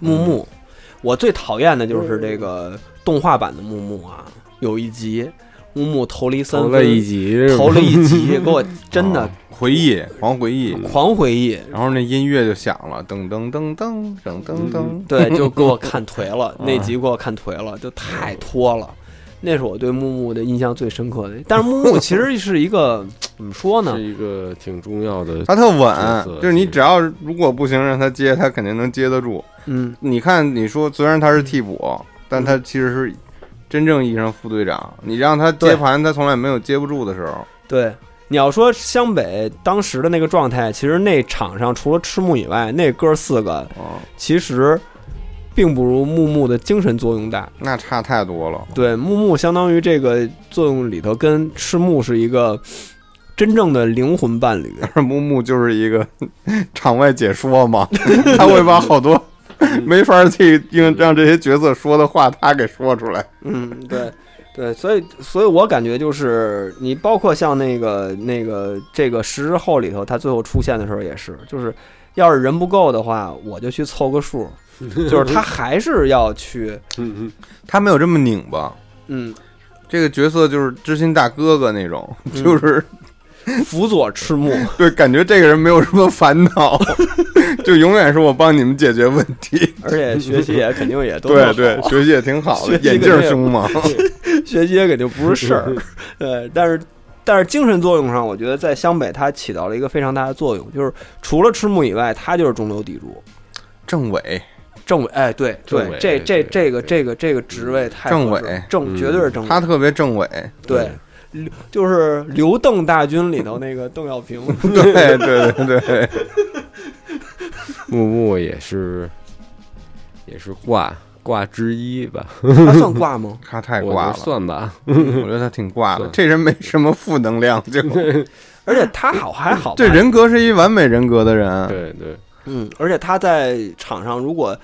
[SPEAKER 3] 木木，
[SPEAKER 5] 嗯
[SPEAKER 3] 我最讨厌的就是这个动画版的木木啊，有一集木木投离三
[SPEAKER 5] 投
[SPEAKER 3] 分，
[SPEAKER 5] 了一集，哦
[SPEAKER 3] 投了一集，给我真的
[SPEAKER 4] 啊回忆黄回忆，
[SPEAKER 3] 狂回忆，
[SPEAKER 4] 然后那音乐就响了，噔噔噔噔噔噔噔，
[SPEAKER 3] 对，就给我看颓
[SPEAKER 5] 哦
[SPEAKER 3] 了，那集给我看颓了，就太拖了。那是我对木木的印象最深刻的，但是木木其实是一个怎么说呢
[SPEAKER 5] 是？一个挺重要的，
[SPEAKER 4] 他特
[SPEAKER 5] 角色
[SPEAKER 4] 稳，就是你
[SPEAKER 5] 是
[SPEAKER 4] 只要如果不行让他接，他肯定能接得住。
[SPEAKER 3] 嗯，
[SPEAKER 4] 你看，你说虽然他是替补，但他其实是真正意义上副队长。你让他接
[SPEAKER 3] 对
[SPEAKER 4] 盘，他从来没有接不住的时候。
[SPEAKER 3] 对。你要说湘北当时的那个状态，其实那场上除了赤木以外，那哥四个
[SPEAKER 4] 啊，
[SPEAKER 3] 其实并不如木木的精神作用大。
[SPEAKER 4] 那差太多了。
[SPEAKER 3] 对，木木相当于这个作用里头跟赤木是一个真正的灵魂伴侣。
[SPEAKER 4] 但是木木就是一个场外解说嘛， 他会把好多 没法去应让这些角色说的话，他给说出来。
[SPEAKER 3] 嗯，对，对，所以，所以我感觉就是你，包括像那个那个这个十日后里头，他最后出现的时候也是，就是要是人不够的话，我就去凑个 数，就是他还是要去，
[SPEAKER 5] 嗯
[SPEAKER 4] 他没有这么拧巴，
[SPEAKER 3] 嗯，
[SPEAKER 4] 这个角色就是知心大哥哥那种，
[SPEAKER 3] 嗯
[SPEAKER 4] 就是
[SPEAKER 3] 辅佐赤 木，
[SPEAKER 4] 对，感觉这个人没有什么烦恼， 就永远是我帮你们解决问题。
[SPEAKER 3] 而且学习也肯定也都
[SPEAKER 4] 对对，学习也挺好的，
[SPEAKER 3] 学习
[SPEAKER 4] 眼镜儿凶猛。
[SPEAKER 3] 学习也肯定不是事儿，对，但是但是精神作用上，我觉得在湘北它起到了一个非常大的作用，就是除了赤木以外，他就是中流砥柱。
[SPEAKER 4] 政委，
[SPEAKER 3] 政委，哎，对
[SPEAKER 5] 政
[SPEAKER 3] 对
[SPEAKER 5] 委，
[SPEAKER 3] 这这
[SPEAKER 5] 对
[SPEAKER 3] 这个这个这个职位太
[SPEAKER 4] 政
[SPEAKER 3] 合适了
[SPEAKER 4] 委嗯
[SPEAKER 3] 政绝对是政
[SPEAKER 4] 他
[SPEAKER 3] 委，
[SPEAKER 4] 特别政 委，
[SPEAKER 3] 对，刘就是刘邓大军里头那个邓小 平，
[SPEAKER 4] 对对对对，
[SPEAKER 5] 木木也是也是挂挂之一吧，
[SPEAKER 3] 他算挂吗？
[SPEAKER 4] 他太
[SPEAKER 5] 我
[SPEAKER 4] 挂
[SPEAKER 5] 觉得
[SPEAKER 4] 了，
[SPEAKER 5] 算吧，
[SPEAKER 4] 我觉得他挺挂的。
[SPEAKER 5] 算
[SPEAKER 4] 这人没什么负能量，就
[SPEAKER 3] 而且他好还好吧，
[SPEAKER 4] 这人格是一完美人格的人。
[SPEAKER 5] 对对，
[SPEAKER 3] 嗯，而且他在场上如果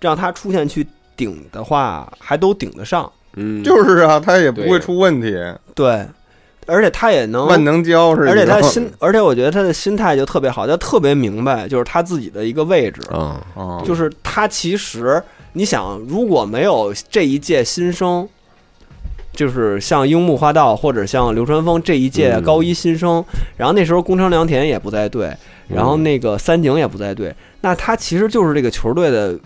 [SPEAKER 3] 让他出现去顶的话，还都顶得上。
[SPEAKER 5] 嗯，
[SPEAKER 4] 就是啊，他也不会
[SPEAKER 5] 对
[SPEAKER 4] 出问题，
[SPEAKER 3] 对，而且他也能
[SPEAKER 4] 万能胶是一
[SPEAKER 3] 嗯
[SPEAKER 4] 个。嗯
[SPEAKER 3] 而且他心，而且我觉得他的心态就特别好，他特别明白就是他自己的一个位置，
[SPEAKER 5] 啊，
[SPEAKER 4] 哦
[SPEAKER 3] 就是他其实你想，如果没有这一届新生，就是像樱木花道或者像流川枫这一届
[SPEAKER 5] 嗯
[SPEAKER 3] 高一新生，然后那时候宫城良田也不在队，
[SPEAKER 4] 嗯
[SPEAKER 3] 然后那个三井也不在队，那他其实就是这个球队的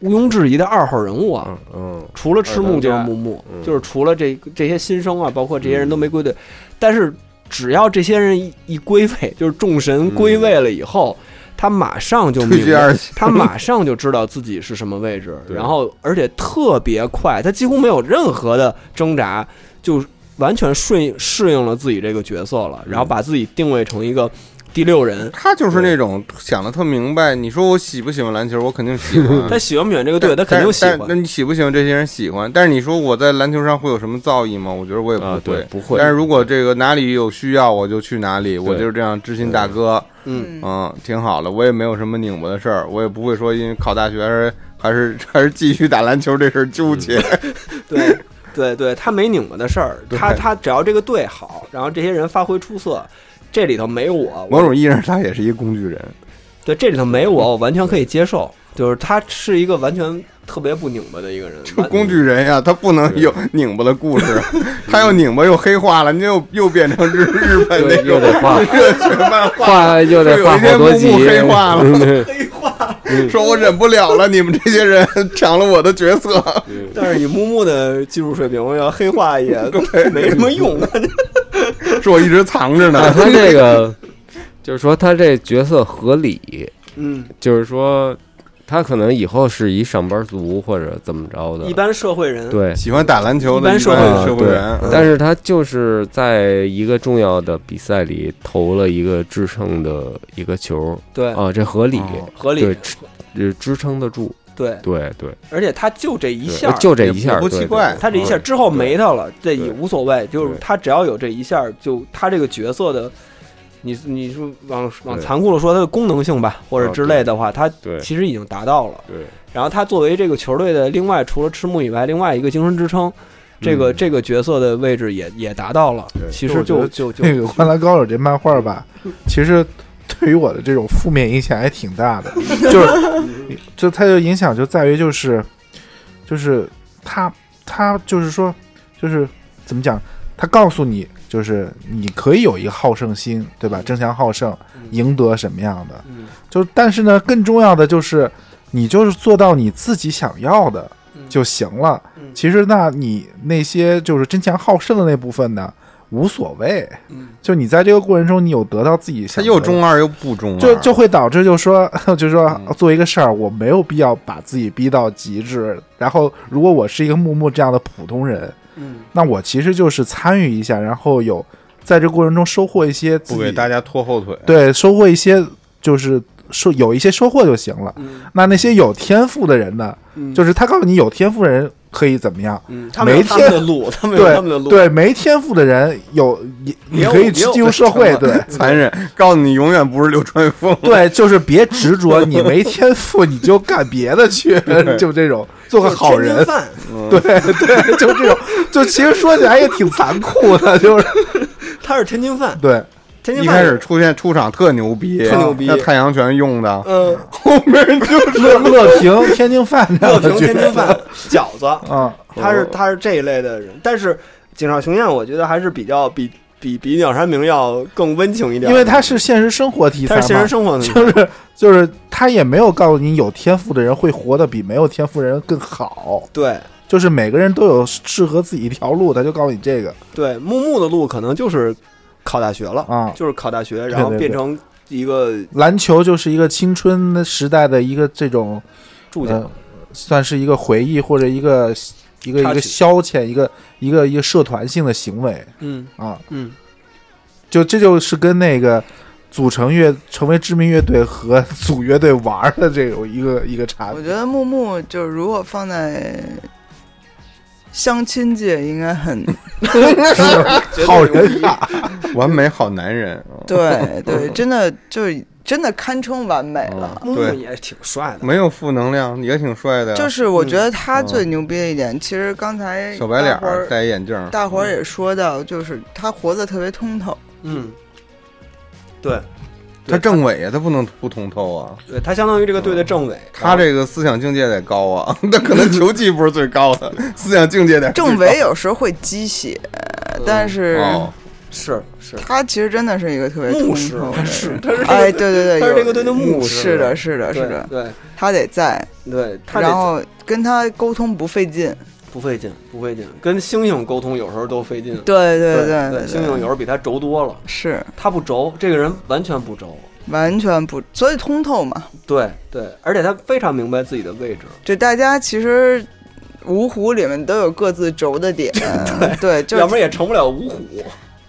[SPEAKER 3] 毋庸置疑的二号人物啊。
[SPEAKER 5] 嗯嗯
[SPEAKER 3] 除了赤
[SPEAKER 4] 啊
[SPEAKER 3] 木就是木木，
[SPEAKER 5] 嗯
[SPEAKER 3] 就是除了这这些新生啊，包括这些人都没归
[SPEAKER 4] 嗯
[SPEAKER 3] 队，但是只要这些人一一归位，就是众神归位了以后，他马上就
[SPEAKER 4] 嗯退
[SPEAKER 3] 明
[SPEAKER 4] 居
[SPEAKER 3] 白，
[SPEAKER 4] 二线，
[SPEAKER 3] 他马上就知道自己是什么位置，
[SPEAKER 5] 对
[SPEAKER 3] 然后而且特别快，他几乎没有任何的挣扎，就完全顺应适应了自己这个角色了，然
[SPEAKER 4] 嗯
[SPEAKER 3] 后把自己定位成一个第六人。
[SPEAKER 4] 他就是那种想的特明白。你说我喜不喜欢篮球？我肯定 喜欢。
[SPEAKER 3] 他喜欢不喜欢这个队，他
[SPEAKER 4] 但
[SPEAKER 3] 肯定喜
[SPEAKER 4] 但但
[SPEAKER 3] 欢。
[SPEAKER 4] 那你喜不喜欢这些人喜欢？但是你说我在篮球上会有什么造诣吗？我觉得我也不
[SPEAKER 5] 啊，
[SPEAKER 4] 会。
[SPEAKER 5] 对，不会，
[SPEAKER 4] 但是如果这个哪里有需要，我就去哪里，我
[SPEAKER 5] 对
[SPEAKER 4] 就是这样知心大哥，
[SPEAKER 3] 嗯，
[SPEAKER 4] 嗯，挺好的。我也没有什么拧巴的事儿，我也不会说因为考大学还是还是 还是继续打篮球这事儿纠结。
[SPEAKER 3] 对对对，他没拧巴的事儿，
[SPEAKER 4] 对
[SPEAKER 3] 他他只要这个队好，然后这些人发挥出色，这里头没我，
[SPEAKER 4] 某
[SPEAKER 3] 我
[SPEAKER 4] 种意义上，他也是一工具人。
[SPEAKER 3] 对这里头没我，我完全可以接受。就是他是一个完全特别不拧巴的一个人，
[SPEAKER 4] 就工具人呀，他不能有拧巴的故 事，嗯他又拧巴又黑化了，你又又变成日日本那
[SPEAKER 5] 又又
[SPEAKER 4] 个
[SPEAKER 5] 得画
[SPEAKER 4] 热血漫画，
[SPEAKER 5] 画又得画好多集，
[SPEAKER 4] 就有一天木木黑 化了
[SPEAKER 5] 嗯
[SPEAKER 4] 说我忍不了了，你们这些人 抢了我的角色。
[SPEAKER 3] 但是以木木的技术水平，要黑化也没什么用。
[SPEAKER 4] 是我一直藏着
[SPEAKER 5] 那
[SPEAKER 4] 呢。
[SPEAKER 5] 他这 个就是说他这角色合理，
[SPEAKER 3] 嗯，
[SPEAKER 5] 就是说他可能以后是一上班族或者怎么着的，
[SPEAKER 3] 一般社会人，
[SPEAKER 5] 对，
[SPEAKER 4] 喜欢打篮球的
[SPEAKER 3] 一般社会
[SPEAKER 5] 啊
[SPEAKER 4] 社会
[SPEAKER 5] 对
[SPEAKER 4] 人，嗯
[SPEAKER 5] 但是他就是在一个重要的比赛里投了一个制胜的一个球
[SPEAKER 3] 对
[SPEAKER 5] 啊，这合理，
[SPEAKER 4] 哦
[SPEAKER 3] 合理
[SPEAKER 5] 对，支呃支撑得住，
[SPEAKER 3] 对，
[SPEAKER 5] 对对，
[SPEAKER 3] 而且他就这一
[SPEAKER 5] 对
[SPEAKER 3] 下儿，
[SPEAKER 5] 就这一下
[SPEAKER 4] 也
[SPEAKER 5] 儿
[SPEAKER 4] 不
[SPEAKER 5] 对
[SPEAKER 4] 奇
[SPEAKER 5] 对
[SPEAKER 4] 怪
[SPEAKER 5] 对
[SPEAKER 3] 他这一下之后没他了，这也
[SPEAKER 5] 对
[SPEAKER 3] 无所谓，就是
[SPEAKER 5] 对
[SPEAKER 3] 他只要有这一下，就他这个角色的，你你说往往
[SPEAKER 5] 对
[SPEAKER 3] 残酷了说，他的功能性吧，或者
[SPEAKER 5] 啊
[SPEAKER 3] 之类的话，他
[SPEAKER 5] 对
[SPEAKER 3] 其实已经达到了。
[SPEAKER 5] 对
[SPEAKER 3] 然后他作为这个球队的另外除了赤木以外，另外一个精神支撑，这个
[SPEAKER 5] 嗯
[SPEAKER 3] 这个角色的位置也也达到了。
[SPEAKER 5] 对
[SPEAKER 3] 其实
[SPEAKER 7] 我
[SPEAKER 3] 就
[SPEAKER 7] 觉得
[SPEAKER 3] 就就
[SPEAKER 7] 那个《灌篮高手》这漫画吧，其实对于我的这种负面影响还挺大的，就是就它的影响就在于就是就是他他就是说就是怎么讲，他告诉你就是你可以有一个好胜心，对吧？争强好胜，赢得什么样的？
[SPEAKER 3] 嗯
[SPEAKER 7] 就但是呢，更重要的就是你就是做到你自己想要的就行了。
[SPEAKER 3] 嗯
[SPEAKER 7] 其实，那你那些就是争强好胜的那部分呢，无所谓。
[SPEAKER 3] 嗯
[SPEAKER 7] 就你在这个过程中，你有得到自己
[SPEAKER 4] 他
[SPEAKER 7] 想
[SPEAKER 4] 又
[SPEAKER 7] 得到
[SPEAKER 4] 中二又不中二，
[SPEAKER 7] 就就会导致就说 就说
[SPEAKER 4] 嗯
[SPEAKER 7] 做一个事儿，我没有必要把自己逼到极致。然后，如果我是一个木木这样的普通人，
[SPEAKER 3] 嗯
[SPEAKER 7] 那我其实就是参与一下，然后有在这过程中收获一些自
[SPEAKER 4] 不给
[SPEAKER 7] 己
[SPEAKER 4] 大家拖后腿。
[SPEAKER 7] 对收获一些就是收有一些收获就行了。
[SPEAKER 3] 嗯
[SPEAKER 7] 那那些有天赋的人呢，
[SPEAKER 3] 嗯
[SPEAKER 7] 就是他告诉你有天赋的人可以怎么样？
[SPEAKER 3] 嗯，他们有
[SPEAKER 7] 没
[SPEAKER 3] 他们的
[SPEAKER 7] 天
[SPEAKER 3] 路，他们有他们的
[SPEAKER 7] 对
[SPEAKER 3] 路，
[SPEAKER 7] 对，没天赋的人有也
[SPEAKER 3] 也
[SPEAKER 7] 你
[SPEAKER 3] 有
[SPEAKER 7] 可以
[SPEAKER 3] 也有
[SPEAKER 7] 进入社会，对
[SPEAKER 4] 残忍，告诉你永远不是流川枫。
[SPEAKER 7] 对，就是别执着，你没天赋你就干别的去， 就这种做个好
[SPEAKER 3] 天津
[SPEAKER 7] 人，
[SPEAKER 3] 饭
[SPEAKER 7] 对对，就这种，就其实说起来也挺残酷的，就是
[SPEAKER 3] 他是天津饭，
[SPEAKER 7] 对，
[SPEAKER 3] 天津
[SPEAKER 4] 一
[SPEAKER 3] 饭
[SPEAKER 4] 开
[SPEAKER 3] 有
[SPEAKER 4] 始出现出场特牛逼，
[SPEAKER 3] 特牛逼
[SPEAKER 4] 那太阳拳用的，
[SPEAKER 3] 嗯，
[SPEAKER 4] 后面就是
[SPEAKER 7] 乐乐平天津饭这
[SPEAKER 3] 乐
[SPEAKER 7] 样
[SPEAKER 3] 平
[SPEAKER 7] 的角
[SPEAKER 3] 天津
[SPEAKER 7] 色
[SPEAKER 3] 饭饺子，
[SPEAKER 7] 啊，
[SPEAKER 3] 他是他是这一类的人，但是井上雄彦我觉得还是比较比比比鸟山明要更温情一点，
[SPEAKER 7] 因为它是现实生活题材
[SPEAKER 3] 它
[SPEAKER 7] 嘛，
[SPEAKER 3] 是现实生活的那种，
[SPEAKER 7] 就是就是他也没有告诉你有天赋的人会活得比没有天赋的人更好，
[SPEAKER 3] 对
[SPEAKER 7] 就是每个人都有适合自己一条路，他就告诉你这个
[SPEAKER 3] 对，木木的路可能就是考大学了，
[SPEAKER 7] 啊。
[SPEAKER 3] 就是考大学，然后
[SPEAKER 7] 对对
[SPEAKER 3] 变成一个
[SPEAKER 7] 篮球就是一个青春时代的一个这种，
[SPEAKER 3] 助教，
[SPEAKER 7] 呃，算是一个回忆或者一个一个一
[SPEAKER 3] 插
[SPEAKER 7] 个
[SPEAKER 3] 曲
[SPEAKER 7] 消遣，一个一个一个社团性的行为
[SPEAKER 3] 嗯
[SPEAKER 7] 啊。
[SPEAKER 3] 嗯，
[SPEAKER 7] 就这就是跟那个组成乐成为知名乐队和组乐队玩儿的这种 一个一个差
[SPEAKER 6] 我
[SPEAKER 7] 别。
[SPEAKER 6] 觉得木木就是如果放在相亲界，应该 很
[SPEAKER 7] 好人啊卡，
[SPEAKER 4] 完美好男人，嗯
[SPEAKER 6] 对对，真的就是真的堪称完美了。
[SPEAKER 3] 木木
[SPEAKER 4] 嗯对
[SPEAKER 3] 也挺帅的，
[SPEAKER 4] 没有负能量，也挺帅的呀，
[SPEAKER 6] 就是我觉得他最牛逼的一点，其实刚才
[SPEAKER 4] 小白脸
[SPEAKER 6] 大伙
[SPEAKER 4] 儿，
[SPEAKER 6] 儿
[SPEAKER 4] 戴眼镜儿，
[SPEAKER 6] 大伙儿也说到，就是他活得特别通透。
[SPEAKER 3] 嗯，对
[SPEAKER 4] 他政委啊，他不能不通透啊，
[SPEAKER 3] 对，他相当于这个队的政委，
[SPEAKER 4] 他这个思想境界得高啊， 他可能球技不是最高的，思想境界得是最高
[SPEAKER 6] 政委有时候会鸡血，但是
[SPEAKER 4] 哦，
[SPEAKER 3] 是是
[SPEAKER 6] 他其实真的是一个特别
[SPEAKER 3] 牧
[SPEAKER 6] 通
[SPEAKER 3] 师
[SPEAKER 6] 透，
[SPEAKER 3] 他
[SPEAKER 6] 的
[SPEAKER 3] 是
[SPEAKER 6] 人。
[SPEAKER 3] 他是
[SPEAKER 6] 哎，对对对，
[SPEAKER 3] 他是这
[SPEAKER 6] 有
[SPEAKER 3] 个队的牧师
[SPEAKER 6] 是的，是的，
[SPEAKER 3] 对
[SPEAKER 6] 是的，
[SPEAKER 3] 对
[SPEAKER 6] 他得在，
[SPEAKER 3] 对，他
[SPEAKER 6] 然
[SPEAKER 3] 得
[SPEAKER 6] 后跟他沟通不费劲。
[SPEAKER 3] 不费劲，不费劲，跟猩猩沟通有时候都费劲。
[SPEAKER 6] 对对
[SPEAKER 3] 对，猩猩有
[SPEAKER 6] 对，
[SPEAKER 3] 时候比他轴多了，
[SPEAKER 6] 是
[SPEAKER 3] 他不轴，这个人完全不轴。
[SPEAKER 6] 完全不，所以通透嘛。
[SPEAKER 3] 对对，而且他非常明白自己的位置，
[SPEAKER 6] 就大家其实芜湖里面都有各自轴的 点，对，就
[SPEAKER 3] 要不
[SPEAKER 6] 是
[SPEAKER 3] 然也成不了五虎。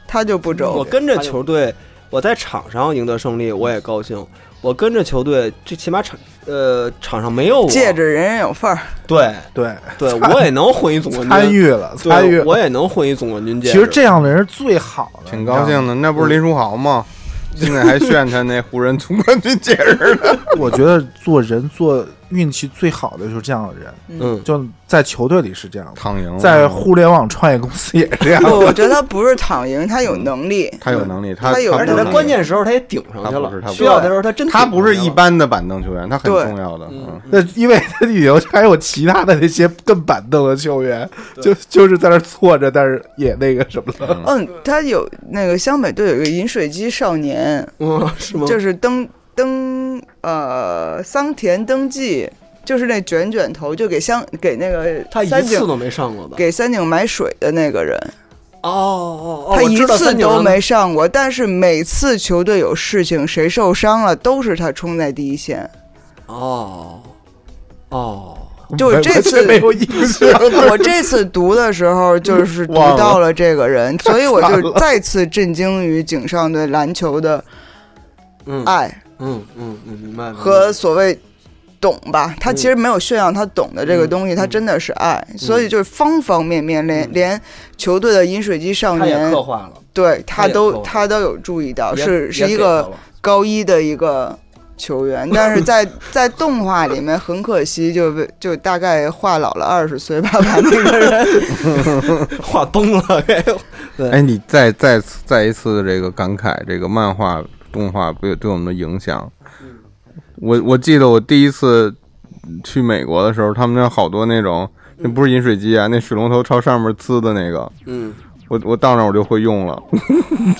[SPEAKER 6] 他就不轴
[SPEAKER 3] 我。跟着球队，我在场上赢得胜利，我也高兴。我跟着球队，这起码场呃场上没有我
[SPEAKER 6] 戒，指人人 有份儿，
[SPEAKER 3] 对
[SPEAKER 7] 对，
[SPEAKER 3] 对，我也能混一总冠军，
[SPEAKER 7] 参与了，
[SPEAKER 3] 对
[SPEAKER 7] 参与了。
[SPEAKER 3] 我也能混一总冠军戒指。
[SPEAKER 7] 其实这样的人是最好的，
[SPEAKER 4] 挺高兴的，那不是林书豪吗？现在还炫他那湖人总冠军戒指呢，
[SPEAKER 7] 你知道吗。我觉得做人做运气最好的就是这样的人，
[SPEAKER 3] 嗯，
[SPEAKER 7] 就在球队里是这样的，
[SPEAKER 4] 躺赢了啊
[SPEAKER 7] 在互联网创业公司也是这样
[SPEAKER 6] 不，
[SPEAKER 7] 的。
[SPEAKER 6] 我觉得他不是躺赢，他有能力。
[SPEAKER 4] 他有能力，他
[SPEAKER 6] 他有
[SPEAKER 3] 而且
[SPEAKER 4] 不
[SPEAKER 3] 他
[SPEAKER 4] 能
[SPEAKER 3] 关键时候他也顶上去
[SPEAKER 4] 他不是
[SPEAKER 3] 了，
[SPEAKER 4] 他不是
[SPEAKER 3] 需要的时候他真
[SPEAKER 4] 他不是
[SPEAKER 3] 顶上
[SPEAKER 4] 一
[SPEAKER 3] 去了
[SPEAKER 4] 般的板凳球员，他很
[SPEAKER 6] 对
[SPEAKER 4] 重要的，嗯
[SPEAKER 3] 嗯，
[SPEAKER 7] 那因为他里头还有其他的那些更板凳的球员，就就是在那儿坐着，但是也那个什么了。
[SPEAKER 6] 嗯，他有那个湘北队有一个饮水机少年，
[SPEAKER 3] 嗯 是吗？
[SPEAKER 6] 就是登登呃桑田登记，就是那卷卷头，就给湘给那个
[SPEAKER 3] 他一
[SPEAKER 6] 三
[SPEAKER 3] 次
[SPEAKER 6] 井
[SPEAKER 3] 都没上过吧？
[SPEAKER 6] 给三井买水的那个人，
[SPEAKER 3] 哦哦哦，
[SPEAKER 6] 他
[SPEAKER 3] 我
[SPEAKER 6] 一
[SPEAKER 3] 知道
[SPEAKER 6] 次
[SPEAKER 3] 三井
[SPEAKER 6] 都
[SPEAKER 3] 让
[SPEAKER 6] 没上过，但是每次球队有事情，谁受伤了，都是他冲在第一线。
[SPEAKER 3] 他哦哦，
[SPEAKER 6] 就是这次
[SPEAKER 7] 完全嗯没有印象，
[SPEAKER 6] 我这次读的时候，就是读到了这个人，所以我就再次震惊于井上对篮球的
[SPEAKER 3] 嗯
[SPEAKER 6] 爱
[SPEAKER 3] 嗯嗯嗯，明白了
[SPEAKER 6] 和所谓懂吧。他其实没有炫耀他懂的这个东西，他真的是爱。所以就是方方面面，连连球队的饮水机少
[SPEAKER 3] 他也
[SPEAKER 6] 年
[SPEAKER 3] 刻，画了，
[SPEAKER 6] 对
[SPEAKER 3] 他
[SPEAKER 6] 他
[SPEAKER 3] 也刻
[SPEAKER 6] 都
[SPEAKER 3] 画
[SPEAKER 6] 他都有注意到，
[SPEAKER 3] 也
[SPEAKER 6] 是是
[SPEAKER 3] 也
[SPEAKER 6] 一
[SPEAKER 3] 给
[SPEAKER 6] 个
[SPEAKER 3] 到了
[SPEAKER 6] 高一的一个球员，但是在 在动画里面很可惜就被，就大概话老了二十岁吧，把那个人
[SPEAKER 3] 画崩了，给
[SPEAKER 4] 哎，你再再次再一次的这个感慨，这个漫画动画对对我们的影响。我我记得我第一次去美国的时候，他们那好多那种，那不是饮水机啊，那水龙头朝上面呲的那个，
[SPEAKER 3] 嗯，
[SPEAKER 4] 我我到那儿我就会用了。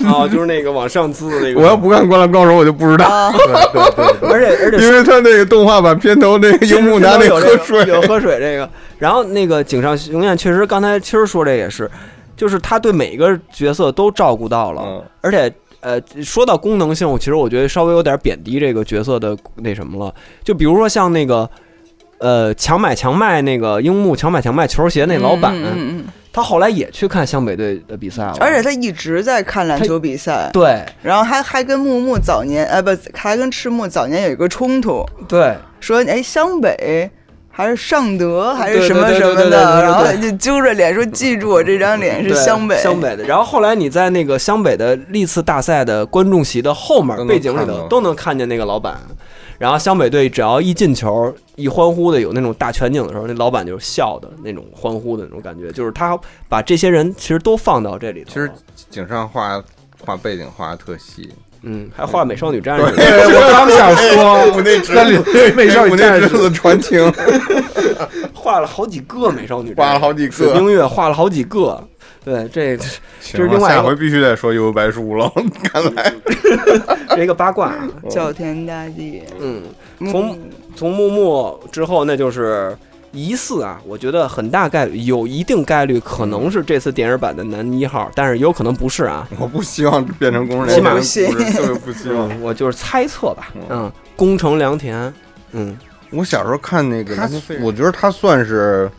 [SPEAKER 3] 哦，就是那个往上滋的那个，
[SPEAKER 4] 我要不看《灌篮高手》，我就不知道，
[SPEAKER 6] 啊，
[SPEAKER 3] 而且而且
[SPEAKER 4] 因为他那个动画版片头那个樱木拿那
[SPEAKER 3] 有这
[SPEAKER 4] 喝
[SPEAKER 3] 个
[SPEAKER 4] 水，
[SPEAKER 3] 有喝水这个。然后那个井上雄彦确实刚才其实说这也是，就是他对每个角色都照顾到了，
[SPEAKER 4] 嗯
[SPEAKER 3] 而且。呃，说到功能性，我其实我觉得稍微有点贬低这个角色的那什么了。就比如说像那个，呃，强买强卖那个樱木强买强卖球 鞋那老板，
[SPEAKER 6] 嗯嗯嗯，
[SPEAKER 3] 他后来也去看湘北队的比赛了，
[SPEAKER 6] 而且他一直在看篮球比赛，
[SPEAKER 3] 对
[SPEAKER 6] 然后还还跟木木早年，哎不，还跟赤木早年有一个冲突，
[SPEAKER 3] 对，
[SPEAKER 6] 说哎湘北。还是尚德还是
[SPEAKER 3] 对
[SPEAKER 6] 什么
[SPEAKER 3] 对对
[SPEAKER 6] 什么
[SPEAKER 3] 对对对对
[SPEAKER 6] 的，
[SPEAKER 3] 对
[SPEAKER 6] 然后就揪着脸说：“记住我这张脸是
[SPEAKER 3] 对
[SPEAKER 6] 湘北。”
[SPEAKER 3] 湘北的。然后后来你在那个湘北的历次大赛的观众席的后面
[SPEAKER 4] 都能
[SPEAKER 3] 背景里
[SPEAKER 4] 看
[SPEAKER 3] 头
[SPEAKER 4] 到
[SPEAKER 3] 都能看见那个老板。然后湘北队只要一进球、一欢呼的有那种大全景的时候，那老板就是笑的那种欢呼的那种感觉，就是他把这些人其实都放到这里头
[SPEAKER 4] 其
[SPEAKER 3] 了。
[SPEAKER 4] 实井上画画背景画得特细，
[SPEAKER 3] 嗯，还画美少女战士呢，
[SPEAKER 7] 对我刚想说，那里头有美少女
[SPEAKER 4] 我那
[SPEAKER 7] 战
[SPEAKER 4] 只
[SPEAKER 7] 士，
[SPEAKER 4] 子传情，
[SPEAKER 3] 画了好几个美少女战士，
[SPEAKER 4] 画了好几
[SPEAKER 3] 水
[SPEAKER 4] 个。
[SPEAKER 3] 冰月画了好几个，对，这
[SPEAKER 4] 行
[SPEAKER 3] 这是
[SPEAKER 4] 了
[SPEAKER 3] 另外一
[SPEAKER 4] 下
[SPEAKER 3] 个
[SPEAKER 4] 回必须得说幽游白书了。看来
[SPEAKER 3] 这一个八卦。啊
[SPEAKER 6] 叫天大地，
[SPEAKER 3] 嗯，
[SPEAKER 6] 嗯
[SPEAKER 3] 从从木木之后，那就是疑似啊，我觉得很大概率有一定概率可能是这次电影版的男一号，但是也有可能不是啊。
[SPEAKER 4] 我不希望变成工人，
[SPEAKER 3] 起码
[SPEAKER 4] 故事特别不希望。
[SPEAKER 3] 嗯，我就是猜测吧
[SPEAKER 4] 嗯。
[SPEAKER 3] 嗯，宫城良田，嗯，
[SPEAKER 4] 我小时候看那个
[SPEAKER 3] 他
[SPEAKER 4] 篮球
[SPEAKER 3] 虽，然
[SPEAKER 4] 我觉得他算是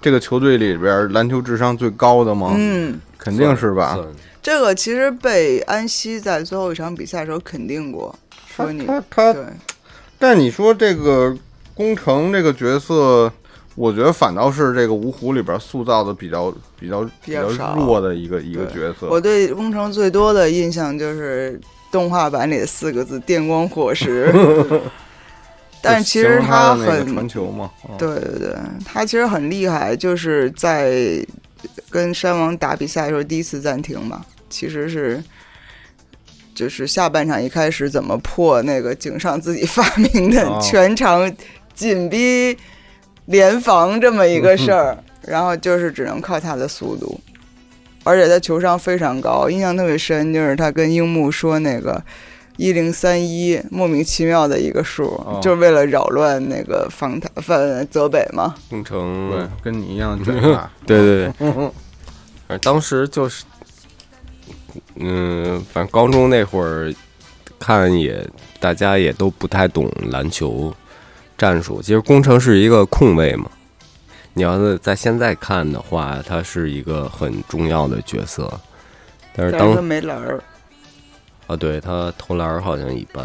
[SPEAKER 4] 这个球队里边儿篮球智商最高的吗？
[SPEAKER 3] 哦
[SPEAKER 6] 嗯，
[SPEAKER 4] 肯定是吧？
[SPEAKER 5] 算？
[SPEAKER 6] 这个其实被安西在最后一场比赛的时候肯定过，说你
[SPEAKER 4] 他他
[SPEAKER 6] 对，
[SPEAKER 4] 但你说这个工程这个角色，我觉得反倒是这个芜湖里边塑造的比较比较
[SPEAKER 6] 比
[SPEAKER 4] 比
[SPEAKER 6] 较
[SPEAKER 4] 较
[SPEAKER 6] 少
[SPEAKER 4] 弱的一个一个
[SPEAKER 6] 对
[SPEAKER 4] 角色。
[SPEAKER 6] 我对工程最多的印象就是动画版里的四个字“电光火 石”，但是其
[SPEAKER 4] 就
[SPEAKER 6] 实
[SPEAKER 4] 形容他的那个
[SPEAKER 6] 很
[SPEAKER 4] 传球嘛，嗯
[SPEAKER 6] 对对对，他其实很厉害，就是在跟山王打比赛的时候第一次暂停嘛，其实是就是下半场一开始怎么破那个井上自己发明的
[SPEAKER 4] 哦
[SPEAKER 6] 全场紧逼联防这么一个事儿，然后就是只能靠他的速度。而且他球商非常高，印象特别深，就是他跟樱木说那个一零三一，莫名其妙的一个数，
[SPEAKER 4] 哦
[SPEAKER 6] 就是为了扰乱那个防台反泽北嘛。
[SPEAKER 5] 工程
[SPEAKER 4] 对，跟你一样卷发。
[SPEAKER 5] 对对对，反正当时就是，嗯，反正高中那会儿看也大家也都不太懂篮球战术。其实工程是一个控卫嘛，你要是在现在看的话，他是一个很重要的角色。但是
[SPEAKER 6] 但是他
[SPEAKER 5] 当
[SPEAKER 6] 没篮儿，
[SPEAKER 5] 啊，对他投篮儿好像一般，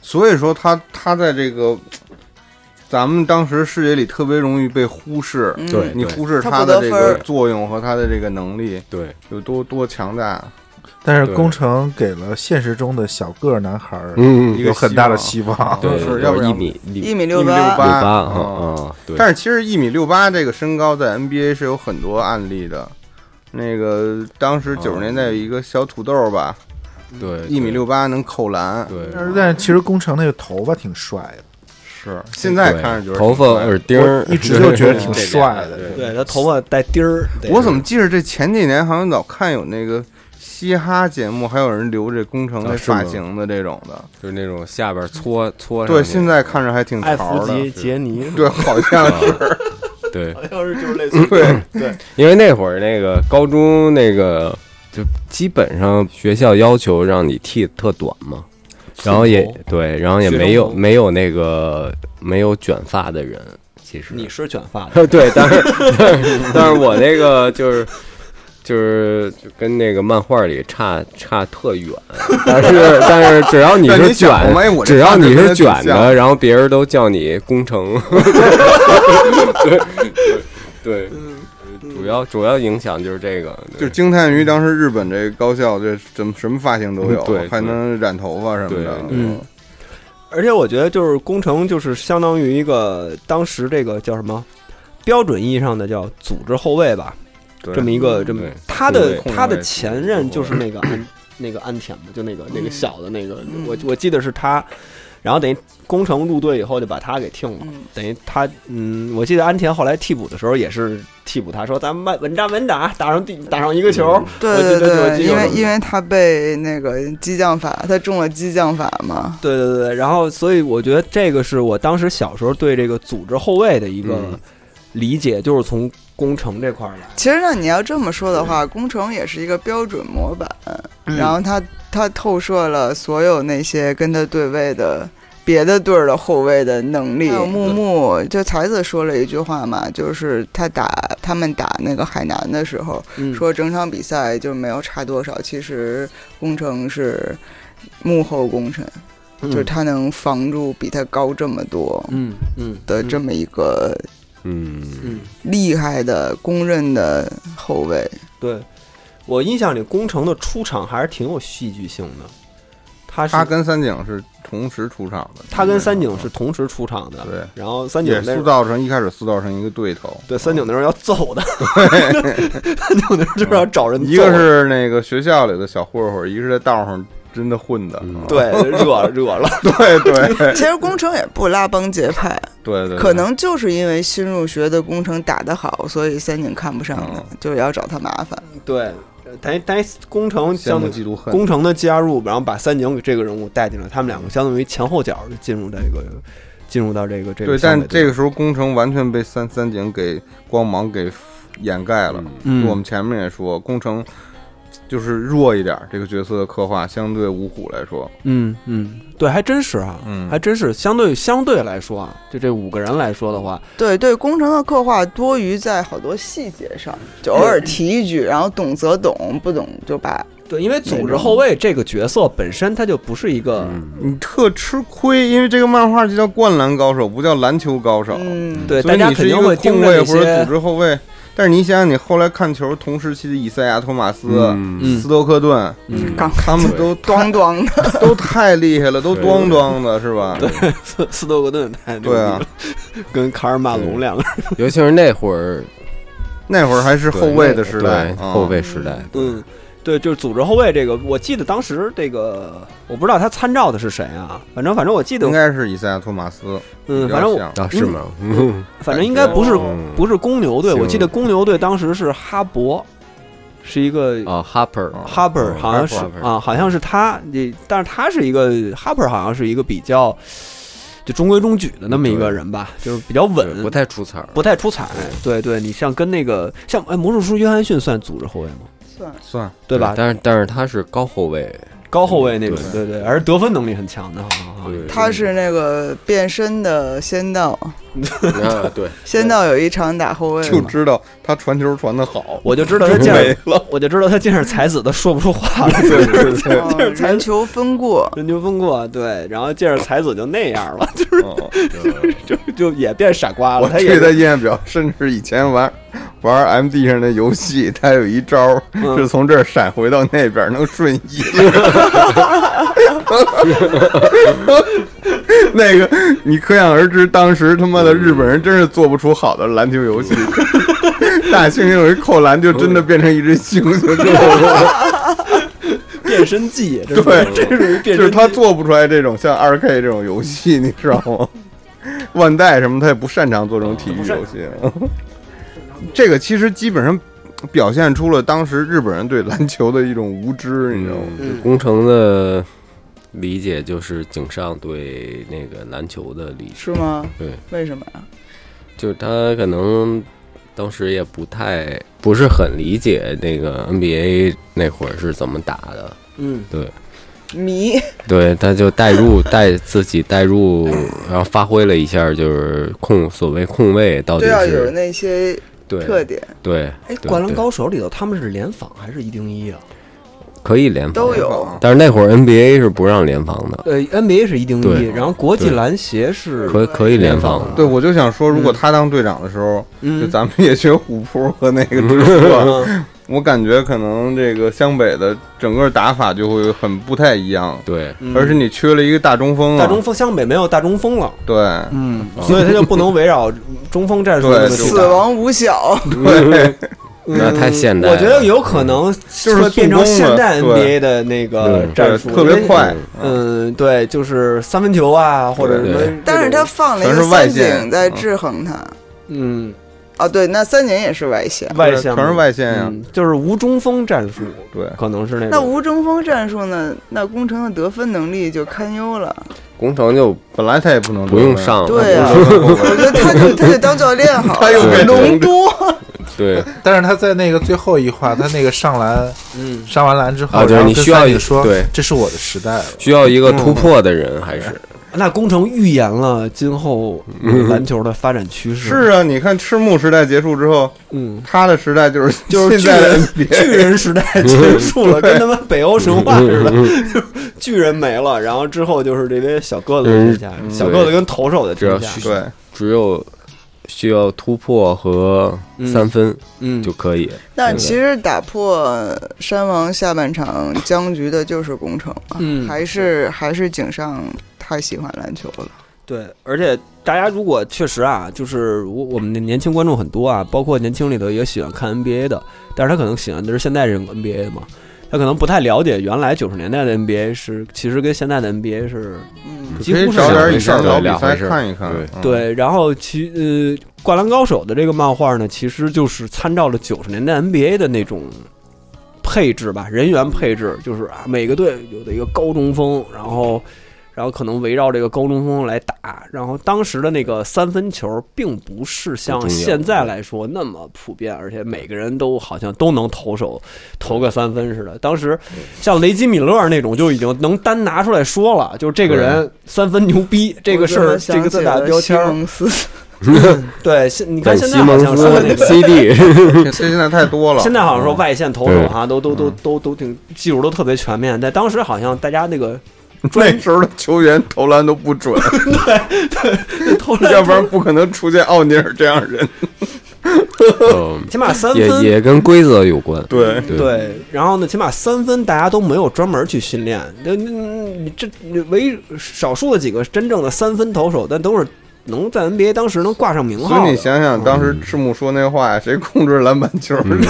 [SPEAKER 4] 所以说他他在这个咱们当时视野里特别容易被忽视，
[SPEAKER 6] 嗯、
[SPEAKER 5] 对
[SPEAKER 4] 你忽视
[SPEAKER 6] 他
[SPEAKER 4] 他
[SPEAKER 6] 不
[SPEAKER 4] 的
[SPEAKER 6] 得分
[SPEAKER 4] 这个
[SPEAKER 6] 儿
[SPEAKER 4] 作用和他的这个能力
[SPEAKER 5] 对，
[SPEAKER 4] 有多多强大，
[SPEAKER 7] 但是
[SPEAKER 5] 对
[SPEAKER 7] 工程给了现实中的小个儿男孩儿
[SPEAKER 5] 嗯
[SPEAKER 4] 一
[SPEAKER 7] 有
[SPEAKER 4] 个
[SPEAKER 7] 很大的希望。
[SPEAKER 5] 对，
[SPEAKER 4] 是要不然
[SPEAKER 5] 一米一
[SPEAKER 6] 一米
[SPEAKER 4] 一
[SPEAKER 6] 六
[SPEAKER 4] 米
[SPEAKER 5] 八
[SPEAKER 4] 八
[SPEAKER 5] 啊
[SPEAKER 4] 嗯
[SPEAKER 5] 啊，对，
[SPEAKER 4] 但是其实一米六八这个身高在 NBA 是有很多案例的。那个当时九十年代有一个小土豆吧，
[SPEAKER 5] 嗯对
[SPEAKER 4] 一米，六八能扣篮，
[SPEAKER 5] 对，
[SPEAKER 7] 但是 但是其实工程那个头发挺帅的，
[SPEAKER 4] 是现在看着就是
[SPEAKER 5] 头发
[SPEAKER 4] 挺帅
[SPEAKER 5] 耳钉儿，
[SPEAKER 7] 我一直就觉得挺帅的
[SPEAKER 5] 对
[SPEAKER 3] 对他头发带钉儿，得
[SPEAKER 4] 我怎么记着这前几年好像老看有那个嘻哈节目，还有人留这工程
[SPEAKER 5] 啊
[SPEAKER 4] 这
[SPEAKER 5] 是吗
[SPEAKER 4] 发型的这种的。
[SPEAKER 5] 就是那种下边搓搓上去。
[SPEAKER 4] 对，现在看着还挺
[SPEAKER 3] 艾
[SPEAKER 4] 潮
[SPEAKER 3] 弗
[SPEAKER 4] 的
[SPEAKER 3] 吉。杰尼？ 嗯
[SPEAKER 4] 对，好像 是。
[SPEAKER 5] 对，
[SPEAKER 3] 要是就是类似于
[SPEAKER 4] 对，
[SPEAKER 5] 因为那会儿那个高中那个就基本上学校要求让你剃特短嘛，然后也对，然后也
[SPEAKER 3] 学
[SPEAKER 5] 没
[SPEAKER 3] 生
[SPEAKER 5] 有
[SPEAKER 3] 头
[SPEAKER 5] 没有那个没有卷发的人，其实
[SPEAKER 3] 你是卷发的，
[SPEAKER 5] 对，但是但是但是我那个就是。就是就跟那个漫画里差差特远，但是但是只要你
[SPEAKER 4] 但
[SPEAKER 5] 是
[SPEAKER 4] 你
[SPEAKER 5] 卷
[SPEAKER 4] 想过，吗哎我这
[SPEAKER 5] 只要
[SPEAKER 4] 发质
[SPEAKER 5] 你
[SPEAKER 4] 跟
[SPEAKER 5] 是
[SPEAKER 4] 他挺
[SPEAKER 5] 卷
[SPEAKER 4] 像
[SPEAKER 5] 的，然后别人都叫你工程。对对对，主要主要影响就是这个，
[SPEAKER 4] 就
[SPEAKER 5] 对
[SPEAKER 4] 惊叹于当时日本这高校，这什么什么发型都有，
[SPEAKER 5] 对
[SPEAKER 4] 还能染头发什么的
[SPEAKER 5] 对。对
[SPEAKER 3] 嗯，而且我觉得就是工程就是相当于一个当时这个叫什么标准意义上的叫组织后卫吧，
[SPEAKER 4] 对
[SPEAKER 3] 这么一个这么
[SPEAKER 5] 对
[SPEAKER 3] 他的
[SPEAKER 4] 控卫
[SPEAKER 3] 他的前任就是那个安那个安田嘛，就那个
[SPEAKER 6] 嗯
[SPEAKER 3] 那个小的那个，我我记得是他，然后等于工程入队以后就把他给听了。
[SPEAKER 6] 嗯，
[SPEAKER 3] 等于他，嗯，我记得安田后来替补的时候也是替补他，说咱们慢稳扎稳打，打上第打上一个
[SPEAKER 5] 嗯
[SPEAKER 3] 球，我记
[SPEAKER 6] 对对
[SPEAKER 3] 得我
[SPEAKER 6] 对，
[SPEAKER 3] 记得
[SPEAKER 6] 因为
[SPEAKER 3] 有
[SPEAKER 6] 因为他被那个激将法，他中了激将法嘛。
[SPEAKER 3] 对对对，然后所以我觉得这个是我当时小时候对这个组织后卫的一个
[SPEAKER 5] 嗯
[SPEAKER 3] 理解，就是从工程这块儿来。
[SPEAKER 6] 其实呢，你要这么说的话，工程也是一个标准模板，
[SPEAKER 3] 嗯
[SPEAKER 6] 然后他他透射了所有那些跟他对位的别的队儿的后卫的能力。还有木木，就才子说了一句话嘛，就是他打他们打那个海南的时候，
[SPEAKER 3] 嗯
[SPEAKER 6] 说整场比赛就没有差多少，其实工程是幕后功臣，就是他能防住比他高这么多
[SPEAKER 3] 嗯嗯
[SPEAKER 6] 的这么一个
[SPEAKER 5] 嗯，
[SPEAKER 3] 嗯，
[SPEAKER 6] 厉害的、公认的后卫。
[SPEAKER 3] 对我印象里工程的出场还是挺有戏剧性的，他是
[SPEAKER 4] 他跟三井是同时出场的，
[SPEAKER 3] 他跟三井是同时出场的，
[SPEAKER 4] 对
[SPEAKER 3] 然后三井
[SPEAKER 4] 也
[SPEAKER 3] 那
[SPEAKER 4] 塑造成一开始塑造成一个对头。
[SPEAKER 3] 对三井那时候要揍 的，三井那时候就是要找人揍，
[SPEAKER 4] 一个是那个学校里的小混混，一个是在道上真的混的，
[SPEAKER 5] 嗯
[SPEAKER 4] 啊
[SPEAKER 3] 对，热热了，
[SPEAKER 4] 对 对
[SPEAKER 6] 其实工程也不拉帮结派，
[SPEAKER 4] 对对，
[SPEAKER 6] 可能就是因为新入学的工程打得好，所以三井看不上
[SPEAKER 5] 嗯
[SPEAKER 6] 他
[SPEAKER 4] 哦，
[SPEAKER 6] 就也要找他麻烦。
[SPEAKER 3] 对，但但工程
[SPEAKER 4] 羡
[SPEAKER 3] 相
[SPEAKER 4] 慕
[SPEAKER 3] 对
[SPEAKER 4] 嫉妒恨，
[SPEAKER 3] 工程的加入，然后把三井给这个人物带进来，他们两个相当于前后脚就进入这个进入到这个这个
[SPEAKER 4] 对，
[SPEAKER 3] 相
[SPEAKER 4] 但
[SPEAKER 3] 对
[SPEAKER 4] 这个时候工程完全被三三井给光芒给掩盖了。
[SPEAKER 3] 嗯
[SPEAKER 4] 我们前面也说，工程就是弱一点，这个角色的刻画相对五虎来说，
[SPEAKER 3] 嗯嗯对，还真是啊，
[SPEAKER 4] 嗯
[SPEAKER 3] 还真是相对相对来说啊，就这五个人来说的话，
[SPEAKER 6] 对对，工程的刻画多于在好多细节上，就偶尔提一句，然后懂则懂，不懂就罢。
[SPEAKER 3] 对，因为组织后卫这个角色本身他就不是一个，
[SPEAKER 4] 你特吃亏，因为这个漫画就叫《灌篮高手》，不叫《篮球高手》。
[SPEAKER 6] 嗯，
[SPEAKER 3] 对，
[SPEAKER 4] 所
[SPEAKER 3] 大
[SPEAKER 4] 以
[SPEAKER 3] 家
[SPEAKER 4] 你
[SPEAKER 3] 肯
[SPEAKER 4] 是一
[SPEAKER 3] 定
[SPEAKER 4] 个
[SPEAKER 3] 会
[SPEAKER 4] 控
[SPEAKER 3] 盯着
[SPEAKER 4] 卫
[SPEAKER 3] 那
[SPEAKER 4] 或者
[SPEAKER 3] 些
[SPEAKER 4] 组织后卫，但是你想想，你后来看球，同时期的以赛亚·托马斯、
[SPEAKER 5] 嗯
[SPEAKER 3] 嗯
[SPEAKER 4] 斯托克顿，
[SPEAKER 3] 嗯
[SPEAKER 6] 刚
[SPEAKER 4] 他们都
[SPEAKER 6] 咣咣的，
[SPEAKER 4] 都太厉害了，都咣咣的是吧？
[SPEAKER 3] 斯斯托克顿太牛逼
[SPEAKER 4] 对啊
[SPEAKER 3] 了，跟卡尔马龙两个人，
[SPEAKER 5] 尤其是那会儿
[SPEAKER 4] 那会儿还是后卫的时
[SPEAKER 5] 对，
[SPEAKER 4] 代啊
[SPEAKER 5] 后卫时代，
[SPEAKER 3] 嗯，对，就是组织后卫这个，我记得当时这个我不知道他参照的是谁啊，反正反正我记得
[SPEAKER 4] 应，该是以赛亚·托马斯，
[SPEAKER 3] 嗯，
[SPEAKER 4] 比较
[SPEAKER 3] 反正我
[SPEAKER 4] 像
[SPEAKER 5] 啊，是吗？嗯，
[SPEAKER 3] 反正应该不是
[SPEAKER 5] 嗯
[SPEAKER 3] 不是公牛队，
[SPEAKER 5] 行
[SPEAKER 3] 我记得公牛队当时是哈勃，是一个
[SPEAKER 5] 啊，Harper，
[SPEAKER 3] Harper，
[SPEAKER 5] 嗯
[SPEAKER 3] 好像是
[SPEAKER 5] Harper，Harper
[SPEAKER 3] 啊，好像是他，你但是他是一个 Harper，好像是一个比较就中规中矩的那么一个人吧，就是比较
[SPEAKER 5] 对
[SPEAKER 3] 稳，
[SPEAKER 5] 不太出彩儿，
[SPEAKER 3] 不太出彩。对对，你像跟那个像哎，魔术师约翰逊算组织后卫吗？
[SPEAKER 6] 算了
[SPEAKER 4] 算
[SPEAKER 3] 对吧？
[SPEAKER 5] 但是但是他是高后卫，
[SPEAKER 3] 高后卫那种，
[SPEAKER 5] 对
[SPEAKER 3] 对对，而得分能力很强的，好像好像
[SPEAKER 5] 对
[SPEAKER 6] 他是那个变身的仙道，
[SPEAKER 5] 啊，对，
[SPEAKER 6] 仙道有一场打后卫
[SPEAKER 4] 就
[SPEAKER 6] 嘛，
[SPEAKER 4] 知道他传球传的 好，
[SPEAKER 3] 我就知道他见着，我就知道他见着才子都说不出话 来，
[SPEAKER 6] 嗯人球分过，
[SPEAKER 3] 人就风过，对，然后见着才子就那样了， 就
[SPEAKER 4] 嗯
[SPEAKER 3] 就就也变傻瓜
[SPEAKER 4] 我
[SPEAKER 3] 了，他
[SPEAKER 4] 对
[SPEAKER 3] 也
[SPEAKER 4] 他印象比较深，是以前玩玩 M D 上的游戏，他有一招儿
[SPEAKER 3] 嗯
[SPEAKER 4] 是从这儿闪回到那边儿，能 瞬移。那个你可想而知，当时他妈的日本人真是做不出好的篮球 游戏。大猩猩有一扣篮，就真的变成一只猩猩，
[SPEAKER 3] 变身 记，这是
[SPEAKER 4] 对
[SPEAKER 3] 这是
[SPEAKER 4] 就
[SPEAKER 3] 变
[SPEAKER 4] 是
[SPEAKER 3] 身
[SPEAKER 4] 他做不出来这种像二 K 这种游戏，你知道吗？万代什么他也不擅长做这种体育游戏。
[SPEAKER 3] 嗯
[SPEAKER 4] 这个其实基本上表现出了当时日本人对篮球的一种无知，你知道吗？
[SPEAKER 5] 嗯，工程的理解就是井上对那个篮球的理解，
[SPEAKER 6] 是吗？
[SPEAKER 5] 对，
[SPEAKER 6] 为什么啊呀？
[SPEAKER 5] 就是他可能当时也不太不是很理解那个 NBA 那会儿是怎么打的，
[SPEAKER 3] 嗯，
[SPEAKER 5] 对。哦
[SPEAKER 6] 迷，
[SPEAKER 5] 对，他就代入带自己代入，然后发挥了一下，就是控所谓控卫到底
[SPEAKER 6] 就要啊有
[SPEAKER 5] 是
[SPEAKER 6] 那些特
[SPEAKER 5] 对
[SPEAKER 6] 点，
[SPEAKER 5] 对
[SPEAKER 3] 哎，《
[SPEAKER 5] 对
[SPEAKER 3] 灌篮
[SPEAKER 5] 对
[SPEAKER 3] 高手》里头他们是联防还是一盯一啊？
[SPEAKER 5] 可以联防
[SPEAKER 6] 都有。
[SPEAKER 5] 但是那会儿 NBA 是不让联防的，
[SPEAKER 3] 呃，NBA 是一盯一，
[SPEAKER 5] 对
[SPEAKER 3] 然后国际
[SPEAKER 5] 对
[SPEAKER 3] 篮协是
[SPEAKER 5] 可可以联防
[SPEAKER 4] 对，我就想说，如果他当队长的时候，就
[SPEAKER 3] 嗯，
[SPEAKER 4] 咱们也学虎扑和那个直 播，我感觉可能这个湘北的整个打法就会很不太一样，
[SPEAKER 5] 对，
[SPEAKER 4] 而是你缺了一个大中锋
[SPEAKER 3] 嗯
[SPEAKER 4] 啊，
[SPEAKER 3] 大中锋湘北没有大中锋了，
[SPEAKER 4] 对，
[SPEAKER 3] 嗯，所以他就不能围绕中锋战术
[SPEAKER 4] 对
[SPEAKER 3] 这么去
[SPEAKER 6] 死
[SPEAKER 3] 打嗯
[SPEAKER 6] 亡五小，
[SPEAKER 5] 那太现代了。
[SPEAKER 3] 我觉得有可能
[SPEAKER 4] 嗯是
[SPEAKER 3] 会变成
[SPEAKER 4] 速攻
[SPEAKER 3] 现
[SPEAKER 4] 的
[SPEAKER 3] 代
[SPEAKER 4] 对
[SPEAKER 3] NBA 的那个
[SPEAKER 5] 嗯
[SPEAKER 3] 战术，
[SPEAKER 4] 对特别快
[SPEAKER 3] 嗯，对，就是三分球啊，或者什么
[SPEAKER 5] 对
[SPEAKER 3] 这种，
[SPEAKER 6] 但是他放了一
[SPEAKER 4] 全
[SPEAKER 6] 个
[SPEAKER 4] 是外
[SPEAKER 6] 三
[SPEAKER 4] 线啊
[SPEAKER 6] 井在制衡他。
[SPEAKER 3] 嗯
[SPEAKER 6] 哦，对，那三井也是外线。
[SPEAKER 3] 外线
[SPEAKER 4] 全是外线呀、
[SPEAKER 3] 嗯，就是无中锋战术，
[SPEAKER 4] 对。
[SPEAKER 3] 可能是那
[SPEAKER 6] 那
[SPEAKER 3] 种。
[SPEAKER 6] 无中锋战术呢？那工程的得分能力就堪忧了。
[SPEAKER 5] 工程就
[SPEAKER 4] 本来他也不能
[SPEAKER 5] 不用，上了，
[SPEAKER 6] 对啊，我觉得他就他就当教练好
[SPEAKER 4] 他又
[SPEAKER 6] 了。
[SPEAKER 5] 变成
[SPEAKER 6] 农都，
[SPEAKER 5] 对
[SPEAKER 7] 但是他在那个最后一话，他那个上篮，
[SPEAKER 3] 嗯，
[SPEAKER 7] 上完篮之后，
[SPEAKER 5] 啊就是
[SPEAKER 7] 然后
[SPEAKER 5] 你
[SPEAKER 7] 跟
[SPEAKER 5] 需要
[SPEAKER 7] 三
[SPEAKER 5] 一
[SPEAKER 7] 井说，
[SPEAKER 5] 对
[SPEAKER 7] 这是我的时代了。
[SPEAKER 5] 需要一个突破的人，还是
[SPEAKER 3] 那工程预言了今后
[SPEAKER 4] 嗯
[SPEAKER 3] 篮球的发展趋势，
[SPEAKER 4] 是啊，你看赤木时代结束之后，
[SPEAKER 3] 嗯，
[SPEAKER 4] 他的时 代就是
[SPEAKER 3] 就是巨
[SPEAKER 4] 现在的
[SPEAKER 3] 人
[SPEAKER 4] NBA，
[SPEAKER 3] 巨人时代结束
[SPEAKER 4] 嗯
[SPEAKER 3] 了，跟他们北欧神话似的，巨人没了，然后之后就是这些小个子的
[SPEAKER 4] 嗯
[SPEAKER 3] 天下，小个子跟投手的
[SPEAKER 5] 只要
[SPEAKER 3] 天下，
[SPEAKER 5] 需
[SPEAKER 4] 对，
[SPEAKER 5] 只有需要突破和三分
[SPEAKER 3] 嗯，
[SPEAKER 5] 就可以。
[SPEAKER 6] 但其实打破山王下半场僵局的就是工程嘛，
[SPEAKER 3] 嗯
[SPEAKER 6] 还是还是井上太喜欢篮球了。
[SPEAKER 3] 对，而且大家如果确实啊，就是我我们的年轻观众很多啊，包括年轻里头也喜欢看 NBA 的，但是他可能喜欢的是现在这种 NBA 嘛。他可能不太了解原来九十年代的 NBA 是其实跟现在的 NBA 是
[SPEAKER 6] 嗯，
[SPEAKER 3] 几
[SPEAKER 4] 可以
[SPEAKER 3] 乎是
[SPEAKER 4] 找点以
[SPEAKER 5] 事儿
[SPEAKER 4] 前老比
[SPEAKER 5] 两
[SPEAKER 4] 赛
[SPEAKER 5] 回事儿
[SPEAKER 4] 看一看。
[SPEAKER 5] 对
[SPEAKER 4] 嗯，
[SPEAKER 3] 对，然后其呃，《灌篮高手》的这个漫画呢，其实就是参照了九十年代 NBA 的那种配置吧，人员配置，就是啊，每个队有的一个高中锋，然后然后可能围绕这个高中锋来打，然后当时的那个三分球并不是像
[SPEAKER 5] 不重要
[SPEAKER 3] 现在来说那么普遍，而且每个人都好像都能投手投个三分似的。当时像雷吉米勒那种就已经能单拿出来说了，就是这个人三分牛逼，这个事
[SPEAKER 6] 我
[SPEAKER 3] 儿
[SPEAKER 6] 就想
[SPEAKER 3] 这个
[SPEAKER 6] 起
[SPEAKER 3] 字打
[SPEAKER 6] 了
[SPEAKER 3] 标
[SPEAKER 6] 西
[SPEAKER 3] 签儿。
[SPEAKER 6] 蒙斯
[SPEAKER 3] 对，现你看
[SPEAKER 5] 但
[SPEAKER 3] 现
[SPEAKER 5] 西
[SPEAKER 3] 在好
[SPEAKER 5] 蒙
[SPEAKER 3] 像
[SPEAKER 5] 斯
[SPEAKER 3] 说那个，
[SPEAKER 5] CD
[SPEAKER 4] 这这 现在太多了。
[SPEAKER 3] 现在好像说外线投手
[SPEAKER 5] 对
[SPEAKER 3] 哈，都都都都都挺技术都特别全面，但当时好像大家那个
[SPEAKER 4] 那时候的球员投篮都 不准，
[SPEAKER 3] 投
[SPEAKER 4] 要
[SPEAKER 3] 篮
[SPEAKER 4] 不，然不可能出现奥尼尔这样的 人。
[SPEAKER 5] 嗯
[SPEAKER 3] 起码三
[SPEAKER 5] 也
[SPEAKER 3] 分。
[SPEAKER 5] 也跟规则有关。
[SPEAKER 4] 对，
[SPEAKER 5] 对
[SPEAKER 3] 对，然后呢，起码三分大家都没有专门去训练，那那你这你唯少数的几个真正的三分投手，但都是能在 NBA 当时能挂上名
[SPEAKER 4] 所
[SPEAKER 3] 号
[SPEAKER 4] 以你
[SPEAKER 3] 的。
[SPEAKER 4] 想想，当时赤木说那话，谁控制篮板球？
[SPEAKER 5] 嗯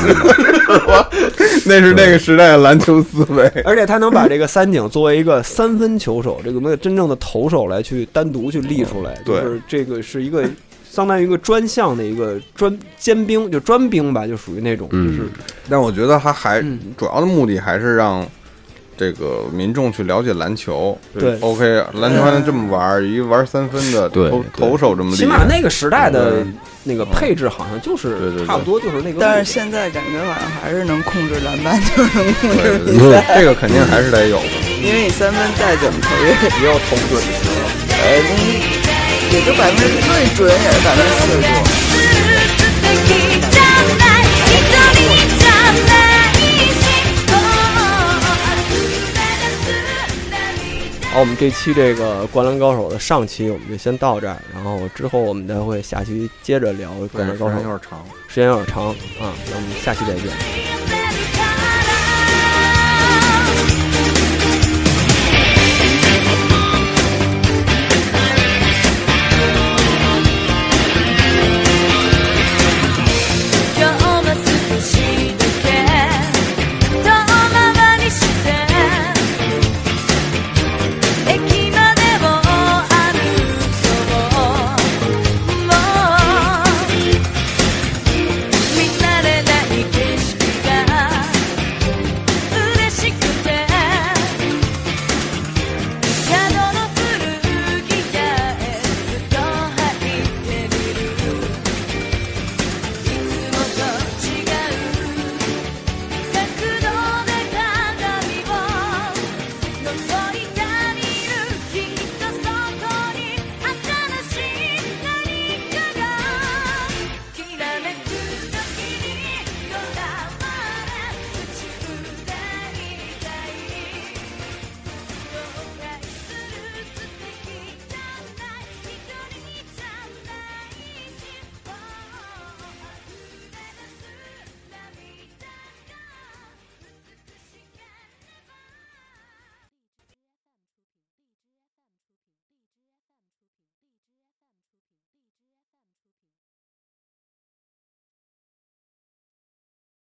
[SPEAKER 4] 啊 那是那个时代的篮球思维。
[SPEAKER 3] 而且他能把这个三井作为一个三分球手，这个那个真正的投手来去单独去立出来，就
[SPEAKER 4] 对
[SPEAKER 3] 是这个是一个相当于一个专项的一个专尖兵，就专兵吧，就属于那种，就
[SPEAKER 5] 嗯
[SPEAKER 3] 是
[SPEAKER 4] 但我觉得他还
[SPEAKER 3] 嗯
[SPEAKER 4] 主要的目的还是让这个民众去了解篮球。
[SPEAKER 3] 对
[SPEAKER 4] ，OK，篮球还能这么玩儿，一玩三分的
[SPEAKER 5] 对
[SPEAKER 4] 投
[SPEAKER 5] 对
[SPEAKER 4] 投手这么厉
[SPEAKER 3] 起码
[SPEAKER 4] 害。
[SPEAKER 3] 那个时代的
[SPEAKER 4] 嗯
[SPEAKER 3] 那个配置好像就
[SPEAKER 4] 对对
[SPEAKER 3] 是
[SPEAKER 4] 对
[SPEAKER 3] 差不多就是那个，
[SPEAKER 6] 但是现在感觉好像还是能控制篮板，就能控
[SPEAKER 4] 对
[SPEAKER 6] 制
[SPEAKER 4] 对
[SPEAKER 6] 比
[SPEAKER 4] 对
[SPEAKER 6] 赛，
[SPEAKER 4] 这个肯定还是得有的，
[SPEAKER 6] 因为你三分再怎么投也
[SPEAKER 4] 也要投准就行了。
[SPEAKER 6] 呃嗯也就百分之最准也是百分之四十多。
[SPEAKER 9] ずっと敵じゃない一人じゃないしこう流す
[SPEAKER 3] 好，我们这期这个《灌篮高手》的上期我们就先到这儿，然后之后我们再会下期接着聊《灌篮
[SPEAKER 4] 对，时
[SPEAKER 3] 高手
[SPEAKER 4] 间有》，点长。
[SPEAKER 3] 时间有点长啊，那我们下期再见。
[SPEAKER 9] 「